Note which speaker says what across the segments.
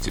Speaker 1: Se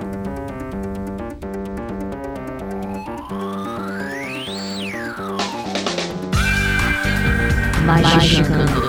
Speaker 2: Magicando.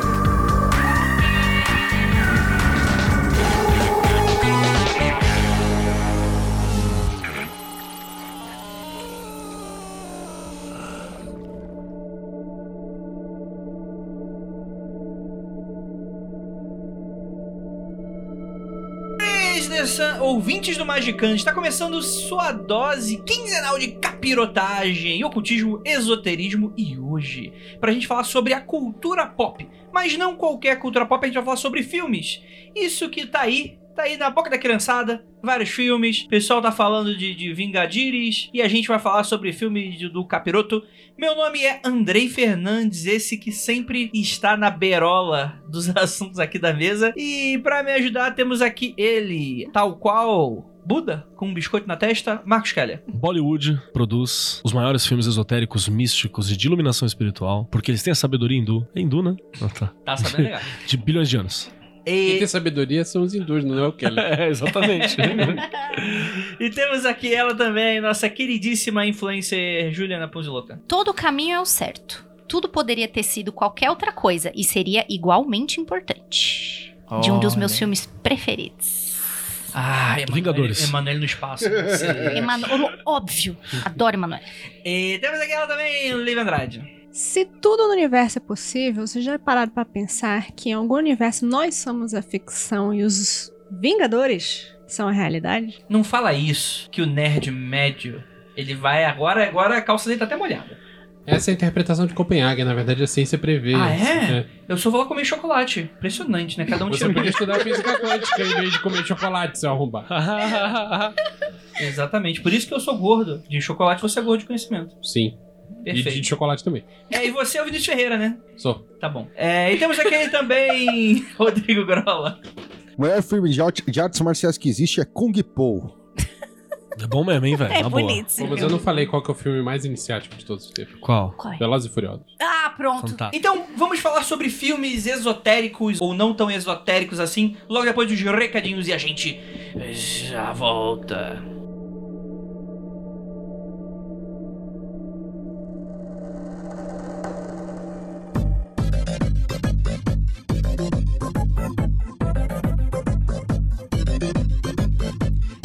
Speaker 3: Beleza, Ouvintes do Magicante, está começando sua dose quinzenal de capirotagem, ocultismo, esoterismo e hoje, pra gente falar sobre a cultura pop, mas não qualquer cultura pop, a gente vai falar sobre filmes. Isso que tá aí, tá aí na boca da criançada, vários filmes, o pessoal tá falando de, de Vingadires e a gente vai falar sobre filmes de- do capiroto. Meu nome é Andrei Fernandes, esse que sempre está na berola dos assuntos aqui da mesa. E pra me ajudar, temos aqui ele, tal qual Buda, com um biscoito na testa, Marcos Keller.
Speaker 4: Bollywood produz os maiores filmes esotéricos, místicos e de iluminação espiritual, porque eles têm a sabedoria hindu. É hindu, né? Ah, tá.
Speaker 3: Tá sabendo legal.
Speaker 4: De bilhões de anos.
Speaker 5: Quem
Speaker 3: E,
Speaker 5: tem sabedoria são os hindus, não é o Kelly.
Speaker 4: É, exatamente.
Speaker 3: e temos aqui ela também, nossa queridíssima influencer Juliana Ponziloca.
Speaker 2: Todo caminho é o certo. Tudo poderia ter sido qualquer outra coisa e seria igualmente importante. De um dos meus filmes preferidos.
Speaker 3: Ah, Emanuel,
Speaker 4: Vingadores.
Speaker 3: Emanuel no espaço.
Speaker 2: Emanuel, óbvio. Adoro Emanuel.
Speaker 3: e temos aqui ela também, Lívia Andrade.
Speaker 6: Se tudo no universo é possível, vocês já pararam pra pensar que em algum universo nós somos a ficção e os Vingadores são a realidade?
Speaker 3: Não fala isso, que o nerd médio, ele vai agora, agora a calça dele tá até molhada.
Speaker 5: Essa é a interpretação de Copenhague, na verdade a ciência prevê.
Speaker 3: Ah,
Speaker 5: isso,
Speaker 3: é?
Speaker 5: né?
Speaker 3: Eu só vou lá comer chocolate. Impressionante, né? Cada um
Speaker 5: Você
Speaker 3: tira
Speaker 5: podia estudar física quântica em vez de comer chocolate, seu arrombado.
Speaker 3: Exatamente. Por isso que eu sou gordo. De chocolate você é gordo de conhecimento.
Speaker 5: Sim. E de,
Speaker 3: Perfeito.
Speaker 5: de chocolate também.
Speaker 3: É, e você é o Vinícius Ferreira, né?
Speaker 5: Só.
Speaker 3: Tá bom. É, e temos aquele também, Rodrigo Grola.
Speaker 7: O maior filme de arte- de artes marciais que existe é Kung Po.
Speaker 4: É bom mesmo, hein, velho?
Speaker 2: É
Speaker 4: Na boa.
Speaker 2: bonito.
Speaker 5: Pô, mas eu não falei qual que é o filme mais iniciático de todos os tempos.
Speaker 4: Qual?
Speaker 2: Qual é?
Speaker 5: Velozes e Furiosos.
Speaker 2: Ah, pronto.
Speaker 4: Tá. Fantástico.
Speaker 3: Então, vamos falar sobre filmes esotéricos ou não tão esotéricos assim, logo depois dos recadinhos e a gente já volta.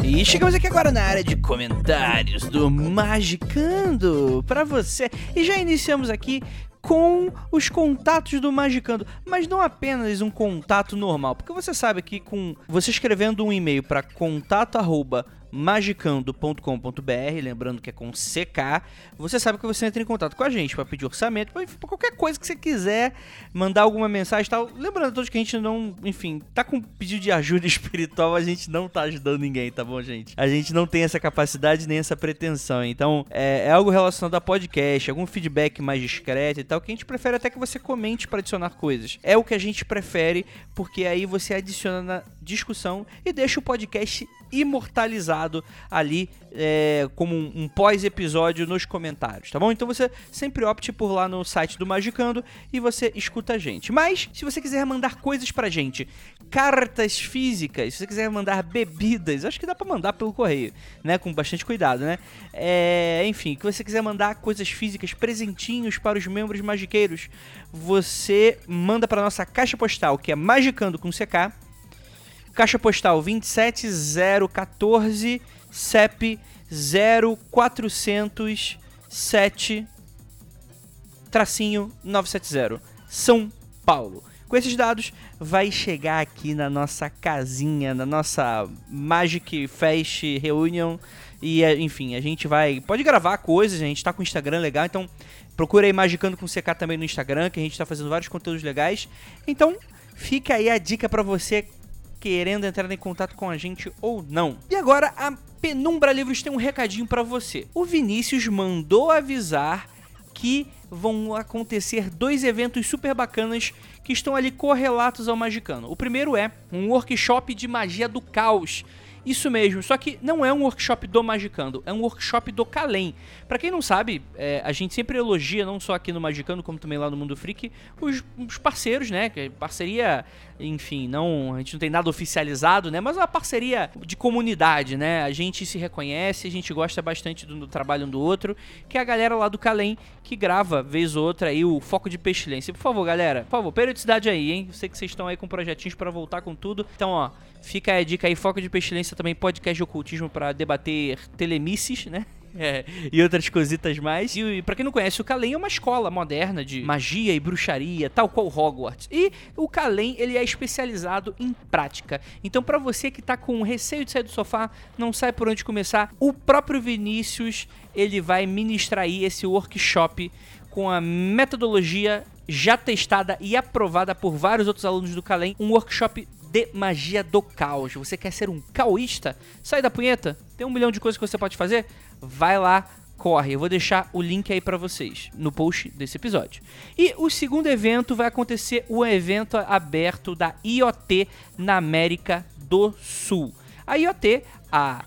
Speaker 3: E chegamos aqui agora na área de comentários do Magicando para você. E já iniciamos aqui com os contatos do Magicando, mas não apenas um contato normal, porque você sabe que com você escrevendo um e-mail para contato@magicando.com.br, lembrando que é com CK, você sabe que você entra em contato com a gente para pedir orçamento, pra pra qualquer coisa que você quiser, mandar alguma mensagem e tal. Lembrando a todos que a gente não, enfim, tá com pedido de ajuda espiritual, a gente não tá ajudando ninguém, tá bom, gente? A gente não tem essa capacidade nem essa pretensão. Então, é, é algo relacionado a podcast, algum feedback mais discreto e tal, que a gente prefere até que você comente pra adicionar coisas. É o que a gente prefere, porque aí você adiciona na discussão e deixa o podcast imortalizado ali é, como um, um pós-episódio nos comentários, tá bom? Então você sempre opte por lá no site do Magicando e você escuta a gente. Mas, se você quiser mandar coisas pra gente, cartas físicas, se você quiser mandar bebidas, acho que dá pra mandar pelo correio, né? Com bastante cuidado, né? É, enfim, que você quiser mandar coisas físicas, presentinhos para os membros magiqueiros, você manda pra nossa caixa postal, que é Magicando com CK, Caixa postal 27014, CEP 0407 tracinho 970, São Paulo. Com esses dados, vai chegar aqui na nossa casinha, na nossa Magic Fest Reunion. E, é, enfim, a gente vai. Pode gravar coisas, a gente tá com o Instagram legal, então procura aí Magicando com CK também no Instagram, que a gente tá fazendo vários conteúdos legais. Então, fica aí a dica pra você querendo entrar em contato com a gente ou não. E agora a Penumbra Livros tem um recadinho pra você. O Vinícius mandou avisar que vão acontecer dois eventos super bacanas que estão ali correlatos ao Magicano. O primeiro é um workshop de magia do caos. Isso mesmo, só que não é um workshop do Magicando, é um workshop do Kalem. Pra quem não sabe, é, a gente sempre elogia, não só aqui no Magicando, como também lá no Mundo Freak, os, os parceiros, né? Que é Parceria, enfim, não, a gente não tem nada oficializado, né? Mas é uma parceria de comunidade, né? A gente se reconhece, a gente gosta bastante do, do trabalho um do outro, que é a galera lá do Kalem, que grava, vez ou outra, aí o Foco de Pestilência. Por favor, galera, por favor, periodicidade aí, hein? Eu sei que vocês estão aí com projetinhos pra voltar com tudo. Então, ó, fica a dica aí, Foco de Pestilência também, podcast de ocultismo pra debater telemices, né? É, e outras cositas mais. E para quem não conhece, o Kalem é uma escola moderna de magia e bruxaria, tal qual Hogwarts. E o Kalem, ele é especializado em prática. Então para você que tá com receio de sair do sofá, não sabe por onde começar, o próprio Vinícius, ele vai ministrar aí esse workshop com a metodologia já testada e aprovada por vários outros alunos do Kalem, um workshop de magia do caos. Você quer ser um caoísta? Sai da punheta? Tem um milhão de coisas que você pode fazer? Vai lá, corre. Eu vou deixar o link aí pra vocês no post desse episódio. E o segundo evento vai acontecer o evento aberto da IoT na América do Sul. A IoT, a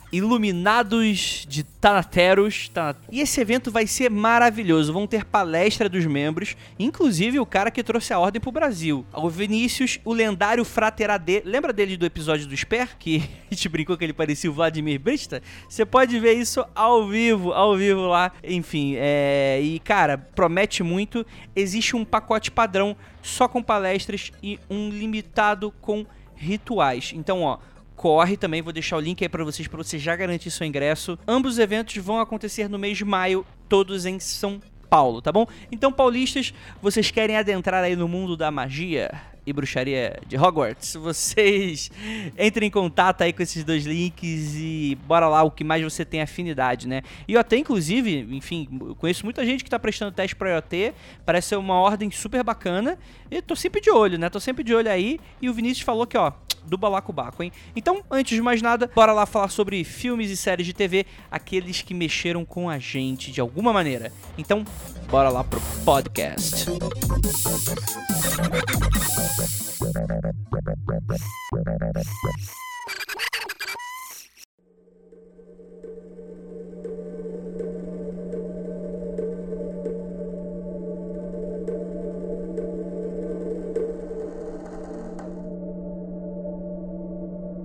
Speaker 3: Iluminados de Tanateros. Tana- E esse evento vai ser maravilhoso. Vão ter palestra dos membros, inclusive o cara que trouxe a ordem pro Brasil. O Vinícius, o lendário Frater AD. Lembra dele do episódio do Sper? Que a gente brincou que ele parecia o Vladimir Brista? Você pode ver isso ao vivo, ao vivo lá. Enfim, é... e cara, promete muito. Existe um pacote padrão só com palestras e um limitado com rituais. Então, ó corre também, vou deixar o link aí pra vocês pra você já garantir seu ingresso. Ambos os eventos vão acontecer no mês de maio, todos em São Paulo, tá bom? Então, paulistas, vocês querem adentrar aí no mundo da magia e bruxaria de Hogwarts? Vocês entrem em contato aí com esses dois links e bora lá o que mais você tem afinidade, né? E até inclusive, enfim, eu conheço muita gente que tá prestando teste pra IoT, parece ser uma ordem super bacana e tô sempre de olho, né? Tô sempre de olho aí e o Vinícius falou que, ó, do balacobaco, hein? Então, antes de mais nada, bora lá falar sobre filmes e séries de TV, aqueles que mexeram com a gente de alguma maneira. Então, bora lá pro podcast.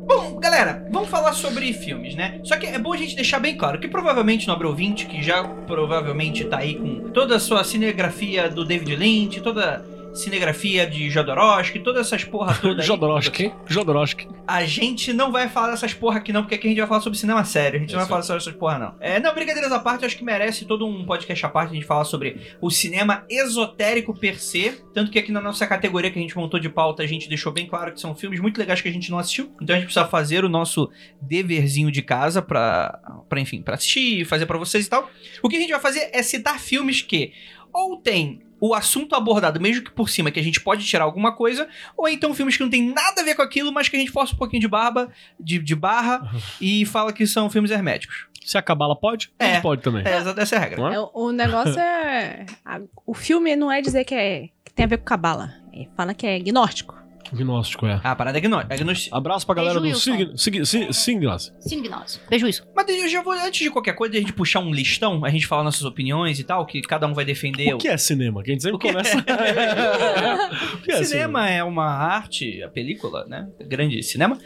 Speaker 3: Bom, galera, vamos falar sobre filmes, né? Só que é bom a gente deixar bem claro que provavelmente nobre ouvinte, que já provavelmente tá aí com toda a sua cinegrafia do David Lynch, toda a cinegrafia de Jodorowsky, todas essas porra toda aí.
Speaker 4: Jodorowsky. Jodorowsky.
Speaker 3: A gente não vai falar dessas porra aqui não, porque aqui a gente vai falar sobre cinema sério. A gente não vai
Speaker 4: Isso.
Speaker 3: falar sobre essas porra não. É, não, brincadeiras à parte, acho que merece todo um podcast à parte a gente falar sobre o cinema esotérico per se. Tanto que aqui na nossa categoria que a gente montou de pauta, a gente deixou bem claro que são filmes muito legais que a gente não assistiu. Então a gente precisa fazer o nosso deverzinho de casa pra, pra enfim, pra assistir, fazer pra vocês e tal. O que a gente vai fazer é citar filmes que ou tem o assunto abordado, mesmo que por cima, que a gente pode tirar alguma coisa, ou então filmes que não tem nada a ver com aquilo, mas que a gente força um pouquinho de barba, de, de barra, e fala que são filmes herméticos.
Speaker 4: Se acabar, ela pode?
Speaker 3: É.
Speaker 4: Tudo pode também.
Speaker 3: É, essa, essa é a regra.
Speaker 4: Não é?
Speaker 6: É, o- o negócio é. a- o filme não é dizer que, é, que tem a ver com cabala. É, fala que é gnóstico.
Speaker 4: Gnóstico, é.
Speaker 3: Ah, a parada é gnó- é gnóstica.
Speaker 4: Abraço pra galera
Speaker 2: Beijo,
Speaker 4: do Sig- Sig- Sig- Singlas.
Speaker 2: Sim, Gnóstico. Beijo isso.
Speaker 3: Mas eu já vou, antes de qualquer coisa, a gente puxar um listão, a gente falar nossas opiniões e tal, que cada um vai defender.
Speaker 4: O que é cinema? Que a gente sempre
Speaker 3: O que é?
Speaker 4: começa. o que é
Speaker 3: cinema é uma arte, a película, né? Grande cinema.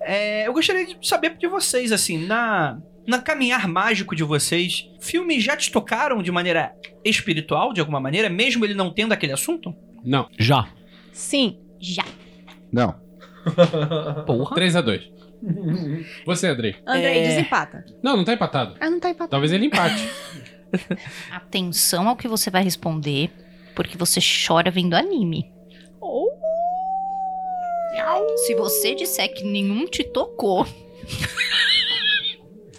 Speaker 3: É, eu gostaria de saber de vocês, assim, na, na caminhar mágico de vocês, filmes já te tocaram de maneira espiritual, de alguma maneira, mesmo ele não tendo aquele assunto?
Speaker 5: Não.
Speaker 4: Já.
Speaker 6: Sim.
Speaker 2: Já.
Speaker 7: Não.
Speaker 3: Porra.
Speaker 5: 3x2. Você, Andrei.
Speaker 6: Andrei,
Speaker 3: É.
Speaker 6: desempata.
Speaker 5: Não, não tá empatado.
Speaker 6: Ah, não tá empatado.
Speaker 5: Talvez ele empate.
Speaker 2: Atenção ao que você vai responder, porque você chora vendo anime. Oh.
Speaker 6: Ou
Speaker 2: Se você disser que nenhum te tocou,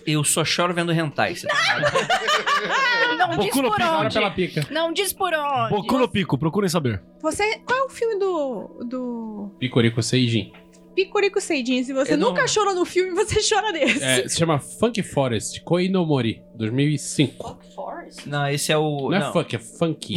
Speaker 3: Eu só choro vendo hentai. você tá errado.
Speaker 2: não diz
Speaker 4: Boku no
Speaker 2: por
Speaker 4: Pico,
Speaker 5: Agora
Speaker 2: onde.
Speaker 5: pela pica.
Speaker 2: Não diz por onde.
Speaker 4: Boku no Pico, procurem saber.
Speaker 6: você. Qual é o filme do. do.
Speaker 5: Picorico Seijin.
Speaker 6: Picorico Seidin. Se você
Speaker 3: Eu não-
Speaker 6: nunca chora no filme, você chora nesse.
Speaker 5: É, se chama Funk Forest, Koinomori, 2005.
Speaker 3: Não, esse é o.
Speaker 5: Não, é funk, é funky.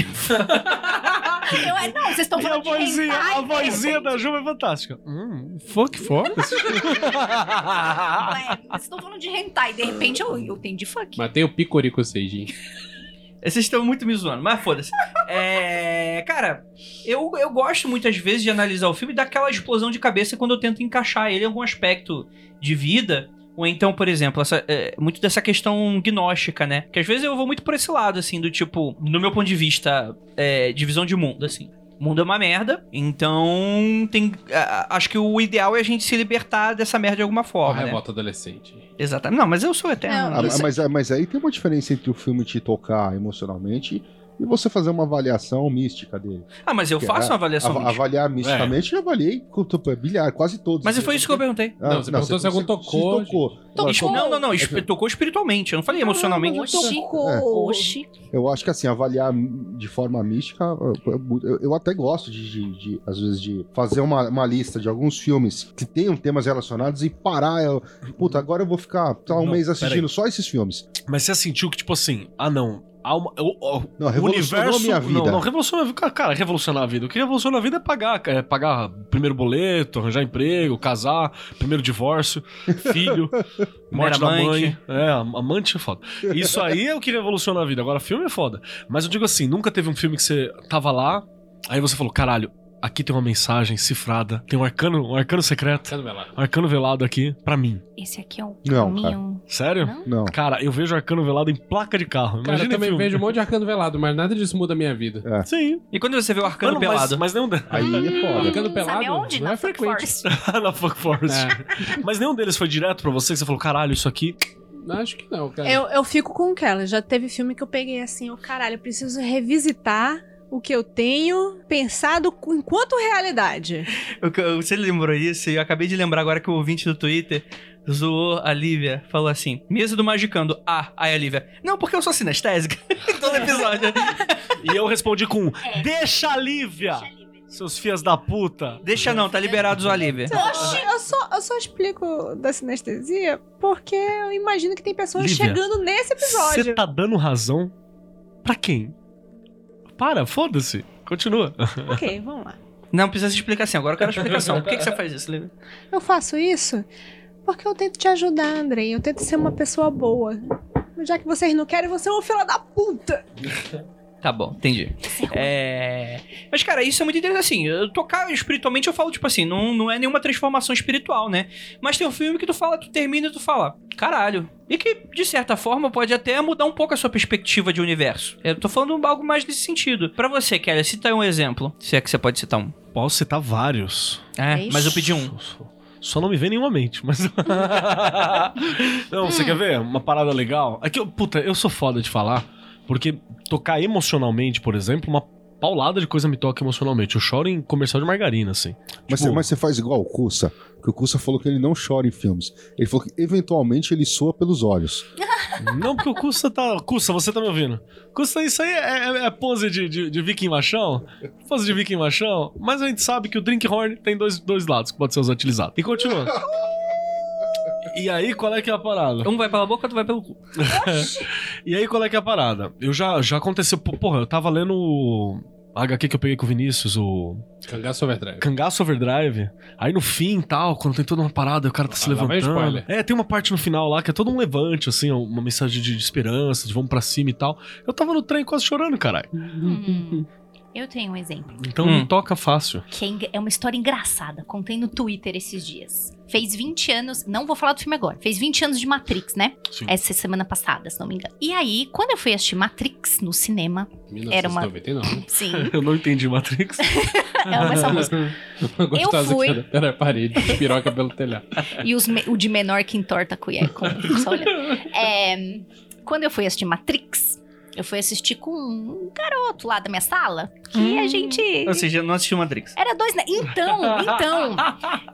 Speaker 2: Eu, é, não, vocês estão
Speaker 4: E a
Speaker 2: falando de
Speaker 4: vozinha,
Speaker 2: hentai, né?
Speaker 4: a vozinha da Juba é fantástica. Hum, fuck forest?
Speaker 2: ué, Tipo, é, Vocês estão falando de hentai, de repente eu, eu tenho de funk.
Speaker 5: Mas tem o Picorico Seijin.
Speaker 3: Vocês estão muito me zoando, mas foda-se. É, cara, eu, eu gosto muitas vezes de analisar o filme daquela explosão de cabeça quando eu tento encaixar ele em algum aspecto de vida. Ou então, por exemplo, essa, é, muito dessa questão gnóstica, né? Que às vezes eu vou muito por esse lado, assim, do tipo, no meu ponto de vista, é, de visão de mundo, assim. O mundo é uma merda, então tem. a- a- acho que o ideal é a gente se libertar dessa merda de alguma
Speaker 5: Ó,
Speaker 3: forma. né?
Speaker 5: revolta adolescente.
Speaker 3: Exatamente. Não, mas eu sou eterno.
Speaker 7: Ah,
Speaker 3: né?
Speaker 6: Isso-
Speaker 7: mas, mas aí tem uma diferença entre o filme te tocar emocionalmente e você fazer uma avaliação mística dele.
Speaker 3: Ah, mas eu
Speaker 7: Que
Speaker 3: faço
Speaker 7: é-
Speaker 3: uma avaliação.
Speaker 7: Ava-
Speaker 3: mística.
Speaker 7: avaliar misticamente, eu avaliei com- tipo, bilhar, quase todos.
Speaker 3: Mas foi isso que eu perguntei.
Speaker 7: Ah,
Speaker 5: Não, você perguntou se algum tocou,
Speaker 7: se tocou.
Speaker 2: Tocou.
Speaker 7: Eu
Speaker 3: Espo-
Speaker 7: acho-
Speaker 3: Não, não, não. esp- Tocou espiritualmente. Eu não falei emocionalmente.
Speaker 2: Oxi. Oxi.
Speaker 7: Eu acho que assim, avaliar de forma mística, eu, eu- eu até gosto de, de- de, às vezes, de fazer uma, uma lista de alguns filmes que tenham temas relacionados e parar. eu- puta, agora eu vou ficar sei lá, um
Speaker 4: Não,
Speaker 7: mês
Speaker 4: peraí.
Speaker 7: assistindo só esses filmes.
Speaker 4: Mas você sentiu que, tipo assim, ah não, há uma- o- o-
Speaker 7: Não,
Speaker 4: o
Speaker 7: revolucionou
Speaker 4: universo...
Speaker 7: minha vida.
Speaker 4: Não, não, revolucionou a vida. Cara, revolucionar a vida. O que revoluciona a vida é pagar, é pagar primeiro boleto, arranjar emprego, casar, primeiro divórcio, filho,
Speaker 3: Primeira
Speaker 4: morte da mãe.
Speaker 3: amante.
Speaker 4: É, am- amante é foda. Isso aí é o que revoluciona a vida. Agora, filme é foda. Mas eu digo assim, nunca teve um filme que você tava lá, aí você falou, caralho, aqui tem uma mensagem cifrada, tem um arcano, um arcano secreto,
Speaker 5: Cadê lá?
Speaker 4: um arcano velado aqui, pra mim.
Speaker 2: Esse aqui é um
Speaker 7: Não, cara.
Speaker 2: caminho.
Speaker 4: Sério?
Speaker 2: Não?
Speaker 7: Não.
Speaker 4: Cara, eu vejo arcano velado em placa de carro. Imagina
Speaker 5: Cara, eu
Speaker 4: em
Speaker 5: também
Speaker 4: filme.
Speaker 5: vejo um monte de arcano velado, mas nada disso muda a minha vida.
Speaker 4: Sim.
Speaker 3: E quando você vê o arcano
Speaker 4: Mano, mas-
Speaker 3: pelado?
Speaker 4: Mas, nenhum deles.
Speaker 7: Aí é foda.
Speaker 5: Ficando
Speaker 2: Hum, Sabe
Speaker 5: pelado,
Speaker 2: onde?
Speaker 5: não
Speaker 2: Na
Speaker 5: é
Speaker 2: Funk
Speaker 5: frequente.
Speaker 2: Forest.
Speaker 4: Na Fuck Ah, Forest.
Speaker 5: É.
Speaker 4: Mas nenhum deles foi direto pra você que você falou: caralho, isso aqui.
Speaker 5: Não, acho que não, cara.
Speaker 6: Eu, eu fico com o Keller. Já teve filme que eu peguei assim, eu caralho, eu preciso revisitar o que eu tenho pensado com- enquanto realidade.
Speaker 3: Eu- eu- Você lembrou isso? E eu acabei de lembrar agora que o ouvinte do Twitter zoou a Lívia. Falou assim: mesa do Magicando. Ah, aí a Lívia. Não, porque eu sou sinestésica. Em Todo episódio.
Speaker 4: E eu respondi com: um,
Speaker 2: É.
Speaker 4: deixa a Lívia! Seus fias da puta.
Speaker 3: Deixa não, tá liberado zoar a Lívia.
Speaker 6: Eu só, eu só explico da sinestesia porque eu imagino que tem pessoas
Speaker 4: Lívia,
Speaker 6: chegando nesse episódio.
Speaker 4: Você tá dando razão pra quem? Para, foda-se. Continua.
Speaker 6: Ok, vamos lá.
Speaker 3: Não precisa se explicar assim, agora eu quero explicação. Por que, que você faz isso, Lívia?
Speaker 6: Eu faço isso porque eu tento te ajudar, Andrei. Eu tento ser uma pessoa boa. Já que vocês não querem, você é um fila da puta.
Speaker 3: Tá bom, entendi. É... Mas, cara, isso é muito interessante. Assim, eu tocar espiritualmente, eu falo, tipo assim, não, não é nenhuma transformação espiritual, né? Mas tem um filme que tu fala, tu termina e tu fala, caralho. E que, de certa forma, pode até mudar um pouco a sua perspectiva de universo. Eu tô falando um algo mais nesse sentido. Pra você, Kelly, cita aí um exemplo. Se é que você pode citar um.
Speaker 4: Posso citar tá vários.
Speaker 3: É, mas eu pedi um.
Speaker 4: Só- só- Só não me vem nenhuma mente, mas. não, você quer ver? Uma parada legal. É que, eu- puta, eu sou foda de falar, porque tocar emocionalmente, por exemplo, uma paulada de coisa me toca emocionalmente. Eu choro em comercial de margarina, assim.
Speaker 7: Mas,
Speaker 4: Tipo,
Speaker 7: você, mas você faz igual o Kussa, que o Kussa falou que ele não chora em filmes. Ele falou que eventualmente ele soa pelos olhos.
Speaker 4: Não, porque o Custa tá. Custa, você tá me ouvindo. Custa, isso aí é, é- é pose de, de, de Viking Machão? Pose de Viking Machão? Mas a gente sabe que o Drink Horn tem dois, dois lados que pode ser usado utilizado. E continua. E aí, qual é que é a parada?
Speaker 3: Um vai pela boca, outro vai pelo cu.
Speaker 4: E aí, qual é que é a parada? Eu já, já aconteceu. po- Porra, eu tava lendo o HQ que eu peguei com o Vinícius, o
Speaker 5: Cangaço Overdrive.
Speaker 4: Cangaço Overdrive. Aí no fim tal, quando tem toda uma parada, o cara tá se
Speaker 5: Ah, lá vai
Speaker 4: levantando.
Speaker 5: spoiler.
Speaker 4: É, tem uma parte no final lá que é todo um levante, assim, uma mensagem de, de esperança, de vamos pra cima e tal. Eu tava no trem quase chorando, caralho.
Speaker 2: Hum, eu tenho um exemplo.
Speaker 4: Então
Speaker 3: Hum.
Speaker 4: me toca fácil.
Speaker 2: Que é engra- é uma história engraçada. Contei no Twitter esses dias. Fez 20 anos. Não vou falar do filme agora. Fez 20 anos de Matrix, né?
Speaker 4: Sim.
Speaker 2: Essa semana passada, se não me engano. E aí, quando eu fui assistir Matrix no cinema. Era uma-
Speaker 5: 1999.
Speaker 2: Sim,
Speaker 4: Eu não entendi Matrix.
Speaker 2: é uma essa música.
Speaker 5: Gostosa
Speaker 2: fui-
Speaker 5: que era- era a parede, piroca pelo telhado.
Speaker 2: E os me- o de menor que entorta a colher. como eu só olho. É, quando eu fui assistir Matrix, eu fui assistir com um garoto lá da minha sala. Que a gente.
Speaker 3: Ou seja, não assistiu Matrix.
Speaker 2: Era dois. ne- Então, então.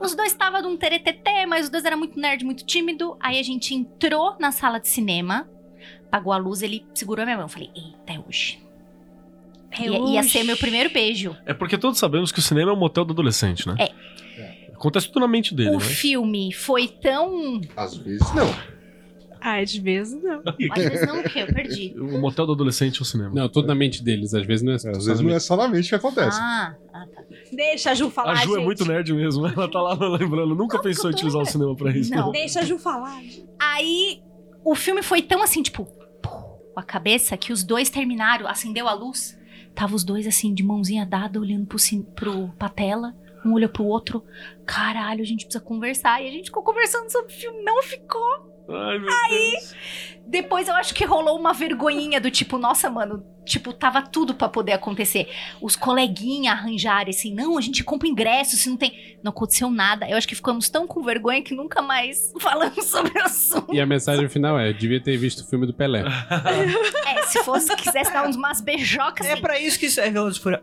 Speaker 2: Os dois estavam num tereteté, mas os dois eram muito nerd, muito tímido. Aí a gente entrou na sala de cinema, apagou a luz, ele segurou a minha mão. Eu falei, eita, é hoje. Ia, ia ser meu primeiro beijo.
Speaker 4: É porque todos sabemos que o cinema é um motel do adolescente, né? Acontece tudo na mente dele,
Speaker 2: o
Speaker 4: né?
Speaker 2: filme foi tão.
Speaker 7: Às vezes não.
Speaker 6: Ah, às vezes não.
Speaker 2: Às vezes não, o quê? Eu perdi.
Speaker 4: O motel do adolescente é o cinema.
Speaker 5: Não, tudo na mente deles. Às vezes não é.
Speaker 7: Às vezes não é só na mente que acontece.
Speaker 2: Ah,
Speaker 6: Deixa a Ju falar,
Speaker 4: a Ju é
Speaker 6: gente.
Speaker 4: muito nerd mesmo, ela tá lá lembrando. Nunca
Speaker 2: Não,
Speaker 4: pensou em
Speaker 2: porque eu tô
Speaker 4: utilizar o cinema pra isso.
Speaker 2: Não.
Speaker 6: Deixa a Ju falar.
Speaker 2: Aí o filme foi tão assim, tipo, pô, com a cabeça, que os dois terminaram, acendeu a luz. Tava os dois assim, de mãozinha dada, olhando pro, cin- pro, pra tela. Um olhou pro outro. Caralho, a gente precisa conversar. E a gente ficou conversando sobre o filme, não ficou.
Speaker 4: Ai, meu Deus.
Speaker 2: Depois eu acho que rolou uma vergonhinha do tipo, nossa, mano, tipo, tava tudo pra poder acontecer. Os coleguinhas arranjaram assim, não, a gente compra ingresso, se não tem. Não aconteceu nada. Eu acho que ficamos tão com vergonha que nunca mais falamos sobre o assunto.
Speaker 5: E a mensagem final é: devia ter visto o filme do Pelé.
Speaker 2: É, se fosse, quisesse dar uns- umas beijocas.
Speaker 8: É
Speaker 2: assim.
Speaker 8: pra isso que serve a luz fura.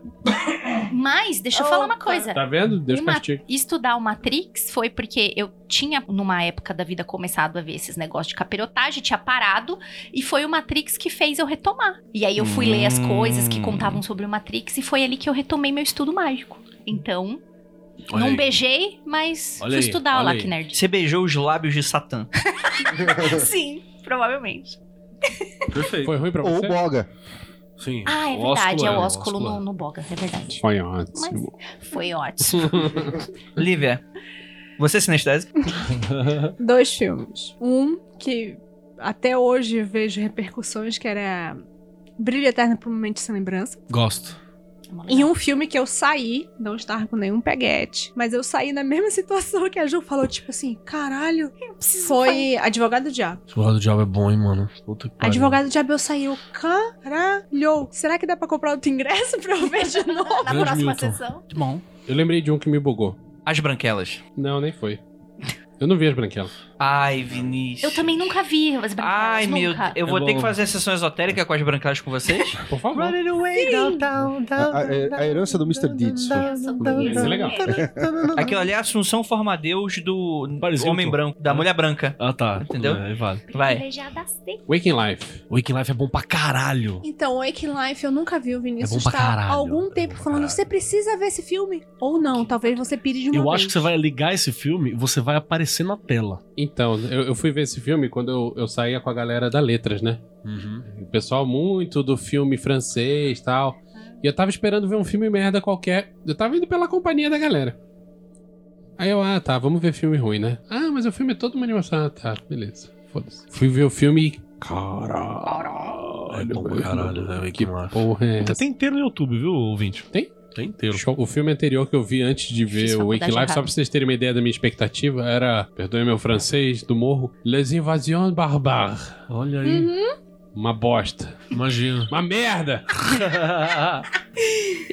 Speaker 2: Mas, deixa eu falar uma coisa.
Speaker 5: Tá vendo? Deus
Speaker 2: Uma-
Speaker 5: castiga.
Speaker 2: Estudar o Matrix foi porque eu tinha, numa época da vida, começado a ver esses negócios de capirotagem, tinha parado, e foi o Matrix que fez eu retomar. E aí eu fui ler as coisas
Speaker 4: Hum.
Speaker 2: que contavam sobre o Matrix, e foi ali que eu retomei meu estudo mágico. Então,
Speaker 4: Olha
Speaker 2: não
Speaker 4: aí.
Speaker 2: beijei, mas
Speaker 4: Olha
Speaker 2: fui
Speaker 4: aí,
Speaker 2: estudar o
Speaker 4: olha
Speaker 2: Lac
Speaker 4: aí.
Speaker 2: Nerd.
Speaker 8: Você beijou os lábios de Satã.
Speaker 2: Sim, provavelmente.
Speaker 4: Perfeito.
Speaker 5: Foi ruim pra
Speaker 7: Ou
Speaker 5: você?
Speaker 7: boga.
Speaker 4: Sim.
Speaker 2: Ah, é
Speaker 4: O ósculo
Speaker 2: verdade, é o ósculo
Speaker 4: ósculo,
Speaker 2: no, no Boga, é verdade.
Speaker 5: Foi ótimo.
Speaker 2: Foi ótimo.
Speaker 8: Lívia, você é sinestésica?
Speaker 6: Dois filmes. Um que até hoje vejo repercussões, que era Brilho Eterno por um Momento Sem Lembrança.
Speaker 4: Gosto.
Speaker 6: Em um filme que eu saí, não estava com nenhum peguete, mas eu saí na mesma situação que a Ju falou, tipo assim, caralho, foi Advogado do Diabo.
Speaker 4: Advogado do Diabo é bom, hein, mano. Puta que pariu.
Speaker 6: Advogado do Diabo eu saí, eu, caralho, será que dá pra comprar outro ingresso pra eu ver de novo?
Speaker 2: Na
Speaker 4: Grande
Speaker 2: próxima
Speaker 4: Milton.
Speaker 2: sessão.
Speaker 8: Bom.
Speaker 5: Eu lembrei de um que me bugou.
Speaker 8: As branquelas.
Speaker 5: Não, nem foi. Eu não vi as branquelas.
Speaker 8: Ai, Vinícius.
Speaker 2: Eu também nunca vi as branquelas,
Speaker 8: Ai, meu
Speaker 2: nunca.
Speaker 8: Eu
Speaker 5: É
Speaker 8: vou ter
Speaker 5: bom.
Speaker 8: que fazer a sessão esotérica com as branquelas com vocês?
Speaker 5: Por favor.
Speaker 8: away downtown,
Speaker 7: A, a- a herança do Mr. Deeds. foi.
Speaker 5: Isso é legal.
Speaker 8: Aquilo ali é a Assunção Formadeus do
Speaker 4: Paris
Speaker 8: Homem
Speaker 4: Hilton.
Speaker 8: Branco, da Mulher Branca.
Speaker 4: Ah, tá.
Speaker 8: Entendeu?
Speaker 4: É, aí vale.
Speaker 8: Vai.
Speaker 5: Waking Life.
Speaker 4: Waking Life é bom pra caralho.
Speaker 6: Então, Wake Life, eu nunca vi o
Speaker 4: É
Speaker 6: Vinícius
Speaker 4: bom pra
Speaker 6: tá
Speaker 4: caralho,
Speaker 6: há algum
Speaker 4: é bom
Speaker 6: tempo
Speaker 4: pra
Speaker 6: falando,
Speaker 4: caralho.
Speaker 6: você precisa ver esse filme. Ou não, talvez você pire de uma
Speaker 4: Eu
Speaker 6: vez.
Speaker 4: acho que você vai ligar esse filme e você vai aparecer na tela.
Speaker 5: Então, eu, eu fui ver esse filme quando eu, eu saía com a galera da Letras, né?
Speaker 4: Uhum.
Speaker 5: O pessoal muito do filme francês e tal. E eu tava esperando ver um filme merda qualquer. Eu tava indo pela companhia da galera. Aí eu, ah, tá, vamos ver filme ruim, né? Ah, mas o filme é todo uma animação. Ah, tá, beleza. Foda-se. Fui ver o filme e. Caralho.
Speaker 4: É bom pra caralho,
Speaker 5: meu irmão.
Speaker 4: né, Waking
Speaker 5: Que
Speaker 4: Life.
Speaker 5: porra é essa?
Speaker 4: Tem inteiro no YouTube, viu, ouvinte?
Speaker 5: Tem?
Speaker 4: Tem inteiro.
Speaker 5: O filme anterior que eu vi antes de
Speaker 2: Fiz
Speaker 5: ver o
Speaker 2: faculdade
Speaker 5: Wake Life,
Speaker 2: errada.
Speaker 5: só pra vocês terem uma ideia da minha expectativa, era, perdoe meu francês, do morro, Les Invasions Barbares.
Speaker 4: Olha aí.
Speaker 2: Uhum.
Speaker 5: Uma bosta.
Speaker 4: Imagina.
Speaker 5: Uma merda!
Speaker 6: Ah,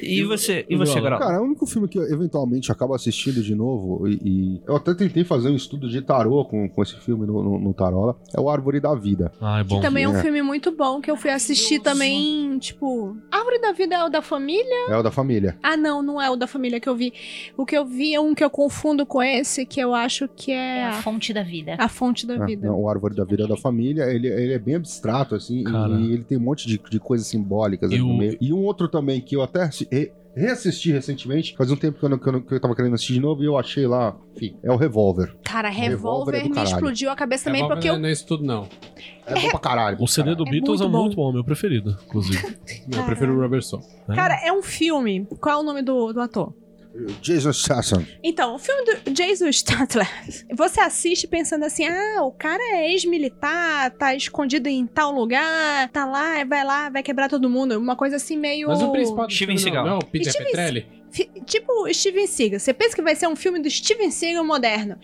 Speaker 8: E você, e
Speaker 4: o
Speaker 8: você,
Speaker 4: Viola?
Speaker 8: Grau?
Speaker 7: Cara, é o único filme que eu eventualmente acabo assistindo de novo, e, e- eu até tentei fazer um estudo de tarô com, com esse filme no, no- no Tarola, é o Árvore da Vida.
Speaker 4: Ah, é bom.
Speaker 6: Que também é um
Speaker 7: É.
Speaker 6: filme muito bom que eu fui assistir também, tipo, Árvore da Vida é o da família?
Speaker 7: É o da família.
Speaker 6: Ah, não, não é o da família que eu vi. O que eu vi é um que eu confundo com esse, que eu acho que
Speaker 2: É
Speaker 6: é
Speaker 2: a fonte da vida.
Speaker 6: a fonte da
Speaker 7: É,
Speaker 6: vida.
Speaker 7: não, o Árvore da Vida é da família, ele, ele é bem abstrato, assim, e-
Speaker 4: Cara.
Speaker 7: e, ele tem um monte de, de coisas simbólicas ali
Speaker 4: Eu-
Speaker 7: no meio. E um outro também que eu até assi- re- reassisti recentemente, faz um tempo que eu, não, que, eu não- que eu tava querendo assistir de novo, e eu achei lá, enfim, é o Revólver.
Speaker 6: Cara,
Speaker 7: Revólver é
Speaker 6: Revolver
Speaker 7: do
Speaker 6: me
Speaker 7: caralho.
Speaker 6: explodiu a cabeça também,
Speaker 5: Revolver
Speaker 6: porque
Speaker 5: não,
Speaker 6: eu...
Speaker 5: não é isso tudo, não.
Speaker 7: É bom pra caralho.
Speaker 4: O CD do
Speaker 6: É
Speaker 4: Beatles é
Speaker 6: muito bom.
Speaker 4: muito bom, meu preferido, inclusive.
Speaker 5: Não, eu prefiro o Rubber Soul.
Speaker 4: É.
Speaker 6: Cara, é um filme. Qual é o nome do, do ator?
Speaker 7: Jason Statham.
Speaker 6: Então, o filme do Jason Statler. Você assiste pensando assim, ah, o cara é ex-militar, tá escondido em tal lugar, tá lá, vai lá, vai quebrar todo mundo. Uma coisa assim meio...
Speaker 5: Mas o principal do
Speaker 8: Steven
Speaker 5: filme
Speaker 8: Seagal.
Speaker 5: não, não é o Peter
Speaker 6: Steven
Speaker 5: Petrelli?
Speaker 6: Fi- Tipo Steven Seagal. Você pensa que vai ser um filme do Steven Seagal moderno.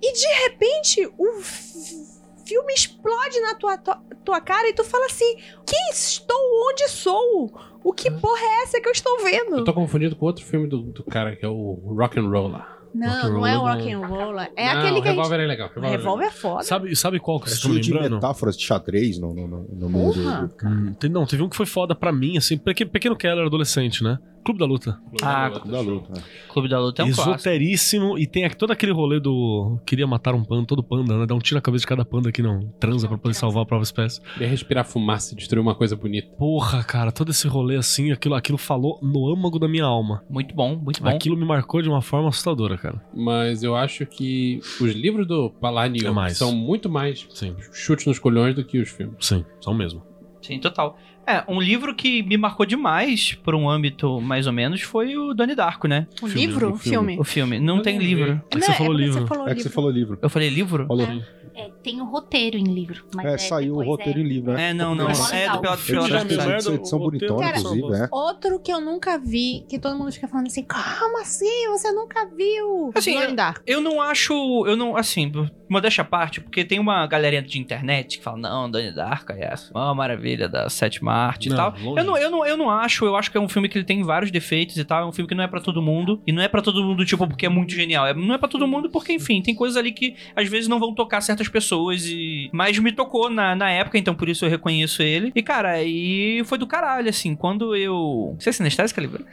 Speaker 6: E de repente o f- filme explode na tua, tua, tua cara e tu fala assim: Quem estou? Onde sou? O que porra é essa que eu estou
Speaker 5: Eu
Speaker 6: vendo?
Speaker 5: tô confundindo com outro filme do, do cara, que é o Rock and Roller.
Speaker 6: Não, não é o Rock and Roller. É
Speaker 5: não,
Speaker 6: aquele
Speaker 5: o
Speaker 6: que a gente.
Speaker 5: Revolver é legal. Revolver, é legal.
Speaker 6: Revolver é foda.
Speaker 4: sabe, sabe qual que
Speaker 7: É
Speaker 4: vocês estão
Speaker 7: cheio de
Speaker 4: lembrando?
Speaker 7: metáforas de xadrez no, no, no, no meio do-
Speaker 6: Porra.
Speaker 7: do-
Speaker 4: Hum, tem- não, teve um que foi foda pra mim, assim, Peque- Pequeno Keller adolescente, né? Clube da Luta.
Speaker 8: Ah,
Speaker 5: Clube
Speaker 7: Da
Speaker 5: da Luta.
Speaker 7: luta. né?
Speaker 8: Clube da Luta é um clássico.
Speaker 4: Esoteiríssimo. E tem aqui todo aquele rolê do. Queria matar um panda, todo panda, né? Dá um tiro na cabeça de cada panda que não transa pra poder salvar a própria espécie.
Speaker 5: show. E respirar fumaça e destruir uma coisa bonita.
Speaker 4: Porra, cara, todo esse rolê assim, aquilo, aquilo falou no âmago da minha alma.
Speaker 8: Muito bom, muito bom.
Speaker 4: Aquilo me marcou de uma forma assustadora, cara.
Speaker 5: Mas eu acho que os livros do
Speaker 4: É
Speaker 5: Palanio
Speaker 4: mais.
Speaker 5: são muito mais
Speaker 4: Sim,
Speaker 5: chute nos colhões do que os filmes.
Speaker 4: sim, são mesmo.
Speaker 3: Sim, total. É, um livro que me marcou demais, por um âmbito mais ou menos, foi o Doni Darko, né?
Speaker 6: Um
Speaker 4: Filme,
Speaker 6: livro?
Speaker 4: um
Speaker 6: Um
Speaker 4: filme.
Speaker 6: filme.
Speaker 3: O filme. Não
Speaker 5: Eu
Speaker 3: tem
Speaker 5: nem
Speaker 3: livro.
Speaker 4: É que você
Speaker 6: Não,
Speaker 4: falou
Speaker 6: porque
Speaker 4: livro.
Speaker 6: falou
Speaker 7: É que você
Speaker 6: livro.
Speaker 7: falou livro.
Speaker 3: Eu falei livro?
Speaker 7: Falou.
Speaker 2: É, tem o roteiro em livro. Mas
Speaker 7: É,
Speaker 2: é,
Speaker 7: saiu o
Speaker 2: depois,
Speaker 7: roteiro
Speaker 2: é.
Speaker 7: em livro, né?
Speaker 3: É, não, não.
Speaker 2: Mas-
Speaker 3: É
Speaker 2: Eu
Speaker 3: do Pelado
Speaker 7: Eu
Speaker 3: Pelado.
Speaker 7: tive
Speaker 4: Filme da
Speaker 7: essa
Speaker 4: merda,
Speaker 7: edição- edição
Speaker 4: o roteiro-
Speaker 7: bonitona,
Speaker 6: Cara,
Speaker 7: inclusive, é.
Speaker 6: Outro que eu nunca vi, que todo mundo fica falando assim, como assim? Você nunca viu?
Speaker 3: Assim,
Speaker 6: Donnie Darko.
Speaker 3: Eu não acho. Eu não. Assim, modéstia à parte, porque tem uma galerinha de internet que fala, não, Doni Darko é uma maravilha da sétima arte e
Speaker 4: Não,
Speaker 3: tal.
Speaker 4: longe
Speaker 3: Eu não, eu, não, eu não acho, eu acho que é um filme que ele tem vários defeitos e tal. É um filme que não é pra todo mundo. E não é pra todo mundo, tipo, porque é muito genial. É- não é pra todo mundo porque, enfim, tem coisas ali que às vezes não vão tocar certas pessoas. e Mas me tocou na, na época, então por isso eu reconheço ele. E, cara, aí foi do caralho, assim. Quando eu. Você é sinestésica, Libra?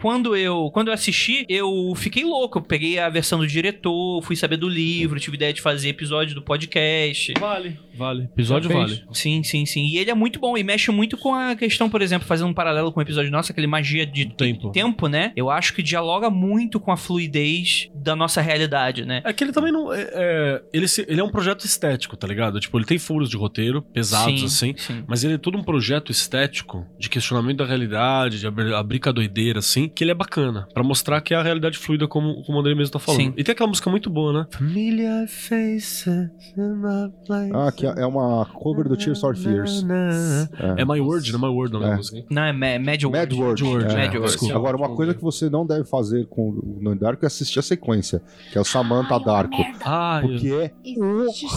Speaker 3: quando eu quando eu assisti, eu fiquei louco. Eu peguei a versão do diretor, fui saber do livro, tive ideia de fazer episódio do podcast.
Speaker 4: Vale, vale. Episódio
Speaker 5: Já
Speaker 4: vale.
Speaker 5: fez?
Speaker 3: Sim, sim, sim. E ele é muito bom e mexe muito com a questão, por exemplo, fazendo um paralelo com o episódio nosso, aquele magia de
Speaker 4: Tempo.
Speaker 3: tempo, né? Eu acho que dialoga muito com a fluidez da nossa realidade, né?
Speaker 4: É que ele também não. é- é- ele, se- ele é um projeto estético, tá ligado? Tipo, ele tem furos de roteiro pesados, assim.
Speaker 3: Sim.
Speaker 4: Mas ele é todo um projeto estético de questionamento da realidade, de abrir, abrir com a doideira, assim, que ele é bacana, Pra mostrar que é a realidade fluida, como, como o André mesmo tá falando.
Speaker 3: Sim.
Speaker 4: E tem aquela música muito boa, né? Familiar faces in my place.
Speaker 7: Ah, que é uma cover do Tears for Fears.
Speaker 4: É My Word, não é My Word, não é
Speaker 7: É.
Speaker 4: música.
Speaker 5: Assim.
Speaker 3: Não, é Ma- Mad World.
Speaker 7: Mad World.
Speaker 4: Word,
Speaker 7: É.
Speaker 3: Mad World.
Speaker 4: desculpa.
Speaker 7: Agora, uma coisa que você não deve fazer com o Donnie Darko é assistir a sequência, que é o Samantha
Speaker 2: Ai, uma
Speaker 7: Darko.
Speaker 2: merda.
Speaker 4: Ah, eu-
Speaker 7: Porque é
Speaker 6: Existe-
Speaker 4: Sim.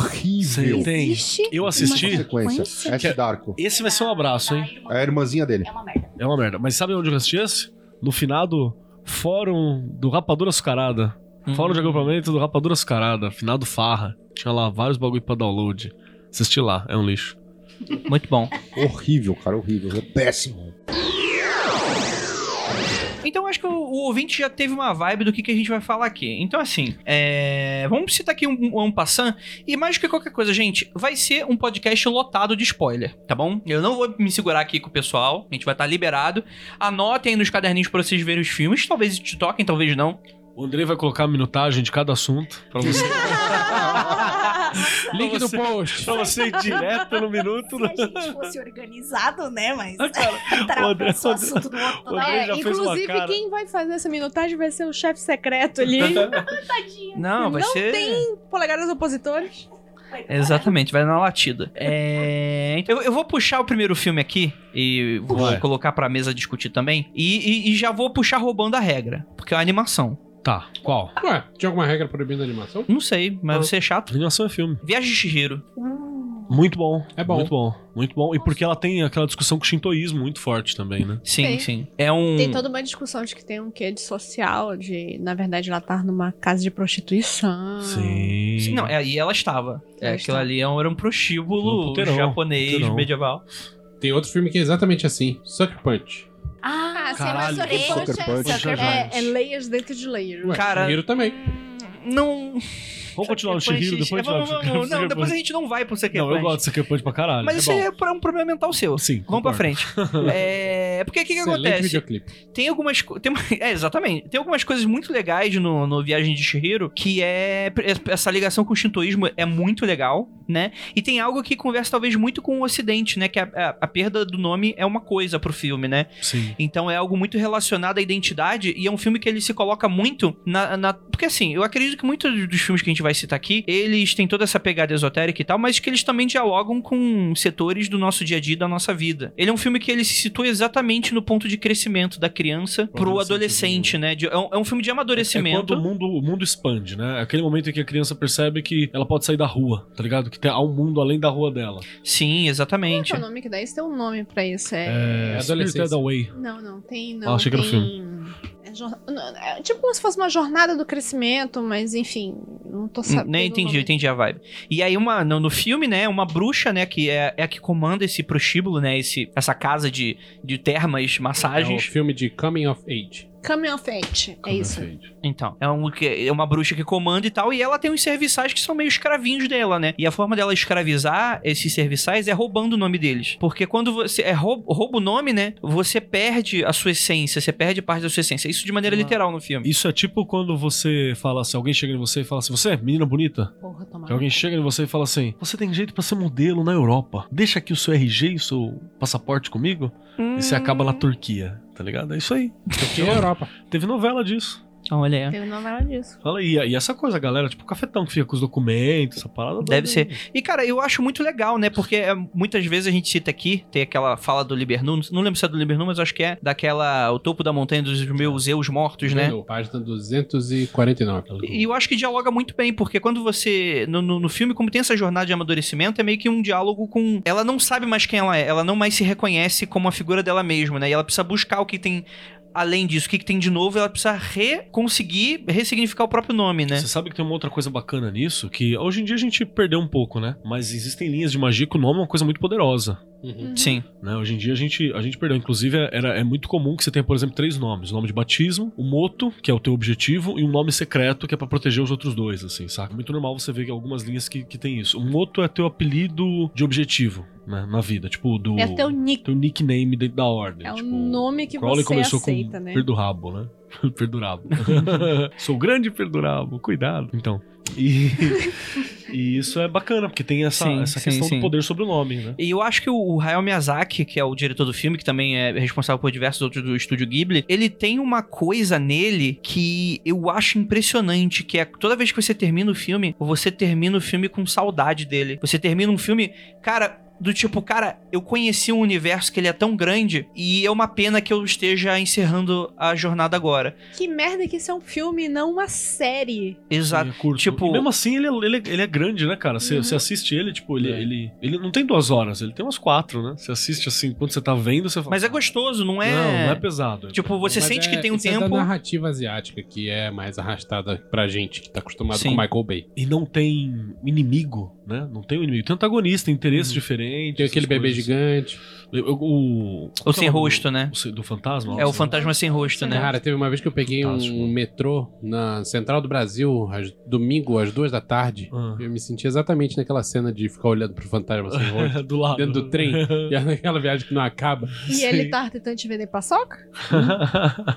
Speaker 7: horrível.
Speaker 4: tem.
Speaker 6: Existe
Speaker 4: eu
Speaker 6: uma
Speaker 4: assisti.
Speaker 7: Sequência.
Speaker 4: Que é-
Speaker 7: S Darko.
Speaker 4: Esse vai ser um abraço, hein?
Speaker 7: É a irmãzinha dele.
Speaker 2: É uma merda.
Speaker 4: É uma merda. Mas sabe onde eu assisti esse? No finado fórum do Rapadura Açucarada.
Speaker 3: Hum.
Speaker 4: Fórum de agrupamento do Rapadura Açucarada. Finado Farra. Tinha lá vários bagulho pra download. Assisti lá, é um lixo.
Speaker 3: Muito bom.
Speaker 7: Horrível, cara, horrível. É péssimo.
Speaker 3: Então acho que o, o ouvinte já teve uma vibe do que, que a gente vai falar aqui. Então, assim, é, vamos citar aqui um, um passant. E mais do que qualquer coisa, gente, vai ser um podcast lotado de spoiler, tá bom? Eu não vou me segurar aqui com o pessoal, a gente vai estar liberado. Anotem aí nos caderninhos pra vocês verem os filmes. Talvez te toquem, talvez não.
Speaker 4: O Andrei vai colocar a minutagem de cada assunto pra você.
Speaker 2: Ah,
Speaker 5: Link
Speaker 4: Pra
Speaker 5: do
Speaker 4: você-
Speaker 5: post.
Speaker 4: pra você ir direto no minuto.
Speaker 9: Se a gente fosse organizado, né? Mas
Speaker 4: o
Speaker 9: trava
Speaker 4: André-
Speaker 9: o assunto do outro toda
Speaker 4: André
Speaker 9: hora.
Speaker 6: É,
Speaker 4: já fez uma
Speaker 6: inclusive,
Speaker 4: cara.
Speaker 6: quem vai fazer essa minutagem vai ser o chefe secreto ali.
Speaker 3: Não, vai
Speaker 6: Não
Speaker 3: ser.
Speaker 6: tem polegadas opositores.
Speaker 3: Exatamente, vai na latida. É, então Eu, eu vou puxar o primeiro filme aqui e vou
Speaker 4: Vai.
Speaker 3: colocar pra mesa discutir também. E, e- e já vou puxar roubando a regra, porque é uma animação.
Speaker 4: Tá, qual?
Speaker 5: Ué, tinha alguma regra proibindo a animação?
Speaker 3: Não sei, mas
Speaker 4: Ah.
Speaker 3: você é chato.
Speaker 4: Animação é filme.
Speaker 3: Viagem de Shihiro.
Speaker 4: Muito bom.
Speaker 5: É bom.
Speaker 4: Muito bom. Muito bom. E porque ela tem aquela discussão com o shintoísmo muito forte também, né?
Speaker 3: Sim,
Speaker 6: Tem.
Speaker 3: sim. É
Speaker 4: Hum.
Speaker 3: um.
Speaker 6: Tem toda uma discussão de que tem um quê de social, de, na verdade, ela tá numa casa de prostituição.
Speaker 3: Sim, não, é, e ela estava. É, aquilo
Speaker 6: Ela estava.
Speaker 3: ali é um- era um prostíbulo
Speaker 4: Um puteirão,
Speaker 3: japonês
Speaker 4: puteirão.
Speaker 3: medieval.
Speaker 5: Tem outro filme que é exatamente assim: Sucker Punch.
Speaker 2: Ah,
Speaker 6: sim,
Speaker 4: Caralho,
Speaker 6: mas só que
Speaker 2: Sucker
Speaker 6: Punch
Speaker 7: Punch
Speaker 6: é-
Speaker 7: é
Speaker 6: Sucker-
Speaker 4: gigante.
Speaker 6: é, é layers dentro de layers.
Speaker 5: Ué,
Speaker 3: Cara-
Speaker 5: Shihiro também.
Speaker 3: Não.
Speaker 4: Vamos continuar no Shihiro, depois a gente
Speaker 3: vamos,
Speaker 4: vai pro
Speaker 3: vamos, Não,
Speaker 4: Sucker
Speaker 3: depois a
Speaker 4: Punch.
Speaker 3: gente não vai pro Sucker
Speaker 4: Não, eu
Speaker 3: Punch.
Speaker 4: gosto de Sucker Punch pra caralho.
Speaker 3: Mas
Speaker 4: é
Speaker 3: isso
Speaker 4: bom.
Speaker 3: aí é pra- um problema mental seu.
Speaker 4: Sim.
Speaker 3: Vamos pra
Speaker 4: concordo.
Speaker 3: frente. é... Porque o que, que
Speaker 5: Excelente
Speaker 3: acontece?
Speaker 5: videoclipe.
Speaker 3: Tem algumas co- tem, é, exatamente. Tem algumas coisas muito legais no, no Viagem de Shihiro, que é essa ligação com o shintoísmo é muito legal, né? E tem algo que conversa talvez muito com o ocidente, né, que a, a- a perda do nome é uma coisa pro filme, né?
Speaker 4: Sim.
Speaker 3: Então é algo muito relacionado à identidade e é um filme que ele se coloca muito na, na- porque assim, eu acredito que muitos dos filmes que a gente vai citar aqui, eles têm toda essa pegada esotérica e tal, mas que eles também dialogam com setores do nosso dia a dia, e da nossa vida. Ele é um filme que ele se situa exatamente no ponto de crescimento da criança pro
Speaker 5: Adolescente,
Speaker 3: adolescente, né? De- é, um, é um filme de
Speaker 4: É quando
Speaker 3: amadurecimento.
Speaker 4: o mundo, o mundo expande, né? É Aquele momento em que a criança percebe que ela pode sair da rua, tá ligado? Que tem, há um mundo além da rua dela.
Speaker 3: Sim,
Speaker 6: Qual
Speaker 3: exatamente.
Speaker 6: que é o nome que dá isso? Tem um nome pra isso. É...
Speaker 4: É,
Speaker 5: adolescência.
Speaker 4: Spirited Away.
Speaker 6: Não, não, tem.
Speaker 4: Ah,
Speaker 6: Não,
Speaker 4: achei que era
Speaker 6: tem... É jor- não, é tipo como se fosse uma jornada do crescimento, mas enfim, não tô sabendo.
Speaker 3: Nem Hum, né, entendi, eu entendi a vibe. E aí, uma, no, no filme, né, uma bruxa, né, que é, é a que comanda esse prostíbulo, né, esse, essa casa de, de termas,
Speaker 5: É um
Speaker 3: massagens.
Speaker 5: filme de Coming of Age.
Speaker 6: Coming of Age, é
Speaker 5: Coming
Speaker 6: isso.
Speaker 5: of Age.
Speaker 3: Então, é, um, que- é uma bruxa que comanda e tal, e ela tem uns serviçais que são meio escravinhos dela, né? E a forma dela escravizar esses serviçais é roubando o nome deles. Porque quando você é rou- rouba o nome, né, você perde a sua essência, você perde parte da sua essência. Isso de maneira
Speaker 4: Uma-
Speaker 3: literal no filme.
Speaker 4: Isso é tipo quando você fala assim, alguém chega em você e fala assim, você é menina bonita?
Speaker 6: Porra,
Speaker 4: Que
Speaker 6: tomara.
Speaker 4: alguém chega em você e fala assim, você tem jeito pra ser modelo na Europa. Deixa aqui o seu RG e o seu passaporte comigo e você acaba na Turquia, tá ligado? É isso aí.
Speaker 5: Que é a Europa.
Speaker 4: Teve novela disso.
Speaker 3: Olha aí.
Speaker 6: Teve novela disso.
Speaker 4: Fala aí, e essa coisa, galera, tipo o cafetão que fica com os documentos, essa parada.
Speaker 3: Deve ser. E, cara, eu acho muito legal, né? Porque é, muitas vezes a gente cita aqui, tem aquela fala do Libernu, não- não lembro se é do Libernu, mas acho que é daquela O Topo da Montanha dos Meus Eus Mortos, né?
Speaker 5: Entendeu? Página 249.
Speaker 3: E eu acho que dialoga muito bem, porque quando você. No, no, no filme, como tem essa jornada de amadurecimento, é meio que um diálogo com. Ela não sabe mais quem ela é, ela não mais se reconhece como a figura dela mesma, né? E ela precisa buscar o que tem. Além disso, o que, que tem de novo, ela precisa reconseguir ressignificar o próprio nome, né?
Speaker 4: Você sabe que tem uma outra coisa bacana nisso, que hoje em dia a gente perdeu um pouco, né? Mas existem linhas de magia que o nome é uma coisa muito poderosa.
Speaker 5: Uhum.
Speaker 3: Sim.
Speaker 4: né? Hoje em dia a gente, a gente perdeu. Inclusive, era, é muito comum que você tenha, por exemplo, três nomes: o nome de batismo, o moto, que é o teu objetivo, e um nome secreto, que é pra proteger os outros dois, assim, saca? Muito normal você ver que algumas linhas que, que tem isso. O moto é teu apelido de objetivo, né? Na vida. Tipo, do.
Speaker 6: É teu nick.
Speaker 4: teu nickname dentro da ordem.
Speaker 6: É o
Speaker 4: tipo,
Speaker 6: nome que
Speaker 4: Crowley
Speaker 6: você
Speaker 4: começou
Speaker 6: aceita,
Speaker 4: com
Speaker 6: né?
Speaker 4: Perdurabo, né? Perdurabo. Sou o grande Perdurabo, cuidado. Então. E, e isso é bacana, porque tem essa,
Speaker 3: Sim,
Speaker 4: essa
Speaker 3: sim,
Speaker 4: questão
Speaker 3: sim.
Speaker 4: do poder sobre o nome, né?
Speaker 3: E eu acho que o- o Hayao Miyazaki, que é o diretor do filme, que também é responsável por diversos outros do estúdio Ghibli, ele tem uma coisa nele que eu acho impressionante, que é toda vez que você termina o filme, você termina o filme com saudade dele. Você termina um filme, cara, do tipo, cara, eu conheci um universo que ele é tão grande e é uma pena que eu esteja encerrando a jornada agora.
Speaker 6: Que merda que isso é um filme e não uma série.
Speaker 3: Exato.
Speaker 4: Ele é curto.
Speaker 3: Tipo-
Speaker 4: E mesmo assim, ele é, ele é- ele é grande, né, cara?
Speaker 6: Uhum.
Speaker 4: Você você assiste ele, tipo, ele,
Speaker 5: É.
Speaker 4: ele, ele não tem duas horas, ele tem umas quatro, né? Você assiste assim, quando você tá vendo, você fala.
Speaker 3: Mas é gostoso, não é?
Speaker 4: Não, não é pesado.
Speaker 3: Tipo, você
Speaker 5: Mas
Speaker 3: sente
Speaker 5: é-
Speaker 3: que tem um
Speaker 5: isso É
Speaker 3: tempo.
Speaker 5: da narrativa asiática, que é mais arrastada pra gente, que tá acostumado
Speaker 3: Sim.
Speaker 5: com Michael Bay.
Speaker 4: E não tem inimigo, né? Não tem um inimigo. Tem antagonista, interesse diferente.
Speaker 5: Tem aquele
Speaker 4: essas
Speaker 5: bebê
Speaker 4: coisas.
Speaker 5: gigante.
Speaker 4: Eu- eu- O.
Speaker 3: Ou sem rosto, né?
Speaker 4: o se- do fantasma?
Speaker 3: É o
Speaker 4: Nossa,
Speaker 3: fantasma sem rosto, né?
Speaker 5: Cara, teve uma vez que eu peguei
Speaker 4: Fantástico.
Speaker 5: um metrô na Central do Brasil, às- domingo, às duas da tarde.
Speaker 4: Ah.
Speaker 5: Eu me senti exatamente naquela cena de ficar olhando pro fantasma sem rosto.
Speaker 4: É, do lado. né?
Speaker 5: Dentro do trem. E é naquela viagem que não acaba.
Speaker 6: E
Speaker 4: Sim.
Speaker 6: ele tá tentando te vender paçoca?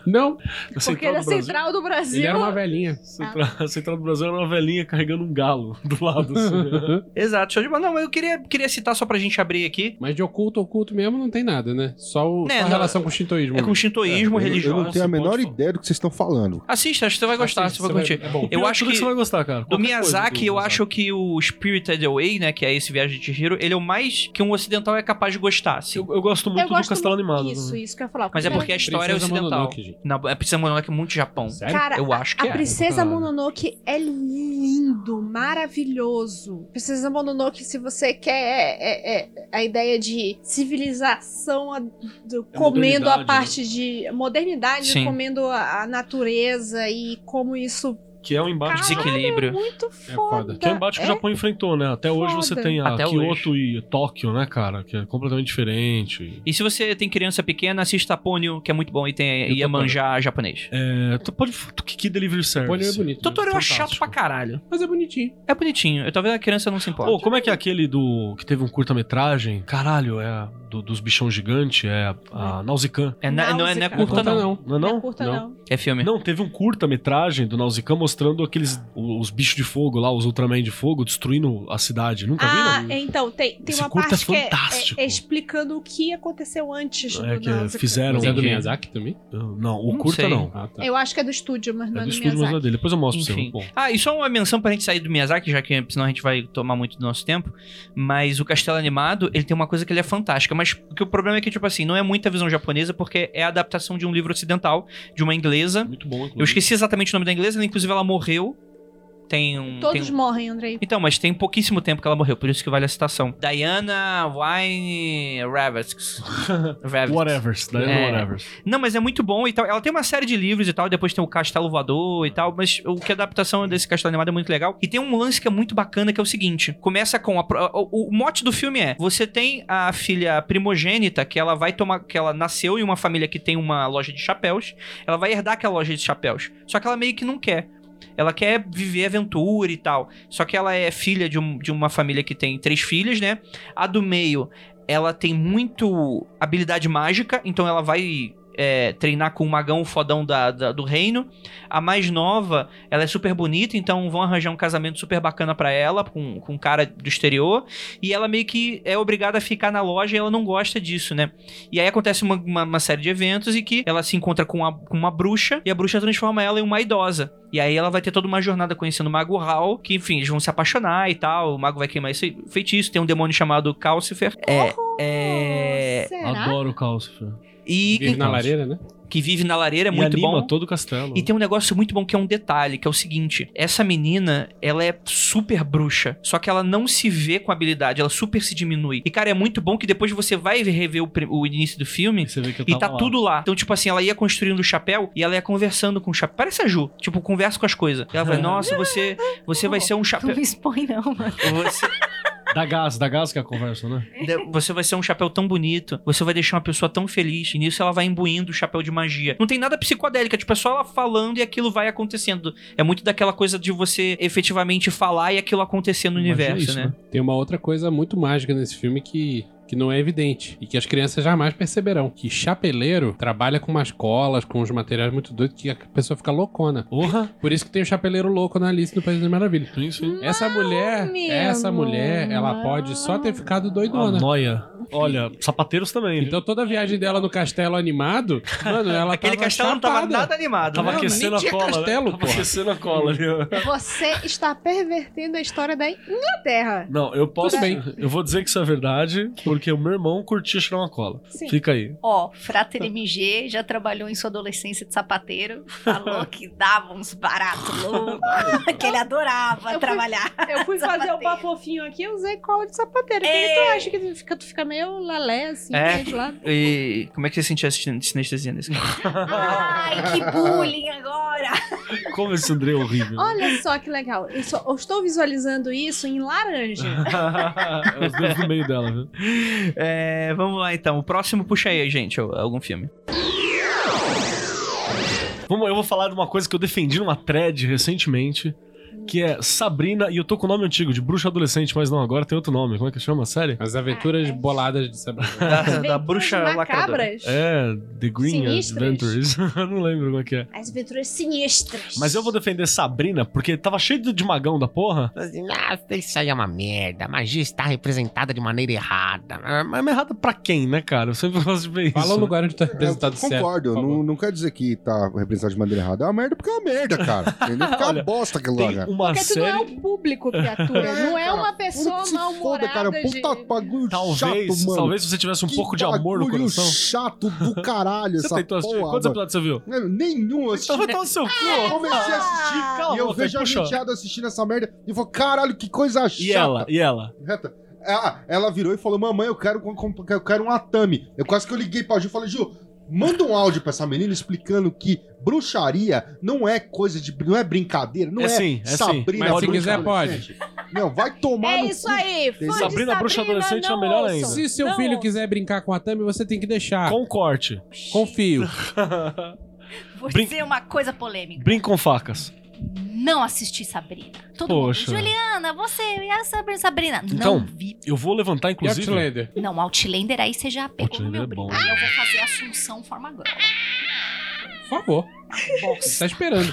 Speaker 5: Não,
Speaker 4: Na
Speaker 6: Porque
Speaker 4: Central
Speaker 6: ah. ele é
Speaker 4: do Brasil.
Speaker 6: central do Brasil.
Speaker 5: ele era uma velhinha.
Speaker 4: Central, a Central do Brasil era uma velhinha carregando um galo do lado. assim.
Speaker 3: Exato, show de bola. Não, mas eu queria, queria citar só pra gente abrir aqui.
Speaker 5: Mas de oculto, oculto mesmo não tem nada, né? Só, o,
Speaker 3: Né,
Speaker 5: só a
Speaker 3: não,
Speaker 5: relação com o shintoísmo.
Speaker 3: É
Speaker 4: Hum,
Speaker 3: com shintoísmo,
Speaker 7: Eu-
Speaker 3: religião.
Speaker 7: Eu não tenho a
Speaker 4: você
Speaker 7: menor
Speaker 4: pode falar.
Speaker 7: ideia do que vocês estão falando.
Speaker 3: Assista, acho que você vai gostar,
Speaker 5: Assim,
Speaker 3: você vai
Speaker 5: você
Speaker 3: curtir.
Speaker 5: vai- É bom.
Speaker 3: Eu
Speaker 4: Pior
Speaker 3: acho
Speaker 4: tudo
Speaker 3: que
Speaker 4: você vai gostar, cara.
Speaker 3: Do
Speaker 4: Qualquer coisa
Speaker 3: Miyazaki,
Speaker 4: do
Speaker 3: eu
Speaker 4: Miyazaki.
Speaker 3: acho que o Spirited Away, né, que é esse Viagem de Hiro, ele é o mais que um ocidental é capaz de gostar, assim.
Speaker 4: Eu, eu gosto muito
Speaker 6: eu
Speaker 4: do
Speaker 6: gosto
Speaker 4: Castelo Animado.
Speaker 6: Isso,
Speaker 4: né?
Speaker 6: isso que eu ia falar.
Speaker 3: Mas é porque a história
Speaker 5: Princesa
Speaker 3: é ocidental.
Speaker 5: Mononoke, gente.
Speaker 3: Na, é Princesa Mononoke é muito Japão.
Speaker 5: Sério?
Speaker 6: Cara,
Speaker 3: Eu acho que
Speaker 6: a
Speaker 3: é.
Speaker 6: Princesa
Speaker 5: Claro.
Speaker 6: Mononoke é lindo, maravilhoso. Princesa Mononoke, se você quer é- é- é a ideia de civilização a- do- comendo a
Speaker 4: É modernidade, né?
Speaker 6: parte de modernidade,
Speaker 3: Sim.
Speaker 6: comendo a, a natureza e como isso
Speaker 4: Que é um embate.
Speaker 6: Caralho, é
Speaker 3: Desequilíbrio.
Speaker 6: muito
Speaker 5: É
Speaker 6: foda.
Speaker 5: foda.
Speaker 4: Que é um embate que o Japão enfrentou, né? Até hoje
Speaker 6: foda.
Speaker 4: você tem a
Speaker 3: Até
Speaker 4: Kyoto e Tóquio, né, cara? Que é completamente diferente.
Speaker 3: E se você tem criança pequena, assista Ponyo, que é muito bom, e tem
Speaker 4: Eu tô
Speaker 3: Iemanjá japonês.
Speaker 4: É, tu pode. tu- Que, que delivery
Speaker 5: O Bonnie é
Speaker 4: service?
Speaker 5: bonito. né?
Speaker 3: Totoro é chato
Speaker 4: Fantástico.
Speaker 3: pra caralho.
Speaker 5: Mas é bonitinho.
Speaker 3: É bonitinho, eu talvez a criança não se importe.
Speaker 4: Pô, como é que é aquele do. que teve um curta-metragem? Caralho, é. a- do- dos bichão gigante, é a, a Nausicaa.
Speaker 3: É na- não, é, não é
Speaker 6: Náusea,
Speaker 3: curta,
Speaker 5: Não, não.
Speaker 3: não.
Speaker 4: Não é não?
Speaker 6: Não é curta, não.
Speaker 3: É filme.
Speaker 4: Não, teve um curta-metragem do Nausicaa mostrando aqueles. os bichos de fogo lá, os Ultraman de fogo, destruindo a cidade. Nunca
Speaker 6: Ah,
Speaker 4: viram?
Speaker 6: então, tem, tem
Speaker 4: Tá Esse
Speaker 6: uma
Speaker 4: curta é
Speaker 6: parte que é-
Speaker 4: fantástico.
Speaker 6: é, é explicando o que aconteceu antes
Speaker 4: É,
Speaker 6: do
Speaker 4: que
Speaker 6: Náusea.
Speaker 4: fizeram.
Speaker 5: Mas é do
Speaker 4: Entendi.
Speaker 5: Miyazaki também?
Speaker 4: Não, o
Speaker 3: Não
Speaker 4: curta
Speaker 3: sei.
Speaker 4: não.
Speaker 5: Ah, tá.
Speaker 6: Eu acho que é do estúdio, mas não
Speaker 4: É
Speaker 6: é
Speaker 4: do
Speaker 6: do
Speaker 4: estúdio, mas não é
Speaker 6: Miyazaki.
Speaker 4: dele. Depois eu mostro pra você.
Speaker 3: Enfim.
Speaker 4: Bom,
Speaker 3: Ah, e só uma menção pra gente sair do Miyazaki, já que senão a gente vai tomar muito do nosso tempo. Mas o Castelo Animado, ele tem uma coisa que ele é fantástica. Mas que o problema é que, tipo assim, não é muita visão japonesa, porque é a adaptação de um livro ocidental, de uma inglesa.
Speaker 4: muito bom, inclusive.
Speaker 3: Eu esqueci exatamente o nome da inglesa, ela, inclusive ela morreu. Tem um.
Speaker 6: Todos
Speaker 3: tem...
Speaker 6: morrem, Andrei.
Speaker 3: Então, mas tem pouquíssimo tempo que ela morreu, por isso que vale a citação. Diana Wine Ravitz. Ravitz.
Speaker 4: Whatever, daí
Speaker 3: É.
Speaker 4: é. whatever.
Speaker 3: Não, mas é muito bom e tal. Ela tem uma série de livros e tal, depois tem o Castelo Voador e tal, mas o que a adaptação desse Castelo Animado é muito legal. E tem um lance que é muito bacana, que é o seguinte. Começa com... a pro- o, o mote do filme é, você tem a filha primogênita, que ela vai tomar... Que ela nasceu em uma família que tem uma loja de chapéus. Ela vai herdar aquela loja de chapéus. Só que ela meio que não quer. Ela quer viver aventura e tal. Só que ela é filha de, um- de uma família que tem três filhas, né? A do meio, ela tem muito habilidade mágica, então ela vai é, treinar com o magão fodão da, da- do reino. A mais nova, ela é super bonita, então vão arranjar um casamento super bacana pra ela, com, com um cara do exterior. E ela meio que é obrigada a ficar na loja e ela não gosta disso, né? E aí acontece uma, uma- uma série de eventos e que ela se encontra com uma, com uma bruxa e a bruxa transforma ela em uma idosa. E aí ela vai ter toda uma jornada conhecendo o Mago Hal, que enfim, eles vão se apaixonar e tal. O Mago vai queimar esse feitiço, tem um demônio chamado Calcifer. É. é...
Speaker 6: Será?
Speaker 4: Adoro o Calcifer.
Speaker 3: E
Speaker 5: Vive na lareira, né?
Speaker 3: que vive na lareira é
Speaker 4: E
Speaker 3: muito
Speaker 4: anima
Speaker 3: bom.
Speaker 4: todo o castelo.
Speaker 3: E tem um negócio muito bom que é um detalhe, que é o seguinte: essa menina, ela é super bruxa, só que ela não se vê com habilidade, ela super se diminui. E cara, é muito bom que depois você vai rever o, pri- o início do filme
Speaker 4: E você vê que eu
Speaker 3: e tá
Speaker 4: tava lá.
Speaker 3: tudo lá. Então, tipo assim, ela ia construindo o chapéu e ela ia conversando com o chapéu. Parece a Ju, tipo, conversa com as coisas. E ela vai, nossa, você, você vai ser um
Speaker 2: Não
Speaker 3: chapéu.
Speaker 2: me expõe, não, mano.
Speaker 3: Você,
Speaker 4: Dá gás, dá gás que é a conversa, né?
Speaker 3: de- você vai ser um chapéu tão bonito, você vai deixar uma pessoa tão feliz, e nisso ela vai imbuindo o chapéu de magia. Não tem nada psicodélico, é, tipo, é só ela falando e aquilo vai acontecendo. É muito daquela coisa de você efetivamente falar e aquilo acontecer no
Speaker 4: Magia é
Speaker 3: universo,
Speaker 4: isso,
Speaker 3: né?
Speaker 4: né?
Speaker 5: Tem uma outra coisa muito mágica nesse filme que, que não é evidente e que as crianças jamais perceberão. Que chapeleiro trabalha com umas colas, com uns materiais muito doidos que a pessoa fica loucona.
Speaker 4: Porra!
Speaker 5: Por isso que tem o chapeleiro louco na Alice no País das Maravilhas.
Speaker 4: Isso, hein?
Speaker 5: Essa mulher,
Speaker 6: meu
Speaker 5: essa mulher, ela pode só ter ficado
Speaker 4: Uma
Speaker 3: né?
Speaker 5: doidona.
Speaker 4: noia. Olha, sapateiros também.
Speaker 5: Então toda a viagem dela no castelo animado, mano, ela
Speaker 3: Aquele
Speaker 5: tava
Speaker 3: castelo não tava
Speaker 5: chapada.
Speaker 3: nada animado.
Speaker 4: Tava
Speaker 3: né?
Speaker 5: nem
Speaker 4: aquecendo a
Speaker 5: tinha
Speaker 4: cola. né?
Speaker 5: castelo,
Speaker 4: Tava
Speaker 5: porra.
Speaker 4: aquecendo a cola ali, ó.
Speaker 6: Você está pervertendo a história da Inglaterra.
Speaker 4: Não, eu posso.
Speaker 5: Tudo bem.
Speaker 4: Eu vou dizer que isso é verdade, porque o meu irmão curtia cheirar uma cola.
Speaker 6: Sim.
Speaker 4: Fica aí.
Speaker 2: Ó, Frater MG já trabalhou em sua adolescência de sapateiro. Falou que dava uns baratos loucos.
Speaker 9: que ele adorava
Speaker 6: Eu fui-
Speaker 9: trabalhar.
Speaker 6: Eu fui fazer o papo fofinho aqui, eu usei cola de sapateiro. O que que tu
Speaker 7: É.
Speaker 6: acha que tu fica, tu fica meio lalé, assim,
Speaker 3: É.
Speaker 6: meio de lado?
Speaker 3: E como é que você sentia essa sin- sinestesia nesse caso?
Speaker 9: Ai, que bullying agora.
Speaker 4: Como esse André é horrível.
Speaker 6: Olha só que legal. Eu, só- eu estou visualizando isso em laranja.
Speaker 4: é os dedos no meio dela, viu?
Speaker 3: É, vamos lá então. O próximo puxa aí, gente, al- algum filme.
Speaker 4: Vamos, eu vou falar de uma coisa que eu defendi numa thread recentemente, que é Sabrina, e eu tô com o nome antigo, de bruxa adolescente, mas não, agora tem outro nome. Como é que chama a série?
Speaker 5: As aventuras boladas de
Speaker 7: É
Speaker 5: Sabrina.
Speaker 3: Da,
Speaker 6: As
Speaker 3: da
Speaker 6: Aventuras
Speaker 3: bruxa lacradora.
Speaker 6: macabras.
Speaker 4: É, The Green
Speaker 6: Sinistras.
Speaker 4: Adventures. eu não lembro como é que é.
Speaker 6: As aventuras sinistras.
Speaker 4: Mas eu vou defender Sabrina, porque tava cheio de de magão da porra.
Speaker 10: Nossa, isso aí é uma merda. A magia está representada de maneira errada.
Speaker 4: Ah, Mas é errado pra quem, né, cara? Eu sempre gosto de ver isso.
Speaker 5: Fala o lugar onde tá representado
Speaker 7: Eu
Speaker 5: certo.
Speaker 7: concordo,
Speaker 5: por favor.
Speaker 7: não, não quer dizer que tá representado de maneira errada. É uma merda porque é uma merda, cara. Entendeu? Porque é uma
Speaker 4: Olha,
Speaker 7: bosta aquele
Speaker 4: Tem um
Speaker 7: lugar.
Speaker 4: uma
Speaker 6: Porque tu não é
Speaker 4: série.
Speaker 6: o público, criatura. Não é
Speaker 7: cara,
Speaker 6: uma pessoa
Speaker 7: Puta que se
Speaker 6: mal-humorada.
Speaker 7: Foda, cara. Puta
Speaker 6: de-
Speaker 7: bagulho
Speaker 4: Talvez,
Speaker 7: chato, mano.
Speaker 4: talvez se você tivesse um
Speaker 7: Que
Speaker 4: pouco de amor no
Speaker 7: bagulho
Speaker 4: coração.
Speaker 7: chato do caralho
Speaker 4: Você
Speaker 7: essa
Speaker 4: tentou assistir?
Speaker 7: porra,
Speaker 4: Quantos
Speaker 7: mano.
Speaker 4: episódios você viu?
Speaker 7: Não, Nenhum. Eu assisti
Speaker 4: Então vai tomar no seu cu.
Speaker 7: Eu comecei a assistir,
Speaker 4: Cala a
Speaker 7: e eu
Speaker 4: boca,
Speaker 7: vejo a
Speaker 4: puxa.
Speaker 7: Judiada assistindo essa merda e eu falo, caralho, que coisa chata.
Speaker 4: E ela, e ela?
Speaker 7: Reta. Ah, ela virou e falou, mamãe, eu quero, com- com- eu quero um atame. Eu quase que eu liguei pra Ju e falei, Ju, manda um áudio pra essa menina explicando que bruxaria não é coisa de... Não é brincadeira, não
Speaker 4: É
Speaker 7: é,
Speaker 4: sim, é sim.
Speaker 7: Sabrina.
Speaker 5: Mas se
Speaker 7: bruxa
Speaker 5: quiser, pode.
Speaker 7: adolescente. Não, vai tomar
Speaker 6: É
Speaker 7: no
Speaker 6: isso
Speaker 7: cu.
Speaker 6: aí. Fã de
Speaker 4: Sabrina,
Speaker 6: Sabrina,
Speaker 4: a bruxa adolescente é
Speaker 6: não
Speaker 4: melhor
Speaker 6: ouçam.
Speaker 4: ainda.
Speaker 5: Se seu
Speaker 6: Não
Speaker 5: filho
Speaker 6: ouçam.
Speaker 5: quiser brincar com a Tami, você tem que
Speaker 6: Ah.
Speaker 5: deixar.
Speaker 4: Com corte.
Speaker 5: Confio.
Speaker 2: Vou
Speaker 4: Brin-
Speaker 2: dizer uma coisa polêmica.
Speaker 4: Brinca com facas.
Speaker 2: Não assisti Sabrina. Todo
Speaker 4: Poxa.
Speaker 2: mundo. Juliana, você e a Sabrina. Sabrina.
Speaker 4: Então-
Speaker 2: não vi.
Speaker 4: Eu vou levantar,
Speaker 5: E
Speaker 4: inclusive.
Speaker 5: Outlander.
Speaker 2: Não, Outlander aí você já pegou no
Speaker 4: Outlander
Speaker 2: meu
Speaker 4: é bom,
Speaker 2: brinco. Aí eu vou fazer Assunção forma grossa.
Speaker 5: Por favor. Você tá esperando.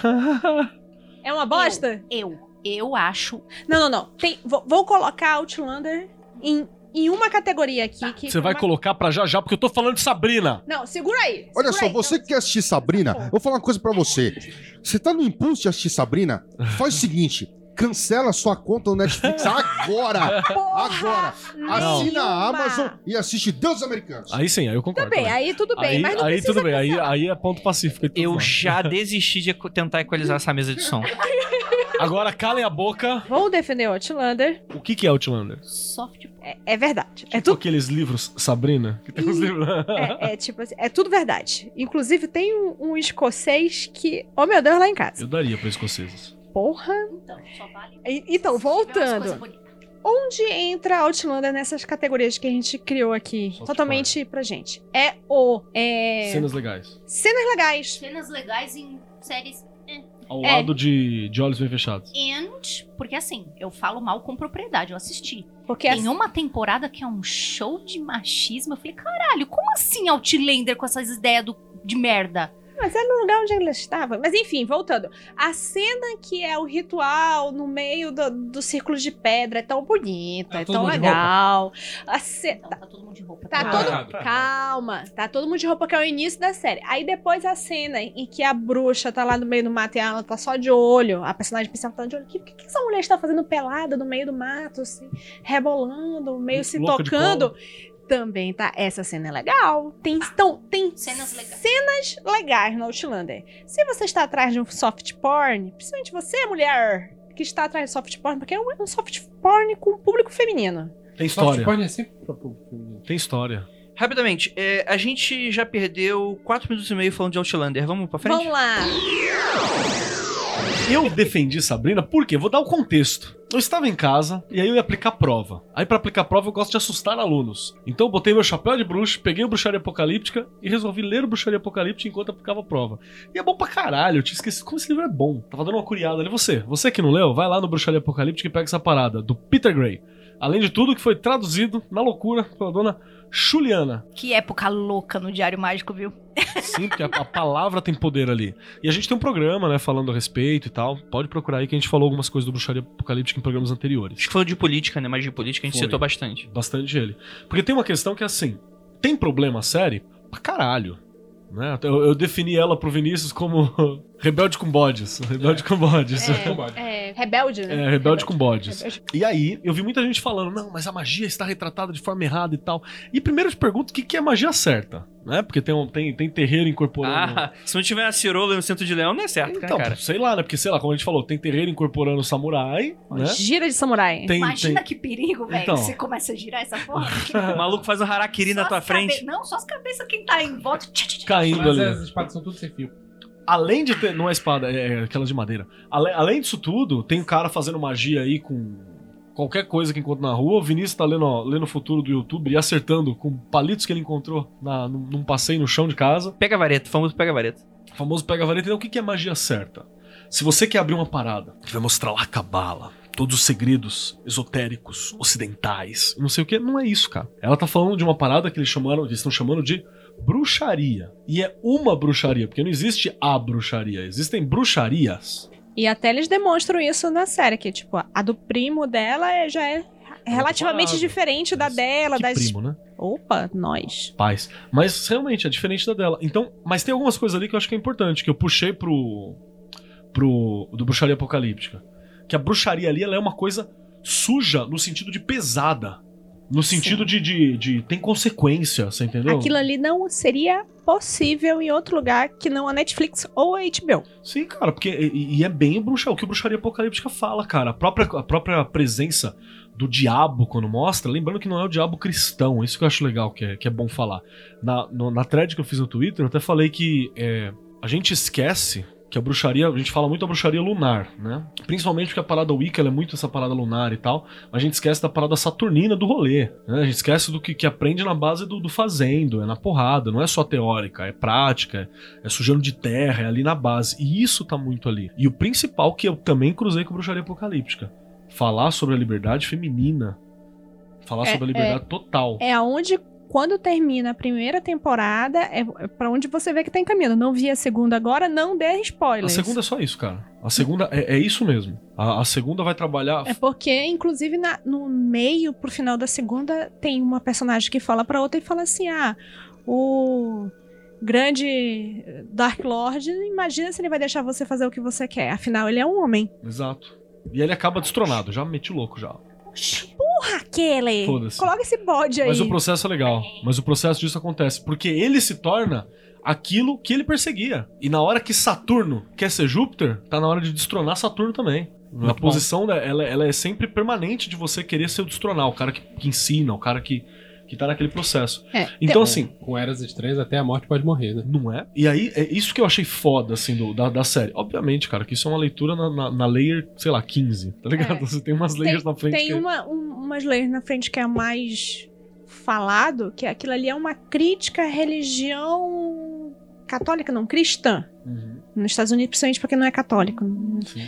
Speaker 6: É uma bosta?
Speaker 2: Eu, eu acho.
Speaker 6: Não, não, não. Tem- vou, vou colocar Outlander em, em uma categoria aqui. Que
Speaker 4: Tá.
Speaker 6: é
Speaker 4: Você vai
Speaker 6: uma-
Speaker 4: colocar pra já já, porque eu tô falando de Sabrina.
Speaker 6: Não, segura aí.
Speaker 7: Olha
Speaker 6: segura
Speaker 7: só,
Speaker 6: aí. então.
Speaker 7: você que quer assistir Sabrina, eu vou falar uma coisa pra você. Você tá no impulso de assistir Sabrina? Faz o seguinte, cancela sua conta no Netflix agora! Agora!
Speaker 6: Não,
Speaker 7: Assina a
Speaker 6: nenhuma.
Speaker 7: Amazon e assiste Deuses Americanos.
Speaker 4: Aí sim, aí eu concordo.
Speaker 6: Tudo bem,
Speaker 4: também.
Speaker 6: aí tudo bem.
Speaker 4: aí,
Speaker 6: mas não
Speaker 4: aí
Speaker 6: precisa
Speaker 4: tudo bem, aí,
Speaker 6: cancelar.
Speaker 4: aí é ponto pacífico. e tudo
Speaker 3: Eu
Speaker 4: mais.
Speaker 3: já desisti de equ- tentar equalizar essa mesa de som.
Speaker 4: Agora calem a boca.
Speaker 6: Vou defender o Outlander.
Speaker 4: O que, que é Outlander?
Speaker 2: Soft
Speaker 6: É, é verdade. é
Speaker 4: Tipo
Speaker 6: tudo.
Speaker 4: aqueles livros Sabrina, que tem uns
Speaker 6: Ih,
Speaker 4: livros.
Speaker 6: É, é tipo assim, é tudo verdade. Inclusive, tem um, um escocês que. Oh meu Deus, lá em casa.
Speaker 4: Eu daria pra escoceses.
Speaker 6: Porra.
Speaker 2: Então, só vale.
Speaker 6: E- Então,
Speaker 2: se tiver umas coisas
Speaker 6: voltando.
Speaker 2: bonitas.
Speaker 6: Onde entra Outlander nessas categorias que a gente criou aqui
Speaker 4: South
Speaker 6: totalmente pra gente? É o. é,
Speaker 4: Cenas legais.
Speaker 6: Cenas legais.
Speaker 2: Cenas legais em séries
Speaker 4: Ao
Speaker 6: É.
Speaker 4: lado de, de olhos bem fechados.
Speaker 2: and. Porque assim, eu falo mal com propriedade, eu assisti.
Speaker 6: Porque
Speaker 2: Tem
Speaker 6: assim,
Speaker 2: uma temporada que é um show de machismo. Eu falei, caralho, como assim Outlander com essas ideias do- de merda?
Speaker 6: mas era no lugar onde ela estava. Mas enfim, voltando. A cena que é o ritual no meio do, do círculo de pedra é tão bonita,
Speaker 5: Tá
Speaker 6: é
Speaker 5: todo
Speaker 6: tão
Speaker 5: mundo de roupa?
Speaker 6: legal. A cena.
Speaker 2: Então, tá todo mundo de roupa.
Speaker 6: Tá
Speaker 5: Tá
Speaker 6: todo
Speaker 5: errado, tá
Speaker 6: Calma, tá todo mundo de roupa que é o início da série. Aí depois a cena em que a bruxa tá lá no meio do mato e ela tá só de olho, a personagem principal tá de olho. O que, que que essa mulher está fazendo pelada no meio do mato, se rebolando, meio se
Speaker 4: Louca de
Speaker 6: tocando? Também tá. Essa cena é legal. Tem, então, tem
Speaker 2: Cenas legais.
Speaker 6: cenas legais no Outlander. Se você está atrás de um soft porn, principalmente você, mulher, que está atrás de soft porn, porque é um é um soft porn com público feminino.
Speaker 4: Tem
Speaker 5: Soft
Speaker 4: história.
Speaker 5: porn é sempre pra público feminino.
Speaker 4: Tem história.
Speaker 3: Rapidamente, é, a gente já perdeu 4 minutos e meio falando de Outlander. Vamos pra frente?
Speaker 6: Vamos lá.
Speaker 4: Eu defendi Sabrina porque vou dar o contexto. Eu estava em casa e aí eu ia aplicar prova. Aí pra aplicar prova eu gosto de assustar alunos. Então eu botei meu chapéu de bruxo, peguei o Bruxaria Apocalíptica e resolvi ler o Bruxaria Apocalíptica enquanto aplicava a prova. E é bom pra caralho, eu tinha esquecido como esse livro é bom. Tava dando uma curiada ali. Você, você que não leu, vai lá no Bruxaria Apocalíptica e pega essa parada, do Peter Gray. Além de tudo, que foi traduzido na loucura pela dona Juliana.
Speaker 2: Que época louca no Diário Mágico, viu?
Speaker 4: Sim, porque a, a palavra tem poder ali. E a gente tem um programa, né, falando a respeito e tal. Pode procurar aí que a gente falou algumas coisas do Bruxaria Apocalíptica em programas anteriores.
Speaker 3: Acho que falou de política, né? Mas de política a gente
Speaker 4: Foi.
Speaker 3: citou bastante.
Speaker 4: Bastante ele. Porque tem uma questão que é assim: tem problema a série? Pra caralho. Né? Até Eu, eu defini ela pro Vinícius como rebelde com bodes. Rebelde com bodes.
Speaker 6: É, rebelde, né?
Speaker 4: É, rebelde com bodes. E aí, eu vi muita gente falando, não, mas a magia está retratada de forma errada e tal. E primeiro eu te pergunto o que, que é magia certa, né? Porque tem, um, tem, tem terreiro incorporando
Speaker 3: Ah, se não tiver a cirola no centro de leão, não é certo,
Speaker 4: Então,
Speaker 3: cara.
Speaker 4: sei lá, né? Porque, sei lá, como a gente falou, tem terreiro incorporando o samurai, né?
Speaker 6: Gira de samurai.
Speaker 4: Tem,
Speaker 2: Imagina
Speaker 4: tem...
Speaker 2: que perigo, velho.
Speaker 4: Então.
Speaker 2: Você começa a girar essa porra.
Speaker 3: O maluco faz um harakiri na
Speaker 2: Só
Speaker 3: tua
Speaker 2: as cabe-
Speaker 3: frente.
Speaker 2: Não, só as cabeças quem tá em volta. Tchá, tchá, tchá.
Speaker 4: caindo
Speaker 5: Mas é,
Speaker 4: ali.
Speaker 5: as espadas são tudo sem fio.
Speaker 4: Além de ter. Não é espada, é aquela de madeira. Ale- Além disso tudo, tem um cara fazendo magia aí com qualquer coisa que encontra na rua. O Vinícius tá lendo, ó, lendo o futuro do YouTube e acertando com palitos que ele encontrou na, num, num passeio no chão de casa.
Speaker 3: Pega a vareta, famoso pega a vareta.
Speaker 4: O famoso pega a vareta. Então, o que que é magia certa? Se você quer abrir uma parada, que vai mostrar lá a cabala, todos os segredos esotéricos, ocidentais, não sei o que, não é isso, cara. Ela tá falando de uma parada que eles chamaram, eles estão chamando de bruxaria. E é uma bruxaria, porque não existe a bruxaria, existem bruxarias.
Speaker 6: E até eles demonstram isso na série, que tipo, a do primo dela é- já é relativamente
Speaker 4: parada.
Speaker 6: diferente da
Speaker 4: Mas
Speaker 6: dela,
Speaker 4: Que
Speaker 6: das.
Speaker 4: primo, né?
Speaker 6: Opa, nós.
Speaker 4: Paz. Mas realmente é diferente da dela. Então, mas tem algumas coisas ali que eu acho que é importante, que eu puxei pro pro do bruxaria apocalíptica, que a bruxaria ali ela é uma coisa suja no sentido de pesada, no sentido de, de, de tem consequência, você entendeu?
Speaker 6: Aquilo ali não seria possível em outro lugar que não a Netflix ou a HBO.
Speaker 4: Sim, cara, porque e, e é bem o bruxa, o que o bruxaria apocalíptica fala, cara. A própria, a própria presença do diabo quando mostra, lembrando que não é o diabo cristão, isso que eu acho legal, que é, que é bom falar. Na, no- na thread que eu fiz no Twitter, eu até falei que é, a gente esquece que a bruxaria, a gente fala muito a bruxaria lunar, né? Principalmente porque a parada Wicca ela é muito essa parada lunar e tal, mas a gente esquece da parada saturnina do rolê, né? A gente esquece do que, que aprende na base do, do fazendo, é na porrada, não é só teórica, é prática, é sujando de terra, é ali na base. E isso tá muito ali. E o principal que eu também cruzei com bruxaria apocalíptica. Falar sobre a liberdade feminina. Falar
Speaker 6: É,
Speaker 4: sobre a liberdade total.
Speaker 6: É aonde, quando termina a primeira temporada, é pra onde você vê que tá encaminhando. Não vi a segunda agora, não dê
Speaker 4: a
Speaker 6: spoilers.
Speaker 4: segunda é só isso, cara. A segunda é, é isso mesmo. A, a segunda vai trabalhar.
Speaker 6: É porque, inclusive, na- no meio pro final da segunda, tem uma personagem que fala pra outra e fala assim: ah, o grande eh, Dark Lord, imagina se ele vai deixar você fazer o que você quer. Afinal, ele é um homem.
Speaker 4: Exato. E ele acaba destronado, já meti louco já.
Speaker 6: Porra, Kelly!
Speaker 4: Foda-se.
Speaker 6: Coloca esse bode aí.
Speaker 4: Mas o processo é legal. Mas o processo disso acontece. Porque ele se torna aquilo que ele perseguia. E na hora que Saturno quer ser Júpiter, tá na hora de destronar Saturno também. A posição, da- ela, ela é sempre permanente de você querer ser o destronar, o cara que, que ensina, o cara que, que tá naquele processo.
Speaker 6: É,
Speaker 4: então, assim,
Speaker 5: Com Eras Estranhas, até a morte pode morrer, né?
Speaker 4: não é? E aí, é isso que eu achei foda, assim, do- da, da série. Obviamente, cara, que isso é uma leitura na, na, na layer, sei lá, 15, tá ligado?
Speaker 6: É.
Speaker 4: Você tem umas layers na frente.
Speaker 6: Tem
Speaker 4: que- é-
Speaker 6: uma, um- umas leis na frente que é mais falado, que aquilo ali é uma crítica à religião católica, não, cristã.
Speaker 4: Uhum,
Speaker 6: Nos Estados Unidos, principalmente porque não é católico.
Speaker 4: sim.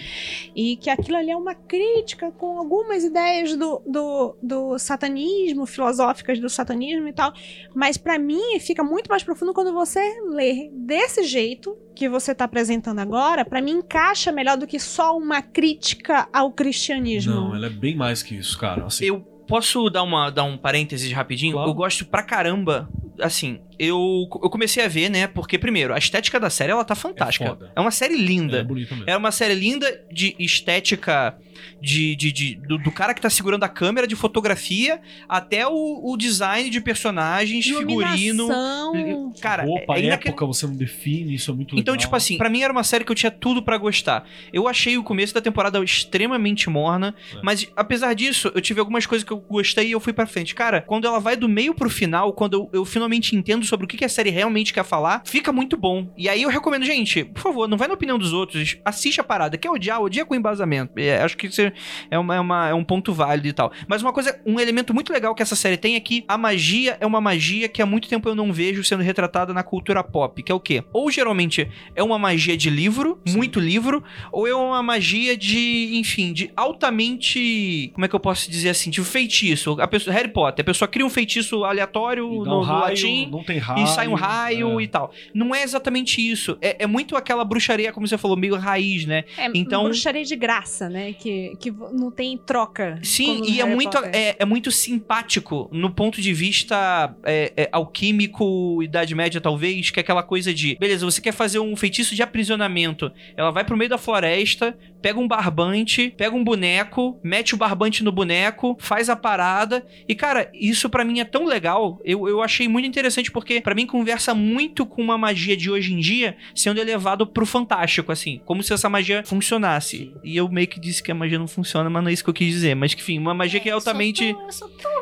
Speaker 6: E que aquilo ali é uma crítica com algumas ideias do, do, do satanismo, filosóficas do satanismo e tal. Mas pra mim fica muito mais profundo quando você lê desse jeito que você tá apresentando agora. Pra mim encaixa melhor do que só uma crítica ao cristianismo.
Speaker 4: Não, ela é bem mais que isso, cara. Assim,
Speaker 3: Eu posso dar, uma, dar um parênteses rapidinho?
Speaker 4: Claro.
Speaker 3: Eu gosto pra caramba. Assim, eu, eu comecei a ver, né? Porque, primeiro, a estética da série ela tá fantástica.
Speaker 4: foda.
Speaker 3: É, uma série linda.
Speaker 4: é bonito mesmo.
Speaker 3: É uma série linda de estética de, de- de- do, do cara que tá segurando a câmera, de fotografia, até o, o design de personagens, é figurino.
Speaker 6: Iluminação.
Speaker 3: Cara,
Speaker 4: Roupa,
Speaker 3: é inacre-
Speaker 4: época, você não define, isso é muito legal.
Speaker 3: Então, tipo assim, pra mim era uma série que eu tinha tudo pra gostar. Eu achei o começo da temporada extremamente morna,
Speaker 4: É.
Speaker 3: mas apesar disso, eu tive algumas coisas que eu gostei e eu fui pra frente. Cara, quando ela vai do meio pro final, quando eu, eu finalmente entendo sobre o que, que a série realmente quer falar, fica muito bom. E aí eu recomendo, gente, por favor, não vai na opinião dos outros, assiste a parada. Quer odiar, odia com embasamento. É, acho que isso é, uma- é uma- é um ponto válido e tal. Mas uma coisa, um elemento muito legal que essa série tem é que a magia é uma magia que há muito tempo eu não vejo sendo retratada na cultura pop, que é o quê? Ou geralmente é uma magia de livro, muito livro, ou é uma magia de, enfim, de altamente. Como é que eu posso dizer assim? De feitiço. A pessoa, Harry Potter, a pessoa cria um feitiço aleatório
Speaker 4: E
Speaker 3: no,
Speaker 4: dá um
Speaker 3: no
Speaker 4: raio,
Speaker 3: latim.
Speaker 4: não tem raio.
Speaker 3: E sai um raio
Speaker 4: é.
Speaker 3: e tal. Não é exatamente isso. É, é muito aquela bruxaria, como você falou, meio raiz, né?
Speaker 6: É,
Speaker 3: Então-
Speaker 6: bruxaria de graça, né? Que, que vo- não tem troca.
Speaker 3: Sim,
Speaker 6: como no
Speaker 3: e é
Speaker 6: Harry
Speaker 3: muito,
Speaker 6: Potter.
Speaker 3: é, é muito simpático no ponto de vista é, é, alquímico, Idade Média talvez, que é aquela coisa de, beleza, você quer fazer um feitiço de aprisionamento. Ela vai pro meio da floresta, pega um barbante, pega um boneco, mete o barbante no boneco, faz a parada. E, cara, isso pra mim é tão legal. Eu, eu achei muito interessante porque, pra mim, conversa muito com uma magia de hoje em dia sendo elevado pro fantástico, assim. Como se essa magia funcionasse. E eu meio que disse que a magia não funciona, mas não é isso que eu quis dizer. Mas, enfim, uma magia que é altamente
Speaker 2: Eu sou tão...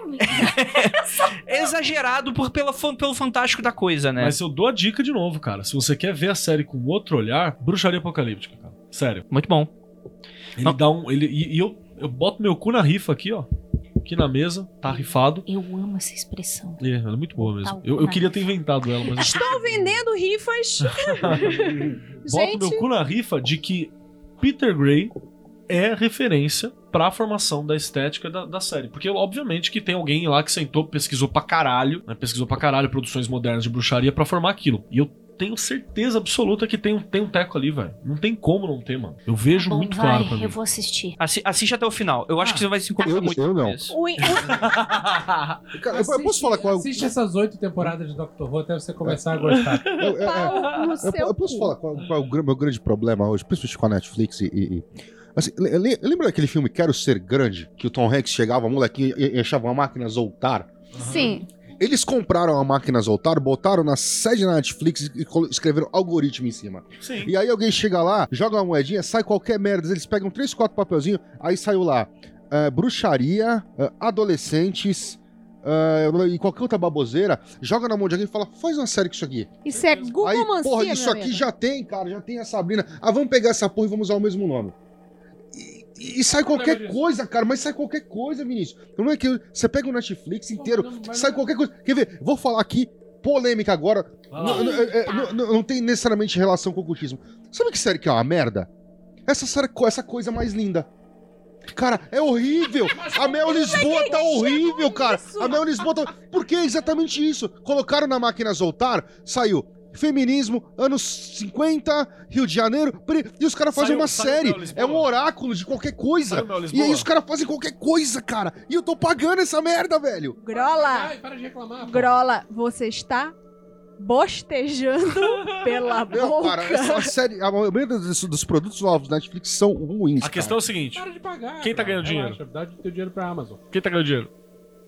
Speaker 3: exagerado por, pela, fan- pelo fantástico da coisa, né?
Speaker 4: Mas eu dou a dica de novo, cara. Se você quer ver a série com outro olhar, Bruxaria Apocalíptica, cara. Sério.
Speaker 3: Muito bom.
Speaker 4: Ele
Speaker 3: Não.
Speaker 4: dá um. Ele, e e eu, eu boto meu cu na rifa aqui, ó. Aqui na mesa, tá rifado.
Speaker 2: Eu amo essa expressão.
Speaker 4: É, ela é muito boa mesmo.
Speaker 2: Tá,
Speaker 4: Eu, eu
Speaker 2: vai.
Speaker 4: queria ter inventado ela, mas.
Speaker 6: Estou vendendo rifas.
Speaker 4: Boto meu
Speaker 6: Gente,
Speaker 4: cu na rifa de que Peter Gray é referência pra formação da estética da, da série. Porque, obviamente, que tem alguém lá que sentou, pesquisou pra caralho, né? Pesquisou pra caralho produções modernas de bruxaria pra formar aquilo. E eu tenho certeza absoluta que tem um, tem um teco ali, velho. Não tem como não ter, mano. Eu vejo
Speaker 2: Tá Bom,
Speaker 4: muito
Speaker 2: vai,
Speaker 4: claro pra mim.
Speaker 2: eu vou assistir.
Speaker 3: Assi- assiste até o final. Eu acho que você vai se incomodar
Speaker 7: Ah, eu-
Speaker 3: muito. com
Speaker 7: eu não.
Speaker 3: isso.
Speaker 6: o, o-
Speaker 7: Cara, eu- eu posso falar qual é o.
Speaker 5: Assiste essas oito temporadas de Doctor Who até você começar a gostar.
Speaker 7: eu- eu- eu-
Speaker 6: pau no seu
Speaker 7: Eu, eu posso
Speaker 6: cu.
Speaker 7: falar qual, qual é o gran- meu grande problema hoje, principalmente com a Netflix e. e- e- assim, le- le- lembra daquele filme Quero Ser Grande? Que o Tom Hanks chegava, molequinho, e, e achava uma máquina Zoltar?
Speaker 6: Sim.
Speaker 7: Eles compraram a máquina Zoltar, botaram na sede da Netflix e colo- escreveram algoritmo em cima.
Speaker 4: Sim.
Speaker 7: E aí alguém chega lá, joga uma moedinha, sai qualquer merda, eles pegam três, quatro papelzinhos, aí saiu lá. eh, bruxaria, eh, adolescentes. eh, e qualquer outra baboseira, joga na mão de alguém e fala: faz uma série com isso aqui.
Speaker 6: Isso é
Speaker 7: Aí,
Speaker 6: Google
Speaker 7: porra, isso aqui já tem, cara, já tem a Sabrina. Ah, vamos pegar essa porra e vamos usar o mesmo nome. E, e- e sai
Speaker 5: problema
Speaker 7: qualquer
Speaker 5: disso?
Speaker 7: coisa, cara, mas sai qualquer coisa, Vinícius. Não é que eu- você pega o Netflix inteiro,
Speaker 5: Não, mas
Speaker 7: sai
Speaker 5: não-
Speaker 7: qualquer coisa. Quer ver? Vou falar aqui, polêmica agora. Não, não, é-
Speaker 4: tá.
Speaker 7: é- não- não- não tem necessariamente relação com o cultismo. Sabe que série que é uma merda? Essa série, co- essa coisa mais linda. Cara, é horrível. A Mel
Speaker 4: é
Speaker 7: Lisboa tá horrível, cara. A Mel Lisboa tá... Por que exatamente isso? Colocaram na máquina Zoltar, saiu feminismo, anos 50, Rio de Janeiro, peraí, e os caras fazem
Speaker 4: Saiu-
Speaker 7: uma
Speaker 4: saiu
Speaker 7: série.
Speaker 4: Mel Lisboa?
Speaker 7: É um oráculo de qualquer coisa.
Speaker 4: Sabe, meu, é
Speaker 7: E
Speaker 4: Lisboa?
Speaker 7: aí os caras fazem qualquer coisa, cara. E eu tô pagando essa merda, velho.
Speaker 6: Grola,
Speaker 5: Ai, para de reclamar. pô.
Speaker 6: Grola, você está bostejando pela
Speaker 7: Meu,
Speaker 6: boca.
Speaker 7: cara, é essa série, a maioria dos, dos produtos novos da Netflix são ruins.
Speaker 4: A questão é o seguinte:
Speaker 5: Para de pagar.
Speaker 4: Quem tá
Speaker 5: cara.
Speaker 4: ganhando
Speaker 5: Relaxa, Dá o teu dinheiro pra Amazon.
Speaker 4: quem tá ganhando dinheiro?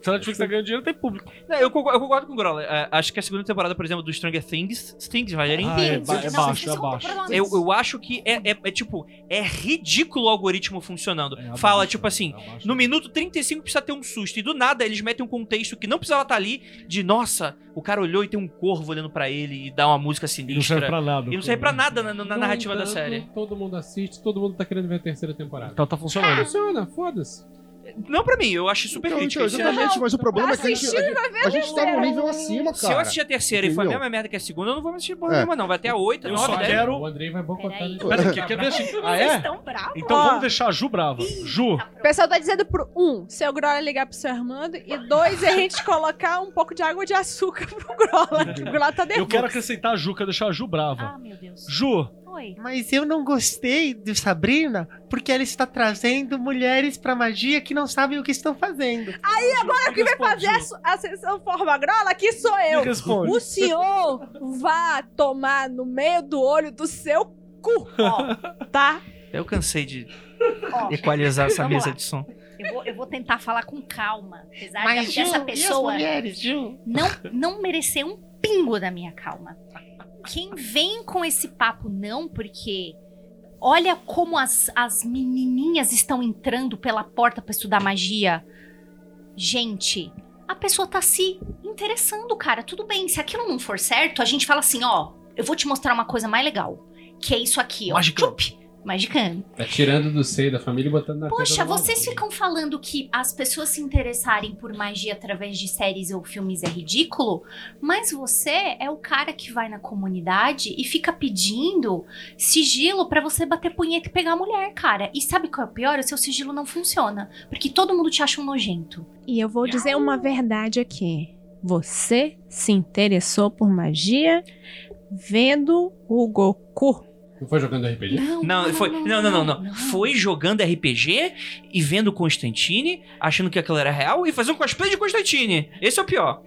Speaker 4: Se a Netflix tá ganhando dinheiro, tem público.
Speaker 3: Não, Eu concordo, eu concordo com o Grola. É, acho que a segunda temporada, por exemplo, do Stranger Things, Things vai gerir.
Speaker 4: Ah, é ba- é baixo, é baixo.
Speaker 3: Eu, eu acho que é, é- é, tipo, é ridículo o algoritmo
Speaker 5: É
Speaker 3: funcionando. Fala, tipo assim, no minuto 35 precisa ter um susto. E do nada eles metem um contexto que não precisava estar ali de nossa, o cara olhou e tem um corvo olhando pra ele e dá uma música
Speaker 4: E não serve
Speaker 3: sinistra.
Speaker 4: pra nada.
Speaker 3: E não serve pra nada na, na- na
Speaker 5: No
Speaker 3: narrativa da
Speaker 5: entanto,
Speaker 3: série.
Speaker 5: Todo mundo assiste, todo mundo tá querendo ver a terceira temporada.
Speaker 4: Então tá funcionando.
Speaker 5: Funciona, foda-se.
Speaker 3: Não pra mim, eu acho super
Speaker 7: Então,
Speaker 3: ridículo.
Speaker 7: então, exatamente, mas o problema é que a gente, a, gente- a gente tá num nível acima,
Speaker 3: Se eu
Speaker 7: cara.
Speaker 3: assistir a terceira e for a
Speaker 7: Entendeu?
Speaker 3: mesma merda que a segunda, eu não vou assistir porra
Speaker 7: É.
Speaker 3: nenhuma, não. Vai até a 8,
Speaker 4: Eu
Speaker 3: 9,
Speaker 4: só
Speaker 3: 10.
Speaker 4: quero.
Speaker 5: O Andrei vai bocotar.
Speaker 9: Peraí.
Speaker 5: ele.
Speaker 4: Pera aí, quer, quer deixar. Ah,
Speaker 9: Vocês
Speaker 4: é?
Speaker 9: estão bravos.
Speaker 4: Então
Speaker 6: Ó.
Speaker 4: vamos deixar a Ju brava. Ju,
Speaker 6: O pessoal tá dizendo pro um, seu Grola ligar pro seu Armando, e dois, a gente colocar um pouco de água de açúcar pro Grola, que o Grola tá nervoso.
Speaker 4: eu quero acrescentar a Ju, quero deixar a Ju brava.
Speaker 2: Ah, meu Deus.
Speaker 4: Ju,
Speaker 2: Oi.
Speaker 11: Mas eu não gostei de Sabrina porque ela está trazendo mulheres pra magia que não sabem o que estão fazendo.
Speaker 3: Tá,
Speaker 6: Aí agora quem vai fazer
Speaker 4: é
Speaker 6: a, su- a sessão forma Grola aqui sou eu.
Speaker 4: me responde.
Speaker 6: O senhor vá tomar no meio do olho do seu cu, ó, tá?
Speaker 3: Eu cansei de
Speaker 2: Ó,
Speaker 3: equalizar essa
Speaker 2: Vamos
Speaker 3: mesa
Speaker 2: lá.
Speaker 3: de som.
Speaker 2: eu, vou, eu vou tentar falar com calma. Apesar
Speaker 11: Mas
Speaker 2: de
Speaker 11: Ju,
Speaker 2: essa pessoa
Speaker 11: e as mulheres, Ju?
Speaker 2: não, não merecer um pingo da minha calma. Quem vem com esse papo não, porque olha como as, as menininhas estão entrando pela porta pra estudar magia. Gente, a pessoa tá se interessando, cara. Tudo bem, se aquilo não for certo, a gente fala assim, ó, eu vou te mostrar uma coisa mais legal, que é isso aqui, ó.
Speaker 3: Magicando.
Speaker 2: Tchup, Magicando.
Speaker 5: Tá tirando do seio da família e botando na
Speaker 2: Poxa,
Speaker 5: teta do
Speaker 2: vocês
Speaker 5: maluco.
Speaker 2: ficam falando que as pessoas se interessarem por magia através de séries ou filmes é ridículo, mas você é o cara que vai na comunidade e fica pedindo sigilo pra você bater punheta e pegar a mulher, cara. E sabe qual é o pior? O seu sigilo não funciona, porque todo mundo te acha um nojento.
Speaker 6: E eu vou dizer uma verdade aqui. Você se interessou por magia vendo o Goku.
Speaker 5: Não foi jogando RPG?
Speaker 2: Não,
Speaker 3: Não, foi. Não, não, não, não. Foi jogando RPG e vendo Constantine, achando que aquilo era real e fazendo cosplay de Constantine. Esse é o pior.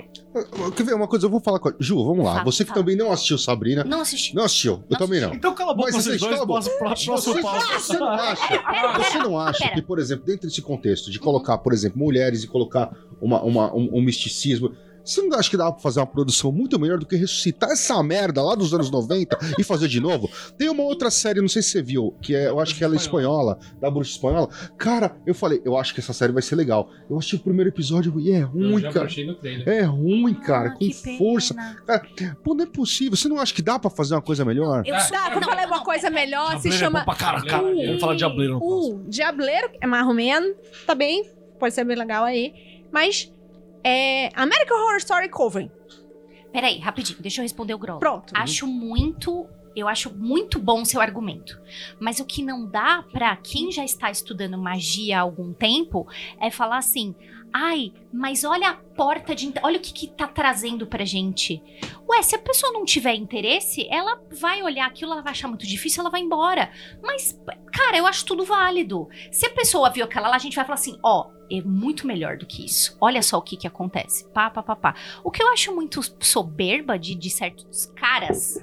Speaker 7: Quer ver uma coisa? Eu vou falar com a... Ju, vamos lá.
Speaker 2: Fala,
Speaker 7: Você que
Speaker 2: fala.
Speaker 7: também não assistiu Sabrina.
Speaker 2: Não assisti.
Speaker 7: Não assistiu. Eu também não.
Speaker 4: Então cala a boca
Speaker 7: Mas
Speaker 4: vocês
Speaker 7: vocês
Speaker 4: dois,
Speaker 7: cala a boca.
Speaker 4: posso- próximo nosso
Speaker 7: Você,
Speaker 4: papo.
Speaker 7: você não acha?
Speaker 2: Pera,
Speaker 7: Você não acha
Speaker 2: pera.
Speaker 7: que, por exemplo, dentro desse contexto de colocar, por exemplo, mulheres e colocar uma, uma- um, um misticismo, você não acha que dá pra fazer uma produção muito melhor do que ressuscitar essa merda lá dos anos 90 e fazer de novo? Tem uma outra série, não sei se você viu, que é, eu acho que ela é espanhola, da bruxa espanhola. Cara, eu falei, eu acho que essa série vai ser legal. Eu assisti o primeiro episódio e é
Speaker 5: Eu
Speaker 7: ruim,
Speaker 5: já
Speaker 7: cara.
Speaker 5: brochei no trailer.
Speaker 7: É ruim, cara,
Speaker 2: Ah,
Speaker 7: com
Speaker 2: que pena.
Speaker 7: força. Pô, não é possível. Você não acha que dá pra fazer uma coisa melhor?
Speaker 3: Ah.
Speaker 2: Eu sou...
Speaker 6: Tá, vamos
Speaker 2: não,
Speaker 6: falar
Speaker 2: não,
Speaker 6: uma
Speaker 2: não,
Speaker 6: coisa
Speaker 2: pera, pera.
Speaker 6: melhor, se
Speaker 4: Diableiro é
Speaker 6: chama
Speaker 4: bom pra caralho, cara. Eu ia falar Diableiro no próximo.
Speaker 6: O Diableiro, que é mais ou menos, também pode ser bem legal aí, mas é American Horror Story Coven.
Speaker 2: Peraí, rapidinho, deixa eu responder o Grola.
Speaker 6: Pronto.
Speaker 2: Acho muito. Eu acho muito bom o seu argumento. Mas o que não dá pra quem já está estudando magia há algum tempo é falar assim: ai, mas olha a porta de. ent- Olha o que, que tá trazendo pra gente. Ué, se a pessoa não tiver interesse, ela vai olhar aquilo, ela vai achar muito difícil, ela vai embora. Mas, cara, eu acho tudo válido. Se a pessoa viu aquela lá, a gente vai falar assim: ó, é muito melhor do que isso. Olha só o que que acontece. Pá, pá, pá, pá. O que eu acho muito soberba de, de certos caras,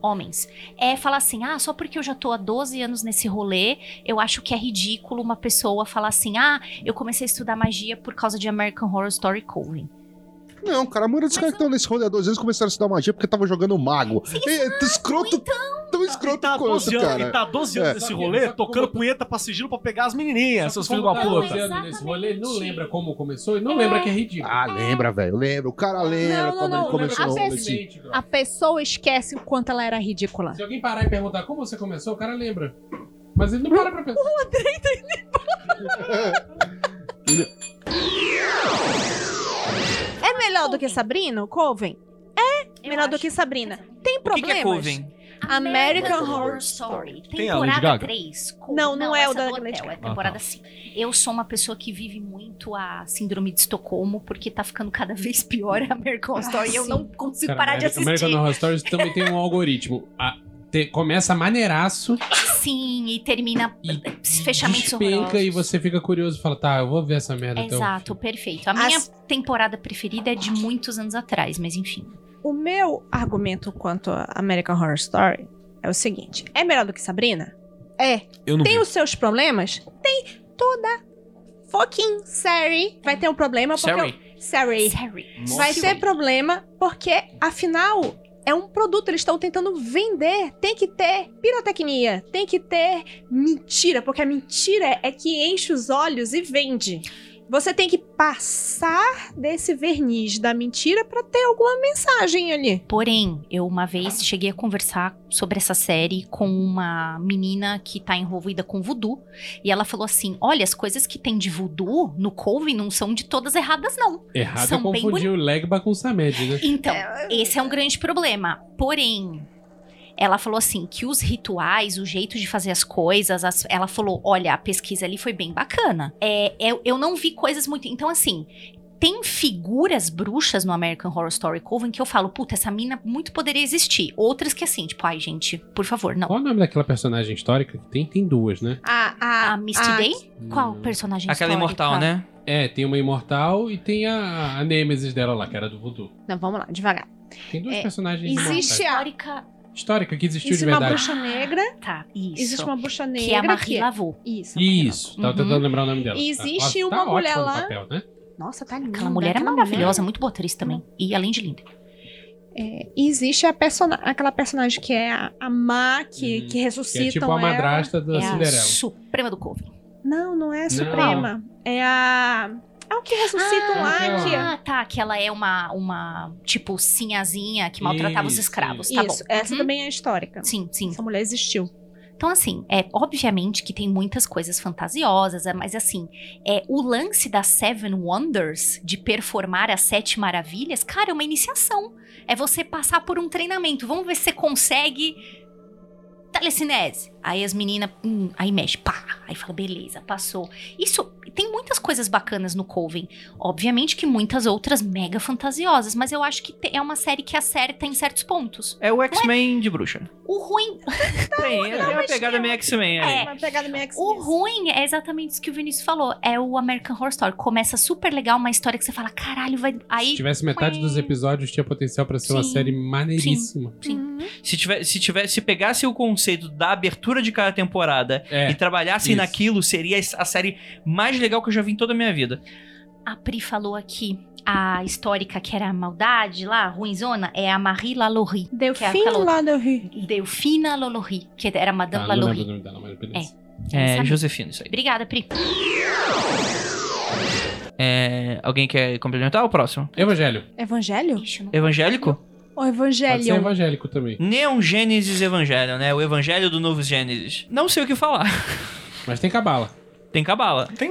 Speaker 2: homens, é falar assim: ah, só porque eu já tô há 12 anos nesse rolê, eu acho que é ridículo uma pessoa falar assim: ah, eu comecei a estudar magia por causa de American Horror Story Coven.
Speaker 7: Não, cara, a maioria dos caras que estão nesse rolê há 12 anos começaram a estudar magia porque tava jogando mago. É, tão escroto,
Speaker 6: então,
Speaker 7: tão
Speaker 4: E
Speaker 7: É escroto
Speaker 4: tá há
Speaker 7: quanto,
Speaker 4: 12 anos,
Speaker 7: cara.
Speaker 4: e tá há 12 anos
Speaker 7: É.
Speaker 4: nesse rolê,
Speaker 5: Só que como-
Speaker 4: tocando punheta pra sigilo pra pegar as menininhas,
Speaker 5: Só
Speaker 4: seus
Speaker 5: que
Speaker 4: filhos
Speaker 5: como
Speaker 4: da
Speaker 5: tá
Speaker 4: puta.
Speaker 5: baseado Nesse rolê, não lembra como começou e não lembra que é ridículo.
Speaker 7: Ah, lembra, velho, lembra. O cara lembra
Speaker 6: Não, não,
Speaker 7: quando
Speaker 6: não,
Speaker 7: ele começou
Speaker 6: lembra
Speaker 7: no
Speaker 5: né,
Speaker 7: rolê, assim.
Speaker 5: facilmente, bro.
Speaker 6: A pessoa esquece o quanto ela era ridícula.
Speaker 5: Se alguém parar e perguntar como você começou, o cara lembra. Mas ele não para pra pensar.
Speaker 6: É melhor do que Sabrina, o Coven?
Speaker 2: Eu
Speaker 6: Melhor do
Speaker 2: acho.
Speaker 6: que Sabrina. Tem
Speaker 3: O que, que
Speaker 6: problemas?
Speaker 3: é Coven?
Speaker 6: American Horror
Speaker 2: Story.
Speaker 4: Tem a Lady
Speaker 2: Temporada
Speaker 4: Gaga? Ah, tá.
Speaker 2: 3.
Speaker 6: Não, não é o
Speaker 2: essa
Speaker 6: da
Speaker 2: do
Speaker 6: Lady
Speaker 2: hotel,
Speaker 6: Gaga.
Speaker 2: É temporada 5. Eu sou uma pessoa que vive muito a síndrome de Estocolmo, porque tá ficando cada vez pior a American Horror Story. e eu
Speaker 6: Ah, sim.
Speaker 2: não consigo
Speaker 5: Cara,
Speaker 2: parar de
Speaker 5: American-
Speaker 2: assistir.
Speaker 5: American Horror Stories também tem um algoritmo. A- te- começa maneiraço,
Speaker 2: Sim, e termina eh,
Speaker 5: E
Speaker 2: fechamentos
Speaker 5: despenca
Speaker 2: horrorosos.
Speaker 5: e você fica curioso e fala, tá, eu vou ver essa merda até o
Speaker 2: Exato,
Speaker 5: fim.
Speaker 2: perfeito. A
Speaker 6: As-
Speaker 2: minha temporada preferida é de muitos anos atrás, mas enfim.
Speaker 6: O meu argumento quanto a American Horror Story é o seguinte: é melhor do que Sabrina? É.
Speaker 4: Eu não
Speaker 6: Tem os seus problemas? Tem. Toda fucking sorry. Vai ter um problema porque...
Speaker 3: Sorry.
Speaker 6: eu- Sorry.
Speaker 2: Sorry.
Speaker 6: Vai ter problema porque, afinal... É um produto, eles estão tentando vender. Tem que ter pirotecnia, tem que ter mentira, porque a mentira é que enche os olhos e vende. Você tem que passar desse verniz da mentira pra ter alguma mensagem ali.
Speaker 2: Porém, eu uma vez cheguei a conversar sobre essa série com uma menina que tá envolvida com voodoo. E ela falou assim: olha, as coisas que tem de voodoo no Coven não são de todas erradas, não.
Speaker 5: Errado
Speaker 2: São
Speaker 5: eu
Speaker 2: bem
Speaker 5: confundir o Legba com o Samed, né?
Speaker 2: Então, esse é um grande problema. Porém, ela falou assim que os rituais, o jeito de fazer as coisas, as- ela falou, olha, a pesquisa ali foi bem bacana. É, eu, eu não vi coisas muito. Então, assim. Tem figuras bruxas no American Horror Story Coven que eu falo, puta, essa mina muito poderia existir. Outras que assim, tipo, ai, gente, por favor, não.
Speaker 5: Qual o nome daquela personagem histórica que tem? Tem duas, né?
Speaker 6: A,
Speaker 2: A
Speaker 6: Ah,
Speaker 2: Misty Day? Qual personagem
Speaker 3: Hum. Aquela
Speaker 2: histórica?
Speaker 3: imortal, né?
Speaker 5: É, tem uma imortal e tem a, a Nemesis dela lá, que era do voodoo.
Speaker 6: Não, vamos lá, devagar.
Speaker 5: Tem duas
Speaker 6: É,
Speaker 5: personagens
Speaker 6: Existe
Speaker 5: imortais.
Speaker 6: a.
Speaker 2: Histórica.
Speaker 5: histórica que existiu
Speaker 6: Existe
Speaker 5: de
Speaker 6: uma
Speaker 5: verdade.
Speaker 6: bruxa negra.
Speaker 2: Tá, isso.
Speaker 6: Existe uma bruxa negra.
Speaker 2: Que é a Marie Laveau.
Speaker 6: Isso.
Speaker 5: Isso, tava
Speaker 2: Uhum.
Speaker 5: tentando lembrar o nome dela. Tá
Speaker 6: E existe
Speaker 5: quase-
Speaker 6: uma
Speaker 5: ótima
Speaker 6: mulher
Speaker 5: no
Speaker 6: lá-
Speaker 5: papel, né?
Speaker 6: Nossa, tá linda.
Speaker 2: Aquela mulher é
Speaker 6: aquela
Speaker 2: maravilhosa, muito boa atriz também. E além de linda.
Speaker 6: É, e existe a persona... aquela personagem que é a, a má, que, que
Speaker 5: Que é
Speaker 6: ressuscita.
Speaker 5: tipo a madrasta da
Speaker 2: é a
Speaker 5: Cinderela.
Speaker 2: suprema do Coven.
Speaker 6: Não, não é a Suprema. É a. É o que ressuscitam
Speaker 5: Ah,
Speaker 6: lá.
Speaker 5: aquela.
Speaker 6: Que...
Speaker 2: Ah, tá. Que ela é uma, uma tipo, sinhazinha que maltratava os
Speaker 5: Isso,
Speaker 2: escravos. Tá
Speaker 6: Isso,
Speaker 2: bom.
Speaker 6: essa
Speaker 2: Uhum.
Speaker 6: também é histórica.
Speaker 2: Sim, sim.
Speaker 6: Essa mulher existiu.
Speaker 2: Então, assim, é obviamente que tem muitas coisas fantasiosas, é, mas assim, é o lance das Seven Wonders, de performar as Sete Maravilhas, cara, é uma iniciação. É você passar por um treinamento. Vamos ver se você consegue. Telecinese. Aí as meninas. hum, aí mexe, pá. Aí fala, beleza, passou. Isso. Tem muitas coisas bacanas no Coven. Obviamente que muitas outras mega fantasiosas, mas eu acho que te- é uma série que acerta em certos pontos.
Speaker 3: É o X-Men de bruxa.
Speaker 2: O ruim.
Speaker 3: Tem, é, é uma pegada meio X-Men ali.
Speaker 2: É.
Speaker 6: Uma pegada meio
Speaker 2: O
Speaker 6: X-Men.
Speaker 2: ruim é exatamente isso que o Vinícius falou. É o American Horror Story. Começa super legal, uma história que você fala, caralho, vai.
Speaker 5: Se
Speaker 2: Aí.
Speaker 5: tivesse metade dos episódios, tinha potencial pra ser uma
Speaker 2: Sim.
Speaker 5: série maneiríssima.
Speaker 2: Uhum.
Speaker 3: Se, tiver, se, tiver, se pegasse o conceito da abertura de cada temporada
Speaker 5: É.
Speaker 3: e tá trabalhassem
Speaker 5: isso.
Speaker 3: naquilo, seria a série mais legal que eu já vi em toda a minha vida.
Speaker 2: A Pri falou aqui, a histórica que era a maldade lá, a ruinzona, é a Marie Lalaurie.
Speaker 6: Delfim
Speaker 2: é aquela outra.
Speaker 6: lá do Rio.
Speaker 2: Delfina Lalaurie, que era Madame
Speaker 5: Ah, não lembro o
Speaker 2: Lalaurie.
Speaker 5: nome dela, mas beleza.
Speaker 3: É,
Speaker 2: Sabe?
Speaker 3: Josefina, isso aí.
Speaker 2: Obrigada, Pri.
Speaker 3: É, alguém quer complementar o próximo?
Speaker 5: Evangelho.
Speaker 6: Evangelho?
Speaker 2: Ixi, eu não-
Speaker 3: Evangélico?
Speaker 5: Pode
Speaker 6: Ou
Speaker 5: ser
Speaker 6: Evangelho?
Speaker 5: evangélico também.
Speaker 3: Neon Gênesis Evangelho, né? O Evangelho do Novo Gênesis. Não sei o que falar.
Speaker 5: Mas tem cabala.
Speaker 3: Tem cabala.
Speaker 4: Tem,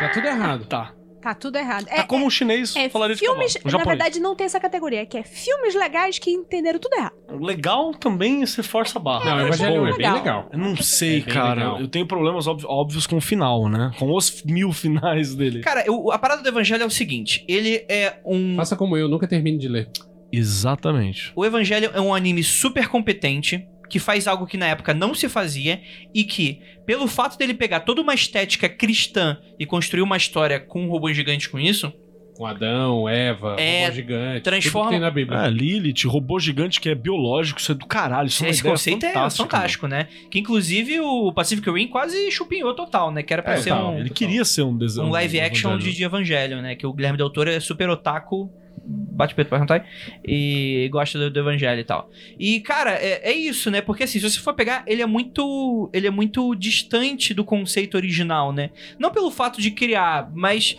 Speaker 5: Tá tudo errado.
Speaker 4: tá.
Speaker 6: Tá tudo errado.
Speaker 4: Tá como um chinês
Speaker 6: é
Speaker 4: falaria de
Speaker 6: filmes,
Speaker 4: cavalo. Um
Speaker 6: na
Speaker 4: japonês.
Speaker 6: verdade não tem essa categoria, que é filmes legais que entenderam tudo errado.
Speaker 4: Legal também você força a barra.
Speaker 5: Não, o
Speaker 4: É
Speaker 5: Evangelho
Speaker 4: bom.
Speaker 5: é bem
Speaker 6: legal.
Speaker 5: legal.
Speaker 4: Eu não sei,
Speaker 5: É bem
Speaker 4: cara.
Speaker 5: legal.
Speaker 4: Eu tenho problemas óbvi- óbvios com o final, né? Com os mil finais dele.
Speaker 3: Cara, eu- a parada do Evangelho é o seguinte: ele é um.
Speaker 5: Faça como eu, nunca termine de ler.
Speaker 4: Exatamente.
Speaker 3: O Evangelho é um anime super competente que faz algo que na época não se fazia e que, pelo fato dele pegar toda uma estética cristã e construir uma história com um robô gigante com isso,
Speaker 5: Com Adão, Eva,
Speaker 3: É,
Speaker 5: robô gigante.
Speaker 3: transforma-
Speaker 5: Tudo que tem na Bíblia.
Speaker 4: Ah, Lilith, robô gigante que é biológico, isso é do caralho. Isso é uma
Speaker 3: esse
Speaker 4: ideia
Speaker 3: conceito
Speaker 4: fantástica,
Speaker 3: é fantástico, né? Que inclusive o Pacific Rim quase chupinhou total, né? Que era pra
Speaker 5: É,
Speaker 3: ser
Speaker 5: total.
Speaker 3: um,
Speaker 4: Ele queria ser um desenho.
Speaker 3: um live action
Speaker 4: evangelho.
Speaker 3: de, de Evangelho, né? Que o Guilherme Del Toro é super otaku, bate peito pra jantar, e gosta do, do Evangelho e tal. E, cara, é, é isso, né? Porque assim, se você for pegar, ele é muito. Ele é muito distante do conceito original, né? Não pelo fato de criar, mas.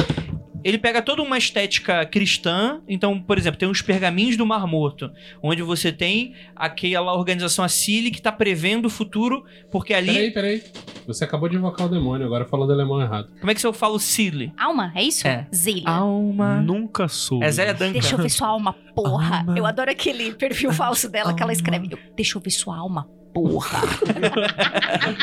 Speaker 3: Ele pega toda uma estética cristã, então, por exemplo, tem os pergaminhos do Mar Morto, onde você tem aquela organização Assili que tá prevendo o futuro, porque ali.
Speaker 5: Peraí, peraí. Você acabou de invocar o demônio, agora falando alemão errado.
Speaker 3: Como é que se eu falo Sili?
Speaker 2: Alma, é isso?
Speaker 3: É.
Speaker 2: Zeila.
Speaker 3: Alma.
Speaker 4: Nunca soube.
Speaker 3: É Zélia Duncan.
Speaker 2: Deixa eu ver sua alma, porra.
Speaker 3: Alma.
Speaker 2: Eu adoro aquele perfil falso dela que ela
Speaker 3: Alma.
Speaker 2: escreve. Eu, Deixa eu ver sua alma, porra.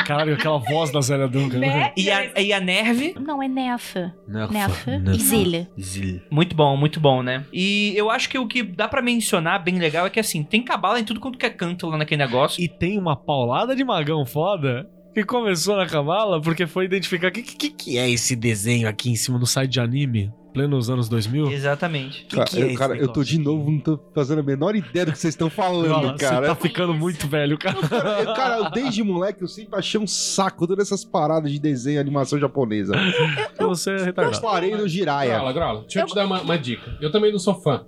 Speaker 4: Caralho, aquela voz da Zélia Duncan.
Speaker 6: Né?
Speaker 3: E a, e a Nerve.
Speaker 2: Não, é Nefa. Nefa e Zeila.
Speaker 3: Muito bom, muito bom, né? E eu acho que o que dá pra mencionar bem legal é que assim, tem cabala em tudo quanto que é canto lá naquele negócio.
Speaker 4: E tem uma paulada de magão foda que começou na cabala porque foi identificar o que, que, que é esse desenho aqui em cima no site de anime. plenos anos 2000.
Speaker 3: Exatamente.
Speaker 7: Cara, eu, cara, eu tô de novo, não tô fazendo a menor ideia do que vocês estão falando,
Speaker 4: Olha lá,
Speaker 7: cara.
Speaker 4: Você tá ficando muito velho, cara.
Speaker 7: Cara, eu, cara, eu, desde moleque eu sempre achei um saco todas essas paradas de desenho e animação japonesa.
Speaker 4: Você é retardado.
Speaker 7: Eu parei no
Speaker 5: Grola,
Speaker 7: Jiraiya.
Speaker 5: Grola, deixa eu, te dar uma, uma dica. Eu também não sou fã,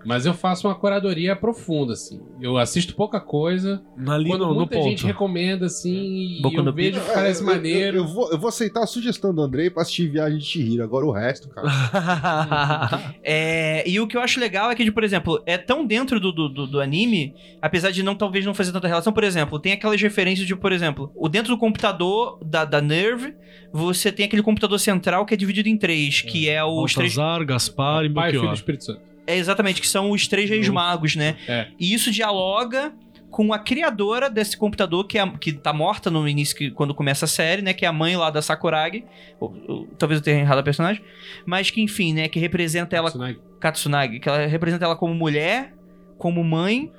Speaker 7: Uhum.
Speaker 5: mas eu faço uma curadoria profunda, assim. Eu assisto pouca coisa.
Speaker 4: Ali
Speaker 5: quando
Speaker 4: no, no
Speaker 5: muita gente
Speaker 4: ponto.
Speaker 5: recomenda, assim, e
Speaker 3: Boku no
Speaker 5: eu vejo que parece
Speaker 7: É, Eu- eu-
Speaker 5: maneiro.
Speaker 7: Eu, vou, eu vou aceitar a sugestão do Andrei pra assistir Viagem de Chihiro. Agora o resto, cara.
Speaker 3: Hum, É, e o que eu acho legal é que, por exemplo, é tão dentro do, do, do- do anime, apesar de não talvez não fazer tanta relação, por exemplo, tem aquelas referências de, por exemplo, o dentro do computador da, da Nerve, você tem aquele computador central que é dividido em três, que é os três.
Speaker 4: Baltazar, Gaspar e
Speaker 5: Pai, filho e
Speaker 4: Melchior.
Speaker 5: Espírito Santo.
Speaker 3: É exatamente, que são os três reis
Speaker 4: Uhum.
Speaker 5: Nossa.
Speaker 3: magos, né?
Speaker 5: É.
Speaker 3: E isso dialoga com a criadora desse computador, que, é a- que tá morta no início, que- quando começa a série, né? Que é a mãe lá da Sakuragi. Ou- ou- talvez eu tenha errado a personagem. Mas que, enfim, né? Que representa ela
Speaker 5: Tsunagi.
Speaker 3: Katsunagi, que ela representa ela como mulher, como mãe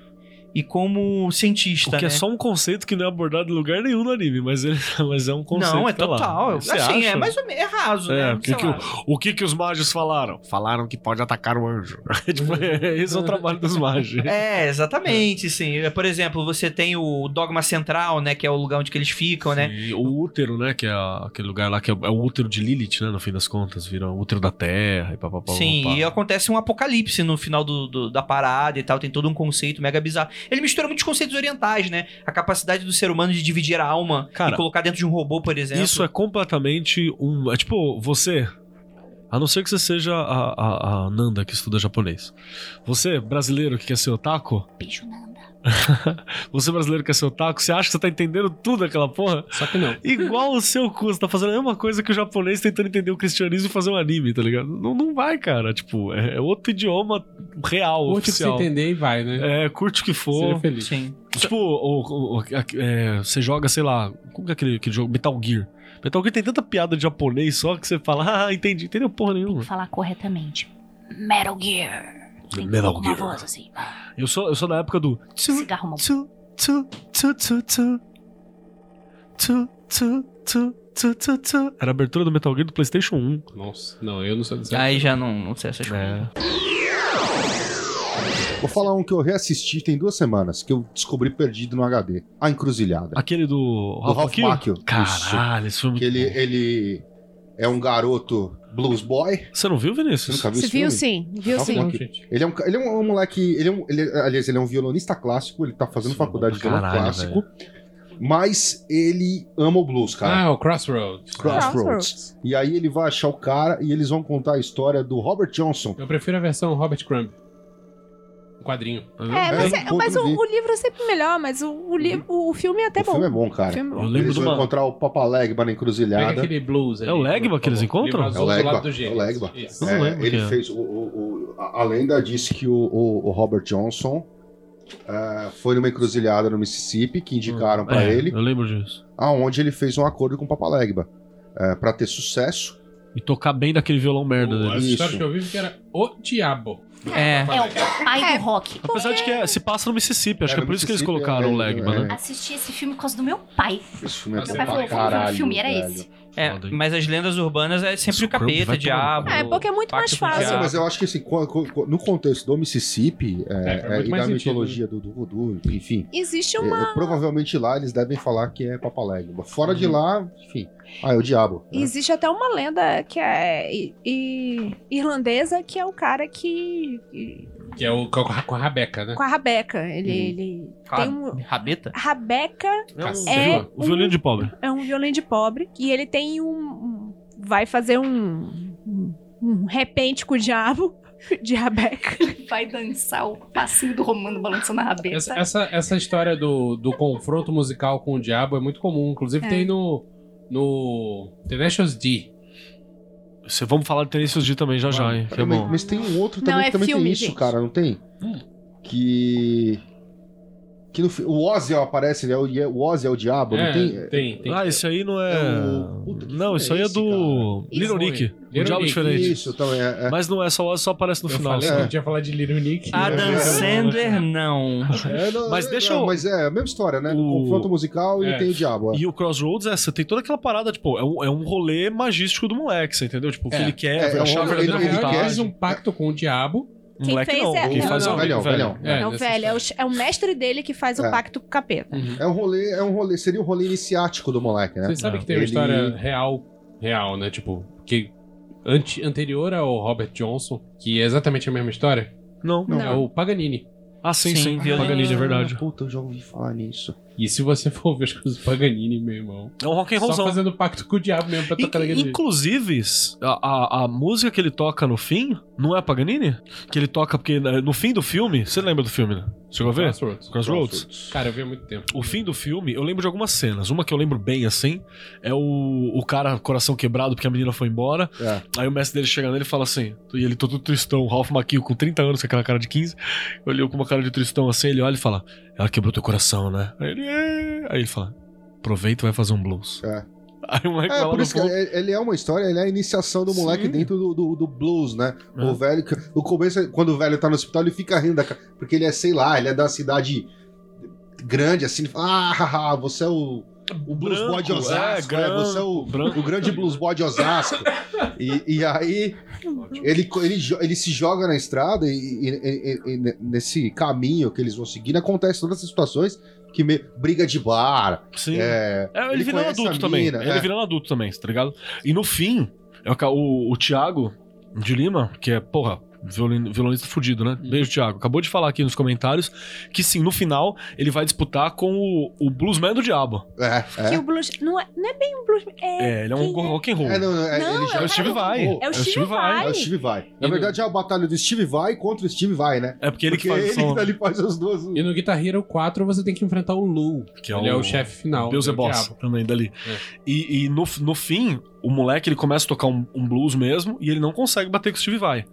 Speaker 3: e como cientista,
Speaker 4: O que
Speaker 3: né?
Speaker 4: é só um conceito que não é abordado em lugar nenhum no anime, mas, ele, mas é um conceito.
Speaker 3: Não, é
Speaker 4: tá lá.
Speaker 3: total.
Speaker 4: Você
Speaker 3: assim, é
Speaker 4: acha?
Speaker 3: mais ou menos, é raso,
Speaker 4: É,
Speaker 3: né?
Speaker 4: o que,
Speaker 3: Sei
Speaker 4: que
Speaker 3: lá.
Speaker 4: o- o que que os magos falaram?
Speaker 10: Falaram que pode atacar o anjo.
Speaker 4: Tipo, é- esse é o trabalho dos magos.
Speaker 3: É, exatamente, sim. É, Por exemplo, você tem o dogma central, né? Que é o lugar onde que eles ficam, né?
Speaker 4: E o útero, né? Que é a- aquele lugar lá que é, é o útero de Lilith, né? No fim das contas, vira o útero da Terra e papapá.
Speaker 3: Sim, e acontece um apocalipse no final do, do- da parada e tal. Tem todo um conceito mega bizarro. Ele mistura muitos conceitos orientais, né? A capacidade do ser humano de dividir a alma
Speaker 4: Cara,
Speaker 3: e colocar dentro de um robô, por exemplo.
Speaker 4: Isso é completamente um. É tipo, você. A não ser que você seja a, a- a Nanda que estuda japonês. Você, brasileiro que quer ser otaku,
Speaker 2: Beijo, Nanda.
Speaker 4: você brasileiro que quer ser otaku, você acha que você tá entendendo tudo aquela porra?
Speaker 5: Só que não.
Speaker 4: Igual o seu curso, tá fazendo a mesma coisa que o japonês tentando entender o cristianismo e fazer um anime, tá ligado? Não, não vai, cara. Tipo, é, é outro idioma real,
Speaker 5: Curte o que você
Speaker 4: oficial.
Speaker 5: entender e vai, né?
Speaker 4: É, curte o que for.
Speaker 5: Seja feliz.
Speaker 3: Sim.
Speaker 4: Tipo, o- o- o- a- é, você joga, sei lá, como que é aquele, aquele jogo? Metal Gear. Metal Gear tem tanta piada de japonês só que você fala, ah, entendi, entendeu porra nenhuma.
Speaker 2: Vou falar corretamente. Metal Gear. Tem que
Speaker 4: Metal
Speaker 2: pôr
Speaker 4: Gear. Tipo,
Speaker 2: Uma voz assim.
Speaker 4: Eu sou, eu sou da época do. Tsu,
Speaker 2: Cigarro uma
Speaker 4: tsu, tsu, tsu, tsu, tsu. Tsu, tsu, tsu, tsu, tsu, tsu. Era a abertura do Metal Gear do PlayStation 1.
Speaker 5: Nossa, não, eu não sou dessa.
Speaker 3: Aí já não, não sei essas coisas.
Speaker 7: É. Vou falar um que eu reassisti tem duas semanas, que eu descobri perdido no HD. A Encruzilhada.
Speaker 4: Aquele do.
Speaker 7: do Ralph Macchio. Isso.
Speaker 4: Caralho, esse filme.
Speaker 7: Que ele, ele é um garoto blues boy.
Speaker 4: Você não viu,
Speaker 7: Você
Speaker 4: Vinícius?
Speaker 7: nunca viu
Speaker 6: Você
Speaker 7: esse
Speaker 6: viu
Speaker 7: filme?
Speaker 6: sim, viu
Speaker 7: Não,
Speaker 6: sim.
Speaker 5: Não,
Speaker 7: que-
Speaker 5: gente.
Speaker 7: Ele é um, ca- ele é um moleque. Ele é um, ele é- aliás, ele é um violonista clássico, ele tá fazendo
Speaker 4: Sim,
Speaker 7: faculdade de
Speaker 4: pra
Speaker 7: violão
Speaker 4: caralho,
Speaker 7: clássico. Mas ele ama o blues, cara.
Speaker 5: Ah, o Crossroads.
Speaker 3: Tá.
Speaker 7: Crossroads. E aí ele vai achar o cara e eles vão contar a história do Robert Johnson.
Speaker 6: Tá
Speaker 5: Eu prefiro a versão Robert Crumb. Um quadrinho.
Speaker 6: É, mas, é-
Speaker 7: Encontro
Speaker 6: mas o,
Speaker 7: de-
Speaker 6: o livro é sempre melhor, mas o, o, li- o filme é até
Speaker 7: o
Speaker 6: bom.
Speaker 7: filme é bom,
Speaker 6: O
Speaker 7: cara.
Speaker 6: filme é bom.
Speaker 4: Eu lembro
Speaker 7: Eles
Speaker 4: de
Speaker 7: vão
Speaker 4: uma.
Speaker 7: encontrar o Papa Legba na
Speaker 5: Pega
Speaker 7: encruzilhada.
Speaker 5: aquele blues ali.
Speaker 4: É o
Speaker 5: por
Speaker 4: Legba
Speaker 5: favor.
Speaker 4: que eles encontram?
Speaker 5: Livro azul
Speaker 7: É o
Speaker 5: do
Speaker 7: Legba,
Speaker 5: lado do Gênesis.
Speaker 7: é o Legba.
Speaker 5: Isso.
Speaker 4: Eu não
Speaker 7: É,
Speaker 4: lembro
Speaker 7: ele
Speaker 4: quem é.
Speaker 7: fez. O, o- o- a a lenda disse que o, o- o Robert Johnson ah, foi numa encruzilhada no Mississippi que indicaram pra
Speaker 4: É,
Speaker 7: ele,
Speaker 4: Eu lembro disso.
Speaker 7: aonde ele fez um acordo com o Papa Legba ah, pra ter sucesso.
Speaker 4: E tocar bem daquele violão merda dele.
Speaker 5: As histórias
Speaker 7: Isso.
Speaker 5: que eu vi que era o diabo.
Speaker 3: É.
Speaker 2: É o pai do rock.
Speaker 4: Apesar de que é- se passa no Mississippi, acho
Speaker 7: É,
Speaker 4: que é
Speaker 7: no
Speaker 4: por isso que eles
Speaker 7: Mississippi,
Speaker 4: colocaram
Speaker 7: é,
Speaker 4: o Legba,
Speaker 7: é.
Speaker 4: né?
Speaker 2: Assisti esse filme por causa do meu pai.
Speaker 7: Esse filme é
Speaker 2: Meu pai
Speaker 5: Meu
Speaker 7: bom pra
Speaker 2: falou, vamos ver
Speaker 7: caralho,
Speaker 2: o filme, era
Speaker 7: velho.
Speaker 2: esse.
Speaker 3: É,
Speaker 4: Foda, hein?
Speaker 3: mas as lendas urbanas é sempre o
Speaker 4: Scrub,
Speaker 3: capeta,
Speaker 4: vai tomar no
Speaker 3: diabo.
Speaker 4: cu.
Speaker 6: É, porque é muito mais
Speaker 3: Pacto com o
Speaker 7: Mas,
Speaker 6: fácil.
Speaker 3: diabo.
Speaker 7: mas eu acho que assim, co- co- co- no contexto do Mississippi é,
Speaker 5: É, faz muito
Speaker 7: é, e da
Speaker 5: mais sentido,
Speaker 7: mitologia
Speaker 4: né?
Speaker 7: do, do voodoo, enfim,
Speaker 6: Existe
Speaker 7: é,
Speaker 6: uma.
Speaker 7: provavelmente lá eles devem falar que é Papa Legba. Fora
Speaker 4: Uhum.
Speaker 7: de lá, enfim, ah, é o diabo. né?
Speaker 6: Existe até uma lenda que é i- i- irlandesa, que é o cara que. que-
Speaker 5: Que é o com a com a Rabeca, né?
Speaker 6: com a Rabeca. Ele,
Speaker 7: Hum.
Speaker 6: ele tem um.
Speaker 3: Rabeta?
Speaker 6: Rabeca
Speaker 4: um
Speaker 5: Cacete.
Speaker 6: é
Speaker 4: O violino de pobre.
Speaker 6: é um violento de pobre e ele tem um, um- vai fazer um, um, um repente com o diabo de Rabeca.
Speaker 2: Vai dançar o passinho do Romano balançando a
Speaker 3: É,
Speaker 2: rabeta.
Speaker 5: Essa, essa, essa história do, do confronto musical com o diabo é muito comum. Inclusive
Speaker 6: É.
Speaker 5: tem no. No. Tenacious D.
Speaker 4: Cê- Vamos falar de Tenacious D também já já, hein? Que é
Speaker 7: mas,
Speaker 4: bom.
Speaker 7: mas tem um outro
Speaker 6: Não,
Speaker 7: também
Speaker 6: é
Speaker 7: que também
Speaker 6: filme,
Speaker 4: Hum.
Speaker 7: tem isso,
Speaker 6: gente.
Speaker 7: cara, não tem? Que. Que no fi- o Ozzy aparece, ele é o, e é- o Ozzy é o diabo, não tem? um
Speaker 5: tem, tem.
Speaker 4: Ah, isso aí não é. não, isso aí é do Little Nick.
Speaker 5: Little
Speaker 4: o Diabo
Speaker 5: Nick,
Speaker 4: Diferente.
Speaker 7: Isso, então é. é.
Speaker 4: Mas não é só o Ozzy, só aparece no
Speaker 5: Eu
Speaker 4: final.
Speaker 5: falei
Speaker 4: só.
Speaker 5: que eu tinha falado de Little Nick. É.
Speaker 3: Adam Sandler, não.
Speaker 7: É, não,
Speaker 4: Mas
Speaker 7: é,
Speaker 4: deixa
Speaker 7: não,
Speaker 4: eu-
Speaker 7: Mas é a mesma história, né?
Speaker 4: O-
Speaker 7: No confronto musical e
Speaker 5: É.
Speaker 7: tem o diabo. é.
Speaker 4: E o Crossroads, é, você tem toda aquela parada, tipo, é um, é um rolê magístico do moleque, você entendeu? Tipo, o que
Speaker 5: É.
Speaker 4: ele quer,
Speaker 7: É,
Speaker 4: vai
Speaker 7: é um
Speaker 4: achar a
Speaker 7: rolê-
Speaker 5: Ele,
Speaker 4: verdadeira
Speaker 5: na real,
Speaker 7: quer-
Speaker 5: ele
Speaker 4: vontade.
Speaker 5: fez um pacto com o diabo.
Speaker 4: O
Speaker 6: Quem
Speaker 4: Moleque
Speaker 6: fez
Speaker 4: não,
Speaker 6: é-
Speaker 4: quem
Speaker 7: Não,
Speaker 4: faz é o
Speaker 7: velhão,
Speaker 4: velho.
Speaker 7: velhão.
Speaker 5: É,
Speaker 6: É o
Speaker 5: nessa
Speaker 6: velho, é o,
Speaker 5: história.
Speaker 6: é o mestre dele que faz
Speaker 7: É.
Speaker 6: o pacto com o capeta.
Speaker 7: É um rolê, é um rolê, seria um rolê iniciático do
Speaker 6: É.
Speaker 7: moleque, né?
Speaker 5: Vocês sabem
Speaker 4: Não,
Speaker 5: que tem uma
Speaker 7: ele- é
Speaker 5: história real, real, né? Tipo, que ante, anterior ao Robert Johnson, que é exatamente a mesma história,
Speaker 4: Não.
Speaker 6: Não.
Speaker 5: é o Paganini.
Speaker 4: Ah, sim,
Speaker 3: Sim,
Speaker 4: sim.
Speaker 3: violino.
Speaker 4: Paganini, é verdade.
Speaker 7: Ah, Puta, eu já ouvi falar nisso.
Speaker 5: E se você for ver as coisas do Paganini, meu irmão,
Speaker 4: É um rock and
Speaker 5: só
Speaker 4: rollzão.
Speaker 5: fazendo pacto com o diabo mesmo pra
Speaker 4: In-
Speaker 5: tocar naquele jeito.
Speaker 4: Inclusive, a, a- a música que ele toca no fim não é a Paganini? Que ele toca porque né, no fim do filme, você lembra do filme, né? Chegou a ver?
Speaker 5: Crossroads.
Speaker 4: Crossroads.
Speaker 5: Cara, eu vi há muito tempo.
Speaker 4: O fim do filme, eu lembro de algumas cenas. Uma que eu lembro bem assim é o, o cara coração quebrado porque a menina foi embora.
Speaker 7: É.
Speaker 4: Aí o mestre dele chega nele e fala assim, e ele todo tristão, o Ralph Macchio com 30 anos, com aquela cara de 15, olhou com uma cara de tristão assim, ele olha e fala: "Ela quebrou teu coração, né?" Aí ele, "É." Aí ele fala: "Aproveita e vai fazer um blues".
Speaker 7: É.
Speaker 4: Aí o moleque
Speaker 7: É,
Speaker 4: vai lá
Speaker 7: por
Speaker 4: no
Speaker 7: isso que
Speaker 4: fundo-
Speaker 7: ele ele é uma história, ele é a iniciação do moleque
Speaker 4: Sim.
Speaker 7: dentro do, do, do blues, né?
Speaker 4: É.
Speaker 7: O velho, que- no começo, quando o velho tá no hospital, ele fica rindo, da ca- porque ele é, sei lá, ele é da cidade grande, assim, ele fala, ah, haha, você é o, o blues
Speaker 4: Branco,
Speaker 7: boy de Osasco,
Speaker 4: é,
Speaker 7: é,
Speaker 4: branco,
Speaker 7: você é o,
Speaker 4: branco.
Speaker 7: o grande blues boy de Osasco. e, e aí, ele, co- ele, jo- ele se joga na estrada e, e- e- e- e nesse caminho que eles vão seguindo, acontece todas essas situações, que me- briga de bar,
Speaker 4: Sim.
Speaker 7: é,
Speaker 4: É, ele,
Speaker 7: Ele
Speaker 4: virando
Speaker 7: conhece
Speaker 4: adulto
Speaker 7: a
Speaker 4: também.
Speaker 7: mina,
Speaker 4: ele
Speaker 7: é.
Speaker 4: virando adulto também, tá ligado? E no fim, é o, ca- o, o Thiago de Lima, que é, porra, violin- violonista fudido, né? Beijo, Thiago. Acabou de falar aqui nos comentários que sim, no final, ele vai disputar com o, o Bluesman do Diabo.
Speaker 7: é, é.
Speaker 6: Que o blues. Não é, não é bem um blues. É,
Speaker 4: É, ele é um
Speaker 6: quem é?
Speaker 4: rock and roll.
Speaker 7: É, não, não, é,
Speaker 6: Não,
Speaker 7: ele
Speaker 6: é
Speaker 7: já
Speaker 4: o Steve Vai.
Speaker 7: É
Speaker 6: É o Steve
Speaker 7: É
Speaker 6: Vai.
Speaker 7: o Steve Vai. Na verdade, é a batalha do Steve Vai contra o Steve Vai, né?
Speaker 4: É porque ele
Speaker 7: Porque
Speaker 4: que faz o
Speaker 7: ele
Speaker 4: som,
Speaker 7: que tá ali faz as duas.
Speaker 5: E no Guitar Hero 4 você tem que enfrentar o Lou.
Speaker 7: tá-
Speaker 4: que
Speaker 5: ele é o chefe final.
Speaker 4: Deus
Speaker 5: ele
Speaker 4: é
Speaker 5: o
Speaker 4: boss
Speaker 5: diabo.
Speaker 4: também dali. E, e no, no fim, o moleque ele começa a tocar um, um blues mesmo e ele não consegue bater com o Steve Vai.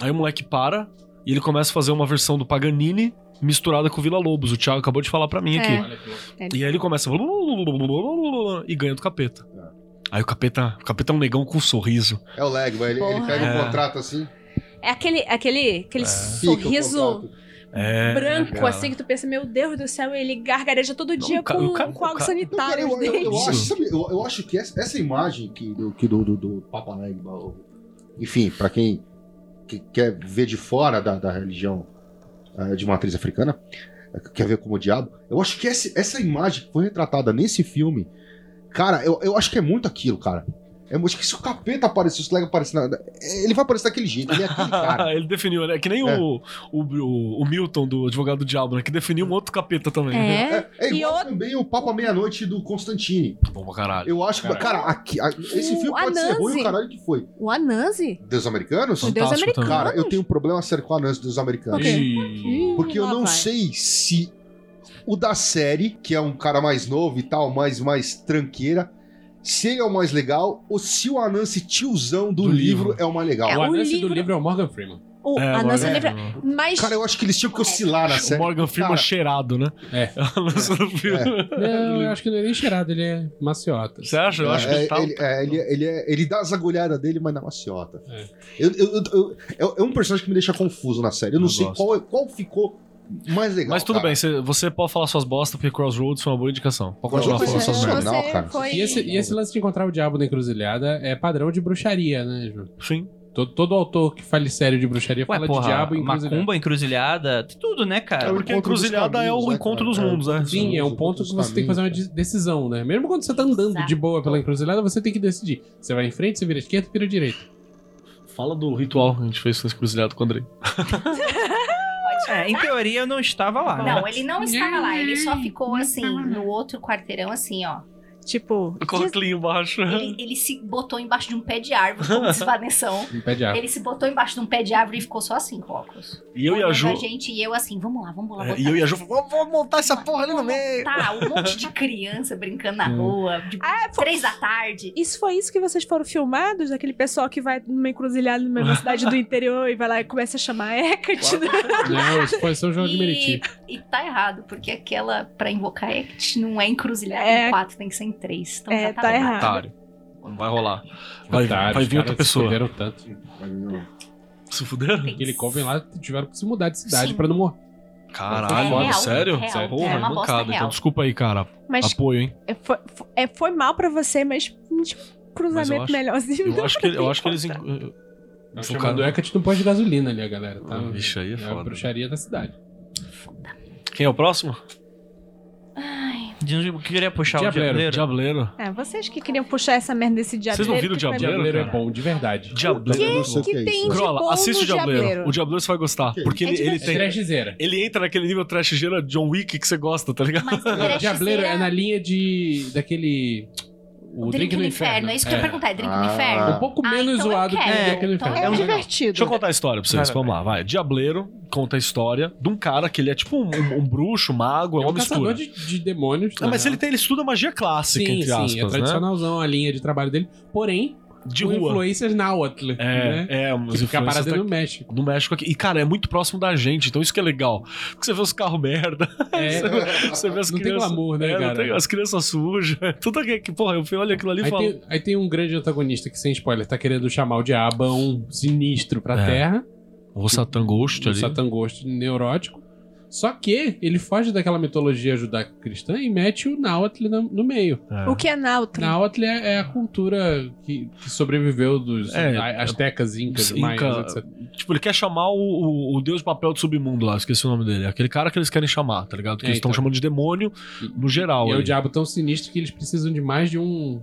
Speaker 4: Aí o moleque para e ele começa a fazer uma versão do Paganini misturada com o Vila Lobos. O Thiago acabou de falar pra mim aqui.
Speaker 6: É.
Speaker 5: Olha que louco.
Speaker 4: E aí ele começa e ganha do capeta. Aí o capeta, o capeta é um negão com um sorriso.
Speaker 7: É o lag, vai. Ele, ele
Speaker 6: Porra.
Speaker 7: pega um
Speaker 4: É.
Speaker 7: contrato assim,
Speaker 6: É aquele, aquele, aquele
Speaker 7: pica o
Speaker 6: sorriso
Speaker 7: contrato.
Speaker 4: É,
Speaker 6: branco,
Speaker 4: cara.
Speaker 6: assim, que tu pensa, meu Deus do céu, ele gargareja todo
Speaker 4: Não,
Speaker 6: dia
Speaker 4: o ca-
Speaker 6: com,
Speaker 4: o ca-
Speaker 6: com
Speaker 4: o
Speaker 6: algo
Speaker 4: ca-
Speaker 7: Não, cara,
Speaker 6: sanitário.
Speaker 7: eu, eu- eu
Speaker 4: Isso.
Speaker 7: acho, sabe, eu, eu acho que essa, essa imagem que, do, que do, do, do Papa Legba, ou- enfim, pra quem que quer ver de fora da, da religião eh, de matriz africana, eh, quer ver como o diabo, eu acho que esse- essa imagem que foi retratada nesse filme, cara, eu, eu acho que é muito aquilo, cara. É, Eu acho que se o capeta aparecer, se o Lega aparecer, na- eh, ele vai aparecer daquele jeito, ele é aquele cara.
Speaker 4: ele definiu, né? Que nem
Speaker 7: É.
Speaker 4: O, o, o Milton do Advogado do Diabo, né? Que definiu um outro capeta também.
Speaker 6: É.
Speaker 7: É, é
Speaker 6: E
Speaker 7: igual
Speaker 6: outro-
Speaker 7: também o Papa Meia-Noite do Constantine.
Speaker 4: Bom pra caralho.
Speaker 7: Eu acho que, cara, aqui- a- esse
Speaker 6: O
Speaker 7: filme pode ser
Speaker 6: Anansi.
Speaker 7: ruim o caralho que foi.
Speaker 6: O Anansi?
Speaker 7: Deus Americanos?
Speaker 6: O Deus
Speaker 4: Fantástico
Speaker 6: americano.
Speaker 4: também.
Speaker 7: Cara, eu tenho um problema sério com a Anansi dos Americanos.
Speaker 6: Ok. Hum,
Speaker 5: E...
Speaker 7: Porque eu não sei se o da série, que é um cara mais novo e tal, mais, mais tranqueira, se ele é o mais legal ou se o Anansi tiozão do,
Speaker 5: Do
Speaker 7: livro,
Speaker 5: livro.
Speaker 7: é o mais legal.
Speaker 6: É,
Speaker 5: O
Speaker 6: o
Speaker 5: anúncio do
Speaker 6: livro-
Speaker 5: livro é o Morgan Freeman.
Speaker 6: O
Speaker 4: É,
Speaker 6: Anansi
Speaker 4: agora-
Speaker 6: é livre. Mas.
Speaker 7: Cara, eu acho que eles
Speaker 6: É.
Speaker 7: tinham que oscilar na
Speaker 4: O
Speaker 7: série.
Speaker 4: Morgan Freeman
Speaker 7: Cara,
Speaker 4: cheirado, né?
Speaker 5: É.
Speaker 4: O lance do filme.
Speaker 5: Não, eu acho que não é nem cheirado, ele é maciota.
Speaker 4: Você acha? Eu acho que
Speaker 7: é,
Speaker 4: ele tá.
Speaker 7: ele, é, ele, ele, é- ele dá as agulhadas dele, mas na maciota.
Speaker 5: É.
Speaker 7: Eu- eu- eu- eu- é- é um personagem que me deixa confuso na série. Eu não
Speaker 4: Eu
Speaker 7: sei
Speaker 4: gosto.
Speaker 7: qual, é- qual ficou mais legal.
Speaker 4: Mas tudo
Speaker 7: cara.
Speaker 4: bem, você, você pode falar suas bostas, porque Crossroads foi uma boa indicação. Pode
Speaker 7: Não,
Speaker 4: continuar
Speaker 7: eu-
Speaker 4: falando
Speaker 7: eu-
Speaker 4: suas
Speaker 7: eu-
Speaker 4: merdas.
Speaker 7: Não, cara.
Speaker 6: foi...
Speaker 5: E esse, e esse lance de encontrar o diabo na encruzilhada é padrão de bruxaria, né, Ju?
Speaker 4: Sim.
Speaker 5: Todo, todo autor que fale sério de bruxaria
Speaker 3: Ué,
Speaker 5: fala
Speaker 3: porra,
Speaker 5: é de diabo e encruzilhada.
Speaker 3: macumba, encruzilhada, tudo, né, cara?
Speaker 7: É o
Speaker 4: Porque a
Speaker 7: encontro dos
Speaker 4: encruzilhada é
Speaker 7: caminhos,
Speaker 4: o
Speaker 7: né,
Speaker 4: encontro
Speaker 7: cara?
Speaker 4: dos mundos, né?
Speaker 5: Sim, é um ponto que você tem que fazer uma de- decisão, né? Mesmo quando você tá andando de boa pela encruzilhada, você tem que decidir. Você vai em frente, você vira esquerda, vira direita.
Speaker 4: Fala do ritual que a gente fez com esse encruzilhado com o Andrei.
Speaker 3: É, em teoria eu
Speaker 4: Ah,
Speaker 3: não estava lá. né?
Speaker 4: Uhum.
Speaker 2: Não, ele não estava lá, ele só ficou assim, no outro quarteirão, assim, ó.
Speaker 6: Tipo,
Speaker 4: Com o clinho baixo.
Speaker 2: Ele, ele se botou embaixo de um pé de árvore, como diz Vanessão.
Speaker 5: Um pé de
Speaker 4: É.
Speaker 5: água.
Speaker 2: Ele se botou embaixo de um pé de árvore e ficou só assim com o óculos.
Speaker 4: E eu e a
Speaker 2: Olhando
Speaker 4: Ju.
Speaker 2: gente e eu assim, vamos lá, vamos lá.
Speaker 4: É,
Speaker 2: botar.
Speaker 4: E eu e a Ju falamos, vamos montar essa porra ali no meio.
Speaker 2: Tá, um monte de criança brincando na
Speaker 5: Hum.
Speaker 2: rua, de
Speaker 6: Ah, é,
Speaker 2: três da tarde.
Speaker 6: Isso foi isso que vocês foram filmados? Daquele pessoal que vai numa encruzilhada numa cidade do interior e vai lá e começa a chamar Hecate? né?
Speaker 5: Não, isso foi São João de
Speaker 2: E,
Speaker 5: Meriti.
Speaker 2: e tá errado, porque aquela pra invocar Act não é encruzilhada
Speaker 6: É.
Speaker 2: em quatro, tem que ser em três. Então
Speaker 6: É,
Speaker 2: já tá,
Speaker 6: tá
Speaker 2: bom.
Speaker 6: errado.
Speaker 4: Otário. Não vai rolar. Vai,
Speaker 5: Otários,
Speaker 4: vai vir
Speaker 5: cara,
Speaker 4: outra
Speaker 5: se
Speaker 4: pessoa.
Speaker 5: fuderam tanto.
Speaker 4: Se fuderam?
Speaker 2: Tem que
Speaker 5: Aquele coven lá tiveram que se mudar de cidade
Speaker 2: Sim.
Speaker 5: pra não morrer.
Speaker 4: Caralho,
Speaker 5: É
Speaker 4: mano,
Speaker 5: real,
Speaker 4: sério?
Speaker 2: é real.
Speaker 4: Porra,
Speaker 2: É uma bosta
Speaker 4: mancada. Então
Speaker 2: real.
Speaker 4: desculpa aí, cara.
Speaker 6: Mas
Speaker 4: Apoio, hein?
Speaker 6: é, foi, foi- é, foi mal pra você, mas um tipo,
Speaker 4: Mas eu
Speaker 6: cruzamento
Speaker 4: acho-
Speaker 6: melhorzinho.
Speaker 4: Eu acho que, eu acho que eles. en-
Speaker 5: Tá
Speaker 4: Focado.
Speaker 5: chamando Hecate no posto de gasolina ali, a galera. Tá?
Speaker 4: Ah, Vixe, aí é
Speaker 5: É a
Speaker 4: foda.
Speaker 5: bruxaria da cidade.
Speaker 4: Quem é o próximo?
Speaker 2: Ai,
Speaker 3: De onde eu queria puxar o
Speaker 5: Diableiro,
Speaker 3: diableiro.
Speaker 4: Diableiro.
Speaker 6: É, vocês que queriam puxar essa merda desse diableiro.
Speaker 4: Vocês não viram o
Speaker 6: que pra mim-
Speaker 4: Diableiro?
Speaker 5: Diableiro é
Speaker 4: cara.
Speaker 5: bom, de verdade.
Speaker 4: Diableiro.
Speaker 7: Eu não sei o
Speaker 6: que
Speaker 7: que é
Speaker 6: tem
Speaker 7: isso.
Speaker 6: de- bom
Speaker 4: Grola, assiste o
Speaker 6: no
Speaker 4: Diableiro.
Speaker 6: Diableiro.
Speaker 4: O Diableiro você vai gostar. Porque ele, ele
Speaker 5: É
Speaker 4: tem.
Speaker 5: trashzeira.
Speaker 4: Ele entra naquele nível trashgeira John Wick que você gosta, tá ligado?
Speaker 2: mas
Speaker 5: Não, Diableiro é na linha de. daquele. O, Drink, no Inferno.
Speaker 2: É isso que eu ia perguntar, é Drink no
Speaker 7: Ah.
Speaker 2: Inferno?
Speaker 5: Um pouco
Speaker 2: Ah,
Speaker 5: menos
Speaker 2: então eu
Speaker 5: zoado que
Speaker 2: quero.
Speaker 5: o Drink no
Speaker 2: Então
Speaker 5: Inferno.
Speaker 2: eu
Speaker 6: É um
Speaker 2: Não, não.
Speaker 6: divertido.
Speaker 4: Deixa eu contar a história pra vocês.
Speaker 3: Vai, vai,
Speaker 4: Vamos lá, vai. Diableiro conta a história de um cara que ele é tipo um, um- um bruxo, um mago, é,
Speaker 5: É
Speaker 4: uma
Speaker 5: um
Speaker 4: mistura.
Speaker 5: caçador de, de demônios.
Speaker 4: Ah,
Speaker 5: na
Speaker 4: mas
Speaker 5: real.
Speaker 4: ele, tem, ele estuda magia clássica,
Speaker 5: Sim,
Speaker 4: entre
Speaker 5: sim,
Speaker 4: aspas,
Speaker 5: é
Speaker 4: né?
Speaker 5: tradicionalzão a linha de trabalho dele. Porém,
Speaker 4: De
Speaker 5: com
Speaker 4: rua.
Speaker 5: influências náhuatl.
Speaker 4: É,
Speaker 5: né?
Speaker 4: é, mas
Speaker 5: que fica a
Speaker 4: influências
Speaker 5: parada
Speaker 4: da-
Speaker 5: no México.
Speaker 4: no México aqui. E, cara, é muito próximo da gente, então isso que é legal. Porque você vê os carros merda,
Speaker 5: É,
Speaker 4: você vê- você vê as
Speaker 5: Não tem
Speaker 4: crianças.
Speaker 5: glamour, né,
Speaker 4: é, não
Speaker 5: cara?
Speaker 4: tem- as crianças sujas. Tudo aqui, é que, porra, eu fui olhar aquilo ali e
Speaker 5: Aí
Speaker 4: falo.
Speaker 5: tem, aí tem um grande antagonista que, sem spoiler, tá querendo chamar o diabão sinistro pra
Speaker 4: É.
Speaker 5: terra.
Speaker 4: O Satan Ghost
Speaker 5: um
Speaker 4: ali.
Speaker 5: Satan Ghost neurótico. Só que ele foge daquela mitologia judaico cristã e mete o Nahuatl na- no meio.
Speaker 4: É.
Speaker 6: O que é náutro?
Speaker 5: Nahuatl é, é a cultura que, que sobreviveu dos
Speaker 4: É,
Speaker 5: a- astecas, incas,
Speaker 4: Inca-
Speaker 5: maias, etc.
Speaker 4: Tipo, ele quer chamar o, o, o deus de papel do submundo lá, esqueci o nome dele. É Aquele cara que eles querem chamar, tá ligado? Que
Speaker 5: É,
Speaker 4: eles estão
Speaker 5: então.
Speaker 4: chamando de demônio no geral.
Speaker 5: E é o
Speaker 4: ali.
Speaker 5: diabo tão sinistro que eles precisam de mais de um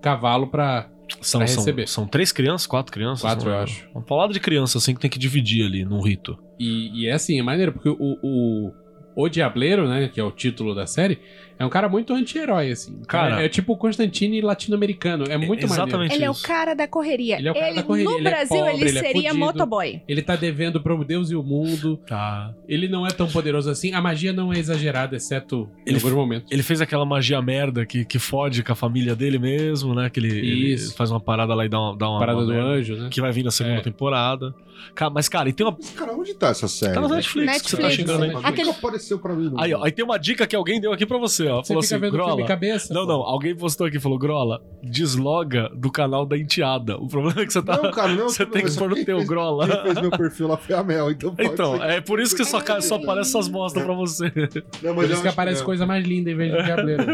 Speaker 5: cavalo pra...
Speaker 4: São,
Speaker 5: pra
Speaker 4: são,
Speaker 5: receber.
Speaker 4: são três crianças, quatro crianças?
Speaker 5: Quatro,
Speaker 4: não
Speaker 5: eu
Speaker 4: lembro.
Speaker 5: acho.
Speaker 4: Uma palavra de criança, assim, que tem que dividir ali num rito.
Speaker 5: E, e é assim, é maneiro, porque o, o, o Diableiro, né, que é o título da série, é um cara muito anti-herói, assim.
Speaker 4: Cara-
Speaker 5: é, é tipo o Constantine latino-americano, é muito
Speaker 4: Exatamente
Speaker 5: maneiro.
Speaker 6: Ele é o
Speaker 4: isso.
Speaker 6: cara da correria.
Speaker 5: Ele é o cara da correria,
Speaker 6: No
Speaker 5: ele é
Speaker 6: Brasil,
Speaker 5: pobre,
Speaker 6: ele
Speaker 5: ele é
Speaker 6: seria
Speaker 5: fudido.
Speaker 6: motoboy.
Speaker 5: Ele tá devendo pro Deus e o mundo.
Speaker 4: Tá.
Speaker 5: Ele não é tão poderoso assim. A magia não é exagerada, exceto em
Speaker 4: Ele-
Speaker 5: alguns momentos.
Speaker 4: Ele fez aquela magia merda que, que fode com a família dele mesmo, né? Que ele, ele
Speaker 5: Isso.
Speaker 4: faz uma parada lá e dá uma. Dá uma
Speaker 5: Parada
Speaker 4: uma
Speaker 5: do
Speaker 4: merda.
Speaker 5: anjo, né?
Speaker 4: Que vai vir na segunda
Speaker 5: É.
Speaker 4: temporada. Cara, mas, cara, e tem uma.
Speaker 7: Mas, cara, onde tá essa série?
Speaker 5: É
Speaker 4: Tá na Netflix, que você tá
Speaker 6: Netflix. né?
Speaker 4: chegando aí.
Speaker 7: Aquele... Nunca apareceu pra mim. não.
Speaker 4: Aí, ó, aí tem uma dica que alguém deu aqui pra você, ó.
Speaker 5: Você
Speaker 4: falou
Speaker 5: fica
Speaker 4: assim,
Speaker 5: vendo filme
Speaker 4: Grola.
Speaker 5: cabeça.
Speaker 4: Não,
Speaker 5: pô.
Speaker 4: não, alguém postou aqui e falou, Grola, desloga do canal da enteada. O problema é que você tá.
Speaker 7: Não, cara, não.
Speaker 4: você
Speaker 7: tudo
Speaker 4: tem
Speaker 7: bem.
Speaker 4: que pôr no
Speaker 7: Quem
Speaker 4: teu,
Speaker 7: fez- Quem
Speaker 4: Grola.
Speaker 7: fez meu perfil lá foi a Mel, então pode
Speaker 4: Então,
Speaker 7: ser.
Speaker 4: é por isso que só, ca- só aparece essas mostas pra você.
Speaker 7: Não, mas
Speaker 5: Por
Speaker 7: eu
Speaker 5: isso que
Speaker 7: acho é.
Speaker 5: aparece
Speaker 7: não.
Speaker 5: coisa mais linda em vez de diableiro.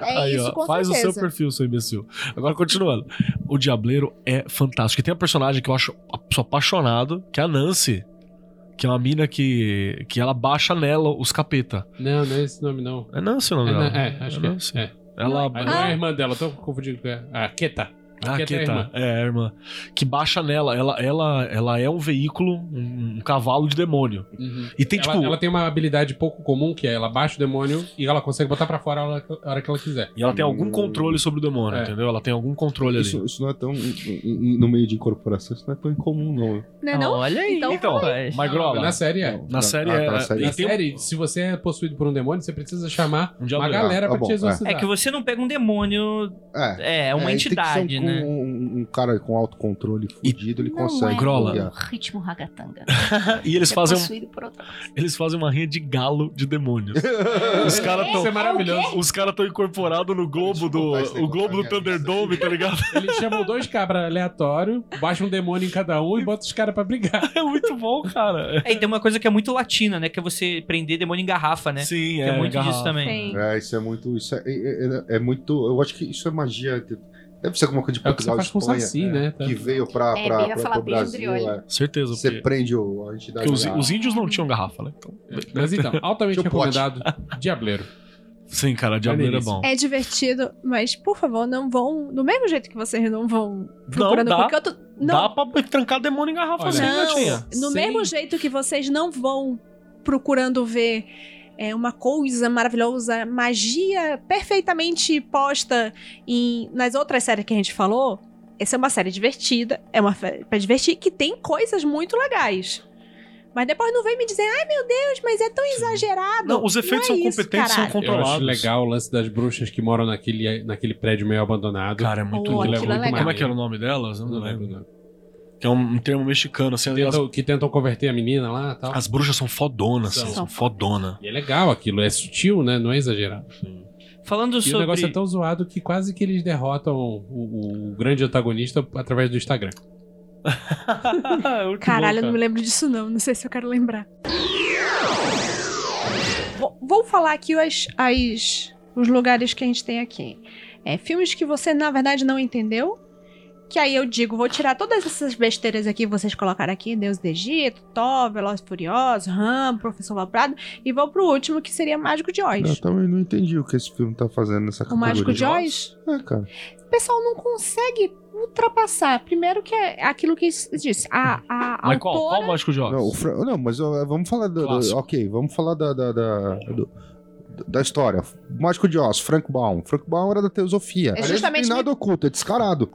Speaker 6: É isso, com
Speaker 4: faz
Speaker 6: certeza.
Speaker 4: o seu perfil, seu imbecil. Agora, continuando. O Diableiro é fantástico. E tem uma personagem que eu acho sou apaixonado, que é a Nancy. Que é uma mina que, que ela baixa nela os capeta.
Speaker 5: não, não é esse nome, não.
Speaker 4: É Nancy o nome
Speaker 5: É,
Speaker 4: dela?
Speaker 5: não, é, acho que é.
Speaker 4: Nancy.
Speaker 5: é.
Speaker 4: Ela...
Speaker 5: Mas não
Speaker 3: Ah.
Speaker 5: é a irmã dela, eu tô confundindo com a ah, Keta.
Speaker 4: Ah,
Speaker 5: Keta
Speaker 4: que
Speaker 5: é a
Speaker 4: tá.
Speaker 5: irmã.
Speaker 4: É, a irmã. Que baixa nela. Ela, ela, ela é um veículo, um, um cavalo de demônio.
Speaker 5: Uhum.
Speaker 4: E tem,
Speaker 5: ela,
Speaker 4: tipo...
Speaker 5: ela tem uma habilidade pouco comum, que é ela baixa o demônio e ela consegue botar pra fora a hora, a hora que ela quiser.
Speaker 4: E ela tem algum controle sobre o demônio,
Speaker 5: É.
Speaker 4: entendeu? Ela tem algum controle ali.
Speaker 7: Isso, isso não é tão. em- em- No meio de incorporação, isso não é tão incomum, não.
Speaker 6: Não é não?
Speaker 3: Olha aí.
Speaker 6: Então,
Speaker 4: Então,
Speaker 3: rapaz.
Speaker 4: mas Grola,
Speaker 5: Na série é.
Speaker 7: Não,
Speaker 4: na série é-
Speaker 7: tá na
Speaker 4: e
Speaker 5: Na
Speaker 7: série.
Speaker 4: tem um-
Speaker 5: série, se você é possuído por um demônio, você precisa chamar
Speaker 4: Um
Speaker 5: uma
Speaker 4: diableiro.
Speaker 5: galera
Speaker 7: Ah,
Speaker 5: pra
Speaker 7: tá bom,
Speaker 5: te
Speaker 7: é.
Speaker 5: exorcizar.
Speaker 3: É que você não pega um demônio,
Speaker 7: É.
Speaker 3: é uma
Speaker 7: É, ele tem que ser
Speaker 3: entidade,
Speaker 7: um,
Speaker 3: né?
Speaker 7: Um, um cara com autocontrole fudido, ele
Speaker 2: não
Speaker 7: consegue.
Speaker 2: é
Speaker 4: Grola.
Speaker 2: o
Speaker 7: bloquear.
Speaker 2: ritmo ragatanga.
Speaker 4: e eles
Speaker 2: É
Speaker 4: fazem um,
Speaker 2: possuído por outra coisa.
Speaker 4: Eles fazem uma rinha de galo de demônios. Os caras
Speaker 5: Isso é
Speaker 4: estão.
Speaker 5: maravilhoso.
Speaker 4: Os caras estão incorporados no globo
Speaker 7: Deixa eu
Speaker 4: do.
Speaker 7: contar esse
Speaker 4: O
Speaker 7: negócio,
Speaker 4: globo do
Speaker 7: cara.
Speaker 4: Thunderdome, tá ligado?
Speaker 5: Eles chamam dois cabras aleatórios, baixa um demônio em cada um e bota os caras pra brigar.
Speaker 4: É muito bom, cara.
Speaker 3: É, e tem uma coisa que é muito latina, né? Que é você prender demônio em garrafa, né?
Speaker 4: Sim,
Speaker 3: Tem
Speaker 4: é.
Speaker 3: muito
Speaker 4: garrafa.
Speaker 3: disso também.
Speaker 6: Tem.
Speaker 7: É, isso é muito. Isso é, é- é- é muito. Eu acho que isso é magia. Deve ser alguma coisa de
Speaker 5: É o que você
Speaker 7: Portugal
Speaker 5: faz com o
Speaker 7: Espanha.
Speaker 5: Saci, né? Tá.
Speaker 7: Que veio pra,
Speaker 2: É,
Speaker 7: pra,
Speaker 2: eu ia
Speaker 7: pra,
Speaker 2: falar
Speaker 7: pro
Speaker 2: bem
Speaker 7: Brasil.
Speaker 2: Andrioli.
Speaker 7: é.
Speaker 4: Certeza.
Speaker 7: Você
Speaker 4: Porque,
Speaker 7: prende o, a entidade.
Speaker 4: porque os,
Speaker 7: lá.
Speaker 4: os índios não tinham garrafa, né? Então,
Speaker 5: Mas então, altamente
Speaker 7: Tipo pote.
Speaker 5: recomendado, Diableiro.
Speaker 4: sim, cara, Diableiro é
Speaker 5: delícia.
Speaker 4: bom.
Speaker 6: É divertido, mas por favor, não vão. Do mesmo jeito que vocês não vão procurando
Speaker 4: dá.
Speaker 6: qualquer outro. Não,
Speaker 4: Dá pra trancar demônio em garrafa,
Speaker 5: Olha,
Speaker 4: sim, né,
Speaker 5: não.
Speaker 4: gatinha.
Speaker 6: no
Speaker 5: Sem-
Speaker 6: mesmo jeito que vocês não vão procurando ver é uma coisa maravilhosa, magia perfeitamente posta em nas outras séries que a gente falou. Essa é uma série divertida, é uma série pra divertir que tem coisas muito legais. Mas depois não vem me dizer, ai meu Deus, mas é tão exagerado.
Speaker 4: Não, os efeitos
Speaker 6: é
Speaker 4: são
Speaker 6: isso,
Speaker 4: competentes, são
Speaker 6: caralho.
Speaker 4: controlados.
Speaker 5: Eu acho legal o lance das bruxas que moram naquele, naquele prédio meio abandonado.
Speaker 4: Cara, né? é muito
Speaker 6: Oh,
Speaker 4: louco.
Speaker 6: aquilo é legal.
Speaker 4: Como é que era o nome delas? Eu Não
Speaker 5: Não
Speaker 4: lembro.
Speaker 5: lembro, não.
Speaker 4: Que é um, um termo mexicano, assim. elas-
Speaker 5: Tentam- que tentam converter a menina lá e tal.
Speaker 4: as bruxas são fodonas,
Speaker 5: São.
Speaker 4: são, são fodona.
Speaker 5: E é legal aquilo, é sutil, né? Não é exagerado.
Speaker 3: Falando
Speaker 5: E o
Speaker 3: sobre.
Speaker 5: negócio é tão zoado que quase que eles derrotam o, o grande antagonista através do Instagram.
Speaker 4: Muito
Speaker 6: Caralho, eu não
Speaker 4: bom,
Speaker 6: me lembro disso não, não sei se eu quero lembrar. Bom, vou falar aqui as, as- os lugares que a gente tem aqui. É, filmes que você, na verdade, não entendeu. Que aí eu digo, vou tirar todas essas besteiras aqui que vocês colocaram aqui. Deus do Egito, Thor, Veloz e Furioso, Ram, Professor Labrado. E vou pro último, que seria Mágico de
Speaker 7: Eu
Speaker 6: Oz.
Speaker 7: também não tá entendi o que esse filme tá fazendo nessa
Speaker 6: O Mágico de
Speaker 7: categoria.
Speaker 6: Oz,
Speaker 7: É, cara.
Speaker 6: o pessoal não consegue ultrapassar. Primeiro que é aquilo que disse. A, a
Speaker 4: Mas qual,
Speaker 6: autora...
Speaker 4: qual mágico de Oz?
Speaker 7: Não, o Fra- não, mas ó, vamos falar do, do-
Speaker 4: Clássico.
Speaker 7: Ok, vamos falar da. da, da- do- da história. Mágico de Oz, Frank Baum. Frank Baum era da teosofia. Aliás,
Speaker 6: É justamente
Speaker 7: não tem nada oculto, é descarado.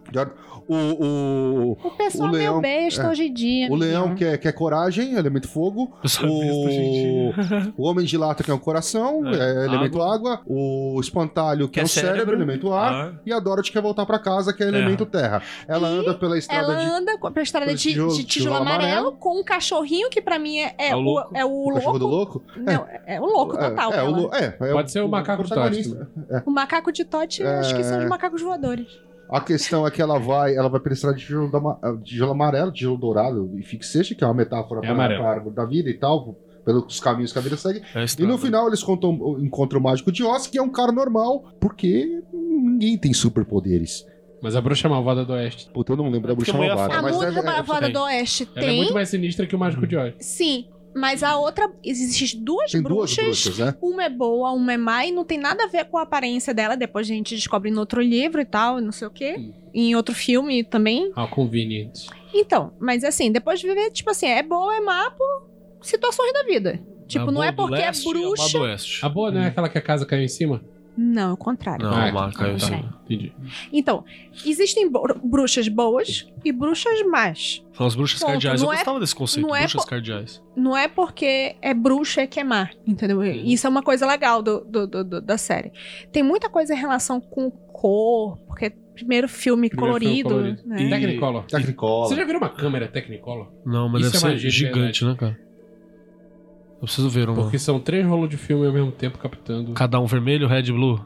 Speaker 7: O, o,
Speaker 6: O pessoal
Speaker 7: O
Speaker 6: meio
Speaker 7: leão-
Speaker 6: besta
Speaker 7: é.
Speaker 6: hoje em dia.
Speaker 7: o leão,
Speaker 6: menino.
Speaker 7: que é, que é coragem, elemento fogo.
Speaker 4: Eu só visto,
Speaker 7: O,
Speaker 4: Tá gente.
Speaker 7: o homem de lata, que é o coração,
Speaker 4: É,
Speaker 7: é, elemento água. O espantalho, que, é o cérebro, elemento ar.
Speaker 4: Ah,
Speaker 7: E a Dorothy quer voltar pra casa, que é
Speaker 4: Terra.
Speaker 7: elemento terra. Ela
Speaker 6: E
Speaker 7: anda pela estrada
Speaker 6: Ela
Speaker 7: de
Speaker 6: anda com- pra estrada de,
Speaker 7: pelo
Speaker 6: de
Speaker 7: tijolo-
Speaker 6: tijolo,
Speaker 7: tijolo
Speaker 6: amarelo,
Speaker 7: amarelo.
Speaker 6: com um cachorrinho que pra mim é, é
Speaker 5: É o
Speaker 6: o,
Speaker 5: louco.
Speaker 6: é o
Speaker 7: o cachorro
Speaker 6: louco.
Speaker 7: do louco.
Speaker 6: Não, é, é o louco total.
Speaker 7: é, é,
Speaker 6: pra
Speaker 7: o é.
Speaker 6: ela.
Speaker 7: lo- é, é
Speaker 5: Pode ser o macaco de
Speaker 7: protagonista.
Speaker 5: Totti.
Speaker 6: O macaco de Totti, eu acho que são
Speaker 7: É.
Speaker 6: os macacos voadores.
Speaker 7: A questão é que ela vai, ela vai pela estrada de tijolo, da, ma- eh, tijolo amarelo, tijolo dourado e fixeixa, que é uma metáfora pra-
Speaker 5: amarelo.
Speaker 7: pra árvore da vida e tal, pelos caminhos que a vida segue.
Speaker 4: é a
Speaker 7: E
Speaker 4: estrada.
Speaker 7: no final eles contam- encontram o mágico de Oz, que é um cara normal, porque ninguém tem superpoderes.
Speaker 5: Mas a bruxa malvada do Oeste.
Speaker 7: Puta, eu não lembro da
Speaker 4: Porque
Speaker 7: bruxa
Speaker 4: a mulher
Speaker 7: malvada,
Speaker 6: A
Speaker 7: mas
Speaker 6: música
Speaker 7: é,
Speaker 6: da
Speaker 7: é,
Speaker 6: Voada
Speaker 4: tem.
Speaker 6: do Oeste
Speaker 5: Ela é
Speaker 6: tem,
Speaker 5: muito mais sinistra que o Mágico
Speaker 4: Uhum.
Speaker 5: de Oz.
Speaker 6: sim. Mas a outra, existem duas,
Speaker 7: tem duas
Speaker 6: bruxas,
Speaker 7: bruxas, né?
Speaker 6: Uma é boa, uma é má, e não tem nada a ver com a aparência dela. Depois a gente descobre no outro livro e tal, não sei o quê. Em outro filme também.
Speaker 5: How convenient.
Speaker 6: Então, mas assim, depois de viver, tipo assim, é boa, é má por situações da vida. Tipo,
Speaker 4: A
Speaker 6: não é
Speaker 4: boa do
Speaker 6: porque é
Speaker 4: leste e a má
Speaker 6: bruxa.
Speaker 4: do oeste.
Speaker 5: A boa não é aquela que a casa caiu em cima?
Speaker 6: Não, é o contrário.
Speaker 4: Não,
Speaker 5: Ah,
Speaker 4: a má caiu em cima.
Speaker 5: Entendi.
Speaker 6: Então, existem bo- bruxas boas e bruxas más.
Speaker 4: São as bruxas
Speaker 6: Ponto.
Speaker 4: cardeais. Eu
Speaker 6: Não é-
Speaker 4: gostava desse conceito,
Speaker 6: não é
Speaker 4: bruxas
Speaker 6: po-
Speaker 4: cardeais.
Speaker 6: Não é porque é bruxa que é má, entendeu? Isso é uma coisa legal do, do- do- do- da série. Tem muita coisa em relação com cor, porque é primeiro filme
Speaker 5: Primeiro filme
Speaker 6: colorido,
Speaker 5: colorido.
Speaker 6: né?
Speaker 4: E-
Speaker 5: Technicolor. Você
Speaker 7: Tecnicola.
Speaker 5: já virou uma câmera Technicolor?
Speaker 4: Não, mas
Speaker 5: Isso é
Speaker 4: deve ser
Speaker 5: magia de
Speaker 4: gigante, né, cara? Eu preciso ver um.
Speaker 5: Porque são três rolos de filme ao mesmo tempo captando
Speaker 4: Cada um vermelho, red e blue.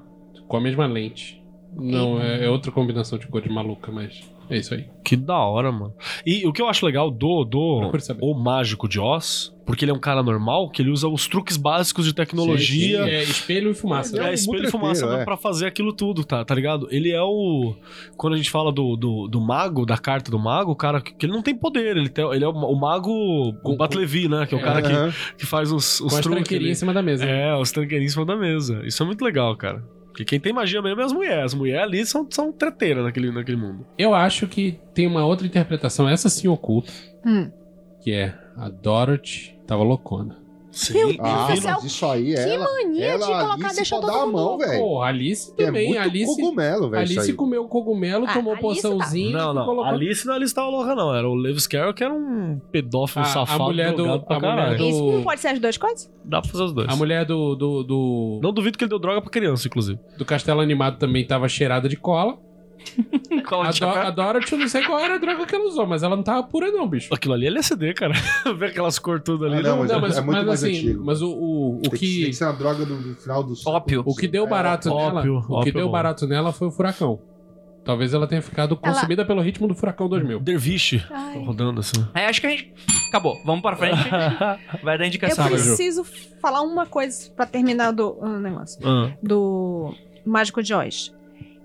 Speaker 5: com a mesma lente. Não, é, é outra combinação de cores maluca, mas é isso aí.
Speaker 4: Que da hora, mano. E o que eu acho legal do, do
Speaker 5: Procure saber.
Speaker 4: O Mágico de Oz, porque ele é um cara normal, que ele usa os truques básicos de tecnologia.
Speaker 5: Sim, sim, É espelho e fumaça.
Speaker 7: Ele
Speaker 5: né?
Speaker 4: É, espelho e
Speaker 7: mutreteiro,
Speaker 4: fumaça mesmo
Speaker 7: é.
Speaker 4: pra fazer aquilo tudo, tá, tá ligado? Ele é o. Quando a gente fala do, do, do mago, da carta do mago, o cara que que ele não tem poder, ele, tem, ele é o, o mago.
Speaker 5: Com-
Speaker 4: O Batlevi, né? Que é o
Speaker 5: É.
Speaker 4: cara que,
Speaker 7: Aham.
Speaker 4: que faz os, os
Speaker 5: Com as
Speaker 4: truques. ali.
Speaker 5: tranqueirinhas em cima da mesa.
Speaker 4: É, os tranqueirinhos em cima da mesa. Isso é muito legal, cara. Porque quem tem magia mesmo é as mulheres. As mulheres ali são, são treteiras naquele, naquele mundo.
Speaker 5: Eu acho que tem uma outra interpretação, essa sim oculta,
Speaker 6: Hum.
Speaker 5: que é a Dorothy tava loucona.
Speaker 4: Sim,
Speaker 7: Ah,
Speaker 6: Deus do céu,
Speaker 7: mas isso aí,
Speaker 6: é Que
Speaker 7: ela,
Speaker 6: mania
Speaker 7: ela
Speaker 6: de colocar,
Speaker 7: Alice
Speaker 6: deixou
Speaker 7: pra
Speaker 6: todo
Speaker 7: dar a
Speaker 6: mundo
Speaker 7: mão,
Speaker 6: louco.
Speaker 7: velho.
Speaker 5: Pô, a Alice
Speaker 7: é
Speaker 5: também.
Speaker 7: muito
Speaker 5: Alice,
Speaker 7: cogumelo, velho, isso
Speaker 5: Alice
Speaker 7: aí. tá-
Speaker 5: comeu cogumelo,
Speaker 6: Ah,
Speaker 5: tomou
Speaker 6: Alice
Speaker 5: poçãozinha
Speaker 4: Não,
Speaker 5: e
Speaker 4: não.
Speaker 5: colocou...
Speaker 4: Alice não é Alice tava louca, não. Era o Lewis Carroll, que era um pedófilo
Speaker 5: Ah, A- a
Speaker 4: safado.
Speaker 5: mulher do-
Speaker 4: drogado pra
Speaker 5: a mulher
Speaker 4: caralho.
Speaker 5: do-
Speaker 6: Isso não pode ser as duas coisas?
Speaker 4: Dá pra fazer os dois.
Speaker 5: A mulher do, do, do,
Speaker 4: Não duvido que ele deu droga pra criança, inclusive.
Speaker 5: do Castelo Animado também tava cheirada de cola.
Speaker 4: Cola
Speaker 5: A, Do-
Speaker 4: de chapéu.
Speaker 5: a Dorothy, eu não sei qual era a droga que ela usou, mas ela não tava pura não, bicho.
Speaker 4: Aquilo ali é LSD, cara. Ver aquelas cores tudo ali.
Speaker 7: Ah, não, mas é- é muito mais
Speaker 5: assim,
Speaker 7: antigo.
Speaker 5: Mas o, o, o
Speaker 7: Tem que, tem
Speaker 5: que...
Speaker 7: que ser uma droga do, do final do século.
Speaker 3: Ópio.
Speaker 5: O que deu
Speaker 7: É,
Speaker 5: barato nela,
Speaker 4: ópio,
Speaker 5: o que
Speaker 4: ópio é
Speaker 5: deu
Speaker 4: bom.
Speaker 5: barato nela foi o furacão. Talvez ela tenha ficado
Speaker 6: Ela-
Speaker 5: consumida pelo ritmo do furacão 2000.
Speaker 4: Derviche.
Speaker 6: Ai.
Speaker 4: Rodando assim.
Speaker 3: É, acho que a gente. Acabou. Vamos pra frente. Vai dar
Speaker 6: Eu
Speaker 3: indicação. Ju.
Speaker 6: preciso falar uma coisa pra terminar do o negócio
Speaker 4: Ah,
Speaker 6: do Mágico de Oz.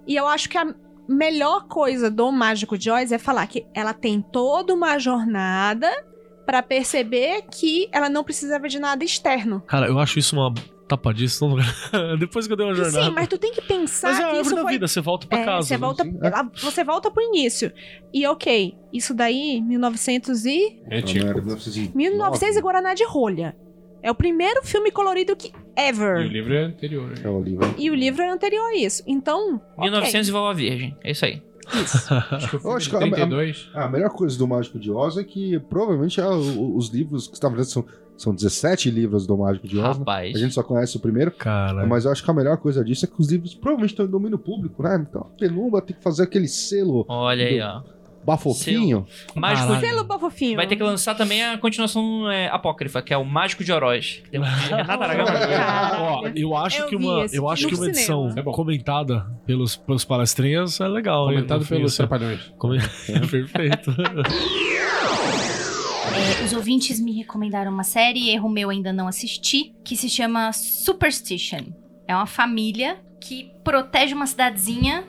Speaker 6: E eu acho que a melhor coisa do Mágico de Oz é falar que ela tem toda uma jornada pra perceber que ela não precisava de nada externo.
Speaker 4: cara, eu acho isso uma tapadice. não- Depois que eu dei uma
Speaker 6: E
Speaker 4: jornada.
Speaker 6: Sim, mas tu tem que pensar
Speaker 4: Mas é a
Speaker 6: que
Speaker 4: árvore
Speaker 6: isso
Speaker 4: da
Speaker 6: foi
Speaker 4: vida, você volta pra
Speaker 6: É,
Speaker 4: casa.
Speaker 6: Você
Speaker 4: né?
Speaker 6: volta,
Speaker 7: Sim, é.
Speaker 6: ela- você volta pro início. E ok, isso daí, 1900 e...
Speaker 5: É
Speaker 7: Ah,
Speaker 5: tipo...
Speaker 7: merda, 1909.
Speaker 6: 1900 e Guaraná de Rolha. É o primeiro filme colorido que
Speaker 5: E o
Speaker 6: Ever.
Speaker 5: livro é anterior.
Speaker 7: É o livro.
Speaker 6: E o livro é anterior a isso. Então. ok.
Speaker 3: 1900 e Vova Virgem. É isso aí.
Speaker 5: Acho que o
Speaker 7: Eu
Speaker 5: filme
Speaker 7: acho
Speaker 5: de
Speaker 7: que a- a-
Speaker 5: 32.
Speaker 7: Ah, A melhor coisa do Mágico de Oz é que provavelmente ah, o- os livros que você tá fazendo são, são 17 livros do Mágico de Oz. né?
Speaker 3: Rapaz.
Speaker 7: A gente só conhece o primeiro.
Speaker 5: É.
Speaker 4: Cara.
Speaker 7: Mas eu acho que a melhor coisa disso é que os livros provavelmente estão em domínio público, né? Então, a Penumbra tem que fazer aquele selo
Speaker 3: Olha aí, ó.
Speaker 7: bafofinho.
Speaker 3: Mágico
Speaker 4: Caralho.
Speaker 6: Selo bafofinho.
Speaker 3: Vai ter que lançar também a continuação é, apócrifa, que é o Mágico de Oroz. Que tem um filme de Renata Aragão.
Speaker 4: Ó, eu acho
Speaker 6: Eu
Speaker 4: que
Speaker 6: vi
Speaker 4: uma,
Speaker 6: esse
Speaker 4: eu acho
Speaker 6: no
Speaker 4: que uma edição
Speaker 6: cinema. Tá
Speaker 5: É bom.
Speaker 4: comentada pelos, pelos palestrinhas é legal. hein?
Speaker 5: Comentado
Speaker 4: No fim,
Speaker 5: pelos
Speaker 4: assim.
Speaker 5: Trapalhões.
Speaker 4: Come- Perfeito.
Speaker 2: É, os ouvintes me recomendaram uma série, erro meu ainda não assisti, que se chama Superstition. É uma família que protege uma cidadezinha,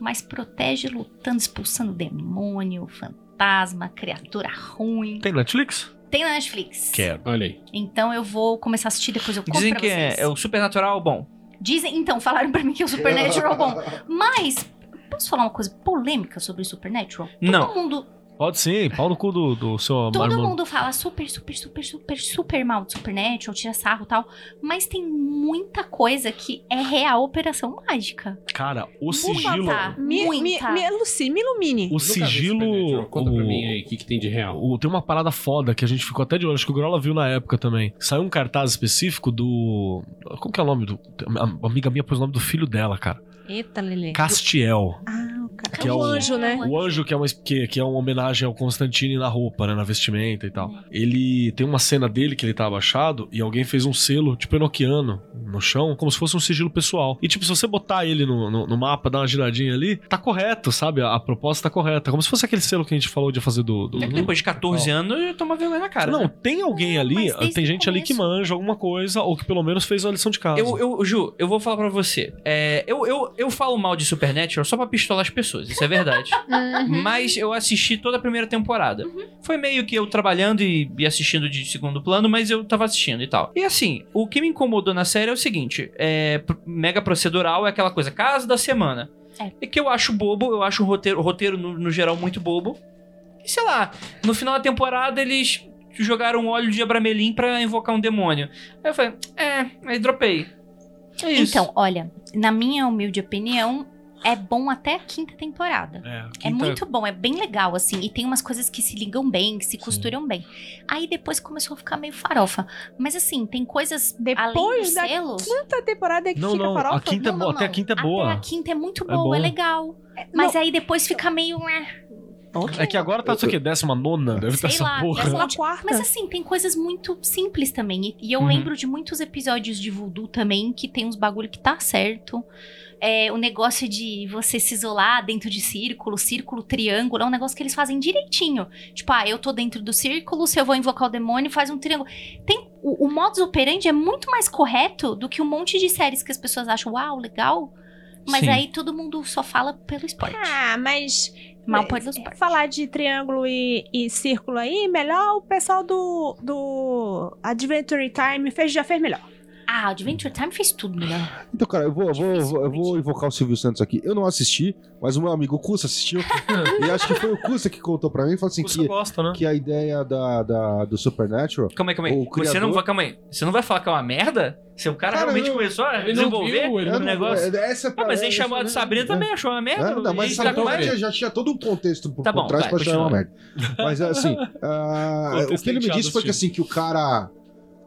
Speaker 2: mas protege lutando, expulsando demônio, fantasma, criatura ruim.
Speaker 4: Tem Netflix?
Speaker 2: Tem na Netflix.
Speaker 7: É.
Speaker 4: Quero.
Speaker 5: Olha aí.
Speaker 2: Então eu vou começar a assistir, depois eu conto
Speaker 3: é. Dizem
Speaker 2: pra
Speaker 3: que
Speaker 2: vocês.
Speaker 3: é, é o Supernatural bom.
Speaker 2: Dizem, então, falaram pra mim que é o Supernatural bom. Mas, posso falar uma coisa polêmica sobre o Supernatural?
Speaker 3: Não.
Speaker 2: Todo mundo,
Speaker 4: Pode sim, pau no cu do, do seu
Speaker 2: todo
Speaker 4: marmão.
Speaker 2: mundo fala super, super, super, super, super mal de Supernatural, tira sarro e tal. Mas tem muita coisa que é real operação mágica.
Speaker 4: Cara, o
Speaker 2: Vou
Speaker 4: sigilo.
Speaker 2: contar.
Speaker 6: Me, me,
Speaker 2: muita.
Speaker 6: me, Luci, me ilumine.
Speaker 4: O
Speaker 5: Nunca vi Supernatural.
Speaker 4: sigilo.
Speaker 5: Conta pra mim
Speaker 4: O,
Speaker 5: aí o que, que tem de real.
Speaker 4: o- tem uma parada foda que a gente ficou até de olho, acho que o Grola viu na época também. Saiu um cartaz específico do. Como que é o nome do. A amiga minha pôs o nome do filho dela, cara.
Speaker 6: Eita, Lelê.
Speaker 4: Castiel.
Speaker 6: Ah, o cara.
Speaker 4: Que é
Speaker 6: o
Speaker 4: o-
Speaker 6: anjo, né?
Speaker 4: O anjo, que é, uma, que, que é uma homenagem ao Constantine na roupa, né? Na vestimenta e tal.
Speaker 2: É.
Speaker 4: Ele tem uma cena dele que ele tá abaixado e alguém fez um selo, tipo enoquiano, no chão, como se fosse um sigilo pessoal. E, tipo, se você botar ele no, no, no mapa, dar uma giradinha ali, tá correto, sabe? A, a proposta tá correta. Como se fosse aquele selo que a gente falou de fazer do. do-
Speaker 3: É que Depois de 14 anos, eu tomo vergonha na cara.
Speaker 4: Uhum. Não,
Speaker 3: né?
Speaker 4: tem alguém
Speaker 2: Não,
Speaker 4: ali,
Speaker 2: mas desde
Speaker 4: tem
Speaker 2: o
Speaker 4: gente ali que
Speaker 2: começo.
Speaker 4: manja alguma coisa, ou que pelo menos fez a lição de casa.
Speaker 3: Eu, eu, Ju, eu vou falar pra você. É, eu, eu, eu falo mal de Supernatural só pra pistolar as pessoas, isso é verdade. Mas eu assisti toda a primeira temporada. Foi meio que eu trabalhando e, e assistindo de segundo plano, mas eu tava assistindo e tal. E assim, o que me incomodou na série é o seguinte: é, pr- mega procedural é aquela coisa, casa da semana.
Speaker 2: É.
Speaker 3: E que eu acho bobo, eu acho o roteiro, o roteiro no, no geral muito bobo. E sei lá, no final da temporada eles jogaram óleo de abramelim pra invocar um demônio. Aí eu falei, é, aí dropei. É isso.
Speaker 2: Então, olha, na minha humilde opinião, é bom até a quinta temporada.
Speaker 4: É,
Speaker 2: É
Speaker 4: quinta-
Speaker 2: muito bom, é bem legal, assim. E tem umas coisas que se ligam bem, que se costuram bem. Aí depois começou a ficar meio farofa. Mas assim, tem coisas além
Speaker 6: Depois
Speaker 2: do
Speaker 6: da
Speaker 2: selo.
Speaker 6: Quinta temporada é que
Speaker 4: Não,
Speaker 6: fica
Speaker 4: não,
Speaker 6: farofa.
Speaker 4: a quinta é
Speaker 2: Não,
Speaker 4: boa,
Speaker 2: não,
Speaker 4: até a
Speaker 2: não.
Speaker 4: quinta é
Speaker 2: Até
Speaker 4: boa.
Speaker 2: a quinta é muito
Speaker 4: É
Speaker 2: boa, é,
Speaker 4: bom.
Speaker 2: legal. Mas aí depois fica meio. eh,
Speaker 4: É que agora tá, isso aqui, décima nona, deve estar
Speaker 2: Sei
Speaker 4: essa
Speaker 2: lá,
Speaker 4: porra.
Speaker 2: décima-
Speaker 6: É Uma quarta.
Speaker 2: Mas assim, tem coisas muito simples também. E, e eu
Speaker 3: Tá. Uhum.
Speaker 2: lembro de muitos episódios de voodoo também que tem uns bagulho que tá certo. É, o negócio de você se isolar dentro de círculo, círculo, triângulo, é um negócio que eles fazem direitinho. Tipo, ah, eu tô dentro do círculo, se eu vou invocar o demônio, faz um triângulo. Tem, o, o modus operandi é muito mais correto do que um monte de séries que as pessoas acham, uau, legal. Mas
Speaker 3: Sim.
Speaker 2: aí todo mundo só fala pelo esporte.
Speaker 6: Ah, mas. é.
Speaker 2: Mal pode os pais.
Speaker 6: Falar de triângulo e, e círculo aí, melhor o pessoal do, do Adventure Time fez, já fez melhor.
Speaker 2: Ah, Adventure Time fez tudo melhor.
Speaker 7: Então, cara, eu vou, eu vou- eu vou, eu vou
Speaker 2: Dificilmente.
Speaker 7: invocar o Silvio Santos aqui. Eu não assisti, mas o meu amigo Cusa assistiu. e acho que foi o Cusa que contou pra mim. Falou assim:
Speaker 4: Você
Speaker 7: que,
Speaker 4: gosta, né?
Speaker 7: que a ideia da, da- do Supernatural.
Speaker 3: Calma aí, calma aí.
Speaker 7: O
Speaker 3: Você não
Speaker 7: criador-
Speaker 3: vai, calma aí. Você não vai falar que é uma merda? Se o cara,
Speaker 7: Cara,
Speaker 3: realmente
Speaker 7: eu-
Speaker 3: começou a
Speaker 5: ele não
Speaker 3: desenvolver
Speaker 5: viu, ele
Speaker 3: o
Speaker 5: não-
Speaker 3: negócio.
Speaker 7: Essa é
Speaker 3: Ah, mas
Speaker 7: pra-
Speaker 3: ele chamou a de Sabrina também, achou uma merda.
Speaker 7: Ah, não, mas
Speaker 3: E
Speaker 7: essa
Speaker 3: tá com
Speaker 7: Sabrina
Speaker 3: merda.
Speaker 7: já tinha todo um contexto por,
Speaker 3: Tá
Speaker 7: por
Speaker 3: bom,
Speaker 7: trás
Speaker 3: vai,
Speaker 7: pra achar uma
Speaker 3: continua.
Speaker 7: merda. Mas assim, ah, o
Speaker 4: Contexto
Speaker 7: que ele me
Speaker 4: enteado
Speaker 7: disse foi que
Speaker 4: assistindo.
Speaker 7: assim, que o cara.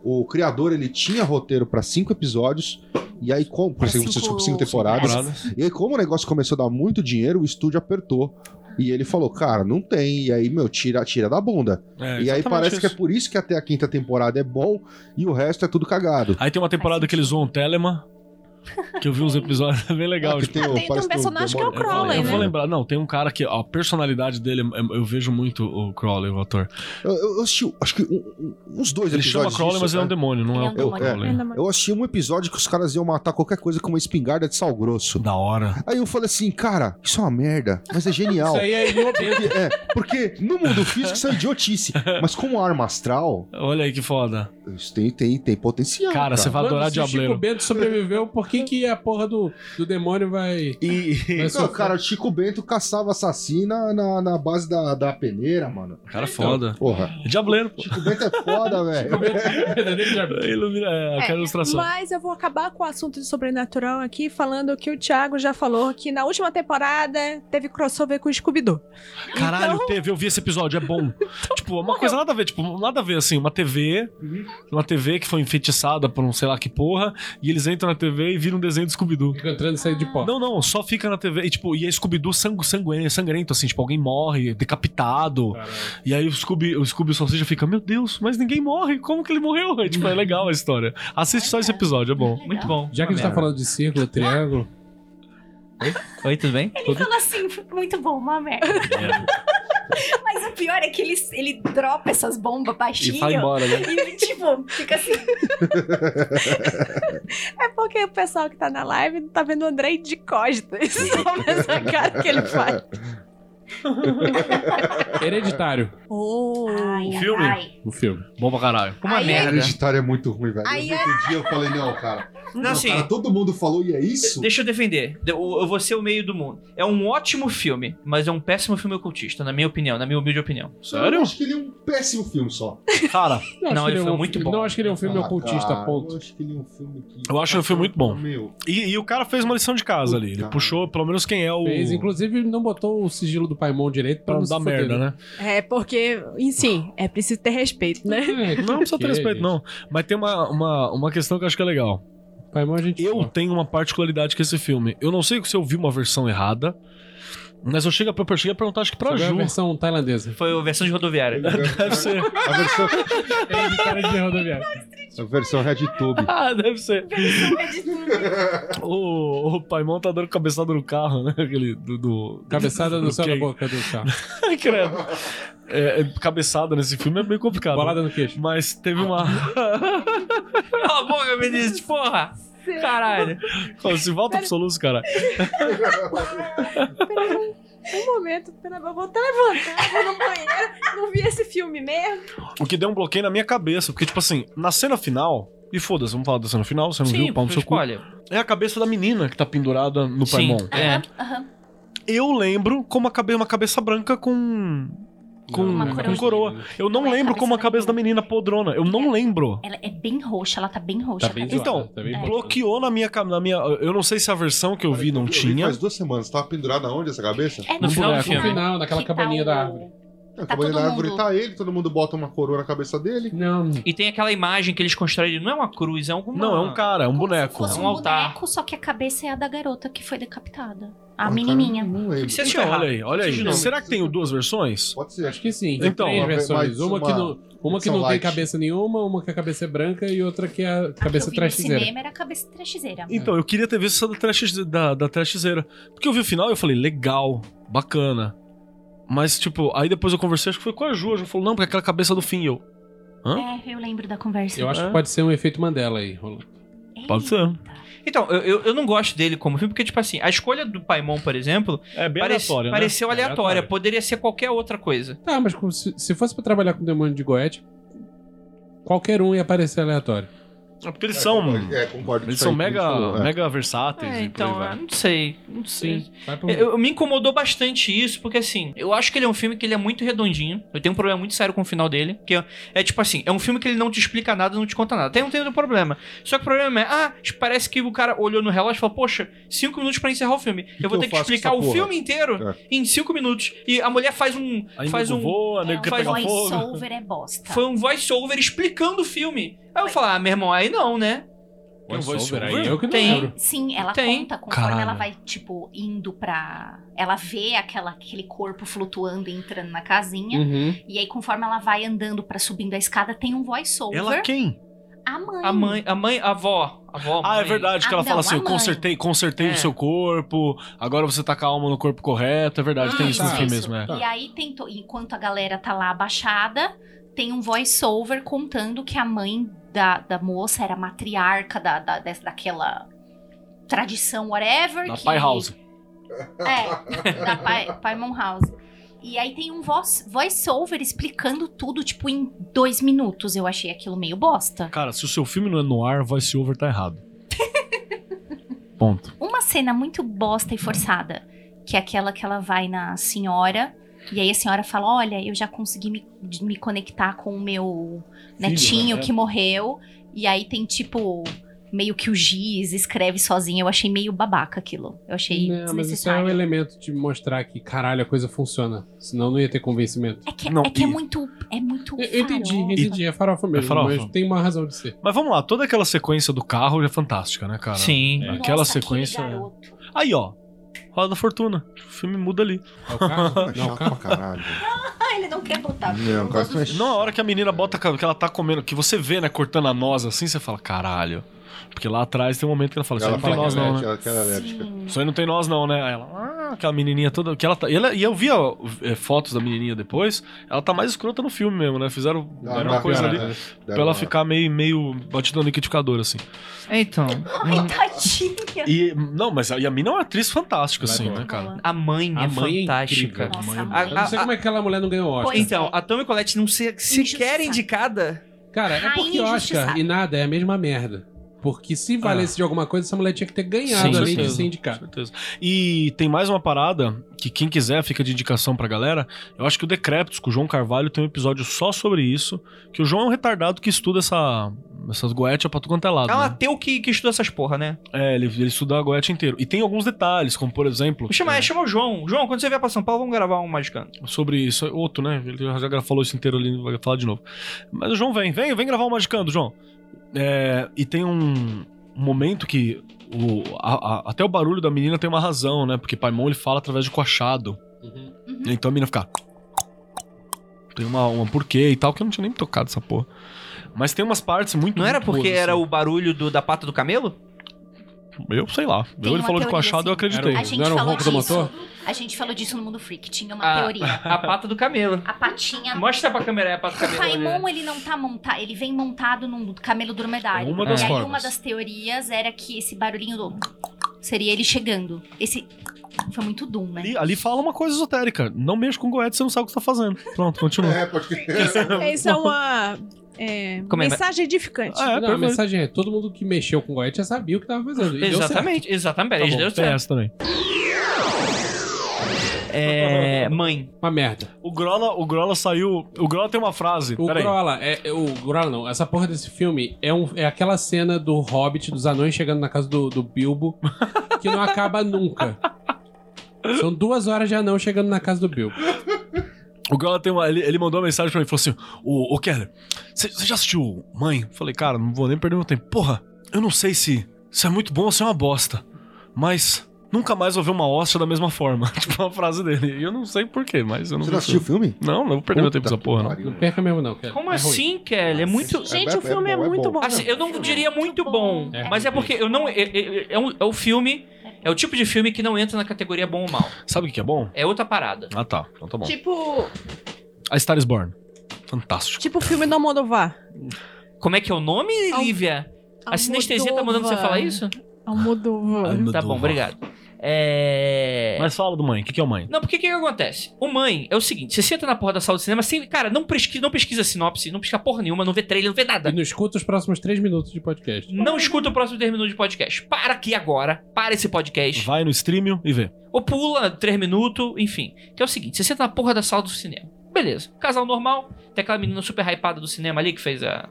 Speaker 7: O criador, ele tinha roteiro pra cinco episódios. E aí, como. Por
Speaker 2: Pra
Speaker 7: cinco,
Speaker 2: cinco-
Speaker 7: desculpa, cinco temporadas. E aí, como o negócio começou a dar muito dinheiro, o estúdio apertou. E ele falou, cara, não tem. E aí, meu, tira, tira da bunda.
Speaker 4: É,
Speaker 7: e aí
Speaker 4: exatamente
Speaker 7: parece que é
Speaker 4: isso.
Speaker 7: por isso que até a quinta temporada é bom e o resto é tudo cagado.
Speaker 4: Aí tem uma temporada que eles zoam o Telema. Que eu vi uns episódios bem legal.
Speaker 7: que
Speaker 4: tipo,
Speaker 6: Tem-
Speaker 7: o-
Speaker 6: tem
Speaker 7: parece
Speaker 6: um personagem
Speaker 7: demônio.
Speaker 6: que é o Crowley,
Speaker 4: eu
Speaker 6: né?
Speaker 4: vou lembrar. Não, tem um cara que a personalidade dele, é, eu- eu vejo muito o Crowley, o ator.
Speaker 7: Eu, eu assisti, acho que um- um- uns dois
Speaker 4: Ele chama
Speaker 7: episódios.
Speaker 4: Crowley,
Speaker 7: disso,
Speaker 4: mas ele é um
Speaker 7: né?
Speaker 4: demônio, não é,
Speaker 2: Ele é um
Speaker 4: o
Speaker 2: demônio.
Speaker 4: Crowley.
Speaker 6: Ainda mais-
Speaker 7: Eu assisti um episódio que os caras iam matar qualquer coisa com uma espingarda de sal grosso.
Speaker 4: Da hora.
Speaker 7: Aí eu falei assim, cara, isso é uma merda, mas é genial.
Speaker 5: Isso aí é idiota.
Speaker 7: Porque- é, porque no mundo físico isso é idiotice. Mas como arma astral,
Speaker 4: Olha aí que foda.
Speaker 7: isso tem, tem, tem potencial.
Speaker 4: Cara, você vai adorar
Speaker 5: Mano, se o
Speaker 4: Diableiro.
Speaker 5: Chico Bento sobreviveu porque que, que a porra do, do demônio vai. vai
Speaker 7: Não,
Speaker 5: sofrer?
Speaker 7: cara, o Chico Bento caçava assassina na, na base da, da peneira, mano.
Speaker 4: Cara foda.
Speaker 7: Porra.
Speaker 4: É Diableiro, pô.
Speaker 7: Chico Bento é foda, velho.
Speaker 4: É, ilumina, é, aquela ilustração.
Speaker 6: Mas eu vou acabar com o assunto de sobrenatural aqui falando que o Thiago já falou que na última temporada teve crossover com o Scooby-Doo.
Speaker 4: Caralho,
Speaker 6: Então-
Speaker 4: teve, eu vi esse episódio, é bom. tipo, uma coisa nada a ver, tipo, nada a ver, assim, uma TV, uma TV que foi enfeitiçada por um sei lá que porra, e eles entram na TV e viram um desenho de Scooby-Doo.
Speaker 5: Fica entrando e saindo de pó.
Speaker 4: Não, não, só fica na TV e, tipo, e é Scooby-Doo sangu, sangue- sangrento, assim, tipo, alguém morre, decapitado, e aí o Scooby, o Scooby Salsicha fica, meu Deus, mas ninguém morre, como que ele morreu? É, tipo, é legal a história. Assiste só esse episódio, é bom.
Speaker 5: Muito bom. Já que a gente tá falando de círculo, triângulo.
Speaker 3: Oi, tudo bem?
Speaker 5: Tudo-
Speaker 2: Fala assim, foi muito bom, uma merda.
Speaker 9: Mas o pior é que ele, ele dropa essas bombas baixinho.
Speaker 4: E vai embora, né?
Speaker 9: E, tipo, fica assim.
Speaker 6: É porque o pessoal que tá na live tá vendo o Andrei de costas. Só essa cara que ele faz.
Speaker 5: Hereditário,
Speaker 6: Ai,
Speaker 4: Um Filme?
Speaker 5: o filme.
Speaker 4: Bom pra caralho.
Speaker 3: Uma merda.
Speaker 7: Hereditário é muito ruim, velho.
Speaker 9: Aí
Speaker 7: Aí,
Speaker 9: é-
Speaker 7: outro dia eu falei, não, cara.
Speaker 3: Não,
Speaker 7: Não,
Speaker 3: assim,
Speaker 4: tá
Speaker 7: cara, todo mundo falou e é isso?
Speaker 3: Deixa eu defender. Eu, eu vou ser o meio do mundo. É um ótimo filme, mas é um péssimo filme ocultista, na minha opinião, na minha humilde opinião.
Speaker 4: Sério?
Speaker 7: Eu acho que ele é um péssimo filme só.
Speaker 4: Cara,
Speaker 5: Não, acho
Speaker 3: Não,
Speaker 5: que
Speaker 3: ele
Speaker 5: é
Speaker 3: foi
Speaker 5: um-
Speaker 3: muito bom.
Speaker 5: Não, acho que ele é um filme
Speaker 7: Ah,
Speaker 5: ocultista,
Speaker 7: cara,
Speaker 5: ponto.
Speaker 7: Eu acho que ele é um filme que...
Speaker 4: Eu acho um filme muito bom.
Speaker 7: Meu,
Speaker 4: E, e o cara fez uma lição de casa ali. Ele
Speaker 7: Puta.
Speaker 4: puxou, pelo menos, quem é o.
Speaker 5: Fez, inclusive, não botou o sigilo do Paimon direito pra,
Speaker 4: Pra
Speaker 5: não se
Speaker 4: dar
Speaker 5: foder,
Speaker 4: merda, né?
Speaker 6: É porque, em si, é preciso ter respeito, né?
Speaker 5: É,
Speaker 4: Não, não precisa ter
Speaker 5: que,
Speaker 4: respeito,
Speaker 5: gente?
Speaker 4: não. Mas tem uma, uma, uma questão que eu acho que é legal.
Speaker 5: Paimon a gente.
Speaker 4: Eu
Speaker 5: fala.
Speaker 4: tenho uma particularidade com esse filme. Eu não sei se eu vi uma versão errada, mas eu cheguei a, eu cheguei a perguntar, acho que pra
Speaker 5: Agora é
Speaker 4: Ju.
Speaker 5: a versão tailandesa.
Speaker 3: Foi a versão de rodoviária.
Speaker 4: Deve ser.
Speaker 7: A versão,
Speaker 5: Ele, cara de né? rodoviária.
Speaker 7: a versão RedTube.
Speaker 4: Ah, deve ser. o, o Paimon tá dando cabeçada no carro, né? Aquele do. do-
Speaker 5: Cabeçada no
Speaker 4: do
Speaker 5: céu na
Speaker 4: Ken.
Speaker 5: boca do carro.
Speaker 4: Credo. É, é, cabeçada nesse filme é meio complicado.
Speaker 5: Bolada no queixo.
Speaker 4: Mas teve uma.
Speaker 3: Cala a boca, Vinícius, porra! Caralho.
Speaker 4: Se assim, volta pro soluço, cara.
Speaker 6: Peraí, um, um momento, peraí, eu vou até levantar, vou no banheiro, não vi esse filme mesmo.
Speaker 4: O que deu um bloqueio na minha cabeça, porque, tipo assim, na cena final. E foda-se, vamos falar da cena final, você não viu
Speaker 3: Sim,
Speaker 4: o pau no seu cu.
Speaker 3: escolhe.
Speaker 4: É a cabeça da menina que tá pendurada no
Speaker 3: Sim,
Speaker 4: Paimon.
Speaker 3: é.
Speaker 2: Aham.
Speaker 4: Eu lembro como a cabe- uma cabeça branca com. Com,
Speaker 2: Uma
Speaker 4: com
Speaker 2: coroa.
Speaker 4: coroa. Eu não
Speaker 2: Não é
Speaker 4: lembro
Speaker 2: cabeça
Speaker 4: como a
Speaker 2: da
Speaker 4: cabeça da menina podrona. Eu não lembro.
Speaker 2: Ela é bem roxa, ela tá bem roxa.
Speaker 5: Tá bem
Speaker 2: Parece-
Speaker 4: Então,
Speaker 5: tá bem
Speaker 4: Bloqueou na minha, ca- na minha. Eu não sei se a versão que eu vi não
Speaker 7: vi
Speaker 4: tinha.
Speaker 7: Faz duas semanas, tava pendurada onde essa cabeça?
Speaker 2: É
Speaker 3: No final do
Speaker 2: do
Speaker 3: filme.
Speaker 5: No final, naquela
Speaker 2: que tá
Speaker 5: cabaninha
Speaker 2: o-
Speaker 5: da árvore.
Speaker 7: Tá
Speaker 2: todo
Speaker 7: Acabou na árvore,
Speaker 2: mundo-
Speaker 7: tá ele, todo mundo bota uma coroa na cabeça dele.
Speaker 5: Não,
Speaker 3: E tem aquela imagem que eles constroem, não é uma cruz, é alguma...
Speaker 4: Não, é um cara, é um boneco.
Speaker 2: Como se fosse
Speaker 3: É um
Speaker 2: um
Speaker 3: altar.
Speaker 2: boneco, só que a cabeça é a da garota que foi decapitada. A
Speaker 7: Ah,
Speaker 2: menininha.
Speaker 7: cara, Não lembro.
Speaker 3: Você assistiu
Speaker 4: Então,
Speaker 3: errado.
Speaker 4: olha aí, olha
Speaker 3: Assiste de
Speaker 4: aí.
Speaker 3: novo.
Speaker 4: Será que tem duas versões?
Speaker 7: Pode ser.
Speaker 5: acho que sim. Tem
Speaker 4: Então,
Speaker 5: três
Speaker 7: uma-
Speaker 5: versões.
Speaker 7: mas
Speaker 5: Uma, que
Speaker 7: uma-
Speaker 5: não, uma que
Speaker 7: versão
Speaker 5: não tem
Speaker 7: light.
Speaker 5: cabeça nenhuma, uma que a cabeça é branca e outra que é
Speaker 2: A
Speaker 5: a
Speaker 2: que eu
Speaker 5: cabeça
Speaker 2: vi no
Speaker 5: trasteira.
Speaker 2: cinema era a cabeça trastizeira.
Speaker 4: Então, eu queria ter visto essa da trash, da, da trashzeira. Porque eu vi o final e eu falei, legal, bacana. Mas, tipo, aí depois eu conversei, acho que foi com a Ju. A Ju falou, não, porque é aquela cabeça do fim. E Eu,
Speaker 2: É, eu lembro da conversa.
Speaker 5: Eu acho
Speaker 4: É.
Speaker 5: que pode ser um efeito Mandela aí, rolando.
Speaker 4: pode ser.
Speaker 2: é,
Speaker 3: Então, eu, eu, eu não gosto dele como filme, porque, tipo assim, a escolha do Paimon, por exemplo,
Speaker 4: É bem
Speaker 3: parece-
Speaker 4: aleatório, né?
Speaker 3: pareceu aleatória.
Speaker 5: Aleatório.
Speaker 3: Poderia ser qualquer outra coisa.
Speaker 5: Tá, mas como se, se fosse pra trabalhar com o demônio de Goethe, qualquer um ia aparecer aleatório.
Speaker 4: É porque eles são.
Speaker 7: É, concordo. com
Speaker 4: Eles
Speaker 7: isso
Speaker 4: são
Speaker 7: aí,
Speaker 4: mega,
Speaker 7: como você falou, é.
Speaker 4: mega versáteis
Speaker 3: É,
Speaker 4: e por
Speaker 3: então,
Speaker 4: aí
Speaker 3: eu
Speaker 4: vai.
Speaker 3: não sei, não sei.
Speaker 5: Vai pro...
Speaker 3: Eu, eu- me incomodou bastante isso, porque assim, eu acho que ele é um filme que ele é muito redondinho. Eu tenho um problema muito sério com o final dele. Que é, é tipo assim, é um filme que ele não te explica nada, não te conta nada. Até não tem nenhum problema. Só que o problema é, ah, parece que o cara olhou no relógio e falou, poxa, cinco minutos pra encerrar o filme. eu vou ter
Speaker 7: que eu
Speaker 3: que
Speaker 7: faço com
Speaker 3: explicar
Speaker 7: essa
Speaker 3: o
Speaker 7: porra?
Speaker 3: filme inteiro
Speaker 7: É.
Speaker 3: em cinco minutos. E a mulher faz um.
Speaker 4: Aí
Speaker 3: faz
Speaker 4: nego
Speaker 3: um.
Speaker 4: voa,
Speaker 2: É,
Speaker 4: nego quer
Speaker 2: um
Speaker 4: pegar fogo.
Speaker 2: voiceover é bosta.
Speaker 3: Foi um voice-over explicando o filme. Aí eu falo, ah, meu irmão, aí não, né?
Speaker 4: Tem um voiceover
Speaker 5: Aí
Speaker 4: aí?
Speaker 5: eu que não
Speaker 3: Tem.
Speaker 5: lembro.
Speaker 2: Sim, ela
Speaker 3: Tem.
Speaker 2: conta conforme
Speaker 4: Caralho.
Speaker 2: ela vai, tipo, indo pra. Ela vê aquela, aquele corpo flutuando e entrando na casinha.
Speaker 5: Uhum.
Speaker 2: E aí, conforme ela vai andando pra subindo a escada, tem um voiceover.
Speaker 4: Ela quem?
Speaker 2: A mãe.
Speaker 3: A mãe, a mãe, a avó. A avó
Speaker 4: Ah, é
Speaker 3: mãe.
Speaker 4: verdade, que
Speaker 2: Ah,
Speaker 4: ela fala
Speaker 2: não,
Speaker 4: assim:
Speaker 2: a
Speaker 4: eu
Speaker 2: mãe.
Speaker 4: consertei, consertei
Speaker 3: um É.
Speaker 4: o seu corpo, agora você tá com a alma no corpo correto. É verdade,
Speaker 5: Ah,
Speaker 4: tem isso no
Speaker 5: tá.
Speaker 4: fim
Speaker 5: Isso.
Speaker 4: mesmo, é.
Speaker 5: Tá.
Speaker 2: E aí, tem to- enquanto a galera tá lá abaixada, tem um voiceover contando que a mãe da, da moça era matriarca da, da, dessa- daquela tradição, whatever.
Speaker 4: Na
Speaker 2: que-
Speaker 4: Pai House.
Speaker 2: É, da Pai, Paimon House. E aí tem um voice- voiceover explicando tudo, tipo, em dois minutos. Eu achei aquilo meio bosta.
Speaker 4: Cara, se o seu filme não é no ar, voiceover tá errado. Ponto.
Speaker 2: Uma cena muito bosta e forçada, que é aquela que ela vai na senhora, e aí a senhora fala: Olha, eu já consegui me, de- me conectar com o meu
Speaker 12: Filho,
Speaker 2: netinho
Speaker 12: né?
Speaker 2: que morreu, e aí tem tipo. Meio que o giz escreve sozinha. Eu achei meio babaca aquilo. Eu achei
Speaker 5: Não, mas isso é
Speaker 2: desnecessário.
Speaker 5: um elemento de mostrar que, caralho, a coisa funciona. Senão não ia ter convencimento.
Speaker 2: É que, é, que é muito. É muito.
Speaker 5: Eu entendi,
Speaker 2: farol.
Speaker 5: entendi. É farofa mesmo,
Speaker 4: É farofa.
Speaker 5: mas tem uma razão de ser.
Speaker 4: Mas vamos lá, toda aquela sequência do carro é fantástica, né, cara?
Speaker 3: Sim.
Speaker 4: É, Aquela sequência. Aí, ó. Roda da Fortuna. O filme muda ali.
Speaker 5: É o carro?
Speaker 4: Não, o carro.
Speaker 7: Caralho.
Speaker 9: Ah, ele não quer botar.
Speaker 7: Não, cara, isso é
Speaker 4: Não, a hora que a menina bota, que ela tá comendo, que você vê, né, cortando a noz assim, você fala, caralho. Porque lá atrás tem um momento que ela fala, isso aí
Speaker 7: Ela
Speaker 4: não tem
Speaker 7: fala
Speaker 4: nós
Speaker 7: que ela é
Speaker 4: não,
Speaker 7: alérgica,
Speaker 4: né?
Speaker 7: ela- que ela é alérgica.
Speaker 4: Isso aí não tem nós não, né? Aí ela, ah, aquela menininha toda, que ela tá, e, ela- e eu vi ó, eh, fotos da menininha depois, ela tá mais escrota no filme mesmo, né? Fizeram
Speaker 7: Ah,
Speaker 4: deram uma
Speaker 7: bacana,
Speaker 4: coisa ali
Speaker 7: né?
Speaker 4: pra
Speaker 7: Deram
Speaker 4: ela
Speaker 7: uma-
Speaker 4: ficar meio, meio batida no liquidificador, assim.
Speaker 3: Então.
Speaker 9: Ai, tadinha.
Speaker 4: E, não, mas a, e a mina é uma atriz fantástica, assim, né, cara?
Speaker 3: A mãe
Speaker 4: A
Speaker 3: é
Speaker 4: mãe é
Speaker 3: fantástica.
Speaker 4: incrível. Nossa, a
Speaker 3: A-
Speaker 4: mãe.
Speaker 5: Eu não sei
Speaker 3: a-
Speaker 5: como é que aquela mulher não ganhou
Speaker 3: a-
Speaker 5: Oscar.
Speaker 3: Então, a Tommy Collette não se, sequer indicada.
Speaker 5: Cara, é porque
Speaker 3: Rainha
Speaker 5: Oscar
Speaker 3: injustiçada.
Speaker 5: e nada é a mesma merda. Porque se valesse de alguma coisa, essa mulher tinha que ter ganhado
Speaker 4: Ah. Sim,
Speaker 5: além de
Speaker 4: certeza,
Speaker 5: ser indicada.
Speaker 4: certeza. E tem mais uma parada que quem quiser fica de indicação pra galera. Eu acho que o Decreptus, com o João Carvalho, tem um episódio só sobre isso. Que o João é um retardado que estuda essa, essas goetia pra tudo quanto é lado.
Speaker 3: É um
Speaker 4: né?
Speaker 3: ateu que, que estudou essas porra, né?
Speaker 4: É, ele, ele estuda a goethe inteiro. E tem alguns detalhes, como por exemplo.
Speaker 3: Chama, chama o João. João, quando você vier pra São Paulo, vamos gravar um Magicando.
Speaker 4: Sobre isso, outro, né? Ele já gra- falou isso inteiro ali, não vai falar de novo. Mas o João vem, vem, vem gravar o Magicando, João. É, e tem um momento que o, a- a- até o barulho da menina tem uma razão, né? Porque Paimon ele fala através de coachado. Então a menina fica. Tem uma, uma porquê e tal, que eu não tinha nem tocado essa porra. Mas tem umas partes muito.
Speaker 3: Não era
Speaker 4: muito boas,
Speaker 3: porque era
Speaker 4: assim.
Speaker 3: o barulho do- da pata do camelo?
Speaker 4: Eu sei lá.
Speaker 2: Tem
Speaker 4: ele
Speaker 2: uma
Speaker 4: falou de
Speaker 2: teoria,
Speaker 4: coachado, eu
Speaker 2: assim.
Speaker 4: acreditei.
Speaker 2: A gente falou disso. A gente falou disso no Mundo Freak. Tinha uma teoria.
Speaker 3: A pata do camelo.
Speaker 2: A patinha.
Speaker 3: Mostra pra câmera aí a pata do
Speaker 2: O
Speaker 3: camelo. né?
Speaker 2: Paimon, ele não tá montado, ele vem montado num camelo dromedário.
Speaker 3: É uma
Speaker 2: e
Speaker 3: das
Speaker 2: aí
Speaker 3: formas.
Speaker 2: uma das teorias era que esse barulhinho do seria ele chegando. Esse foi muito Doom, né?
Speaker 4: Ali, ali fala uma coisa esotérica. Não mexa com goethe, você não sabe o que você tá fazendo. Pronto, continua.
Speaker 7: É, pode crer.
Speaker 6: É, Isso é uma é,
Speaker 4: Como é?
Speaker 6: mensagem edificante.
Speaker 3: Ah.
Speaker 5: não, a mensagem é: todo mundo que mexeu com Goethe já sabia o que tava fazendo. E deu
Speaker 3: Exatamente, exatamente.
Speaker 5: Tá
Speaker 3: Eles
Speaker 5: bom,
Speaker 3: deu
Speaker 5: tem
Speaker 3: certo.
Speaker 4: essa também.
Speaker 3: É. Mãe.
Speaker 5: Uma merda.
Speaker 4: O Grola, o Grola saiu. O Grola tem uma frase.
Speaker 5: O
Speaker 4: peraí.
Speaker 5: Grola, é, é- o Grola não, essa porra desse filme é, um, é aquela cena do Hobbit, dos anões chegando na casa do, do Bilbo, que não acaba nunca. São duas horas de anão chegando na casa do Bilbo.
Speaker 4: O Grola tem uma. Ele, ele mandou uma mensagem pra mim e falou assim: Ô, ô Keller, você você já assistiu Mãe? Eu falei, cara, não vou nem perder meu tempo. Porra, eu não sei se isso é muito bom ou se é uma bosta. Mas nunca mais vou ver uma hóstia da mesma forma. tipo, uma frase dele. E eu não sei porquê, mas eu não
Speaker 7: Você não assistiu o filme?
Speaker 4: Não, não vou perder meu tempo com essa porra, né? não.
Speaker 5: Não perca mesmo, não, cara.
Speaker 3: Como
Speaker 5: É ruim.
Speaker 3: assim, Kelly? É muito.
Speaker 6: Gente, o filme é, muito bom.
Speaker 3: Assim, eu não diria muito bom, mas é porque eu não. É, é- é um- é o filme. É o tipo de filme que não entra na categoria bom ou mal.
Speaker 4: Sabe o que que é bom?
Speaker 3: É outra parada.
Speaker 4: Ah tá, então tá bom.
Speaker 6: Tipo,
Speaker 4: A Star is Born. Fantástico.
Speaker 6: tipo o filme do Almodovar.
Speaker 3: Como é que é o nome, Lívia? A sinestesia tá mandando você falar isso?
Speaker 6: Almodovar.
Speaker 3: Tá bom, obrigado. É.
Speaker 4: Mas fala do mãe, o que, que é o mãe?
Speaker 3: Não, porque o que, que acontece? O mãe é o seguinte: você senta na porra da sala do cinema, sem, cara, não pesquisa, não pesquisa sinopse, não pesquisa porra nenhuma, não vê trailer, não vê nada.
Speaker 5: E não escuta os próximos três minutos de podcast.
Speaker 3: Não escuta o próximo 3 minutos de podcast. Para aqui agora, para esse podcast.
Speaker 4: Vai no streaming e vê.
Speaker 3: Ou pula 3 minutos, enfim. Que é o seguinte: você senta na porra da sala do cinema. Beleza, casal normal, tem aquela menina super hypada do cinema ali que fez a.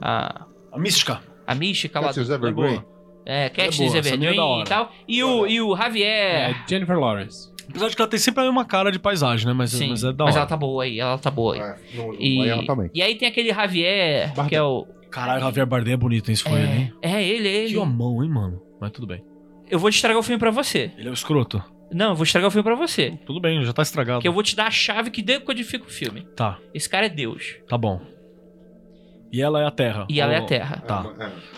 Speaker 3: A,
Speaker 4: a mística.
Speaker 3: A mística lá.
Speaker 7: Catherine
Speaker 3: do-
Speaker 7: Evergreen.
Speaker 3: É,
Speaker 4: É
Speaker 3: Catherine
Speaker 4: boa, essa menina é da
Speaker 3: Evergreen
Speaker 4: hora.
Speaker 3: e tal. E o, e o Javier.
Speaker 5: É Jennifer Lawrence.
Speaker 4: Apesar de que ela tem sempre a mesma cara de paisagem, né? Mas,
Speaker 3: Sim,
Speaker 4: mas é da hora.
Speaker 3: mas ela tá boa aí, ela tá boa
Speaker 4: É,
Speaker 3: aí.
Speaker 7: É, não-
Speaker 3: e,
Speaker 7: aí ela também.
Speaker 3: e aí tem aquele Javier, que é o.
Speaker 4: Caralho, Javier Bardem é bonito, hein? Esse foi ele, hein?
Speaker 3: É ele, é ele.
Speaker 4: Que homão, hein, mano? Mas tudo bem.
Speaker 3: Eu vou estragar o filme pra você.
Speaker 4: Ele é o escroto.
Speaker 3: Não, eu vou estragar o filme pra você.
Speaker 4: Tudo bem, já tá estragado.
Speaker 3: Que eu vou te dar a chave que decodifica o filme.
Speaker 4: Tá,
Speaker 3: Esse cara é Deus.
Speaker 4: tá bom. E ela é a terra.
Speaker 3: E ela é a
Speaker 4: Ou-
Speaker 3: terra.
Speaker 4: Tá.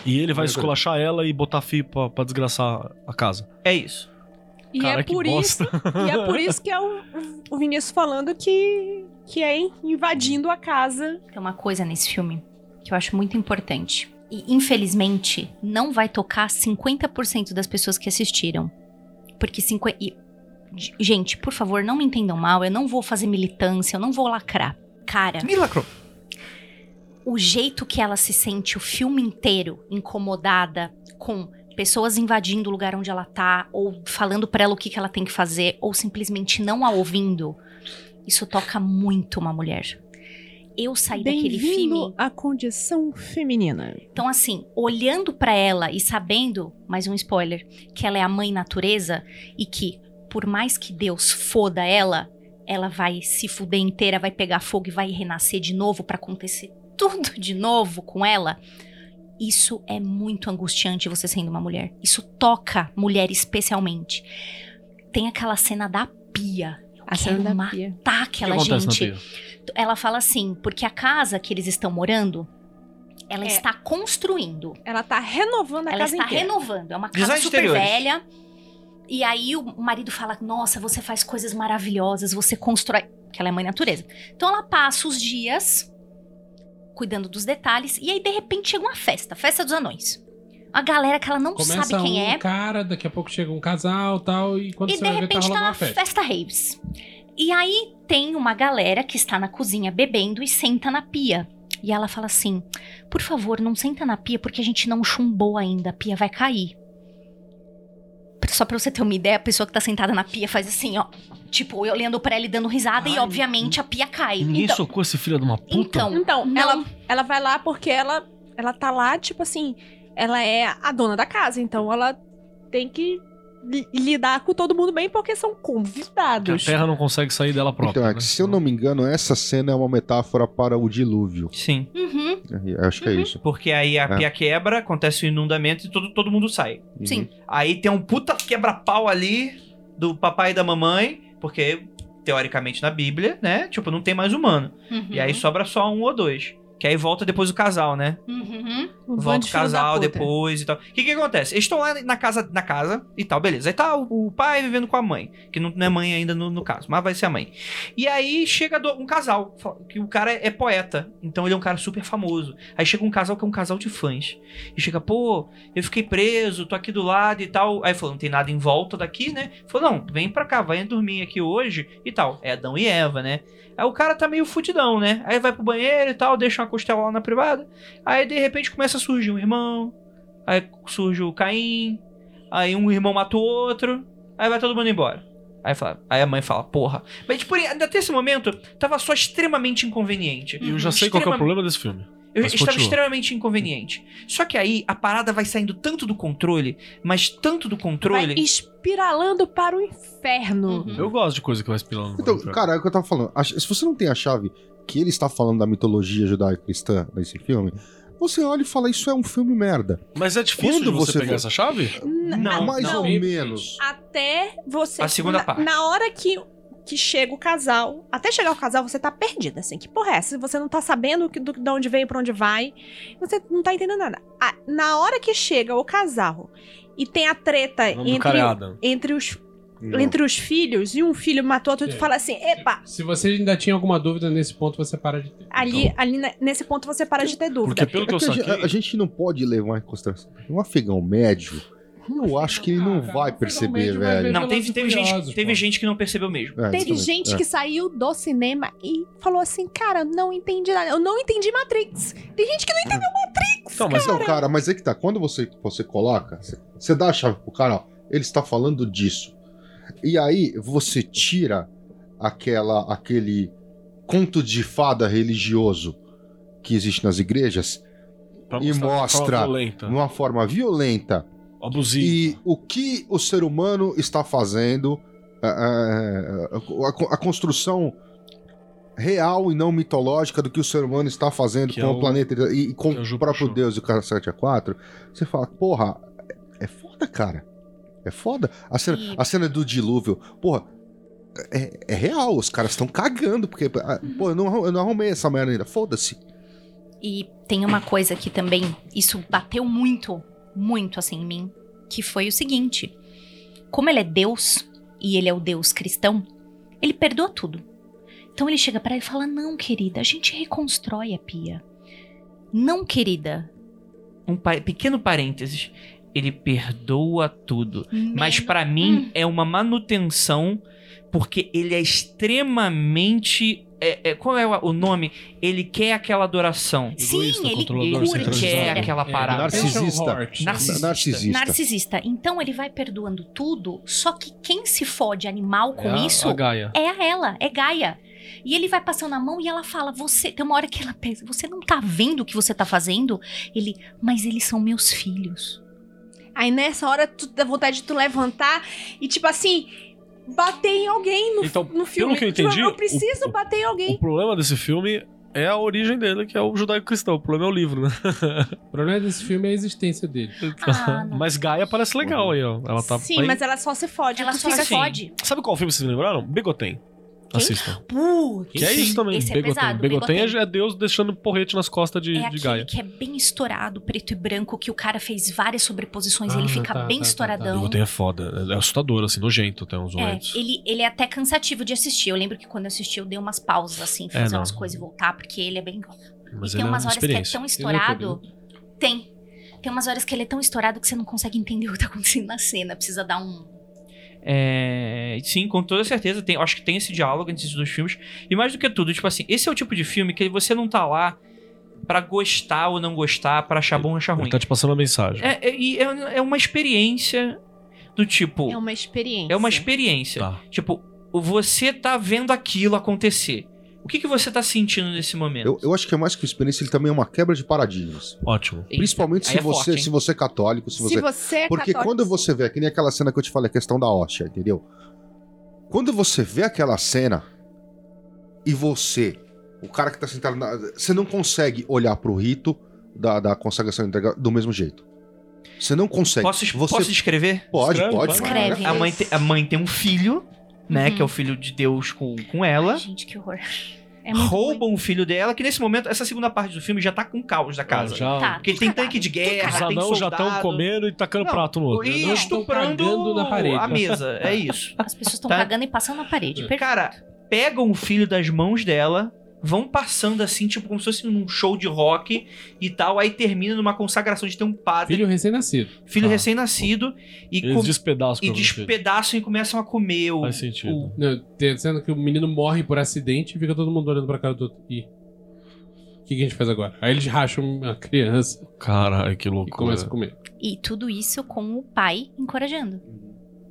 Speaker 4: E ele vai esculachar ela e botar fio pra, pra desgraçar a casa.
Speaker 3: É isso.
Speaker 6: E
Speaker 4: Cara,
Speaker 6: é
Speaker 4: que
Speaker 6: por isso.
Speaker 4: bosta.
Speaker 6: E é por isso que é o, o Vinícius falando que, que é invadindo a casa.
Speaker 2: Tem uma coisa nesse filme que eu acho muito importante. E infelizmente não vai tocar 50% das pessoas que assistiram. Porque 50 e- G- gente, por favor, não me entendam mal, eu não vou fazer militância, eu não vou lacrar. Cara,
Speaker 3: Milacro.
Speaker 2: o jeito que ela se sente o filme inteiro incomodada com pessoas invadindo o lugar onde ela tá, ou falando pra ela o que, que ela tem que fazer, ou simplesmente não a ouvindo, isso toca muito uma mulher. Eu saí Tá daquele filme
Speaker 6: Bem-vindo à condição feminina.
Speaker 2: então, assim, olhando pra ela e sabendo, mais um spoiler, que ela é a mãe natureza e que, por mais que Deus foda ela, ela vai se fuder inteira, vai pegar fogo e vai renascer de novo pra acontecer tudo de novo com ela. Isso é muito angustiante você sendo uma mulher. Isso toca mulher especialmente. Tem aquela cena da pia. Eu
Speaker 6: A
Speaker 2: quero
Speaker 6: cena da
Speaker 2: matar
Speaker 6: pia.
Speaker 2: aquela gente ela fala assim, porque a casa que eles estão morando, ela
Speaker 6: É.
Speaker 2: está construindo.
Speaker 6: Ela tá renovando a
Speaker 2: Ela
Speaker 6: casa
Speaker 2: está
Speaker 6: inteira.
Speaker 2: renovando. É uma casa
Speaker 3: Design de
Speaker 2: super
Speaker 3: interiores.
Speaker 2: velha. E aí o marido fala: Nossa, você faz coisas maravilhosas, você constrói. Porque ela é mãe natureza. Então ela passa os dias cuidando dos detalhes. E aí, de repente, chega uma festa festa dos anões. A galera que ela não
Speaker 5: Começa
Speaker 2: sabe quem
Speaker 5: um
Speaker 2: é.
Speaker 5: cara, daqui a pouco chega um casal tal, e quando
Speaker 2: E
Speaker 5: você
Speaker 2: de
Speaker 5: vai ver, tá
Speaker 2: repente
Speaker 5: rolando
Speaker 2: tá uma
Speaker 5: uma festa.
Speaker 2: festa. raves. E aí tem uma galera que está na cozinha bebendo e senta na pia. E ela fala assim: por favor, não senta na pia porque a gente não chumbou ainda, a pia vai cair. Só pra você ter uma ideia, a pessoa que tá sentada na pia faz assim, ó. Tipo, eu olhando pra ela e dando risada, e
Speaker 4: Ai,
Speaker 2: obviamente a pia cai.
Speaker 4: Ninguém
Speaker 2: Então,
Speaker 4: socou esse filho de uma puta.
Speaker 2: então,
Speaker 6: Então,
Speaker 2: Não.
Speaker 6: ela, ela vai lá porque ela, ela tá lá, tipo assim, ela é a dona da casa, então ela tem que li- lidar com todo mundo bem porque são
Speaker 4: que a
Speaker 6: convidados.
Speaker 4: Terra não consegue sair dela própria.
Speaker 7: Então, é
Speaker 4: né?
Speaker 7: que, se eu não me engano, essa cena é uma metáfora para o dilúvio.
Speaker 3: Sim.
Speaker 2: uhum,
Speaker 7: Eu acho que é isso.
Speaker 3: Porque aí a
Speaker 7: É.
Speaker 3: pia quebra, acontece o inundamento e todo, todo mundo sai.
Speaker 2: sim.
Speaker 3: Aí tem um puta quebra-pau ali do papai e da mamãe, porque teoricamente na Bíblia, né? Tipo, não tem mais humano.
Speaker 2: Uhum,
Speaker 3: E aí sobra só um ou dois. Que aí volta depois o casal, né?
Speaker 2: uhum.
Speaker 6: Um bando
Speaker 3: Volta
Speaker 6: de
Speaker 3: o
Speaker 6: filho da
Speaker 3: casal
Speaker 6: puta.
Speaker 3: depois e tal. O que que acontece? Eles estão lá na casa, na casa e tal, beleza. Aí tá o, o pai vivendo com a mãe, que não, não é mãe ainda no, no caso, mas vai ser a mãe. E aí chega do- um casal, fa- que o cara é poeta, então ele é um cara super famoso. Aí chega um casal que é um casal de fãs. E chega, pô, eu fiquei preso, tô aqui do lado e tal. Aí falou, não tem nada em volta daqui, né? Falou, não, vem pra cá, vai dormir aqui hoje e tal. É Adão e Eva, né? Aí o cara tá meio fudidão, né? Aí vai pro banheiro e tal, deixa uma costela lá na privada. Aí de repente começa a surgir um irmão, aí surge o Caim, aí um irmão mata o outro, aí vai todo mundo embora. Aí, fala- aí a mãe fala, porra. Mas tipo, até esse momento, tava só extremamente inconveniente.
Speaker 4: E eu já sei qual que é o
Speaker 3: Extremamente-
Speaker 4: problema desse filme.
Speaker 3: eu
Speaker 4: Mas
Speaker 3: estava
Speaker 4: continua.
Speaker 3: extremamente inconveniente. Só que aí a parada vai saindo tanto do controle, mas tanto do
Speaker 6: Vai
Speaker 3: controle.
Speaker 6: espiralando para o inferno.
Speaker 2: Uhum.
Speaker 4: Eu gosto de coisa que vai espirando.
Speaker 7: Então, cara, é o que eu tava falando. A- Se você não tem a chave que ele está falando da mitologia judaico-cristã nesse filme, você olha e fala, isso é um filme merda.
Speaker 4: Mas é difícil
Speaker 7: Quando
Speaker 4: de você
Speaker 7: você
Speaker 4: pegar
Speaker 7: for-
Speaker 4: essa chave?
Speaker 6: N-
Speaker 3: Não, um.
Speaker 7: Mais
Speaker 3: não.
Speaker 7: ou menos.
Speaker 6: Até você.
Speaker 3: A segunda
Speaker 6: na,
Speaker 3: parte.
Speaker 6: Na hora que, que chega o casal, até chegar o casal, você tá perdida, assim. Que porra é essa? Você não tá sabendo o que- do, de onde veio, pra onde vai. Você não tá entendendo nada. A- na hora que chega o casal e tem a treta
Speaker 4: O nome do
Speaker 6: entre,
Speaker 4: cara é Adam.
Speaker 6: entre, os,
Speaker 7: Não.
Speaker 6: entre os filhos e um filho matou outro, tu
Speaker 5: É.
Speaker 6: fala assim: epa,
Speaker 5: Se você ainda tinha alguma dúvida nesse ponto, você para de ter. Então,
Speaker 6: ali,
Speaker 7: Então.
Speaker 6: ali ne- nesse ponto você para de ter dúvida.
Speaker 4: Porque pelo que
Speaker 7: É
Speaker 4: eu
Speaker 7: que a, gente, a- a
Speaker 4: saquei,
Speaker 7: gente não pode levar em consideração. Um afegão médio, eu acho que ele não vai perceber, velho.
Speaker 3: Não, teve, teve, gente,
Speaker 5: Curiosos,
Speaker 3: teve
Speaker 5: pô.
Speaker 3: gente que não percebeu mesmo.
Speaker 7: É,
Speaker 6: Teve
Speaker 7: justamente,
Speaker 6: gente
Speaker 7: é.
Speaker 6: que saiu do cinema e falou assim: Cara, não entendi nada. Eu não entendi Matrix. Tem gente que não entendeu
Speaker 7: É.
Speaker 6: Matrix.
Speaker 4: Então,
Speaker 7: Mas, então, cara, mas é que tá. Quando você, você coloca, você- você dá a chave pro cara, ó, ele está falando disso. E aí você tira aquela, aquele conto de fada religioso que existe nas igrejas
Speaker 4: pra
Speaker 7: e
Speaker 4: mostrar uma forma
Speaker 7: mostra-
Speaker 4: violenta,
Speaker 7: de uma forma violenta.
Speaker 4: abusiva.
Speaker 7: E o que o ser humano está fazendo, é, é, a, a- a construção real e não mitológica do que o ser humano está fazendo
Speaker 4: Que
Speaker 7: com
Speaker 4: é
Speaker 7: o
Speaker 4: o-
Speaker 7: planeta e, e com
Speaker 4: que é o
Speaker 7: o
Speaker 4: Juca
Speaker 7: próprio
Speaker 4: Show.
Speaker 7: Deus e o cara 7 a 4, você fala, porra, é, é foda, cara. É foda. A cena,
Speaker 2: E-
Speaker 7: a cena do dilúvio, porra, é, é real, os caras estão cagando, porque, ah, pô, eu não, arru- eu não arrumei essa merda ainda, foda-se.
Speaker 2: E tem uma coisa que também, isso bateu muito, muito assim em mim, que foi o seguinte: como ele é Deus e ele é o Deus cristão, ele perdoa tudo. Então ele chega pra ela e fala: "Não, querida, a gente reconstrói a pia. Não, querida.
Speaker 3: Um pa- pequeno parênteses. Ele perdoa tudo. Mas
Speaker 2: menos-
Speaker 3: pra mim é uma manutenção, porque ele é extremamente é- é- qual é o nome? Ele quer aquela adoração.
Speaker 2: Sim, Egoísta, ele- controlador,
Speaker 3: ele quer
Speaker 2: centralizador.
Speaker 3: aquela
Speaker 2: É,
Speaker 3: parada.
Speaker 7: narcisista.
Speaker 3: Narcisista.
Speaker 7: Narcisista.
Speaker 2: Narcisista. Então ele vai perdoando tudo, só que quem se fode animal com
Speaker 4: É a-
Speaker 2: isso
Speaker 4: a Gaia.
Speaker 2: é a ela, é Gaia. E ele vai passando a mão e ela fala: Você. Tem uma hora que ela pensa: Você não tá vendo o que você tá fazendo? Ele, mas eles são meus filhos.
Speaker 6: Aí nessa hora tu dá vontade de tu levantar e tipo assim, bater em alguém no,
Speaker 4: Então,
Speaker 6: no filme.
Speaker 4: pelo que eu
Speaker 6: Tipo,
Speaker 4: entendi,
Speaker 6: eu preciso
Speaker 4: o- o-
Speaker 6: bater em
Speaker 4: O
Speaker 6: alguém.
Speaker 4: problema desse filme é a origem dele, que é o judaico-cristão. O problema é o livro, né?
Speaker 5: O problema desse filme é a existência dele.
Speaker 2: Ah, não.
Speaker 4: Mas Gaia parece legal aí, ó. Ela tá.
Speaker 6: Sim,
Speaker 4: aí-
Speaker 6: mas ela só se fode.
Speaker 2: Ela
Speaker 6: tu
Speaker 2: só
Speaker 6: fica
Speaker 2: se
Speaker 6: assim.
Speaker 2: fode.
Speaker 4: Sabe qual filme vocês lembraram? Bigotem. Assistam.
Speaker 2: Putz.
Speaker 4: Que é isso também.
Speaker 2: Esse é
Speaker 4: Bigotem.
Speaker 2: pesado.
Speaker 4: Bigotem,
Speaker 2: Bigotem.
Speaker 4: é Deus deixando porrete nas costas de,
Speaker 2: É
Speaker 4: de
Speaker 2: aquele
Speaker 4: Gaia.
Speaker 2: que é bem estourado, preto e branco, que o cara fez várias sobreposições e
Speaker 5: Ah,
Speaker 2: ele fica
Speaker 5: tá,
Speaker 2: bem
Speaker 5: tá, tá,
Speaker 2: estouradão.
Speaker 4: Bigotem é foda. É assustador, assim, nojento até uns
Speaker 2: É,
Speaker 4: momentos.
Speaker 2: ele, ele é até cansativo de assistir. Eu lembro que quando eu assisti, eu dei umas pausas, assim, fazer
Speaker 4: não.
Speaker 2: umas coisas e voltar, porque ele é bem.
Speaker 4: Mas
Speaker 2: e tem
Speaker 4: ele é
Speaker 2: umas
Speaker 4: uma
Speaker 2: horas que é
Speaker 4: experiência.
Speaker 2: tão
Speaker 5: Tem no YouTube,
Speaker 2: estourado. Tem. Tem umas horas que ele é tão estourado que você não consegue entender o que tá acontecendo na cena. Precisa dar um.
Speaker 3: É, sim, com toda certeza. Tem, acho que tem esse diálogo entre esses dois filmes. E mais do que tudo, tipo assim, esse é o tipo de filme que você não tá lá pra gostar ou não gostar, pra
Speaker 2: É,
Speaker 3: achar bom ou achar ruim.
Speaker 4: Ele tá te passando uma mensagem.
Speaker 3: É, é, e é- é uma experiência do tipo.
Speaker 6: É uma experiência.
Speaker 3: É uma experiência.
Speaker 4: Tá.
Speaker 3: Tipo, você tá vendo aquilo acontecer. O que, que você tá sentindo nesse momento?
Speaker 7: Eu, eu acho que é mais que experiência, ele também é uma quebra de paradigmas.
Speaker 4: Ótimo.
Speaker 3: Eita,
Speaker 7: Principalmente
Speaker 3: aí
Speaker 7: se,
Speaker 3: é
Speaker 7: você,
Speaker 3: forte, hein?
Speaker 7: se você é católico, se você.
Speaker 6: Se você é
Speaker 7: Porque
Speaker 6: católico-
Speaker 7: quando você vê, que nem aquela cena que eu te falei, a questão da hóstia, entendeu? Quando você vê aquela cena e você, o cara que tá sentado na. Você não consegue olhar pro rito da, da consagração e entrega do mesmo jeito. Você não consegue.
Speaker 3: Posso, es-
Speaker 7: assim, você
Speaker 3: posso descrever?
Speaker 7: pode,
Speaker 4: Escreve,
Speaker 7: pode. é
Speaker 4: vai.
Speaker 2: Escreve.
Speaker 3: A mãe, te- a mãe tem um filho, né?
Speaker 2: Uhum.
Speaker 3: Que é o filho de Deus com, com ela.
Speaker 2: Ai, gente, que horror. É muito ruim.
Speaker 3: roubam o filho dela, que nesse momento, essa segunda parte do filme já tá com caos da casa.
Speaker 4: Já,
Speaker 2: Tá,
Speaker 3: Porque
Speaker 2: tudo
Speaker 3: tem
Speaker 2: cagado.
Speaker 3: tanque de guerra,
Speaker 4: Os
Speaker 3: É, tem
Speaker 4: anãos já estão
Speaker 3: soldado.
Speaker 4: comendo e tacando
Speaker 3: Não,
Speaker 4: prato no outro.
Speaker 3: E
Speaker 5: Não estão
Speaker 3: estuprando
Speaker 5: cagando na parede.
Speaker 3: a mesa, é isso.
Speaker 2: As pessoas estão
Speaker 3: Tá. Hum.
Speaker 2: cagando e passando na parede. Perfeito.
Speaker 3: Cara, pegam o filho das mãos dela, vão passando assim, tipo como se fosse num show de rock e tal, aí termina numa consagração de ter um padre,
Speaker 5: Filho
Speaker 3: filho,
Speaker 5: recém-nascido.
Speaker 4: Ah.
Speaker 3: recém-nascido, e,
Speaker 4: Eles
Speaker 3: com,
Speaker 4: despedaçam
Speaker 3: e
Speaker 4: pra você.
Speaker 3: despedaçam e começam a comer o...
Speaker 4: Faz sentido.
Speaker 3: o-
Speaker 5: Não, tem a cena que o menino morre por acidente e fica todo mundo olhando pra cara do outro. Ih, o que, que a gente faz agora? Aí eles racham a criança
Speaker 4: Caralho, que
Speaker 5: e
Speaker 4: loucura.
Speaker 5: começam a comer.
Speaker 2: E tudo isso com o pai encorajando.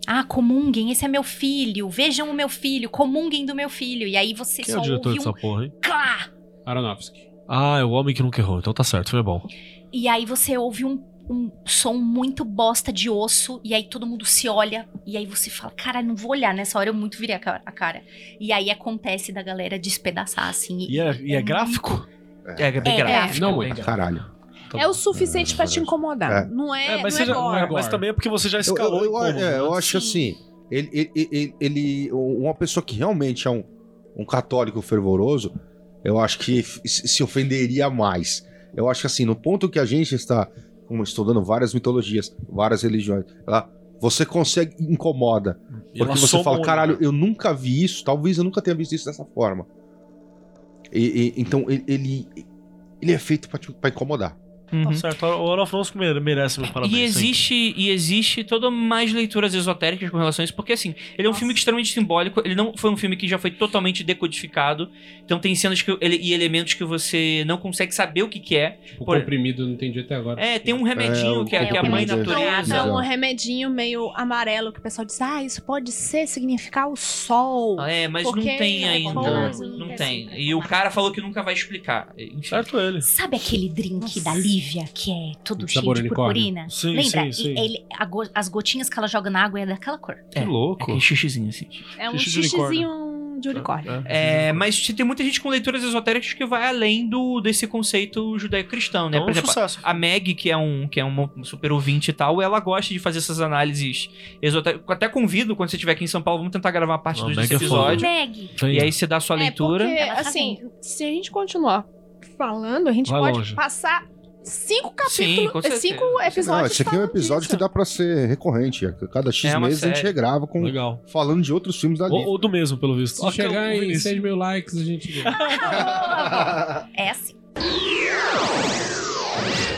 Speaker 2: Ah, comunguem, esse é meu filho, vejam o meu filho, comunguem do meu filho. E aí você
Speaker 4: Quem é
Speaker 2: só
Speaker 4: o diretor
Speaker 2: ouve um
Speaker 4: dessa porra, hein?
Speaker 2: clá.
Speaker 5: Aronofsky.
Speaker 4: Ah, é o homem que nunca errou. Então tá certo, foi bom.
Speaker 2: E aí você ouve um, um som muito bosta de osso, e aí todo mundo se olha, e aí você fala, cara, não vou olhar, nessa hora eu muito virei a ca- a cara. E aí acontece da galera despedaçar, assim.
Speaker 4: E é, e é gráfico?
Speaker 3: É, é bem
Speaker 2: É,
Speaker 3: gráfico.
Speaker 5: Não,
Speaker 3: bem
Speaker 5: é.
Speaker 3: gráfico.
Speaker 7: Caralho.
Speaker 4: Tá
Speaker 6: É
Speaker 4: bom.
Speaker 6: o suficiente pra te incomodar.
Speaker 7: É.
Speaker 6: Não é,
Speaker 4: mas,
Speaker 6: não
Speaker 4: você
Speaker 6: é
Speaker 4: já-
Speaker 6: gore.
Speaker 5: gore.
Speaker 4: mas também é porque você já
Speaker 7: Eu,
Speaker 4: escalou.
Speaker 7: eu, eu,
Speaker 4: incômodo,
Speaker 7: é,
Speaker 4: né?
Speaker 7: eu acho assim. Ele, ele, ele, ele- uma pessoa que realmente é um, um católico fervoroso, eu acho que f- se ofenderia mais. Eu acho que assim, no ponto que a gente está como eu estou dando várias mitologias, várias religiões, ela, você consegue incomoda.
Speaker 4: E
Speaker 7: Porque
Speaker 4: ela
Speaker 7: você
Speaker 4: soma
Speaker 7: fala,
Speaker 4: um-
Speaker 7: caralho, eu nunca vi isso, talvez eu nunca tenha visto isso dessa forma. E- e- então ele, ele, ele é feito pra te- pra incomodar.
Speaker 3: Uhum.
Speaker 4: Tá certo. O Anofrons merece meu parabéns.
Speaker 3: E
Speaker 4: sim.
Speaker 3: existe, e existe toda mais leituras esotéricas com relação a isso, porque assim, ele é um filme extremamente simbólico, ele não foi um filme que já foi totalmente decodificado, então tem cenas que, ele- e elementos que você não consegue saber o que que é.
Speaker 5: Tipo,
Speaker 3: Por-
Speaker 5: comprimido, não entendi até agora.
Speaker 3: É, tem um remedinho
Speaker 7: o-
Speaker 3: que, é,
Speaker 2: o
Speaker 3: que é a mãe
Speaker 7: comprimido.
Speaker 3: natureza. né?
Speaker 6: É
Speaker 4: né?
Speaker 7: Exato.
Speaker 6: um remedinho meio amarelo que o pessoal diz: ah, isso pode ser significar o sol.
Speaker 3: É, mas
Speaker 6: Porque
Speaker 3: não tem
Speaker 6: é
Speaker 3: ainda.
Speaker 6: coisa,
Speaker 3: não
Speaker 6: não
Speaker 3: tem.
Speaker 2: tem.
Speaker 3: E o cara falou que nunca vai explicar. É, Enfim.
Speaker 4: Certo ele.
Speaker 2: Sabe aquele drink
Speaker 6: Nossa.
Speaker 2: da Lívia, que é todo cheio
Speaker 5: Sabor
Speaker 2: de
Speaker 5: unicórnio.
Speaker 2: purpurina?
Speaker 4: Sim,
Speaker 2: Lembra?
Speaker 4: sim, sim.
Speaker 2: E ele- a go- as gotinhas que ela joga na água é daquela cor.
Speaker 4: Que louco.
Speaker 3: Aquele xixizinho assim.
Speaker 6: É um
Speaker 4: xixi de
Speaker 6: xixizinho de unicórnio.
Speaker 3: É, mas tem muita gente com leituras esotéricas que vai além do, desse conceito judaico-cristão, né?
Speaker 4: Então,
Speaker 3: Por exemplo,
Speaker 4: sucesso.
Speaker 3: A Meg, que é um que é uma super ouvinte e tal, ela gosta de fazer essas análises esotéricas. Até convido, quando você estiver aqui em São Paulo, vamos tentar gravar uma parte
Speaker 4: Não,
Speaker 3: dos
Speaker 4: Meg
Speaker 3: desse
Speaker 4: é foda.
Speaker 3: episódio.
Speaker 2: Meg,
Speaker 3: E aí você dá a sua leitura.
Speaker 6: É
Speaker 2: Ela
Speaker 6: porque,
Speaker 2: tá
Speaker 6: assim, se a gente continuar falando, a gente
Speaker 4: Vai
Speaker 6: pode
Speaker 4: longe.
Speaker 6: passar
Speaker 3: Sim,
Speaker 6: cinco
Speaker 3: com
Speaker 6: capítulos,
Speaker 3: certeza.
Speaker 6: cinco episódios.
Speaker 7: Não, esse aqui é um
Speaker 6: falando
Speaker 7: episódio
Speaker 6: disso.
Speaker 7: que dá pra ser recorrente. A Cada X
Speaker 3: É uma
Speaker 7: meses a gente
Speaker 3: série.
Speaker 7: regrava com,
Speaker 4: Legal.
Speaker 7: falando de outros filmes da
Speaker 4: Ou,
Speaker 7: lista.
Speaker 4: ou do mesmo, pelo visto.
Speaker 5: Se
Speaker 4: Ó,
Speaker 5: chegar
Speaker 4: que é o
Speaker 5: em
Speaker 4: Vinícius.
Speaker 5: 6 mil likes, a gente vê.
Speaker 2: é assim.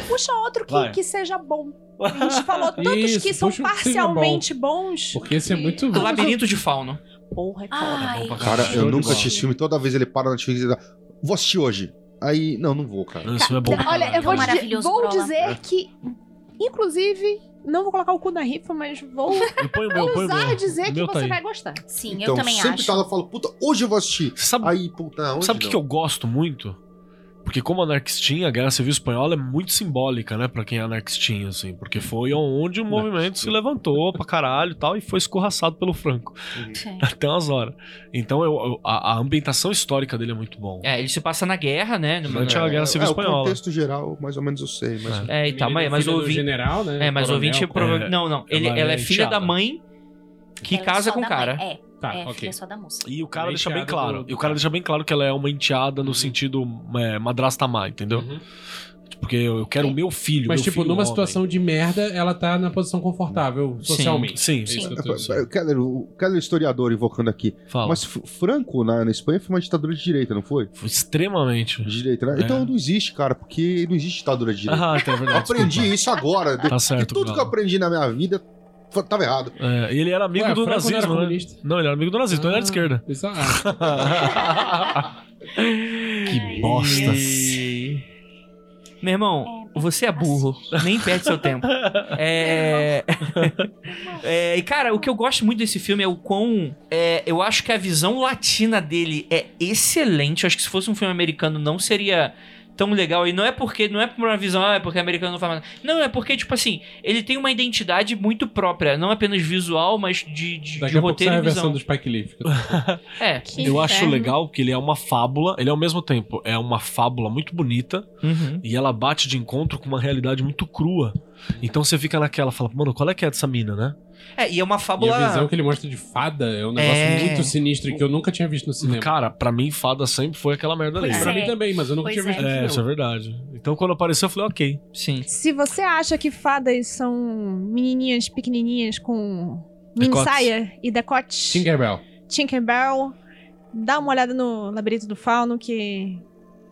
Speaker 6: Puxa outro que,
Speaker 4: Vai.
Speaker 6: que seja bom. A gente falou tantos
Speaker 5: Isso,
Speaker 6: que são
Speaker 5: puxa um que seja
Speaker 6: parcialmente bons. Ah,
Speaker 5: Porque esse é muito...
Speaker 3: Labirinto de Fauno.
Speaker 2: porra, é foda.
Speaker 9: Ai,
Speaker 7: Cara,
Speaker 4: Show
Speaker 7: eu
Speaker 4: de
Speaker 7: nunca
Speaker 4: bola.
Speaker 7: assisti esse filme. Toda vez ele para na Netflix e dá. Vou assistir hoje. Aí, não, não vou, cara.
Speaker 4: Isso é bom. pra
Speaker 6: Olha,
Speaker 4: caralho.
Speaker 6: eu vou, dizer-
Speaker 2: maravilhoso,
Speaker 6: vou
Speaker 2: Brola.
Speaker 6: dizer que, inclusive, não vou colocar o cu na rifa, mas vou
Speaker 4: Eu ponho o meu, eu ponho o
Speaker 6: ousar
Speaker 4: meu.
Speaker 6: dizer
Speaker 4: O
Speaker 6: que
Speaker 4: meu tá
Speaker 6: você
Speaker 4: aí.
Speaker 6: vai gostar.
Speaker 2: Sim, eu
Speaker 7: Então,
Speaker 2: também
Speaker 7: sempre
Speaker 2: acho.
Speaker 7: tá lá e falo, puta, hoje eu vou assistir.
Speaker 4: Sabe,
Speaker 7: Aí, puta, hoje
Speaker 4: sabe o que, que eu gosto muito? Porque como anarquistinha, a Guerra Civil Espanhola é muito simbólica, né, pra quem é anarquistinha, assim. Porque foi onde o movimento se levantou pra caralho e tal, e foi escorraçado pelo Franco.
Speaker 2: Sim.
Speaker 4: Até umas horas. Então eu- eu- a, a ambientação histórica dele é muito bom.
Speaker 3: É, ele se passa na guerra, né? no-
Speaker 4: Durante a Guerra Civil
Speaker 7: é,
Speaker 4: Espanhola. né?
Speaker 7: O contexto geral, mais ou menos eu sei, mas.
Speaker 3: É, e tal, mas, mas o
Speaker 5: Filho do
Speaker 3: ouvinte.
Speaker 5: general, né?
Speaker 3: É, mas o
Speaker 5: Coronel,
Speaker 3: ouvinte
Speaker 5: com-
Speaker 3: prova- Não, não. Ele,
Speaker 4: Ela
Speaker 3: ela é
Speaker 4: é
Speaker 3: filha da
Speaker 4: enteada.
Speaker 3: mãe que
Speaker 2: Ela é
Speaker 3: casa
Speaker 2: só
Speaker 3: com o
Speaker 2: da
Speaker 3: cara.
Speaker 2: mãe. É,
Speaker 5: Tá,
Speaker 2: é
Speaker 5: ok.
Speaker 2: filha só da moça.
Speaker 4: E o cara
Speaker 5: Ela é
Speaker 4: deixa bem
Speaker 5: enteada
Speaker 4: claro.
Speaker 5: do-
Speaker 4: E o cara deixa bem claro que ela é uma enteada no sentido é, madrasta má, entendeu?
Speaker 5: Uhum.
Speaker 4: Porque eu eu quero o meu filho.
Speaker 5: Mas,
Speaker 4: meu
Speaker 5: tipo,
Speaker 4: filho
Speaker 5: numa
Speaker 4: homem.
Speaker 5: situação de merda, ela tá na posição confortável socialmente.
Speaker 4: Sim,
Speaker 5: É isso que eu tô dizendo.
Speaker 7: O Keller, o Keller é historiador invocando aqui.
Speaker 4: fala.
Speaker 7: Mas F- Franco, na, na Espanha, foi uma ditadura de direita, não foi?
Speaker 4: Foi extremamente.
Speaker 7: De direita, né?
Speaker 4: É.
Speaker 7: Então não existe, cara, porque não existe ditadura de direita.
Speaker 4: Ah, tá é
Speaker 7: eu
Speaker 4: verdade.
Speaker 7: aprendi
Speaker 4: desculpa.
Speaker 7: isso agora. De,
Speaker 4: Tá certo.
Speaker 7: de tudo que eu
Speaker 4: Bruno.
Speaker 7: aprendi na minha vida, fa- tava errado.
Speaker 4: É, ele era amigo
Speaker 5: Ué,
Speaker 4: do
Speaker 5: Franco não era
Speaker 4: nazismo, né?
Speaker 5: comunista.
Speaker 4: Não, ele era amigo do nazismo, então ele era de esquerda.
Speaker 5: Isso, ah,
Speaker 4: que bosta.
Speaker 3: E- Meu irmão, você
Speaker 2: tá
Speaker 3: é burro.
Speaker 2: assim.
Speaker 3: Nem perde seu tempo. É... É, E, cara, o que eu gosto muito desse filme é o quão. é, eu acho que a visão latina dele é excelente. Eu acho que se fosse um filme americano não seria tão legal. E não é porque. Não é por uma visão. Ah, é porque americano não faz nada. Não, é porque, tipo assim, ele tem uma identidade muito própria. Não apenas visual, mas de, de,
Speaker 5: daqui
Speaker 3: de
Speaker 5: a pouco sai
Speaker 3: roteiro
Speaker 5: a
Speaker 3: e
Speaker 5: versão
Speaker 3: visão.
Speaker 5: do Spike Lee.
Speaker 4: Ah,
Speaker 5: Fica-
Speaker 3: É.
Speaker 2: Que
Speaker 4: Eu acho
Speaker 2: inferno.
Speaker 4: legal que ele é uma fábula, ele ao mesmo tempo é uma fábula muito bonita,
Speaker 3: Uhum.
Speaker 4: E ela bate de encontro com uma realidade muito crua. Então você fica naquela, fala, mano, qual é que é dessa mina, né?
Speaker 3: É, e é uma
Speaker 5: E
Speaker 3: fábula.
Speaker 5: a visão que ele mostra de fada é um negócio
Speaker 3: É.
Speaker 5: muito sinistro que eu nunca tinha
Speaker 4: Hum,
Speaker 5: visto no cinema.
Speaker 4: Cara, pra mim, fada sempre foi aquela merda ali.
Speaker 2: Pois
Speaker 5: Pra
Speaker 2: é.
Speaker 5: mim também, mas eu nunca
Speaker 2: Pois
Speaker 5: tinha visto
Speaker 2: é.
Speaker 5: no
Speaker 4: É,
Speaker 5: cinema.
Speaker 4: isso é verdade. Então quando apareceu, eu falei, ok.
Speaker 3: Sim.
Speaker 6: Se você acha que fadas são menininhas pequenininhas com mini
Speaker 4: Decotes.
Speaker 6: saia e decote,
Speaker 5: Tinkerbell.
Speaker 6: Tinkerbell, dá uma olhada no Labirinto do Fauno que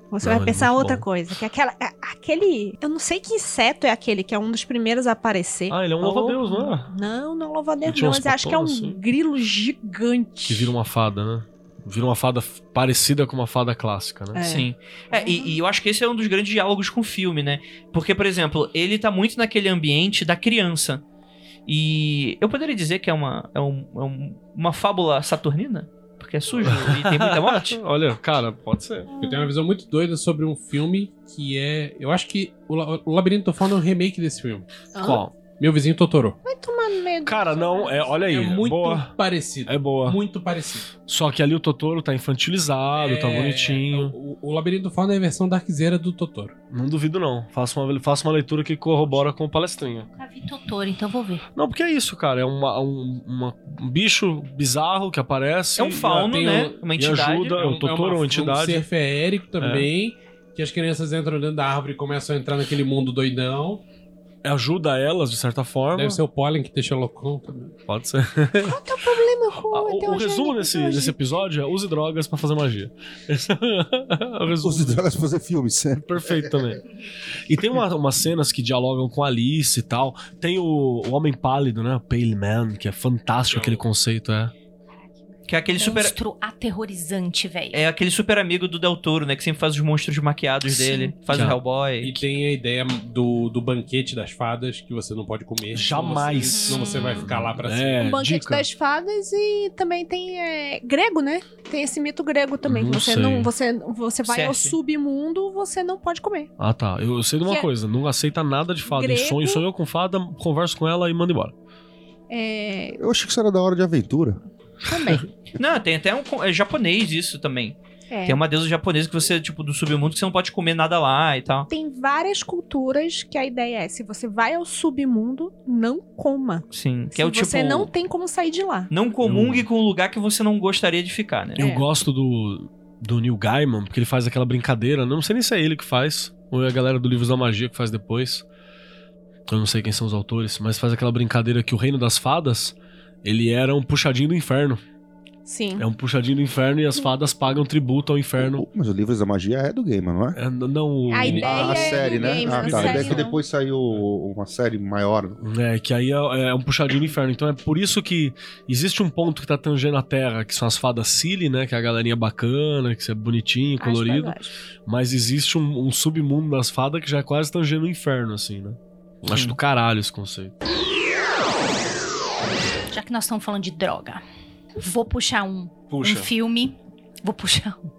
Speaker 6: você
Speaker 4: Não,
Speaker 6: vai
Speaker 4: ele é
Speaker 6: pensar
Speaker 4: muito
Speaker 6: outra
Speaker 4: bom.
Speaker 6: coisa. Que aquela, a- aquele, eu não sei que inseto é aquele que é um dos primeiros a aparecer.
Speaker 4: Ah, ele é um louva-a-Deus, não é?
Speaker 6: Não, não louva
Speaker 4: Ele
Speaker 6: Deus,
Speaker 4: tinha
Speaker 6: não,
Speaker 4: umas
Speaker 6: mas eu acho que é um
Speaker 4: patonas, assim.
Speaker 6: grilo gigante.
Speaker 4: Que vira uma fada, né? Vira uma fada f- parecida com uma fada clássica, né?
Speaker 6: É.
Speaker 3: Sim. É, e, e eu acho que esse é um dos grandes diálogos com o filme, né? Porque, por exemplo, ele tá muito naquele ambiente da criança. E eu poderia dizer que é uma, é um- é um- uma fábula saturnina? Porque é sujo e tem muita morte?
Speaker 4: Olha, cara, pode ser.
Speaker 5: Eu tenho uma visão muito doida sobre um filme que é. Eu acho que o, La- o Labirinto do Fauno é um remake desse filme.
Speaker 4: Qual?
Speaker 5: Meu vizinho Totoro.
Speaker 6: Vai tomar no meio do-
Speaker 4: Cara, não, é, olha aí.
Speaker 5: é muito
Speaker 4: Boa.
Speaker 5: parecido.
Speaker 4: É boa.
Speaker 5: Muito parecido.
Speaker 4: Só que ali o Totoro tá infantilizado, tá
Speaker 5: É,
Speaker 4: bonitinho.
Speaker 5: O, o Labirinto do Fauno é a versão darkzeira do Totoro.
Speaker 4: Não duvido, não. Faço uma, faço uma leitura que corrobora com o palestrinha.
Speaker 2: Nunca vi Totoro, então vou ver.
Speaker 4: Não, porque é isso, cara. É uma- um, uma- um bicho bizarro que aparece.
Speaker 3: É um fauno,
Speaker 5: tem
Speaker 3: né?
Speaker 5: um-
Speaker 3: Uma
Speaker 4: e
Speaker 3: entidade.
Speaker 4: ajuda- É, o Totoro é uma entidade.
Speaker 5: Um
Speaker 4: É.
Speaker 5: ser feérico também. Que as crianças entram dentro da árvore e começam a entrar naquele mundo doidão.
Speaker 4: E ajuda elas, de certa forma.
Speaker 5: Deve ser o pólen que deixa loucão também.
Speaker 4: Pode ser.
Speaker 6: Qual que é o problema com
Speaker 4: Ah,
Speaker 6: a
Speaker 4: o, o
Speaker 3: então,
Speaker 6: teologia
Speaker 4: resumo desse,
Speaker 6: mitológica?
Speaker 4: desse episódio é use drogas pra fazer magia. Esse é o resumo.
Speaker 7: Os drogas pra fazer filmes, né?
Speaker 4: Perfeito também. E tem uma- umas cenas que dialogam com a Alice e tal. Tem o, o Homem Pálido, né? O Pale Man, que é fantástico aquele conceito, é.
Speaker 3: Que é aquele super.
Speaker 2: Monstro aterrorizante, velho.
Speaker 3: É aquele super amigo do Del Toro, né? Que sempre faz os monstros maquiados
Speaker 2: Sim.
Speaker 3: dele. Faz
Speaker 4: Já.
Speaker 3: o Hellboy.
Speaker 5: E tem a ideia do, do banquete das fadas que você não pode comer.
Speaker 4: Jamais.
Speaker 5: Senão você, senão você vai ficar lá pra sempre.
Speaker 4: É,
Speaker 6: Um banquete
Speaker 4: dica.
Speaker 6: das fadas e também tem é, grego, né? Tem esse mito grego também. que
Speaker 4: Não
Speaker 6: você
Speaker 4: Uhum. sei.
Speaker 6: não, você, você vai ao
Speaker 3: Cerce.
Speaker 6: submundo, você não pode comer.
Speaker 4: Ah, tá. Eu, eu sei de uma
Speaker 6: Que é-
Speaker 4: coisa. Não aceita nada de fada.
Speaker 6: Grego.
Speaker 4: Sonho, sonhou com fada, converso com ela e manda embora.
Speaker 6: É,
Speaker 7: Eu achei que isso era da hora de aventura.
Speaker 6: também.
Speaker 3: Não, tem até um co- é japonês isso também.
Speaker 6: É.
Speaker 3: Tem uma deusa japonesa que você, tipo, do submundo, que você não pode comer nada lá e tal.
Speaker 6: Tem várias culturas que a ideia é: se você vai ao submundo, não coma.
Speaker 3: Sim. Que
Speaker 6: Se
Speaker 3: é o tipo.
Speaker 6: você não tem como sair de lá.
Speaker 3: Não comungue com um lugar que você não gostaria de ficar, né?
Speaker 4: Eu
Speaker 6: É.
Speaker 4: gosto do, do Neil Gaiman, porque ele faz aquela brincadeira. Não sei nem se é ele que faz, ou é a galera do Livros da Magia que faz depois. Eu não sei quem são os autores, mas faz aquela brincadeira que o Reino das Fadas, ele era um puxadinho do inferno.
Speaker 6: Sim.
Speaker 4: É um puxadinho do inferno e as fadas pagam tributo ao inferno.
Speaker 7: Mas o Livros da Magia é do Gaiman, não é?
Speaker 4: É, n- não.
Speaker 6: A ideia
Speaker 7: Ah, a
Speaker 6: é
Speaker 7: série,
Speaker 6: do
Speaker 7: né?
Speaker 6: Gaiman,
Speaker 7: ah,
Speaker 6: a
Speaker 7: tá.
Speaker 6: série
Speaker 7: Daí que
Speaker 6: não.
Speaker 7: depois saiu uma série maior.
Speaker 4: É, que aí é, é um puxadinho do inferno. Então é por isso que existe um ponto que tá tangendo a terra, que são as fadas silly, né? Que é a galerinha bacana, que isso é bonitinho, colorido. Mas existe um, um submundo das fadas que já é quase tangendo o inferno, assim, né? Eu Acho do caralho esse conceito.
Speaker 2: Já que nós estamos falando de droga, vou puxar um, um
Speaker 4: Puxa.
Speaker 2: filme. Vou puxar um.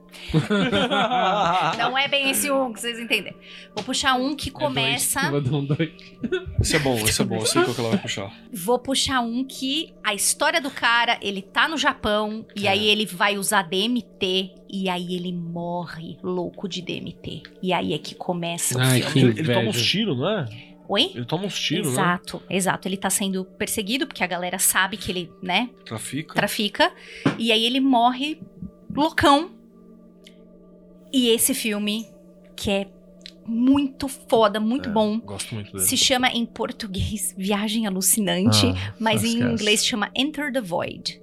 Speaker 6: Ah.
Speaker 2: Não é bem esse um que vocês entendem. Vou puxar um que começa.
Speaker 5: Vou dar um dois.
Speaker 4: Isso é bom, isso é bom. Eu sei qual que ela vai puxar.
Speaker 2: Vou puxar um que a história do cara, ele tá no Japão e
Speaker 4: É.
Speaker 2: aí ele vai usar DMT e aí ele morre louco de DMT. E aí é que começa o
Speaker 5: Ai,
Speaker 2: filme.
Speaker 5: que
Speaker 4: Ele, ele
Speaker 5: inveja.
Speaker 4: toma uns tiros, não Ah, é?
Speaker 2: Oi?
Speaker 4: Ele toma uns tiros, né?
Speaker 2: exato, exato. Ele tá sendo perseguido porque a galera sabe que ele, né,
Speaker 4: Trafica.
Speaker 2: trafica e aí ele morre loucão. E esse filme que é muito foda, muito
Speaker 4: É,
Speaker 2: bom.
Speaker 4: Gosto muito dele.
Speaker 2: Se chama em português Viagem Alucinante.
Speaker 4: Ah,
Speaker 2: mas em
Speaker 4: esquece.
Speaker 2: inglês chama Enter the Void.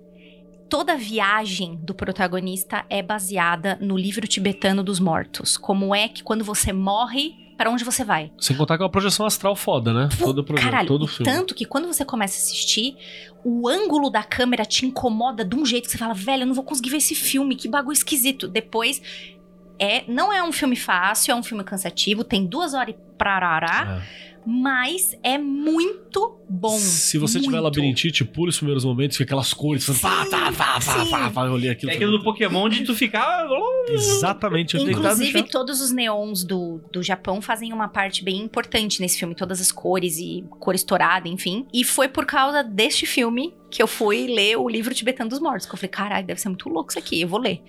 Speaker 2: Toda a viagem do protagonista é baseada no livro tibetano dos mortos. Como é que quando você morre, pra onde você vai?
Speaker 4: Sem contar que é uma projeção astral foda, né? Todo projeto,
Speaker 2: Caralho,
Speaker 4: todo
Speaker 2: e
Speaker 4: filme.
Speaker 2: tanto que quando você começa a assistir, o ângulo da câmera te incomoda de um jeito que você fala, velho, eu não vou conseguir ver esse filme, que bagulho esquisito. Depois, é, não é um filme fácil, é um filme cansativo, tem duas horas e prarará,
Speaker 4: É.
Speaker 2: mas é muito tá? bom.
Speaker 4: Se você tiver
Speaker 2: muito.
Speaker 4: labirintite, pula os primeiros momentos, fica aquelas cores, você fala, pá, pá, pá, pá,
Speaker 2: sim.
Speaker 4: pá, pá, eu olhei aquilo.
Speaker 3: É aquilo do Pokémon de tu ficar.
Speaker 4: Exatamente, eu deitado no
Speaker 2: Inclusive,
Speaker 4: chão.
Speaker 2: todos os neons do, do Japão fazem uma parte bem importante nesse filme, todas as cores e cor estourada, enfim. E foi por causa deste filme que eu fui ler o livro Tibetano dos Mortos. Que eu falei, caralho, deve ser muito louco isso aqui, eu vou ler.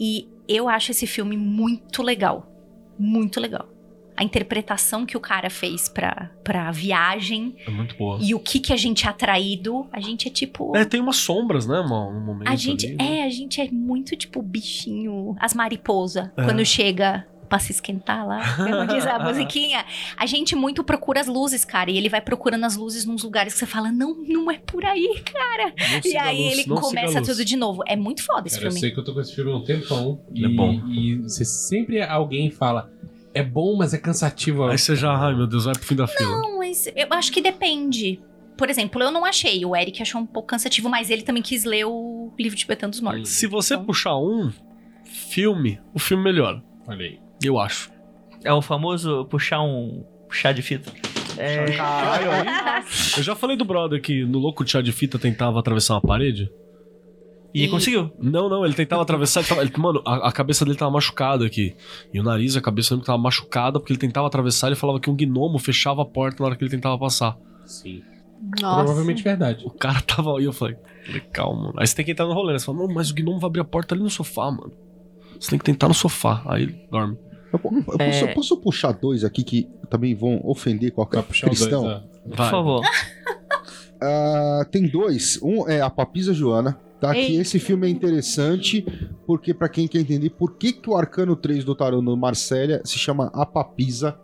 Speaker 2: E eu acho esse filme muito legal. Muito legal. A interpretação que o cara fez pra, pra viagem
Speaker 4: É muito boa.
Speaker 2: e o que, que a gente é atraído. A gente é tipo.
Speaker 4: É, tem umas sombras, né, mano? Um momento
Speaker 2: A gente
Speaker 4: ali, né?
Speaker 2: é, a gente é muito tipo bichinho, as mariposa,
Speaker 4: É.
Speaker 2: quando chega pra se esquentar lá, como diz a musiquinha. A gente muito procura as luzes, cara, e ele vai procurando as luzes nos lugares que você fala, não, não é por aí, cara.
Speaker 4: Não
Speaker 2: E
Speaker 4: siga a
Speaker 2: aí
Speaker 4: luz,
Speaker 2: ele
Speaker 4: não siga a
Speaker 2: começa
Speaker 4: luz.
Speaker 2: tudo de novo. É muito foda esse
Speaker 5: Cara, eu
Speaker 2: filme.
Speaker 5: sei que eu tô com esse filme há um tempão.
Speaker 4: Ele é
Speaker 5: e-
Speaker 4: bom.
Speaker 5: E você sempre alguém fala, é bom, mas é cansativo.
Speaker 4: Aí você já, ai meu Deus, vai pro fim da fila.
Speaker 2: Não, Então, mas eu acho que depende. Por exemplo, eu não achei, o Eric achou um pouco cansativo, mas ele também quis ler o livro tibetano dos mortos.
Speaker 4: Uhum. Se você
Speaker 2: Então-
Speaker 4: puxar um filme, o filme melhora,
Speaker 5: Olha aí.
Speaker 4: eu acho.
Speaker 3: É o famoso puxar um chá de fita. É,
Speaker 7: Caralho,
Speaker 4: Eu já falei do brother que no louco de chá de fita tentava atravessar uma parede.
Speaker 3: e conseguiu.
Speaker 4: Não, não, ele tentava atravessar. ele tava- ele- mano, a, a cabeça dele tava machucada aqui. E o nariz, a cabeça dele tava machucada porque ele tentava atravessar. Ele falava que um gnomo fechava a porta na hora que ele tentava passar.
Speaker 5: Sim.
Speaker 6: Nossa.
Speaker 5: Provavelmente verdade.
Speaker 4: O cara tava. E eu falei, falei, calma, mano. Aí você tem que entrar no rolê, né? Você fala, não, mas o gnomo vai abrir a porta ali no sofá, mano. Você tem que tentar no sofá. Aí ele dorme.
Speaker 7: Eu, po- eu
Speaker 6: É.
Speaker 7: posso, eu posso puxar dois aqui que também vão ofender
Speaker 5: Pra
Speaker 7: qualquer
Speaker 5: puxar o dois, tá.
Speaker 7: cristão?
Speaker 5: ó.
Speaker 3: Por
Speaker 4: Vai.
Speaker 3: favor.
Speaker 7: Ah, tem dois. Um é a Papisa Joana. Tá? Que
Speaker 6: Eita.
Speaker 7: esse filme é interessante, porque pra quem quer entender por que, que o Arcano 3 do Tarô no Marcélia se chama a Papisa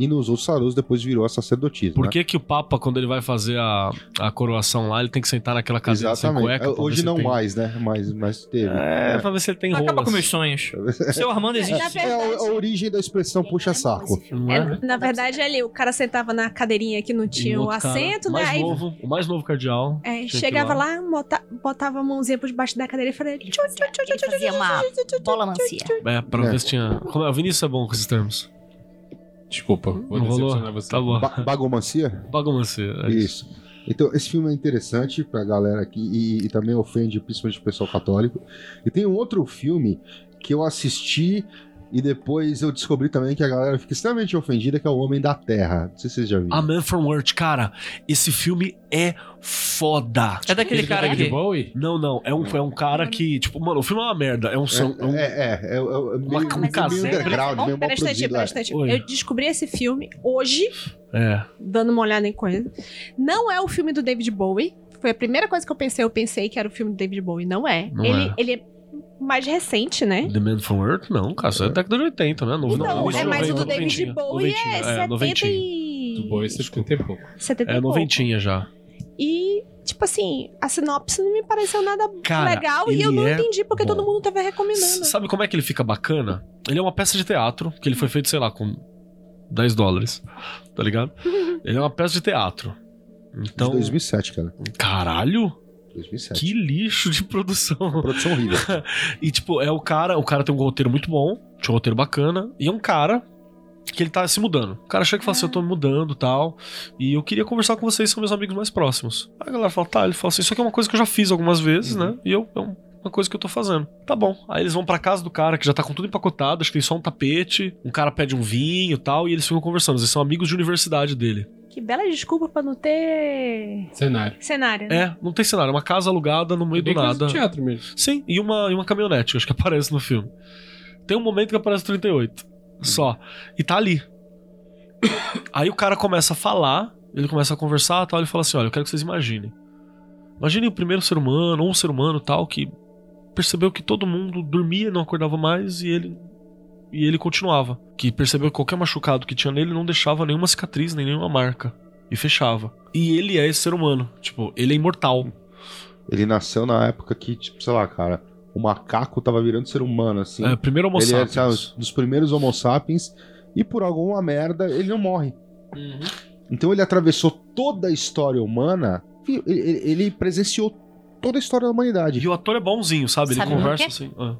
Speaker 7: e nos outros tarôs depois virou a sacerdotisa.
Speaker 4: Por
Speaker 7: né?
Speaker 4: que, que o Papa, quando ele vai fazer a, a coroação lá, ele tem que sentar naquela cadeira sem cueca? pra
Speaker 7: É,
Speaker 4: ver
Speaker 7: Hoje
Speaker 4: se
Speaker 7: não
Speaker 4: tem-
Speaker 7: mais, né? Mas, mas teve.
Speaker 4: É, pra ver se ele tem rola. assim,
Speaker 3: Acaba com meus sonhos. Seu Armando existe.
Speaker 6: Na
Speaker 7: É a, a
Speaker 6: verdade,
Speaker 7: origem da expressão puxa-saco.
Speaker 4: Não
Speaker 6: é,
Speaker 4: é?
Speaker 6: na verdade, é ali, o cara sentava na cadeirinha que não
Speaker 4: E
Speaker 6: tinha
Speaker 4: o
Speaker 6: o
Speaker 4: outro cara,
Speaker 6: assento, né?
Speaker 4: mais
Speaker 6: Aí
Speaker 4: Novo, o mais novo cardeal.
Speaker 6: é,
Speaker 4: tinha que ir
Speaker 6: chegava lá, bota- botava a mãozinha por debaixo da cadeira e falava.
Speaker 2: Ele fazia, ele fazia uma bola mancia.
Speaker 4: É, pra
Speaker 7: É.
Speaker 4: ver se tinha. Como é? O Vinícius é bom com esses termos.
Speaker 5: Desculpa, vou
Speaker 4: Não rolou?
Speaker 5: decepcionar você.
Speaker 4: Tá bom.
Speaker 7: Ba bagomancia?
Speaker 4: Bagunça. É isso.
Speaker 7: Isso. Então, esse filme é interessante pra galera aqui e, e também ofende principalmente o pessoal católico. E tem um outro filme que eu assisti e depois eu descobri também que a galera fica extremamente ofendida, que é o Homem da Terra. Não sei se vocês já
Speaker 4: A
Speaker 7: viram.
Speaker 4: Man from Earth, cara, esse filme é foda.
Speaker 3: É daquele cara
Speaker 5: David
Speaker 3: que.
Speaker 5: Bowie?
Speaker 4: Não, não, é um, é um cara que, tipo, mano, o filme é uma merda. É um. É, um
Speaker 7: É, é, é, é, é meio,
Speaker 4: mas
Speaker 7: meio
Speaker 4: caseiro,
Speaker 7: underground, meio mal
Speaker 6: Pera um instantinho, pera
Speaker 7: produzido.
Speaker 6: um
Speaker 7: é.
Speaker 6: instantinho.
Speaker 4: Oi.
Speaker 6: Eu descobri esse filme hoje,
Speaker 4: é.
Speaker 6: dando uma olhada em coisa. Não é o filme do David Bowie. Foi a primeira coisa que eu pensei. Eu pensei que era o filme do David Bowie. Não é.
Speaker 4: Não
Speaker 6: ele,
Speaker 4: é.
Speaker 6: ele é mais recente, né?
Speaker 4: The Man from Earth, não, cara, isso é década de 80, né? Novo,
Speaker 6: Então,
Speaker 4: não,
Speaker 6: é mais o do David Bowie é,
Speaker 4: é,
Speaker 6: 70
Speaker 4: noventinha.
Speaker 6: e...
Speaker 5: Do Bowie, você tem pouco.
Speaker 6: setenta e
Speaker 4: É
Speaker 6: pouco.
Speaker 4: noventinha já.
Speaker 6: E tipo assim, a sinopse não me pareceu nada
Speaker 4: Cara,
Speaker 6: legal e eu
Speaker 4: ele
Speaker 6: não
Speaker 4: é
Speaker 6: entendi porque
Speaker 4: bom.
Speaker 6: todo mundo tava recomendando.
Speaker 4: Sabe como é que ele fica bacana? Ele é uma peça de teatro, que ele foi feito, sei lá, com 10 dólares. Tá ligado? Ele é uma peça de teatro. Então.
Speaker 7: De 2007, cara.
Speaker 4: Caralho!
Speaker 7: 2007.
Speaker 4: Que lixo de produção.
Speaker 7: Produção horrível.
Speaker 4: e tipo, é o cara, o cara tem um roteiro muito bom, tinha um roteiro bacana, e é um cara que ele tá se mudando. O cara chega e fala assim, eu tô me mudando e tal, e eu queria conversar com vocês, são meus amigos mais próximos. Aí a galera fala, tá, ele fala assim, isso aqui é uma coisa que eu já fiz algumas vezes, né, e eu... É um- uma coisa que eu tô fazendo. Tá bom. Aí eles vão pra casa do cara que já tá com tudo empacotado, acho que tem só um tapete, um cara pede um vinho e tal, e eles ficam conversando. Eles são amigos de universidade dele.
Speaker 6: Que bela desculpa pra não ter
Speaker 5: Cenário.
Speaker 6: cenário, né?
Speaker 4: É, não tem cenário, é uma casa alugada no meio
Speaker 5: É bem
Speaker 4: do
Speaker 5: coisa
Speaker 4: nada.
Speaker 5: de teatro mesmo.
Speaker 4: Sim, e uma, e uma caminhonete, acho que aparece no filme. Tem um momento que aparece o 38. Só. E tá ali. Aí o cara começa a falar, ele começa a conversar tal, ele fala assim: olha, eu quero que vocês imaginem. Imaginem o primeiro ser humano, ou um ser humano tal, que percebeu que todo mundo dormia, não acordava mais, e ele. E ele continuava. Que percebeu que qualquer machucado que tinha nele não deixava nenhuma cicatriz, nem nenhuma marca. E fechava. E ele é esse ser humano. Tipo, ele é imortal.
Speaker 7: Ele nasceu na época que, tipo, sei lá, cara, o macaco tava virando ser humano, assim.
Speaker 4: É, primeiro Homo
Speaker 7: ele é,
Speaker 4: sapiens.
Speaker 7: sabe, um dos primeiros homo sapiens. E por alguma merda, ele não morre.
Speaker 4: Uhum.
Speaker 7: Então ele atravessou toda a história humana. e Ele, ele- ele presenciou toda a história da humanidade.
Speaker 4: E o ator é bonzinho, sabe?
Speaker 2: Sabe
Speaker 4: ele
Speaker 2: por
Speaker 4: conversa
Speaker 2: quê?
Speaker 4: assim. ah.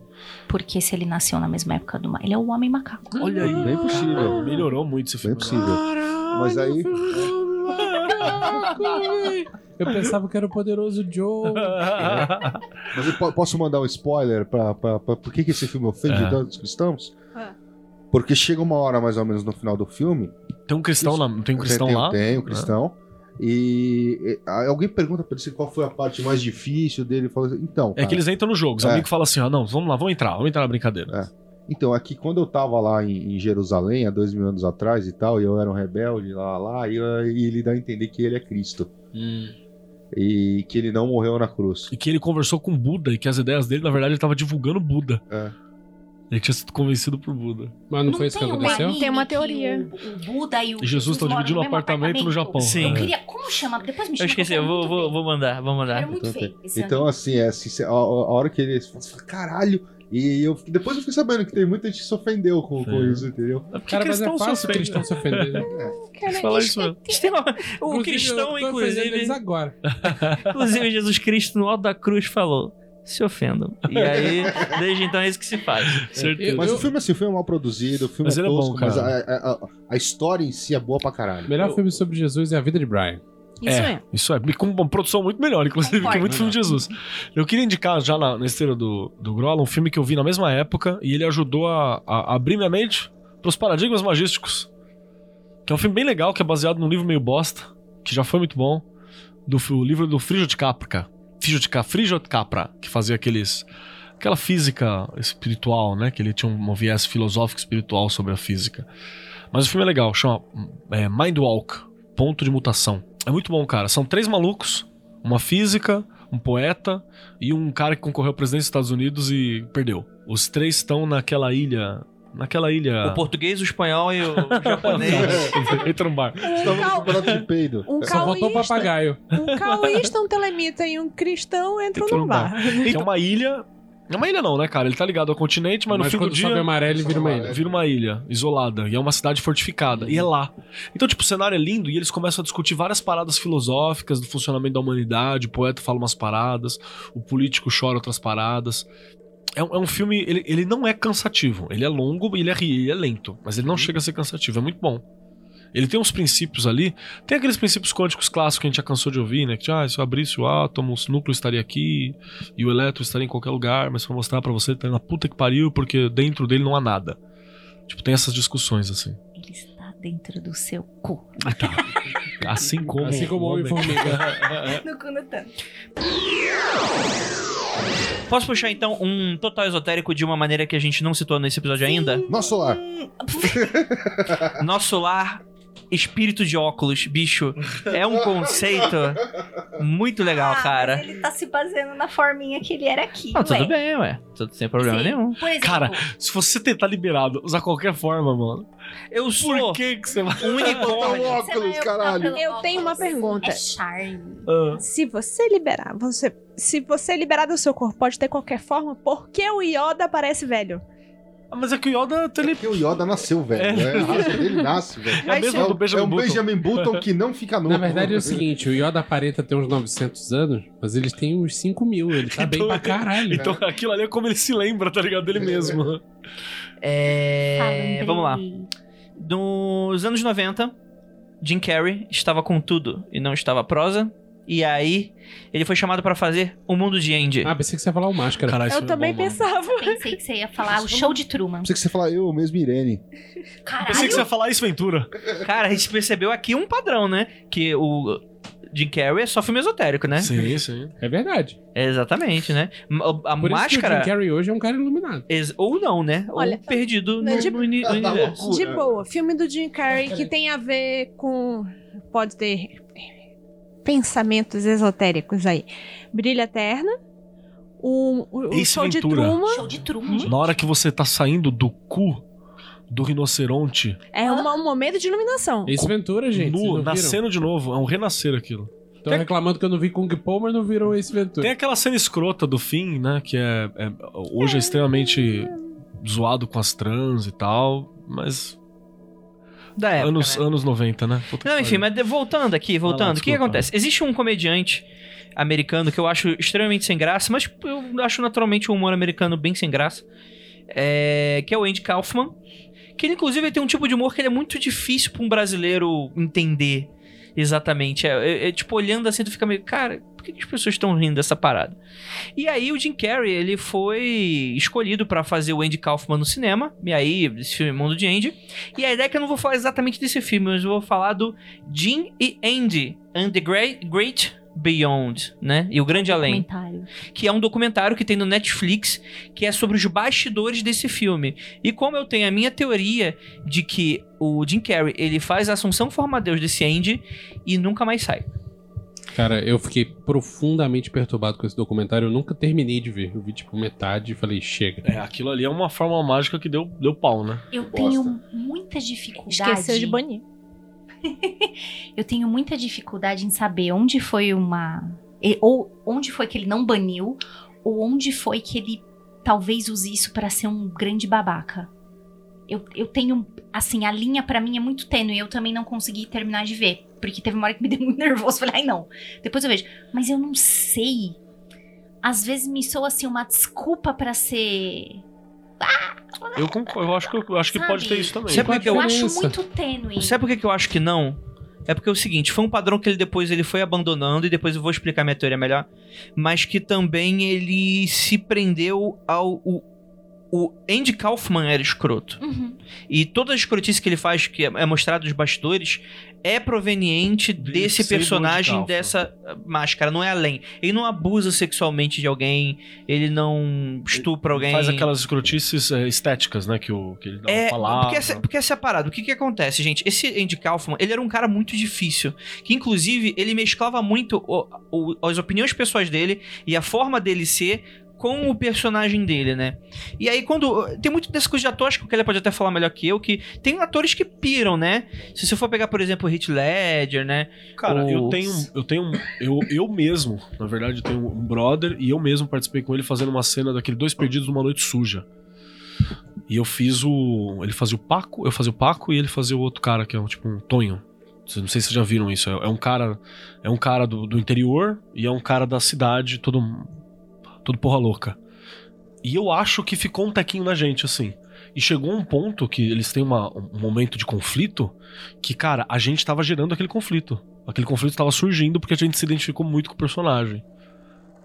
Speaker 2: Porque se ele nasceu na mesma época do mar, ele é o homem macaco.
Speaker 4: Olha aí.
Speaker 7: Bem possível.
Speaker 4: Ah, Melhorou muito esse
Speaker 7: Bem
Speaker 4: filme. né?
Speaker 7: possível. Mas aí.
Speaker 5: Eu pensava que era o poderoso Joe.
Speaker 7: Mas eu po- posso mandar um spoiler pra, pra, pra- por que, que esse filme ofende
Speaker 4: É.
Speaker 7: tantos cristãos?
Speaker 6: Ah.
Speaker 7: Porque chega uma hora mais ou menos no final do filme.
Speaker 4: Tem um cristão lá, não tem um cristão
Speaker 7: tem,
Speaker 4: lá?
Speaker 7: Tem, um cristão. E, e- alguém pergunta pra ele qual foi a parte mais difícil dele. Ele fala assim, então.
Speaker 4: É
Speaker 7: cara,
Speaker 4: que eles entram no jogo. Os
Speaker 7: É.
Speaker 4: amigos falam assim: ah, não, vamos lá, vamos entrar, vamos entrar na brincadeira.
Speaker 7: Então, é que quando eu tava lá em, em Jerusalém, há dois mil anos atrás e tal, e eu era um rebelde, lá, lá, lá, e, e ele dá a entender que ele é Cristo.
Speaker 5: Hum.
Speaker 7: E que ele não morreu na cruz.
Speaker 4: E que ele conversou com Buda e que as ideias dele, na verdade, ele tava divulgando Buda.
Speaker 7: É.
Speaker 4: Ele tinha sido convencido por Buda.
Speaker 5: Mas não, foi isso que
Speaker 2: tem
Speaker 5: aconteceu?
Speaker 2: anime
Speaker 6: Tem uma
Speaker 2: que
Speaker 6: teoria.
Speaker 2: O, o Buda e o
Speaker 4: E Jesus estão
Speaker 2: moram
Speaker 4: dividindo um
Speaker 2: mesmo
Speaker 4: apartamento no Japão.
Speaker 3: Sim.
Speaker 2: Eu
Speaker 4: É.
Speaker 2: queria. Como chama? Depois me
Speaker 3: Eu
Speaker 2: chama.
Speaker 3: esqueci,
Speaker 2: que
Speaker 3: eu
Speaker 2: quero
Speaker 3: vou,
Speaker 2: muito
Speaker 3: vou,
Speaker 2: ver.
Speaker 3: vou mandar, vou
Speaker 2: Eu Quero
Speaker 3: mandar.
Speaker 2: muito
Speaker 7: Então,
Speaker 2: feio. esse
Speaker 7: Então,
Speaker 2: anime.
Speaker 7: assim, é, assim, a, a- a hora que ele. assim, Caralho! E eu, fiquei- depois eu fiquei sabendo que tem muita gente que se ofendeu com, com
Speaker 4: É.
Speaker 7: isso, entendeu?
Speaker 4: É porque
Speaker 5: Cara, mas
Speaker 4: cristão
Speaker 5: é
Speaker 4: só
Speaker 5: fácil o
Speaker 4: ofende.
Speaker 5: cristão se ofender. né?
Speaker 6: Cara,
Speaker 4: Fala
Speaker 6: isso
Speaker 4: isso mesmo.
Speaker 3: O
Speaker 5: Inclusive, eu
Speaker 3: um cristão,
Speaker 5: tô ofendendo eles
Speaker 3: inclusive,
Speaker 5: agora.
Speaker 3: inclusive, Jesus Cristo no alto da cruz falou: se ofendam. E aí, desde então é isso que se faz.
Speaker 4: Certeza.
Speaker 7: Mas
Speaker 5: Eu-
Speaker 7: o filme, assim, o filme é mal produzido, o filme
Speaker 4: Mas
Speaker 7: é
Speaker 4: ele é bom,
Speaker 7: tosco, mas a,
Speaker 4: cara.
Speaker 7: a- a- a história em si é boa pra caralho.
Speaker 5: Melhor filme sobre Jesus é A Vida de Brian.
Speaker 6: Isso é.
Speaker 4: Isso é, com uma produção muito melhor, inclusive, que
Speaker 2: Concordo.
Speaker 4: muito filme de Jesus. Eu queria indicar já na, na esteira do, do Grola um filme que eu vi na mesma época e ele ajudou a, a abrir minha mente para os paradigmas magísticos. Que é um filme bem legal, que é baseado num livro meio bosta, que já foi muito bom, do fi- o livro do Frijo de Capra. Frijo de, Ca- Frijo de Capra, que fazia aqueles. aquela física espiritual, né? Que ele tinha um, um viés filosófico espiritual sobre a física. Mas o filme é legal, chama é, Mind Walk Ponto de Mutação. É muito bom, cara. São três malucos: uma física, um poeta e um cara que concorreu à presidência dos Estados Unidos e perdeu. Os três estão naquela ilha. Naquela ilha.
Speaker 3: O português, o espanhol e o japonês.
Speaker 4: Entra no bar.
Speaker 7: Estava no campeonato de peido.
Speaker 6: Um
Speaker 5: Só faltou o
Speaker 6: caoísta,
Speaker 5: papagaio.
Speaker 6: um caoísta, um telemita e um cristão entram
Speaker 4: Entra
Speaker 6: no
Speaker 4: no
Speaker 6: bar.
Speaker 4: Que é uma ilha. É uma ilha não, né, cara? Ele tá ligado ao continente, mas, no fim do
Speaker 5: quando sobe
Speaker 4: dia
Speaker 5: amarelo, ele vira uma ilha.
Speaker 4: vira uma ilha isolada. E é uma cidade fortificada. E é lá. Então, tipo, o cenário é lindo e eles começam a discutir várias paradas filosóficas do funcionamento da humanidade. O poeta fala umas paradas, o político chora outras paradas. É um, é um filme, ele, ele não é cansativo. Ele é longo e ele é, ri- ele é lento. Mas ele não chega a ser cansativo, é muito bom. Ele tem uns princípios ali. Tem aqueles princípios quânticos clássicos que a gente já cansou de ouvir, né? Que ah, se eu abrisse o átomo, o núcleo estaria aqui e o elétron estaria em qualquer lugar, mas pra mostrar pra você, tá na puta que pariu, porque dentro dele não há nada. Tipo, tem essas discussões, assim.
Speaker 2: Ele está dentro do seu cu.
Speaker 4: Assim como.
Speaker 5: Assim como o Homem-Formiga.
Speaker 3: É.
Speaker 9: No cu no tanto.
Speaker 3: Posso puxar então um total esotérico de uma maneira que a gente não citou nesse episódio ainda?
Speaker 7: Nosso lar.
Speaker 3: Nosso lar espírito de óculos, bicho, é um conceito muito legal,
Speaker 9: Ah,
Speaker 3: cara.
Speaker 9: mas Ele tá se baseando na forminha que ele era aqui.
Speaker 3: Não, Ah, tudo
Speaker 9: ué.
Speaker 3: bem, ué. Tudo sem problema
Speaker 9: Sim,
Speaker 3: nenhum.
Speaker 9: Por exemplo,
Speaker 4: Cara,
Speaker 2: é
Speaker 4: se você tentar liberado, usar qualquer forma, mano.
Speaker 3: Eu sou
Speaker 4: Por que que você vai...
Speaker 3: um
Speaker 7: Tá
Speaker 3: unicórnio.
Speaker 7: louco.
Speaker 9: você vai
Speaker 7: óculos,
Speaker 9: optar
Speaker 7: caralho.
Speaker 9: pelo
Speaker 6: Eu tenho uma
Speaker 9: óculos.
Speaker 6: pergunta.
Speaker 9: É charme.
Speaker 4: Ah.
Speaker 6: Se você liberar, você. Se você liberar do seu corpo, pode ter qualquer forma, por que o Yoda parece velho?
Speaker 4: Ah, Mas é que o Yoda, ele...
Speaker 7: Porque o Yoda nasceu, velho. né? A raça dele nasce, velho.
Speaker 4: É a
Speaker 7: É,
Speaker 4: mesma do
Speaker 7: um- é
Speaker 4: Benjamin
Speaker 7: um
Speaker 4: Button.
Speaker 7: Benjamin Button que não fica novo.
Speaker 5: Na verdade é o seguinte, o Yoda aparenta ter uns 900 anos, mas eles têm uns 5 mil, ele tá bem
Speaker 4: Então-
Speaker 5: pra caralho.
Speaker 4: Então aquilo ali é como ele se lembra, tá ligado? Dele mesmo.
Speaker 3: É.
Speaker 2: Fala,
Speaker 3: Vamos lá.
Speaker 2: Andrei.
Speaker 3: Nos anos 90, Jim Carrey estava com tudo e não estava prosa. E aí, ele foi chamado pra fazer O Mundo de Andy.
Speaker 5: Ah, pensei que você ia falar o Máscara.
Speaker 4: Caralho, é
Speaker 6: Eu também pensava.
Speaker 2: Pensei que você ia falar o show de Truman.
Speaker 7: Pensei que você falar eu mesmo, Irene.
Speaker 4: Pensei que
Speaker 2: Caralho,
Speaker 4: você ia falar isso, Ventura.
Speaker 3: Cara, a gente percebeu aqui um padrão, né? Que o Jim Carrey é só filme esotérico, né?
Speaker 4: Sim, sim.
Speaker 5: É verdade.
Speaker 3: É Exatamente, né? M- A, a
Speaker 5: Por isso que o
Speaker 3: máscara.
Speaker 5: Jim Carrey hoje é um cara iluminado.
Speaker 3: Ex- Ou não, né?
Speaker 6: Olha,
Speaker 3: Ou perdido
Speaker 6: né,
Speaker 3: no,
Speaker 6: de-
Speaker 3: no uni-
Speaker 7: Tá
Speaker 3: universo.
Speaker 7: louco.
Speaker 6: De boa, filme do Jim Carrey que tem a ver com. Pode ter pensamentos esotéricos aí. Brilha Eterna. O, o, o
Speaker 4: Ace
Speaker 6: show de
Speaker 4: Ventura.
Speaker 6: Truman Uhum.
Speaker 2: show de Truman.
Speaker 4: Na hora que você tá saindo do cu do rinoceronte,
Speaker 6: é uma- um momento de iluminação.
Speaker 5: Ace Ventura, gente. vocês
Speaker 4: nu,
Speaker 5: não viram?
Speaker 4: nascendo de novo, é um renascer aquilo.
Speaker 5: Estão reclamando que eu não vi Kung Po, mas não viram Ace Ventura.
Speaker 4: Tem aquela cena escrota do fim, né? Que é, é- hoje é extremamente zoado com as trans e tal, mas
Speaker 3: Da época,
Speaker 4: anos,
Speaker 3: né?
Speaker 4: anos 90, né? Puta que
Speaker 3: Não, enfim,
Speaker 4: pariu.
Speaker 3: mas de- voltando aqui,
Speaker 4: Vai lá,
Speaker 3: voltando. O que, que
Speaker 4: desculpa.
Speaker 3: acontece? Existe um comediante americano que eu acho extremamente sem graça, mas eu acho naturalmente o humor americano bem sem graça, é, que é o Andy Kaufman, que ele, inclusive ele tem um tipo de humor que ele é muito difícil pra um brasileiro entender exatamente. É, é- é, tipo, olhando assim, tu fica meio, cara, por que, que as pessoas estão rindo dessa parada? E aí o Jim Carrey, ele foi escolhido pra fazer o Andy Kaufman no cinema, e aí, esse filme Mundo de Andy, e a ideia é que eu não vou falar exatamente desse filme, mas eu vou falar do Jim e Andy, and the Great, Great Beyond, né? E o Grande Além
Speaker 2: Comentário.
Speaker 3: que é um documentário que tem no Netflix, que é sobre os bastidores desse filme. E como eu tenho a minha teoria de que o Jim Carrey, ele faz a assunção formadeus desse Andy e nunca mais sai.
Speaker 5: Cara, eu fiquei profundamente perturbado com esse documentário. Eu nunca terminei de ver. Eu vi tipo metade e falei, chega.
Speaker 4: É, aquilo ali é uma forma mágica que deu, deu pau, né?
Speaker 2: Eu
Speaker 7: Bosta.
Speaker 2: tenho muita dificuldade.
Speaker 6: Esqueceu de banir.
Speaker 2: Eu tenho muita dificuldade em saber onde foi uma. e- Ou onde foi que ele não baniu, ou onde foi que ele talvez use isso pra ser um grande babaca. Eu, eu tenho. Assim, a linha pra mim é muito tênue. Eu também não consegui terminar de ver. Porque teve uma hora que me deu muito nervoso. Falei, ai não. Depois eu vejo. Mas eu não sei. Às vezes me soa assim uma desculpa pra ser.
Speaker 4: Eu concordo, eu acho que, eu acho que
Speaker 2: Sabe,
Speaker 4: pode ter isso também.
Speaker 3: Sabe por que
Speaker 2: Eu,
Speaker 3: eu,
Speaker 2: acho
Speaker 5: isso.
Speaker 2: muito tênue.
Speaker 3: sabe por que que eu acho que não? É porque é o seguinte, foi um padrão que ele depois ele foi abandonando e depois eu vou explicar minha teoria melhor, mas que também ele se prendeu ao o, o Andy Kaufman era escroto.
Speaker 2: Uhum.
Speaker 3: E toda a escrotice que ele faz, que é mostrado nos bastidores, é proveniente desse
Speaker 4: ser
Speaker 3: personagem,
Speaker 4: Donald Trump.
Speaker 3: dessa eh, máscara, não é além. Ele não abusa sexualmente de alguém, ele não estupra alguém.
Speaker 4: Faz aquelas escrotices é, estéticas, né? Que, o, que ele dá
Speaker 3: É,
Speaker 4: uma palavra.
Speaker 3: porque essa, porque essa é a parada. O que que acontece, gente? Esse Andy Kaufman, ele era um cara muito difícil. Que, inclusive, ele mesclava muito o- o- as opiniões pessoais dele e a forma dele ser com o personagem dele, né? E aí, quando... Tem muito dessa coisa de ator, acho que o Kelly pode até falar melhor que eu, que tem atores que piram, né? Se você for pegar, por exemplo, o Heath Ledger, né?
Speaker 4: Cara, eu
Speaker 3: Ou-
Speaker 4: tenho. um Eu tenho. Eu, eu mesmo, na verdade, eu tenho um brother e eu mesmo participei com ele fazendo uma cena daquele Dois Perdidos numa Noite Suja. E eu fiz o. Ele fazia o Paco, eu fazia o Paco e ele fazia o outro cara, que é um, tipo um Tonho. Vocês- Não sei se vocês já viram isso. É, é um cara. É um cara do, do interior e é um cara da cidade, todo. Todo porra louca. E eu acho que ficou um tequinho na gente, assim. E chegou um ponto que eles têm uma- um momento de conflito que, cara, a gente tava gerando aquele conflito. Aquele conflito tava surgindo porque a gente se identificou muito com o personagem.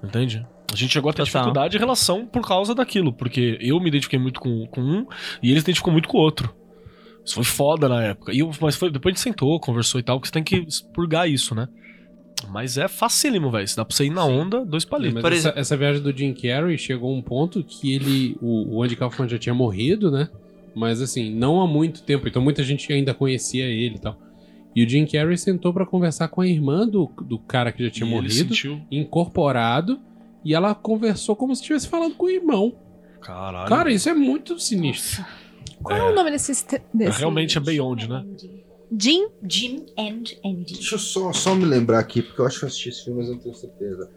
Speaker 4: Entende? A gente chegou a ter
Speaker 3: Total.
Speaker 4: dificuldade de relação por causa daquilo, porque eu me identifiquei muito com, com um e ele se identificou muito com o outro. Isso foi foda na época. E eu- mas foi, depois a gente sentou, conversou e tal, que você tem que expurgar isso, né? Mas é facílimo, velho. Se dá pra você ir na onda, dois palitos.
Speaker 5: Mas
Speaker 3: Por
Speaker 5: essa,
Speaker 3: exemplo-
Speaker 5: essa viagem do Jim Carrey chegou a um ponto que ele. O, o Andy Kaufman já tinha morrido, né? Mas assim, não há muito tempo. Então muita gente ainda conhecia ele e tal. E o Jim Carrey sentou pra conversar com a irmã do, do cara que já tinha
Speaker 4: E ele
Speaker 5: morrido,
Speaker 4: sentiu.
Speaker 5: incorporado, e ela conversou como se estivesse falando com o irmão.
Speaker 4: Caralho.
Speaker 5: Cara, isso é muito sinistro.
Speaker 6: Qual é, o nome desse. este- desse-
Speaker 4: Realmente é Beyond, né?
Speaker 6: Jim?
Speaker 2: Jim and Andy.
Speaker 7: Deixa eu só, só me lembrar aqui, porque eu acho que eu assisti esse filme, mas eu não tenho certeza.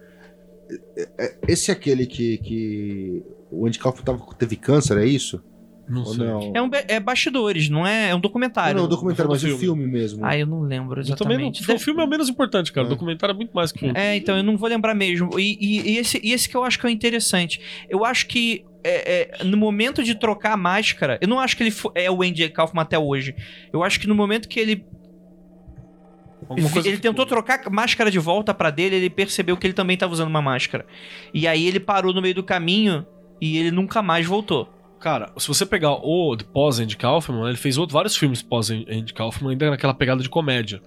Speaker 7: É- é- Esse é aquele que, que o Andy Kaufman tava, teve câncer, é isso?
Speaker 4: Não
Speaker 7: Ou
Speaker 4: sei.
Speaker 7: não?
Speaker 3: É, um, be- é bastidores, não é? É um
Speaker 7: Não,
Speaker 3: documentário.
Speaker 7: não, o documentário, mas o filme mesmo.
Speaker 3: Ah, eu não lembro
Speaker 4: Eu também não,
Speaker 3: exatamente.
Speaker 4: o filme é o menos importante, cara. O documentário é muito mais que o filme.
Speaker 3: É, então, eu não vou lembrar mesmo. E, e- e esse, e esse que eu acho que é o interessante. Eu acho que é, é, no momento de trocar a máscara, eu não acho que ele fo- é o Andy Kaufman até hoje. Eu acho que no momento que ele.
Speaker 4: Alguma coisa
Speaker 3: ele
Speaker 4: ficou.
Speaker 3: tentou trocar a máscara de volta pra dele, ele percebeu que ele também tava usando uma máscara. E aí ele parou no meio do caminho e ele nunca mais voltou.
Speaker 4: Cara, se você pegar o de pós-Andy Kaufman, ele fez outros, vários filmes pós-Andy Kaufman, ainda naquela pegada de comédia.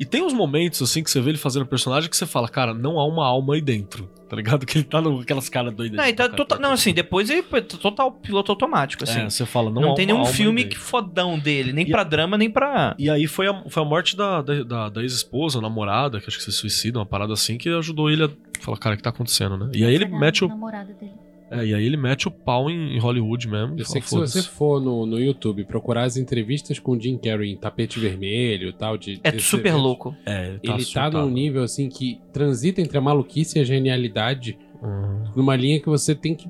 Speaker 4: E tem uns momentos, assim, que você vê ele fazendo personagem que você fala, cara, não há uma alma aí dentro. Tá ligado? Que ele tá no, aquelas caras doidas.
Speaker 3: Não,
Speaker 4: de
Speaker 3: e tá
Speaker 4: cara,
Speaker 3: tota-
Speaker 4: tá-
Speaker 3: não, assim, depois ele foi total piloto automático, assim.
Speaker 4: É, você fala, não,
Speaker 3: não
Speaker 4: há
Speaker 3: tem
Speaker 4: uma
Speaker 3: nenhum
Speaker 4: alma aí
Speaker 3: filme
Speaker 4: dentro.
Speaker 3: que fodão dele, nem
Speaker 4: E-
Speaker 3: pra drama, nem pra.
Speaker 4: E aí foi a, foi a morte da, da, da- da ex-esposa, namorada, que acho que se suicida, uma parada assim, que ajudou ele a falar, cara, o que tá acontecendo, né? E aí ele
Speaker 2: Verdade,
Speaker 4: mete o,
Speaker 2: namorada dele.
Speaker 4: é, e aí ele mete o pau em, em Hollywood mesmo. e
Speaker 5: Eu
Speaker 4: fala,
Speaker 5: sei que se você
Speaker 4: "Foda-se."
Speaker 5: for no, no YouTube procurar as entrevistas com o Jim Carrey em tapete vermelho e tal, de.
Speaker 3: É
Speaker 5: desse
Speaker 3: super
Speaker 5: evento,
Speaker 3: louco.
Speaker 4: É, ele tá,
Speaker 5: Ele tá
Speaker 4: surtado.
Speaker 5: num nível assim que transita entre a maluquice e a genialidade,
Speaker 4: Hum.
Speaker 5: numa linha que você tem que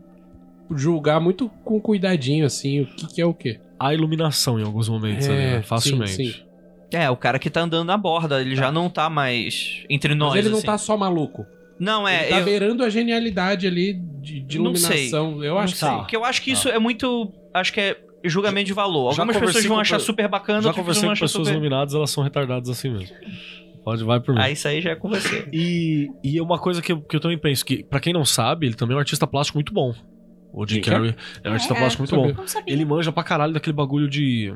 Speaker 5: julgar muito com cuidadinho, assim, o que, que é o quê.
Speaker 4: Há iluminação em alguns momentos
Speaker 5: É,
Speaker 4: ali, né?
Speaker 5: sim,
Speaker 4: facilmente.
Speaker 5: sim.
Speaker 3: É, o cara que tá andando na borda, ele já não tá mais entre nós.
Speaker 5: Mas ele não
Speaker 3: assim.
Speaker 5: tá só maluco.
Speaker 3: Não, é.
Speaker 5: ele tá
Speaker 3: eu...
Speaker 5: beirando a genialidade ali de, de
Speaker 3: Não sei.
Speaker 5: iluminação. Eu acho que
Speaker 3: Não sei, Porque eu acho que isso é muito. Acho que é julgamento de valor.
Speaker 4: Tá. Já
Speaker 3: Algumas pessoas
Speaker 4: conversei
Speaker 3: vão
Speaker 4: com
Speaker 3: achar
Speaker 4: pe-
Speaker 3: super bacana,
Speaker 4: Já
Speaker 3: outras pessoas
Speaker 4: conversei
Speaker 3: vão
Speaker 4: com
Speaker 3: achar
Speaker 4: pessoas
Speaker 3: super.
Speaker 4: iluminadas, elas são retardadas assim mesmo. Pode, vai por mim.
Speaker 3: Ah, isso aí já é com você.
Speaker 4: E, e é uma coisa que eu, que eu também penso, que pra quem não sabe, ele também é um artista plástico muito bom. O Jim
Speaker 5: Jim
Speaker 4: Carrey é um artista
Speaker 2: É,
Speaker 4: plástico muito
Speaker 5: sabia.
Speaker 4: bom.
Speaker 2: Não sabia.
Speaker 4: Ele manja pra caralho daquele bagulho de...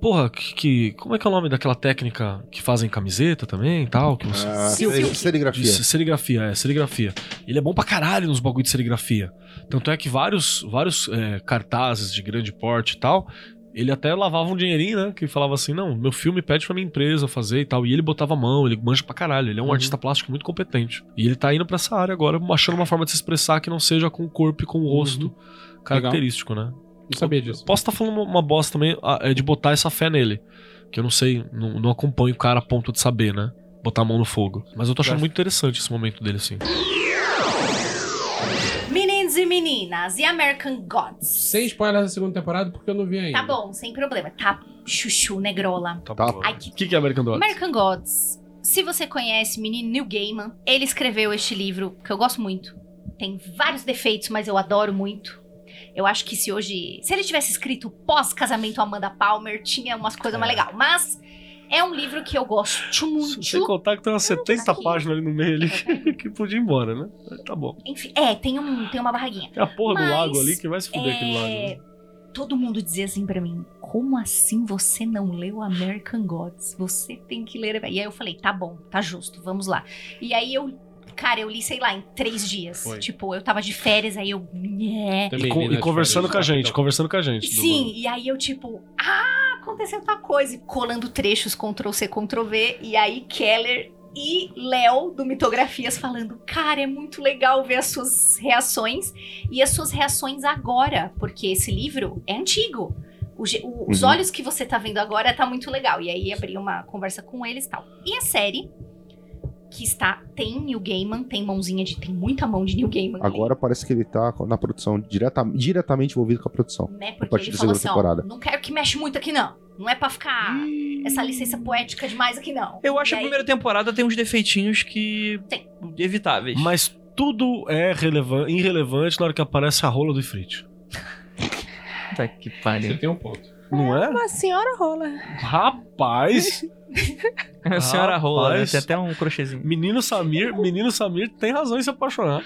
Speaker 4: Porra, que, que- Como é que é o nome daquela técnica que fazem camiseta também e tal? Que você...
Speaker 7: Ah,
Speaker 2: Sil-
Speaker 7: seri-
Speaker 2: Sil-
Speaker 7: serigrafia.
Speaker 4: De se- serigrafia, é, serigrafia. Ele é bom pra caralho nos bagulho de serigrafia. Tanto é que vários, vários é, cartazes de grande porte e tal, ele até lavava um dinheirinho, né? Que falava assim: não, meu filme pede pra minha empresa fazer e tal. E ele botava a mão, ele manja pra caralho. Ele é um artista plástico muito competente. E ele tá indo pra essa área agora, achando uma forma de se expressar que não seja com o corpo e com o rosto característico, né?
Speaker 5: Não sabia disso.
Speaker 4: Posso estar falando uma bosta também ah, é de botar essa fé nele. Que eu não sei, não, não acompanho o cara a ponto de saber, né? Botar a mão no fogo. Mas eu tô achando muito interessante esse momento dele, assim.
Speaker 2: Meninos e meninas, e American Gods?
Speaker 5: Sem spoilers da segunda temporada, porque eu não vi ainda.
Speaker 2: Tá bom, sem problema. Tá chuchu, negrola.
Speaker 4: Tá,
Speaker 7: Tá.
Speaker 4: bom.
Speaker 2: Ai, que
Speaker 4: O que, que é American Dogs?
Speaker 2: American Gods. Se você conhece o menino Neil Gaiman, ele escreveu este livro que eu gosto muito. Tem vários defeitos, mas eu adoro muito. Eu acho que se hoje. Se ele tivesse escrito pós-casamento Amanda Palmer, tinha umas coisas mais legais. Mas é um livro que eu gosto muito.
Speaker 4: Sem contar que tem umas 70
Speaker 2: tá aqui.
Speaker 4: páginas ali no meio ali que, que podia ir embora, né? Mas Tá bom.
Speaker 2: Enfim, é, tem, um, tem uma barraguinha.
Speaker 4: Tem a porra
Speaker 2: Mas,
Speaker 4: do lago ali que vai se fuder aquele lago.
Speaker 2: É,
Speaker 4: né?
Speaker 2: Todo mundo dizia assim pra mim: como assim você não leu American Gods? Você tem que ler. E aí eu falei: tá bom, tá justo, vamos lá. E aí eu, cara, eu li, sei lá, em três dias.
Speaker 5: Foi.
Speaker 2: Tipo, eu tava de férias, aí eu. "Nhé".
Speaker 5: Também
Speaker 4: E,
Speaker 5: vi Então,
Speaker 4: co-
Speaker 5: nas
Speaker 4: e
Speaker 5: férias
Speaker 4: conversando
Speaker 5: do
Speaker 4: com a gente,
Speaker 5: Capitão.
Speaker 4: conversando com a gente. do-
Speaker 2: Sim, e aí eu tipo, ah, aconteceu tal coisa. E colando trechos, Ctrl C, Ctrl V. E aí Keller e Léo do Mitografias falando, cara, é muito legal ver as suas reações e as suas reações agora, porque esse livro é antigo. O ge- o- os
Speaker 7: Uhum.
Speaker 2: olhos que você tá vendo agora tá muito legal. E aí abri uma conversa com eles e tal. E a série, que está, tem Neil Gaiman, tem mãozinha de. tem muita mão de Neil Gaiman.
Speaker 7: Agora parece que ele tá na produção, direta, diretamente envolvido com a produção.
Speaker 2: né?
Speaker 7: A
Speaker 2: Porque
Speaker 7: partir
Speaker 2: ele
Speaker 7: da
Speaker 2: falou assim,
Speaker 7: segunda
Speaker 2: ó,
Speaker 7: temporada.
Speaker 2: não quero que mexe muito aqui não. Não é pra ficar essa licença poética demais aqui não.
Speaker 3: Eu
Speaker 2: E
Speaker 3: acho que a
Speaker 2: aí-
Speaker 3: primeira temporada tem uns defeitinhos que.
Speaker 2: Tem.
Speaker 3: evitáveis.
Speaker 4: Mas tudo é relevan- irrelevante na hora que aparece a rola do Ifrit.
Speaker 3: Puta que
Speaker 5: Você
Speaker 3: pariu.
Speaker 5: tem um ponto.
Speaker 4: Não é?
Speaker 6: Uma senhora rola.
Speaker 4: Rapaz!
Speaker 3: A senhora rola, né?
Speaker 4: Rapaz.
Speaker 3: Tem até um crochêzinho.
Speaker 4: Menino Samir, menino Samir tem razão em se apaixonar.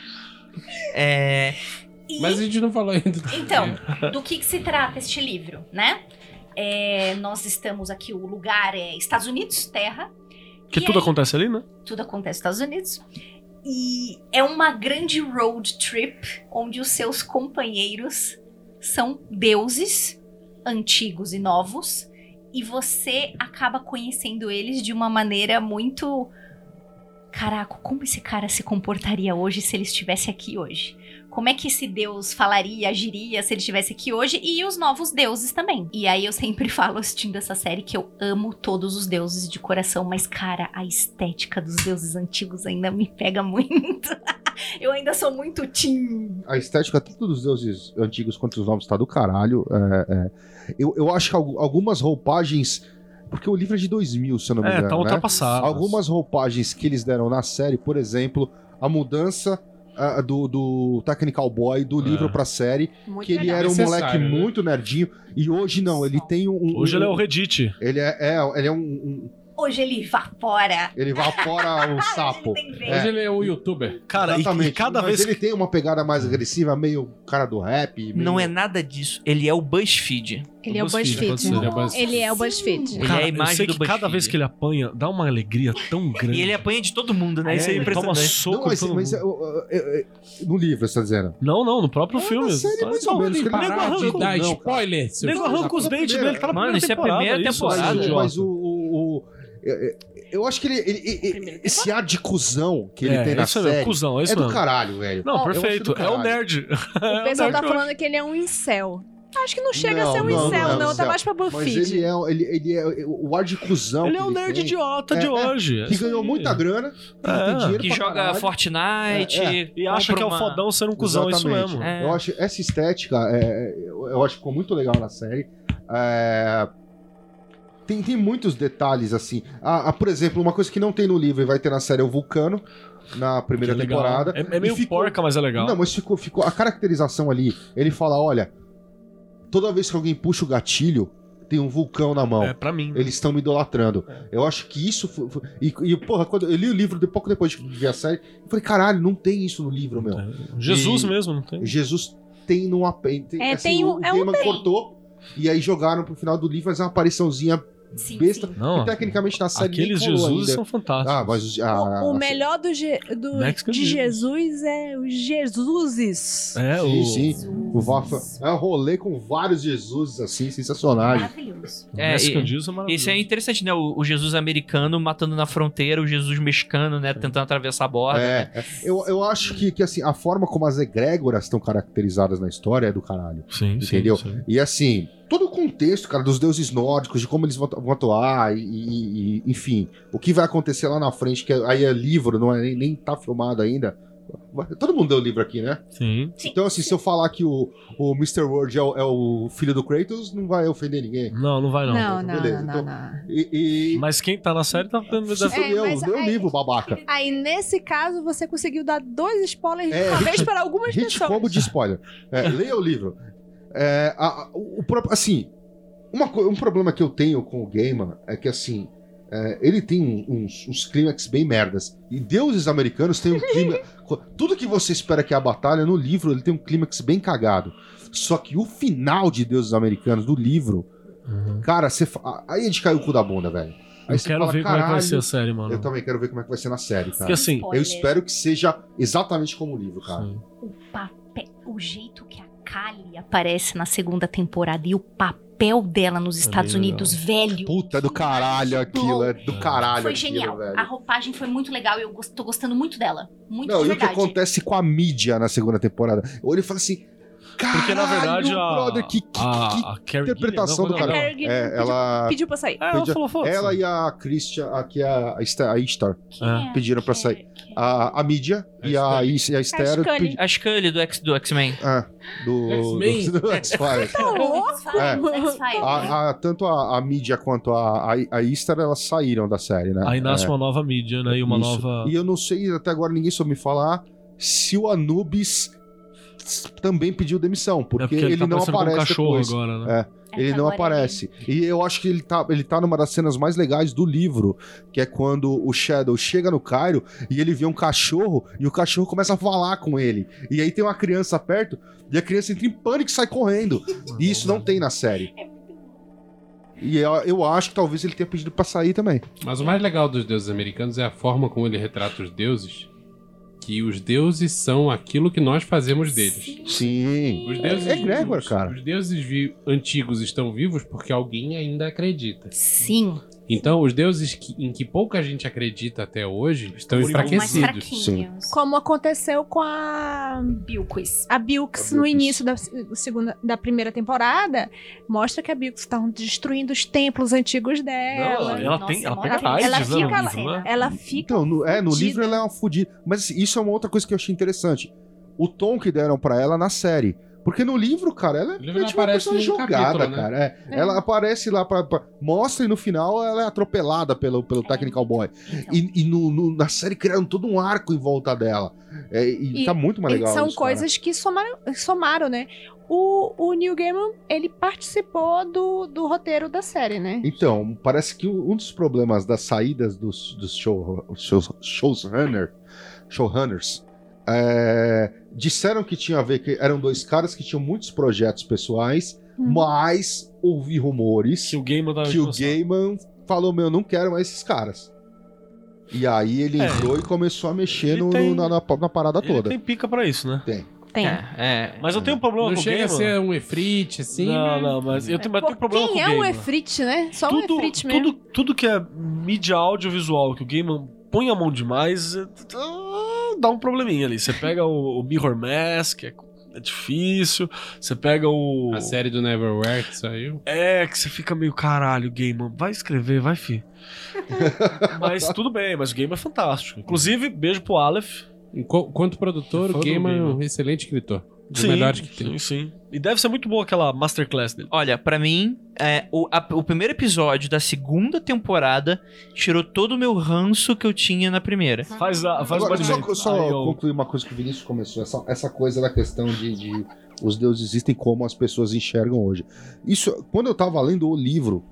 Speaker 3: É.
Speaker 2: E,
Speaker 5: Mas a gente não falou ainda.
Speaker 2: Então, do que, que se trata este livro, né? É, nós estamos aqui, o lugar é Estados Unidos, terra.
Speaker 4: Que
Speaker 2: E
Speaker 4: tudo
Speaker 2: aí-
Speaker 4: acontece ali, né?
Speaker 2: tudo acontece nos Estados Unidos. E é uma grande road trip onde os seus companheiros são deuses antigos e novos E você acaba conhecendo eles de uma maneira muito. Caraca, como esse cara se comportaria hoje se ele estivesse aqui hoje? Como é que esse deus falaria, agiria se ele estivesse aqui hoje? E os novos deuses também. E aí eu sempre falo assistindo essa série que eu amo todos os deuses de coração, mas cara, a estética dos deuses antigos ainda me pega muito. eu ainda sou muito teen.
Speaker 7: A estética, tanto dos deuses antigos quanto dos novos, tá do caralho. É, é. Eu, eu acho que algu- algumas roupagens. Porque o livro é de 2000, se eu não me
Speaker 4: É,
Speaker 7: engano.
Speaker 4: tá ultrapassado.
Speaker 7: Né? Algumas roupagens que eles deram na série, por exemplo, a mudança. ah, do, do Technical Boy,
Speaker 4: É.
Speaker 7: do livro pra série,
Speaker 6: Muito
Speaker 7: que ele
Speaker 6: legal.
Speaker 7: era um
Speaker 5: Necessário,
Speaker 7: moleque
Speaker 5: né?
Speaker 7: muito nerdinho, e hoje não, ele tem um. um-
Speaker 4: Hoje ele é o
Speaker 7: um-
Speaker 4: Reddit.
Speaker 7: Ele é, é, ele é um- um.
Speaker 2: Hoje ele evapora.
Speaker 7: Ele evapora um sapo.
Speaker 2: Hoje ele tem verde.
Speaker 5: Hoje ele é um youtuber.
Speaker 4: Cara, e- e,
Speaker 7: Exatamente.
Speaker 4: cada
Speaker 7: Mas
Speaker 4: vez
Speaker 7: ele tem uma pegada mais agressiva, meio cara do rap. meio-
Speaker 3: Não é nada disso. Ele é o BuzzFeed.
Speaker 6: Ele é o
Speaker 4: BuzzFeed,
Speaker 6: BuzzFeed.
Speaker 5: pode ser,
Speaker 7: né?
Speaker 5: ele é o BuzzFeed.
Speaker 6: Ele é o
Speaker 2: Sim.
Speaker 6: BuzzFeed.
Speaker 3: Ele é
Speaker 4: Cara,
Speaker 3: a
Speaker 4: eu sei
Speaker 3: imagem do
Speaker 4: que cada vez que ele apanha, dá uma alegria tão grande.
Speaker 3: E ele apanha de todo mundo, né? Isso é
Speaker 4: ele toma
Speaker 3: impressionante.
Speaker 4: soco
Speaker 7: Não, mas,
Speaker 4: em todo
Speaker 7: mas
Speaker 4: mundo.
Speaker 7: eu- eu- eu- eu- no livro, você tá dizendo?
Speaker 4: Não, não, no próprio
Speaker 7: É,
Speaker 4: filme.
Speaker 7: na série,
Speaker 4: Tá-
Speaker 7: mais ou menos, que ele
Speaker 4: nego
Speaker 5: Parar de
Speaker 4: arranca-
Speaker 5: dar
Speaker 7: não,
Speaker 5: spoiler.
Speaker 4: O
Speaker 5: seu
Speaker 4: nego
Speaker 5: filho da
Speaker 4: arranca os
Speaker 7: puta.
Speaker 4: dentes dele, que tá na
Speaker 3: Mano,
Speaker 4: primeira
Speaker 3: isso é a
Speaker 4: temporada.
Speaker 3: primeira
Speaker 4: isso,
Speaker 7: Mas,
Speaker 3: temporada.
Speaker 4: isso,
Speaker 7: o-
Speaker 4: idiota.
Speaker 7: mas o. o- o- eu- eu acho que ele, ele- ele- esse ar de cuzão que ele
Speaker 4: é,
Speaker 7: tem na
Speaker 4: isso
Speaker 7: série
Speaker 4: mesmo, cuzão, é isso
Speaker 7: é do
Speaker 4: mesmo.
Speaker 7: caralho, velho.
Speaker 4: Não,
Speaker 7: Eu acho
Speaker 4: perfeito.
Speaker 7: do
Speaker 4: É o
Speaker 7: caralho.
Speaker 4: nerd.
Speaker 6: O pessoal tá falando que ele é um incel. Acho que não chega a
Speaker 7: Não,
Speaker 6: ser um
Speaker 7: não,
Speaker 6: incel,
Speaker 7: não
Speaker 6: não.
Speaker 7: é um
Speaker 6: Tá
Speaker 7: incel.
Speaker 6: mais pra
Speaker 7: Mas
Speaker 6: BuzzFeed.
Speaker 7: ele é, ele, ele é o ar de cuzão.
Speaker 4: Ele
Speaker 7: que
Speaker 4: é o nerd
Speaker 7: tem,
Speaker 4: idiota de
Speaker 7: É, é.
Speaker 4: hoje. É
Speaker 7: Que
Speaker 4: isso
Speaker 7: ganhou
Speaker 4: aí.
Speaker 7: muita grana, que
Speaker 4: É,
Speaker 7: tem dinheiro
Speaker 3: Que
Speaker 7: pra
Speaker 3: joga
Speaker 7: caralho.
Speaker 3: Fortnite.
Speaker 7: É,
Speaker 4: E acha
Speaker 3: compra
Speaker 4: que é o
Speaker 3: uma-
Speaker 4: fodão ser um cuzão, é isso
Speaker 7: Exatamente.
Speaker 4: mesmo.
Speaker 3: É.
Speaker 7: Eu acho essa estética, é, eu, eu acho que ficou muito legal na série. É, tem, tem muitos detalhes assim. Ah, ah, por exemplo, uma coisa que não tem no livro e vai ter na série é o vulcano na primeira
Speaker 4: Que é legal.
Speaker 7: temporada.
Speaker 4: É, é
Speaker 7: E
Speaker 4: meio
Speaker 7: ficou-
Speaker 4: porca, mas é legal.
Speaker 7: Não, mas ficou, ficou a caracterização ali. Ele fala, olha, toda vez que alguém puxa o gatilho tem um vulcão na mão.
Speaker 4: É, pra mim.
Speaker 7: Eles estão me idolatrando. Eu acho que isso. Foi, foi- e, e, porra, quando eu li o livro de pouco depois de ver a série, eu falei, caralho, não tem isso no livro, meu.
Speaker 4: Jesus
Speaker 7: E-
Speaker 4: mesmo, não tem?
Speaker 7: Jesus tem num apêndice.
Speaker 6: É, tem um-
Speaker 7: o, o
Speaker 6: é um
Speaker 7: Gaiman cortou e aí jogaram pro final do livro fazer uma apariçãozinha
Speaker 2: Sim,
Speaker 7: besta.
Speaker 2: sim.
Speaker 4: Não,
Speaker 7: que tecnicamente na série nem
Speaker 4: aqueles
Speaker 7: colou
Speaker 4: Jesus
Speaker 7: ainda.
Speaker 4: são fantásticos.
Speaker 7: Ah, mas os-
Speaker 6: O-
Speaker 7: ah,
Speaker 6: o, melhor do, Je- do-
Speaker 4: Mexican
Speaker 6: de Jesus é os Jesuses.
Speaker 4: É, o...
Speaker 7: Sim, sim. O Vafa é um rolê com vários Jesus assim, sensacionais.
Speaker 2: Maravilhoso.
Speaker 4: o
Speaker 3: É,
Speaker 4: Mexican
Speaker 3: e-
Speaker 4: Jesus é maravilhoso.
Speaker 3: Isso é interessante, né? O, o Jesus americano matando na fronteira, o Jesus mexicano, né? Tentando atravessar a borda.
Speaker 7: É, é. eu, eu acho que, que assim, a forma como as egrégoras estão caracterizadas na história é do caralho.
Speaker 4: Sim, sim,
Speaker 7: Entendeu?
Speaker 4: sim.
Speaker 7: E assim, todo o contexto, cara, dos deuses nórdicos, de como eles vão, vão atuar, e, e- e- enfim, o que vai acontecer lá na frente, que aí é livro, não é, nem, nem tá filmado ainda. Todo mundo deu livro aqui, né?
Speaker 4: Sim.
Speaker 7: Então, assim, se eu falar que o, o Mr. World é o, é o filho do Kratos, não vai ofender ninguém.
Speaker 4: Não, não vai não.
Speaker 6: Não, não,
Speaker 7: beleza,
Speaker 6: não, não,
Speaker 7: então-
Speaker 6: não. É,
Speaker 7: E. e...
Speaker 4: Mas quem tá na série tá tendo...
Speaker 7: se
Speaker 4: deve-
Speaker 7: fudeu,
Speaker 6: mas
Speaker 7: deu
Speaker 6: aí-
Speaker 7: livro, babaca.
Speaker 6: Aí, nesse caso, você conseguiu dar dois spoilers de
Speaker 7: É,
Speaker 6: uma
Speaker 7: hit-
Speaker 6: vez para algumas
Speaker 7: Hit
Speaker 6: pessoas.
Speaker 7: combo de spoiler. É, leia o livro. É, a- a- o, o pro- assim, uma co- um problema que eu tenho com o Gaiman é que, assim, é, ele tem um- uns, uns clímax bem merdas. E deuses americanos têm um clímax... co- Tudo que você espera que é a batalha, no livro, ele tem um clímax bem cagado. Só que o final de deuses americanos, do livro,
Speaker 4: Uhum.
Speaker 7: cara, você fa- a- aí é de cair o cu da bunda, velho. É. Aí
Speaker 4: Eu
Speaker 7: você
Speaker 4: quero
Speaker 7: fala,
Speaker 4: ver como é que vai ser a
Speaker 7: "Caralho,
Speaker 4: série, mano.
Speaker 7: Eu também quero ver como é que vai ser na série,
Speaker 4: Porque
Speaker 7: cara.
Speaker 4: assim...
Speaker 7: Eu espero que seja exatamente como o livro, cara.
Speaker 4: Sim.
Speaker 2: O papel, o jeito que a Kali aparece na segunda temporada e o papel dela
Speaker 7: É
Speaker 2: nos Estados
Speaker 4: bem legal.
Speaker 2: Unidos, velho.
Speaker 7: Puta é do caralho aquilo, é do caralho
Speaker 2: foi
Speaker 7: aquilo,
Speaker 2: genial.
Speaker 7: velho.
Speaker 2: A roupagem foi muito legal e eu gos- tô gostando muito dela. Muito
Speaker 7: Não,
Speaker 2: de
Speaker 7: e o que
Speaker 2: verdade.
Speaker 7: acontece com a mídia na segunda temporada? Eu olho e falo assim, caralho,
Speaker 4: Porque na verdade a...
Speaker 7: brother, que, que- que
Speaker 4: a, a Carrie
Speaker 7: interpretação
Speaker 4: Gilliam,
Speaker 7: do
Speaker 4: não,
Speaker 7: caralho.
Speaker 6: Carrie Gilliam
Speaker 7: É,
Speaker 6: pediu,
Speaker 7: ela,
Speaker 6: pediu pra sair.
Speaker 3: Ah,
Speaker 4: É, ela
Speaker 7: Pediu-
Speaker 4: falou, foda
Speaker 7: ela e a Christian, aqui a, a, Sta- a Star,
Speaker 2: Quem é a
Speaker 7: Ah, Pediram pra
Speaker 2: Ker-
Speaker 7: sair.
Speaker 2: Ker-
Speaker 7: a, a mídia e a, e a Esther
Speaker 6: Scully.
Speaker 7: pedi-
Speaker 3: A Scully do X- do X-Men.
Speaker 7: ah, do,
Speaker 5: X-Men.
Speaker 7: do, do X-Files.
Speaker 6: Tá louco?
Speaker 7: É.
Speaker 2: X-Files.
Speaker 7: A- a- tanto a, a mídia quanto a, a, a Star, elas saíram da série, né?
Speaker 4: Aí nasce
Speaker 7: É.
Speaker 4: uma nova mídia, né? E uma
Speaker 7: Isso.
Speaker 4: nova.
Speaker 7: E eu não sei, até agora ninguém soube me falar se o Anubis também pediu demissão, porque,
Speaker 4: É
Speaker 7: ele,
Speaker 4: tá
Speaker 7: não
Speaker 4: aparecendo com um
Speaker 7: aparece
Speaker 4: cachorro
Speaker 7: depois.
Speaker 4: agora, né?
Speaker 7: É,
Speaker 2: É,
Speaker 7: Ele não
Speaker 2: agora
Speaker 7: aparece. E eu acho que ele tá, ele tá numa das cenas mais legais do livro, que é quando o Shadow chega no Cairo e ele vê um cachorro e o cachorro começa a falar com ele. E aí tem uma criança perto e a criança entra em pânico e sai correndo. E isso não tem na série. E eu, eu acho que talvez ele tenha pedido pra sair também.
Speaker 5: Mas o mais legal dos deuses americanos é a forma como ele retrata os deuses. que os deuses são aquilo que nós fazemos deles.
Speaker 7: Sim.
Speaker 5: Os deuses
Speaker 7: é Gregor,
Speaker 5: vivos-
Speaker 7: cara.
Speaker 5: Os deuses vi- antigos estão vivos porque alguém ainda acredita.
Speaker 2: Sim.
Speaker 5: Então, os deuses que- em que pouca gente acredita até hoje estão enfraquecidos.
Speaker 6: Como aconteceu com a
Speaker 9: Bilquis.
Speaker 6: A Bilks no início da se- segunda, da primeira temporada mostra que a Bilks tá destruindo os templos antigos dela.
Speaker 4: ela tem- ela pega AIDS,
Speaker 6: É, ela
Speaker 4: né,
Speaker 6: fica,
Speaker 4: no livro, né?
Speaker 6: ela fica
Speaker 7: Então, no, é, no
Speaker 6: fudida.
Speaker 7: livro ela é uma fudida. Mas isso é uma outra coisa que eu achei interessante. O tom que deram pra ela na série. Porque no livro, cara, ela é
Speaker 5: livro ela
Speaker 7: praticamente uma
Speaker 5: aparece
Speaker 7: pessoa
Speaker 5: num
Speaker 7: jogada,
Speaker 5: capítulo, né?
Speaker 7: cara. É.
Speaker 6: É.
Speaker 7: Ela aparece lá pra, pra- Mostra e no final ela é atropelada pelo,
Speaker 6: É,
Speaker 7: pelo Technical
Speaker 2: Então.
Speaker 6: então.
Speaker 7: Boy. E, e no- no- na série criaram todo um arco em volta dela. É, e,
Speaker 6: E
Speaker 7: tá muito mais
Speaker 6: e
Speaker 7: legal.
Speaker 6: São
Speaker 7: isso, cara.
Speaker 6: coisas que somaram, somaram, né? O, o Neil Gaiman, ele participou do, do roteiro da série, né?
Speaker 7: Então, parece que um dos problemas das saídas dos, dos show, shows, showrunner- showrunners é, disseram que tinha a ver que eram dois caras que tinham muitos projetos pessoais, mas ouvi rumores que
Speaker 4: o tá Gaiman,
Speaker 7: que o Gaiman falou: Meu, não quero mais esses caras. E aí ele
Speaker 4: É.
Speaker 7: entrou e começou a mexer no-
Speaker 4: tem-
Speaker 7: na, na- na parada
Speaker 4: Ele
Speaker 7: tá toda.
Speaker 4: tem pica pra isso, né?
Speaker 7: Tem.
Speaker 6: Tem.
Speaker 3: É,
Speaker 4: Mas eu tenho um problema
Speaker 5: Não
Speaker 4: com o
Speaker 5: chega a
Speaker 4: Gaiman.
Speaker 5: ser um efrite, assim.
Speaker 4: Não,
Speaker 5: né?
Speaker 4: não, mas eu tenho, mas eu tenho
Speaker 6: Pô,
Speaker 4: problema com o
Speaker 6: Quem é
Speaker 4: Gaiman.
Speaker 6: um Efrit, né? Só um
Speaker 4: tudo,
Speaker 6: Efrit mesmo.
Speaker 4: tudo, tudo que é mídia audiovisual que o Gaiman põe a mão demais, é, t- t- ah, dá um probleminha ali. Você pega o, o Mirror Mask, é, é difícil. Você pega o.
Speaker 5: A série do Neverwhere que saiu.
Speaker 4: É, que você fica meio caralho, Gaiman. Vai escrever, vai, fi. mas tudo bem, mas o Gaiman é fantástico. Inclusive, beijo pro Aleph.
Speaker 5: Enquanto produtor,
Speaker 4: Fã
Speaker 5: o
Speaker 4: do
Speaker 5: Gaiman é um
Speaker 4: Gaiman.
Speaker 5: excelente escritor. Um Dos
Speaker 4: Sim,
Speaker 5: melhores que tem.
Speaker 4: sim, sim. E deve ser muito boa aquela masterclass dele.
Speaker 3: Olha, pra mim, é, o, a- o primeiro episódio da segunda temporada tirou todo o meu ranço que eu tinha na primeira.
Speaker 4: Faz, a, faz
Speaker 7: Agora,
Speaker 4: o
Speaker 7: só
Speaker 4: Badman.
Speaker 7: só
Speaker 4: Aí, ó,
Speaker 7: concluir uma coisa que o Vinícius começou, essa, essa coisa da questão de, de os deuses existem como as pessoas enxergam hoje. Isso, quando eu tava lendo o livro,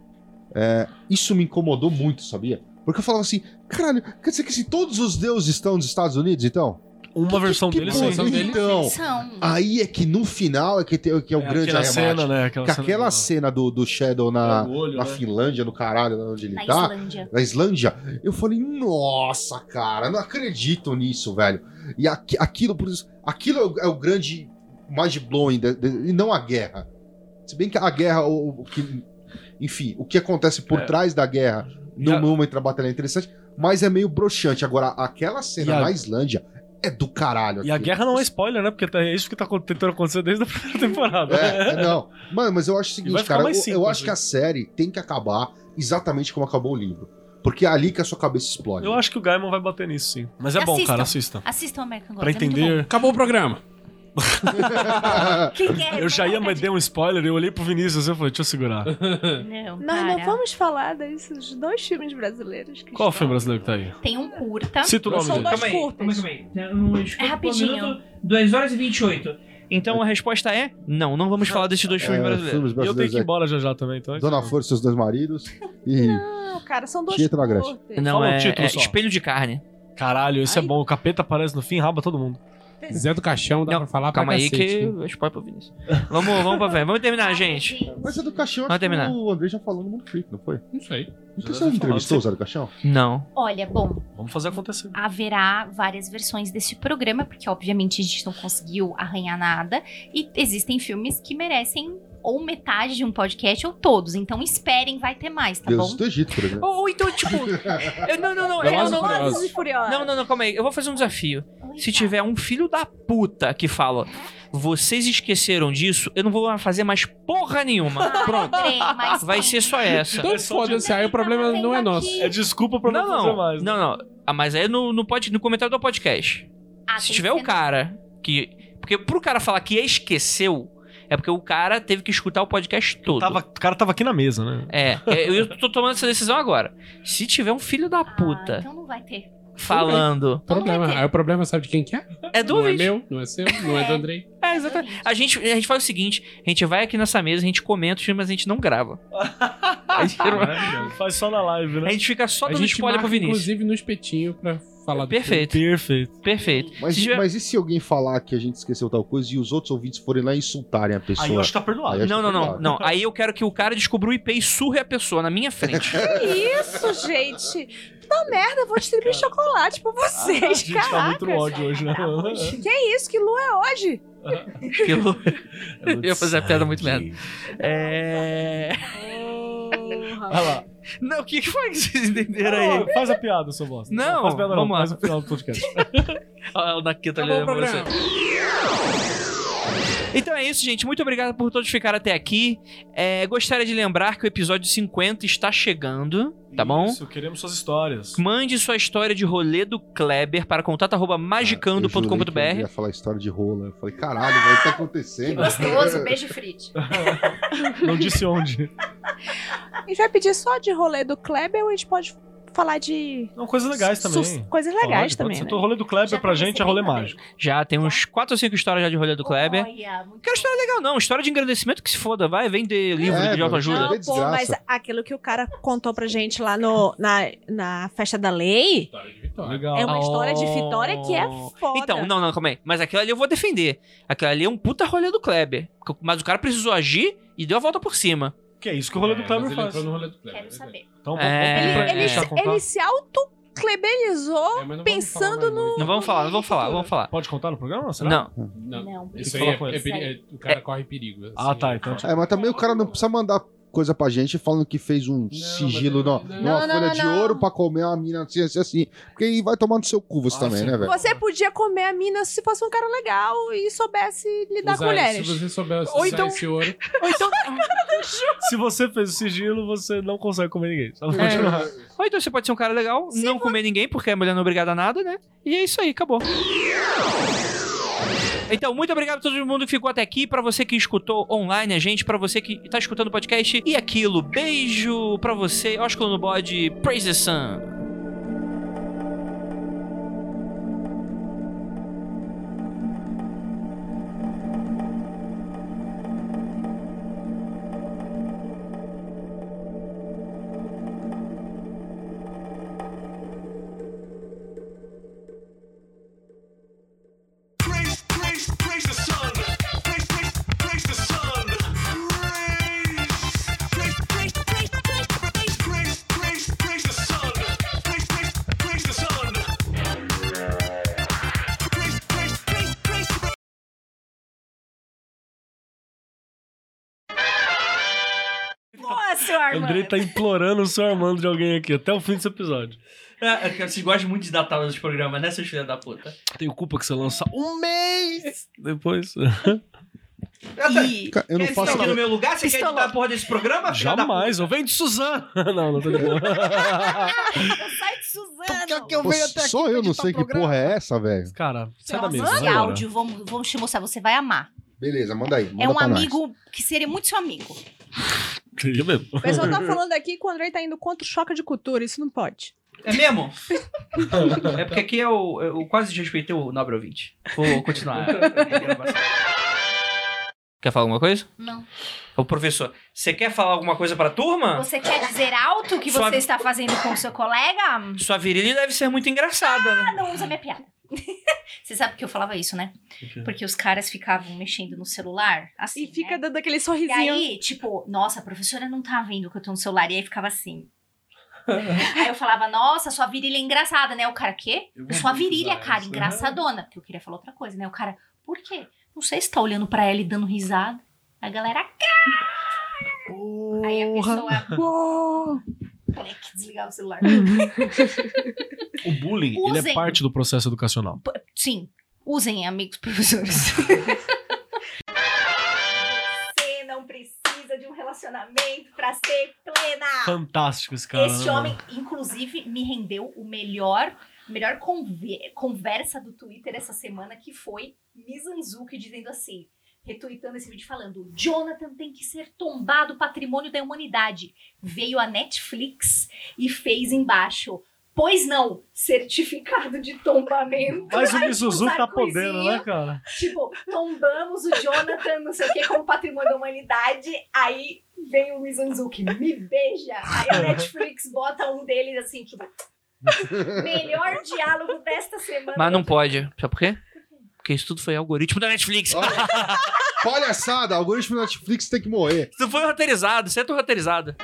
Speaker 7: é, isso me incomodou muito, sabia? Porque eu falava assim, caralho, quer dizer que se todos os deuses estão nos Estados Unidos, então?
Speaker 4: Uma versão
Speaker 7: que
Speaker 4: dele,
Speaker 7: porra,
Speaker 4: sim.
Speaker 5: versão dele,
Speaker 7: Então,
Speaker 2: São.
Speaker 7: aí é que no final é que, tem, que é o
Speaker 4: É,
Speaker 7: grande
Speaker 4: aquela
Speaker 7: arremate.
Speaker 4: cena, né? Aquela
Speaker 7: que
Speaker 4: cena
Speaker 7: aquela
Speaker 4: do-
Speaker 7: cena do, do Shadow na,
Speaker 4: do olho,
Speaker 7: Tá na
Speaker 4: né?
Speaker 7: Finlândia, no caralho, lá onde ele
Speaker 2: Na
Speaker 7: tá
Speaker 2: Islândia.
Speaker 7: na Islândia, eu falei, nossa, cara, não acredito nisso, velho. E aqui- aquilo, por isso, aquilo é o- é o grande mind-blowing, de- de- e não a guerra. Se bem que a guerra, o, o que, enfim, o que acontece por
Speaker 4: É.
Speaker 7: trás da guerra
Speaker 4: E a-
Speaker 7: não numa intrabatalha é interessante, mas é meio broxante. Agora, aquela cena
Speaker 4: E a-
Speaker 7: na Islândia é do caralho.
Speaker 4: E a
Speaker 7: aquilo.
Speaker 4: guerra não é spoiler, né? Porque tá- é isso que tá acon- tentando acontecer desde a primeira temporada.
Speaker 7: É, é, não. Mano, mas eu acho o
Speaker 4: E vai
Speaker 7: seguinte,
Speaker 4: ficar
Speaker 7: cara.
Speaker 4: mais
Speaker 7: eu- eu
Speaker 4: cinco,
Speaker 7: acho que a
Speaker 4: assim.
Speaker 7: série tem que acabar exatamente como acabou o livro. Porque é ali que a sua cabeça explode.
Speaker 4: Eu acho que o Gaiman vai bater nisso, sim. Mas é
Speaker 2: E
Speaker 4: bom,
Speaker 2: assistam.
Speaker 4: cara, assista.
Speaker 2: Assistam American Gods.
Speaker 6: é
Speaker 2: é
Speaker 4: Pra entender.
Speaker 5: Acabou o programa.
Speaker 2: Quem quer?
Speaker 4: Eu já ia me dar um spoiler, eu olhei pro Vinícius e eu falei, deixa eu segurar.
Speaker 2: Não,
Speaker 6: Nós não
Speaker 2: cara.
Speaker 6: vamos falar desses dois filmes brasileiros que
Speaker 4: Qual
Speaker 6: estão-
Speaker 4: filme brasileiro que tá aí?
Speaker 2: Tem um curta.
Speaker 4: Cita o nome
Speaker 6: São
Speaker 4: dele.
Speaker 6: dois curtas.
Speaker 3: um
Speaker 2: É rapidinho.
Speaker 3: 2 um, horas e 28. Então a resposta é: não, não vamos falar desses dois filmes
Speaker 7: É,
Speaker 3: brasileiros.
Speaker 7: filmes
Speaker 4: E eu tenho
Speaker 7: brasileiros
Speaker 4: que ir embora já já também, então. é isso.
Speaker 7: Dona Flor e seus dois maridos. E
Speaker 6: Não, Ah, cara, são dois
Speaker 7: Tieto na Grécia.
Speaker 6: curtas.
Speaker 3: Não,
Speaker 4: Fala o
Speaker 3: é,
Speaker 4: título
Speaker 3: é
Speaker 4: só.
Speaker 3: Espelho de Carne.
Speaker 4: Caralho, esse é
Speaker 6: Ai.
Speaker 4: bom. O capeta aparece no fim, raba todo mundo.
Speaker 5: Zé do Caixão dá
Speaker 3: Não,
Speaker 5: pra falar
Speaker 3: Calma
Speaker 5: pra
Speaker 3: aí
Speaker 5: cacete,
Speaker 3: que
Speaker 5: né?
Speaker 3: eu spoiler pro Vinícius. Vamos, vamos pra frente. Vamos
Speaker 4: Ah,
Speaker 3: terminar, gente.
Speaker 7: Mas é do Caixão,
Speaker 3: Vai
Speaker 7: acho que
Speaker 3: terminar.
Speaker 7: o André já falou no Mundo Freak, não foi?
Speaker 5: Não sei.
Speaker 7: Então você não entrevistou o Zé do
Speaker 4: Tá
Speaker 7: Caixão?
Speaker 3: Não.
Speaker 2: Olha, bom,
Speaker 4: Vamos fazer acontecer.
Speaker 2: haverá várias versões desse programa, porque obviamente a gente não conseguiu arranhar nada. E existem filmes que merecem ou metade de um podcast ou todos. Então esperem, vai ter mais, tá
Speaker 7: Deus
Speaker 2: bom?
Speaker 7: do Egito, por exemplo.
Speaker 3: Ou, ou então, tipo. eu- não, não, não. Eu
Speaker 5: Velozes e
Speaker 3: não,
Speaker 4: um
Speaker 5: Furiosos.
Speaker 6: Velozes e Furiosos.
Speaker 3: não, não, não, calma aí. Eu vou fazer um desafio.
Speaker 2: Oi,
Speaker 3: Se
Speaker 2: tá.
Speaker 3: tiver um filho da puta que fala, vocês esqueceram disso, eu não vou fazer mais porra nenhuma.
Speaker 2: Ah,
Speaker 5: Pronto.
Speaker 2: Andrei, mas
Speaker 3: Vai
Speaker 2: tem. tá
Speaker 3: ser só essa.
Speaker 5: Então
Speaker 4: É só
Speaker 5: foda-se, aí o problema não é nosso.
Speaker 4: É desculpa pra não,
Speaker 3: Não,
Speaker 4: fazer
Speaker 3: não.
Speaker 4: mais. né?
Speaker 3: Não, não. Ah, mas aí no, no, pod- no comentário do podcast.
Speaker 2: Ah,
Speaker 3: Se
Speaker 2: tem
Speaker 3: tiver
Speaker 2: que
Speaker 3: o
Speaker 2: ser-
Speaker 3: cara que. Porque pro cara falar que esqueceu, é porque o cara teve que escutar o podcast todo.
Speaker 4: Tava, o cara tava aqui na mesa, né?
Speaker 3: É, é, eu eu tô tomando essa decisão agora. Se tiver um filho da
Speaker 2: Ah,
Speaker 3: puta
Speaker 2: então não vai ter.
Speaker 3: falando.
Speaker 2: Então não vai
Speaker 5: Problema.
Speaker 2: ter.
Speaker 5: Aí o problema sabe de quem que é?
Speaker 3: É do
Speaker 5: não é
Speaker 3: ouvinte.
Speaker 5: meu, não é seu, não é do Andrei.
Speaker 3: É, exatamente. A gente, a gente faz o seguinte: a gente vai aqui nessa mesa, a gente comenta os filmes, mas a gente não grava. A gente,
Speaker 4: Faz só na live,
Speaker 3: a
Speaker 4: né?
Speaker 3: gente fica só
Speaker 5: A
Speaker 3: dando
Speaker 5: gente
Speaker 3: spoiler
Speaker 5: marca,
Speaker 3: pro Vinícius.
Speaker 5: inclusive, no espetinho pra falar do
Speaker 3: Perfeito,
Speaker 4: Perfeito.
Speaker 3: perfeito.
Speaker 7: Mas,
Speaker 3: Se tiver-
Speaker 7: mas e se alguém falar que a gente esqueceu tal coisa e os outros ouvintes forem lá e insultarem a pessoa?
Speaker 4: Aí eu acho que tá perdoado.
Speaker 7: Aí eu acho
Speaker 3: Não,
Speaker 7: que
Speaker 3: não,
Speaker 7: tá
Speaker 3: não, não. Aí eu quero que o cara descubra o IP e surre a pessoa na minha frente.
Speaker 6: Que isso, gente? puta merda, vou distribuir chocolate pra
Speaker 4: a
Speaker 6: vocês,
Speaker 4: gente
Speaker 6: cara.
Speaker 4: tá muito ódio hoje, né?
Speaker 6: Que é isso? Que lua é hoje?
Speaker 3: Aquilo. Eu ia fazer a piada muito merda. É.
Speaker 4: Vai lá.
Speaker 3: Não, o que que foi que vocês entenderam aí?
Speaker 4: Faz a piada, seu bosta.
Speaker 3: Não,
Speaker 4: faz piada, não.
Speaker 3: vamos lá.
Speaker 4: Faz o final do podcast.
Speaker 3: Olha o Nakita ali
Speaker 4: Acabou o
Speaker 3: pra você.
Speaker 4: programa.
Speaker 3: Então é isso, gente. Muito obrigado por todos ficarem até aqui. É, gostaria de lembrar que o episódio 50 está chegando, tá bom?
Speaker 4: Isso, queremos suas histórias.
Speaker 3: Mande sua história de rolê do Kleber para
Speaker 4: é
Speaker 7: Eu jurei que Ah, eu
Speaker 3: contato.magicando.com.br.
Speaker 7: ia falar história de rola. Eu falei, caralho, velho, o que tá acontecendo?
Speaker 2: Gostoso, beijo frite.
Speaker 4: Não disse onde.
Speaker 6: A gente vai pedir só de rolê do Kleber ou a gente pode falar de.
Speaker 4: Não, coisas legais também.
Speaker 6: sus- Coisas
Speaker 4: Pode,
Speaker 6: legais
Speaker 4: pode
Speaker 6: também.
Speaker 4: ser.
Speaker 6: né?
Speaker 4: O rolê do Kleber
Speaker 2: Já
Speaker 4: pra gente é rolê
Speaker 2: participei
Speaker 4: mágico.
Speaker 3: Já tem uns 4 ou 5 histórias já de rolê do Kleber.
Speaker 2: Olha, muito
Speaker 3: Quero história legal, não. História de agradecimento que se foda, vai, vender livro
Speaker 7: É,
Speaker 3: de
Speaker 7: mano.
Speaker 3: autoajuda.
Speaker 7: Não,
Speaker 6: Não, pô, mas
Speaker 7: desgraça.
Speaker 6: aquilo que o cara contou pra gente lá no, na, na festa da lei
Speaker 4: Legal.
Speaker 6: é uma história de vitória que é
Speaker 3: Oh.
Speaker 6: foda.
Speaker 3: Então, não, não, calma aí. Mas aquilo ali eu vou defender. Aquilo ali é um puta rolê do Kleber. Mas o cara precisou agir e deu a volta por cima.
Speaker 4: Que é isso que o rolê do Kleber faz.
Speaker 5: no rolê do Kleber.
Speaker 2: Quero saber.
Speaker 4: Então,
Speaker 3: É,
Speaker 4: vamos- vamos
Speaker 6: ele,
Speaker 4: pra-
Speaker 6: ele
Speaker 4: deixar
Speaker 6: se-
Speaker 4: contar?
Speaker 6: ele se auto-clebelizou.
Speaker 5: É, mas não vamos
Speaker 6: pensando
Speaker 5: falar mais muito.
Speaker 3: Não vamos falar, não vamos falar, vamos falar.
Speaker 4: Pode contar no programa? Será?
Speaker 3: Não,
Speaker 5: Não,
Speaker 2: Não,
Speaker 5: Isso
Speaker 4: Tem
Speaker 5: aí
Speaker 4: que
Speaker 5: é,
Speaker 4: falar com
Speaker 5: é
Speaker 4: ele.
Speaker 5: peri- é- o cara corre perigo.
Speaker 4: Ah,
Speaker 5: assim.
Speaker 4: tá. Então,
Speaker 7: É, mas também o cara não precisa mandar coisa pra gente falando que fez um sigilo
Speaker 5: mas-
Speaker 7: no-
Speaker 5: não,
Speaker 7: numa
Speaker 2: não,
Speaker 7: folha
Speaker 2: não,
Speaker 7: de
Speaker 2: não.
Speaker 7: ouro pra comer uma mina assim, assim, assim. Porque aí vai tomar no seu cu você
Speaker 5: Ah,
Speaker 7: também,
Speaker 5: sim.
Speaker 7: né, velho?
Speaker 6: Você podia comer a mina se fosse um cara legal e soubesse lidar com
Speaker 5: Usar-
Speaker 4: é,
Speaker 6: mulheres.
Speaker 5: Se você souber usar
Speaker 3: Ou então-
Speaker 5: esse ouro,
Speaker 3: Ou então,
Speaker 4: se você fez o sigilo, você não consegue comer ninguém. Só
Speaker 3: É.
Speaker 4: continuar.
Speaker 3: ou então você pode ser um cara legal, não comer ninguém, porque a mulher não é obrigada a nada, né? E é isso aí, acabou. Então, muito obrigado a todo mundo que ficou até aqui, pra você que escutou online a gente, pra você que tá escutando o podcast e aquilo. Beijo pra você, Ósculo no bode, Praise the Sun.
Speaker 2: Boa, seu Armando.
Speaker 4: Andrei tá implorando o seu Armando de alguém aqui até o fim desse episódio.
Speaker 3: É, é que vocês gostam muito de datar os programas, né, seus filhos da puta?
Speaker 4: Tenho culpa que você lança um mês depois.
Speaker 3: E...
Speaker 7: Cara, Eu não
Speaker 3: Quer
Speaker 7: faço.
Speaker 3: estar aqui no meu lugar? Você quer
Speaker 2: Pistolou.
Speaker 3: editar a porra desse programa? Ah, filha da
Speaker 4: Jamais. Eu venho de Suzana. Não, não tô de boa.
Speaker 2: Sai de
Speaker 11: é
Speaker 2: Suzano.
Speaker 7: Pô, só eu não sei que porra é essa, velho.
Speaker 4: Cara, sai da
Speaker 2: Nossa,
Speaker 4: mesa.
Speaker 2: esse
Speaker 4: vai embora.
Speaker 2: áudio, vamos, vamos te mostrar, você vai amar.
Speaker 7: Beleza, manda aí. Manda
Speaker 13: É um
Speaker 7: pra nós.
Speaker 13: amigo que seria muito seu amigo.
Speaker 4: Queria mesmo.
Speaker 6: O pessoal tá falando aqui que o André tá indo contra o choque de cultura, isso não pode.
Speaker 3: puta. É mesmo? é porque aqui é o. Eu quase desrespeitei o nobre ouvinte. Vou continuar. quer falar alguma coisa?
Speaker 2: Não.
Speaker 3: Ô, professor, você quer falar alguma coisa pra turma?
Speaker 2: Você quer dizer alto o que
Speaker 3: Suave.
Speaker 2: você está fazendo com o seu colega?
Speaker 3: Sua virilha deve ser muito engraçada, né?
Speaker 2: Ah, não usa minha piada. Você sabe que eu falava isso, né? Porque os caras ficavam mexendo no celular, assim,
Speaker 6: E fica
Speaker 2: né?
Speaker 6: dando aquele
Speaker 2: E
Speaker 6: sorrisinho.
Speaker 2: aí, tipo, nossa, a professora não tá vendo que eu tô no celular. E aí ficava assim. aí eu falava, nossa, sua virilha é engraçada, né? O cara, quê?
Speaker 5: Eu vou né?
Speaker 2: Sua virilha,
Speaker 5: pesquisar
Speaker 2: cara,
Speaker 5: isso.
Speaker 2: engraçadona. Porque eu queria falar outra coisa, né? O cara, por quê? Não sei se tá olhando pra ela e dando risada. A galera, aí a pessoa...
Speaker 6: Uou!
Speaker 2: Falei que desligar o celular.
Speaker 6: Uhum.
Speaker 4: O bullying, ele é
Speaker 2: Usem.
Speaker 4: parte do processo educacional.
Speaker 2: Sim, usem, amigos professores. Você não precisa de um relacionamento pra ser plena.
Speaker 4: Fantástico esse cara.
Speaker 2: Ah, Esse
Speaker 4: né, mano?
Speaker 2: homem, inclusive, me rendeu o melhor, melhor conver- conversa do Twitter essa semana, que foi Mizanzuki dizendo assim, retweetando esse vídeo falando: Jonathan tem que ser tombado patrimônio da humanidade. Veio a Netflix e fez embaixo. Pois não, certificado de tombamento.
Speaker 4: Mas
Speaker 2: Aí,
Speaker 4: o
Speaker 2: tipo,
Speaker 4: Misuzu tá
Speaker 2: Sarkozy,
Speaker 4: podendo, né, cara?
Speaker 2: Tipo, tombamos o Jonathan, não sei o que, como patrimônio da humanidade. Aí vem o Mizanzuki, me beija. Aí a Netflix bota um deles assim, tipo. Melhor diálogo desta semana.
Speaker 3: Mas não pode. Sabe por quê? Porque isso tudo foi algoritmo da Netflix.
Speaker 7: Olha, palhaçada, algoritmo da Netflix tem que morrer.
Speaker 3: Isso foi é roteirizado, certo roteirizado.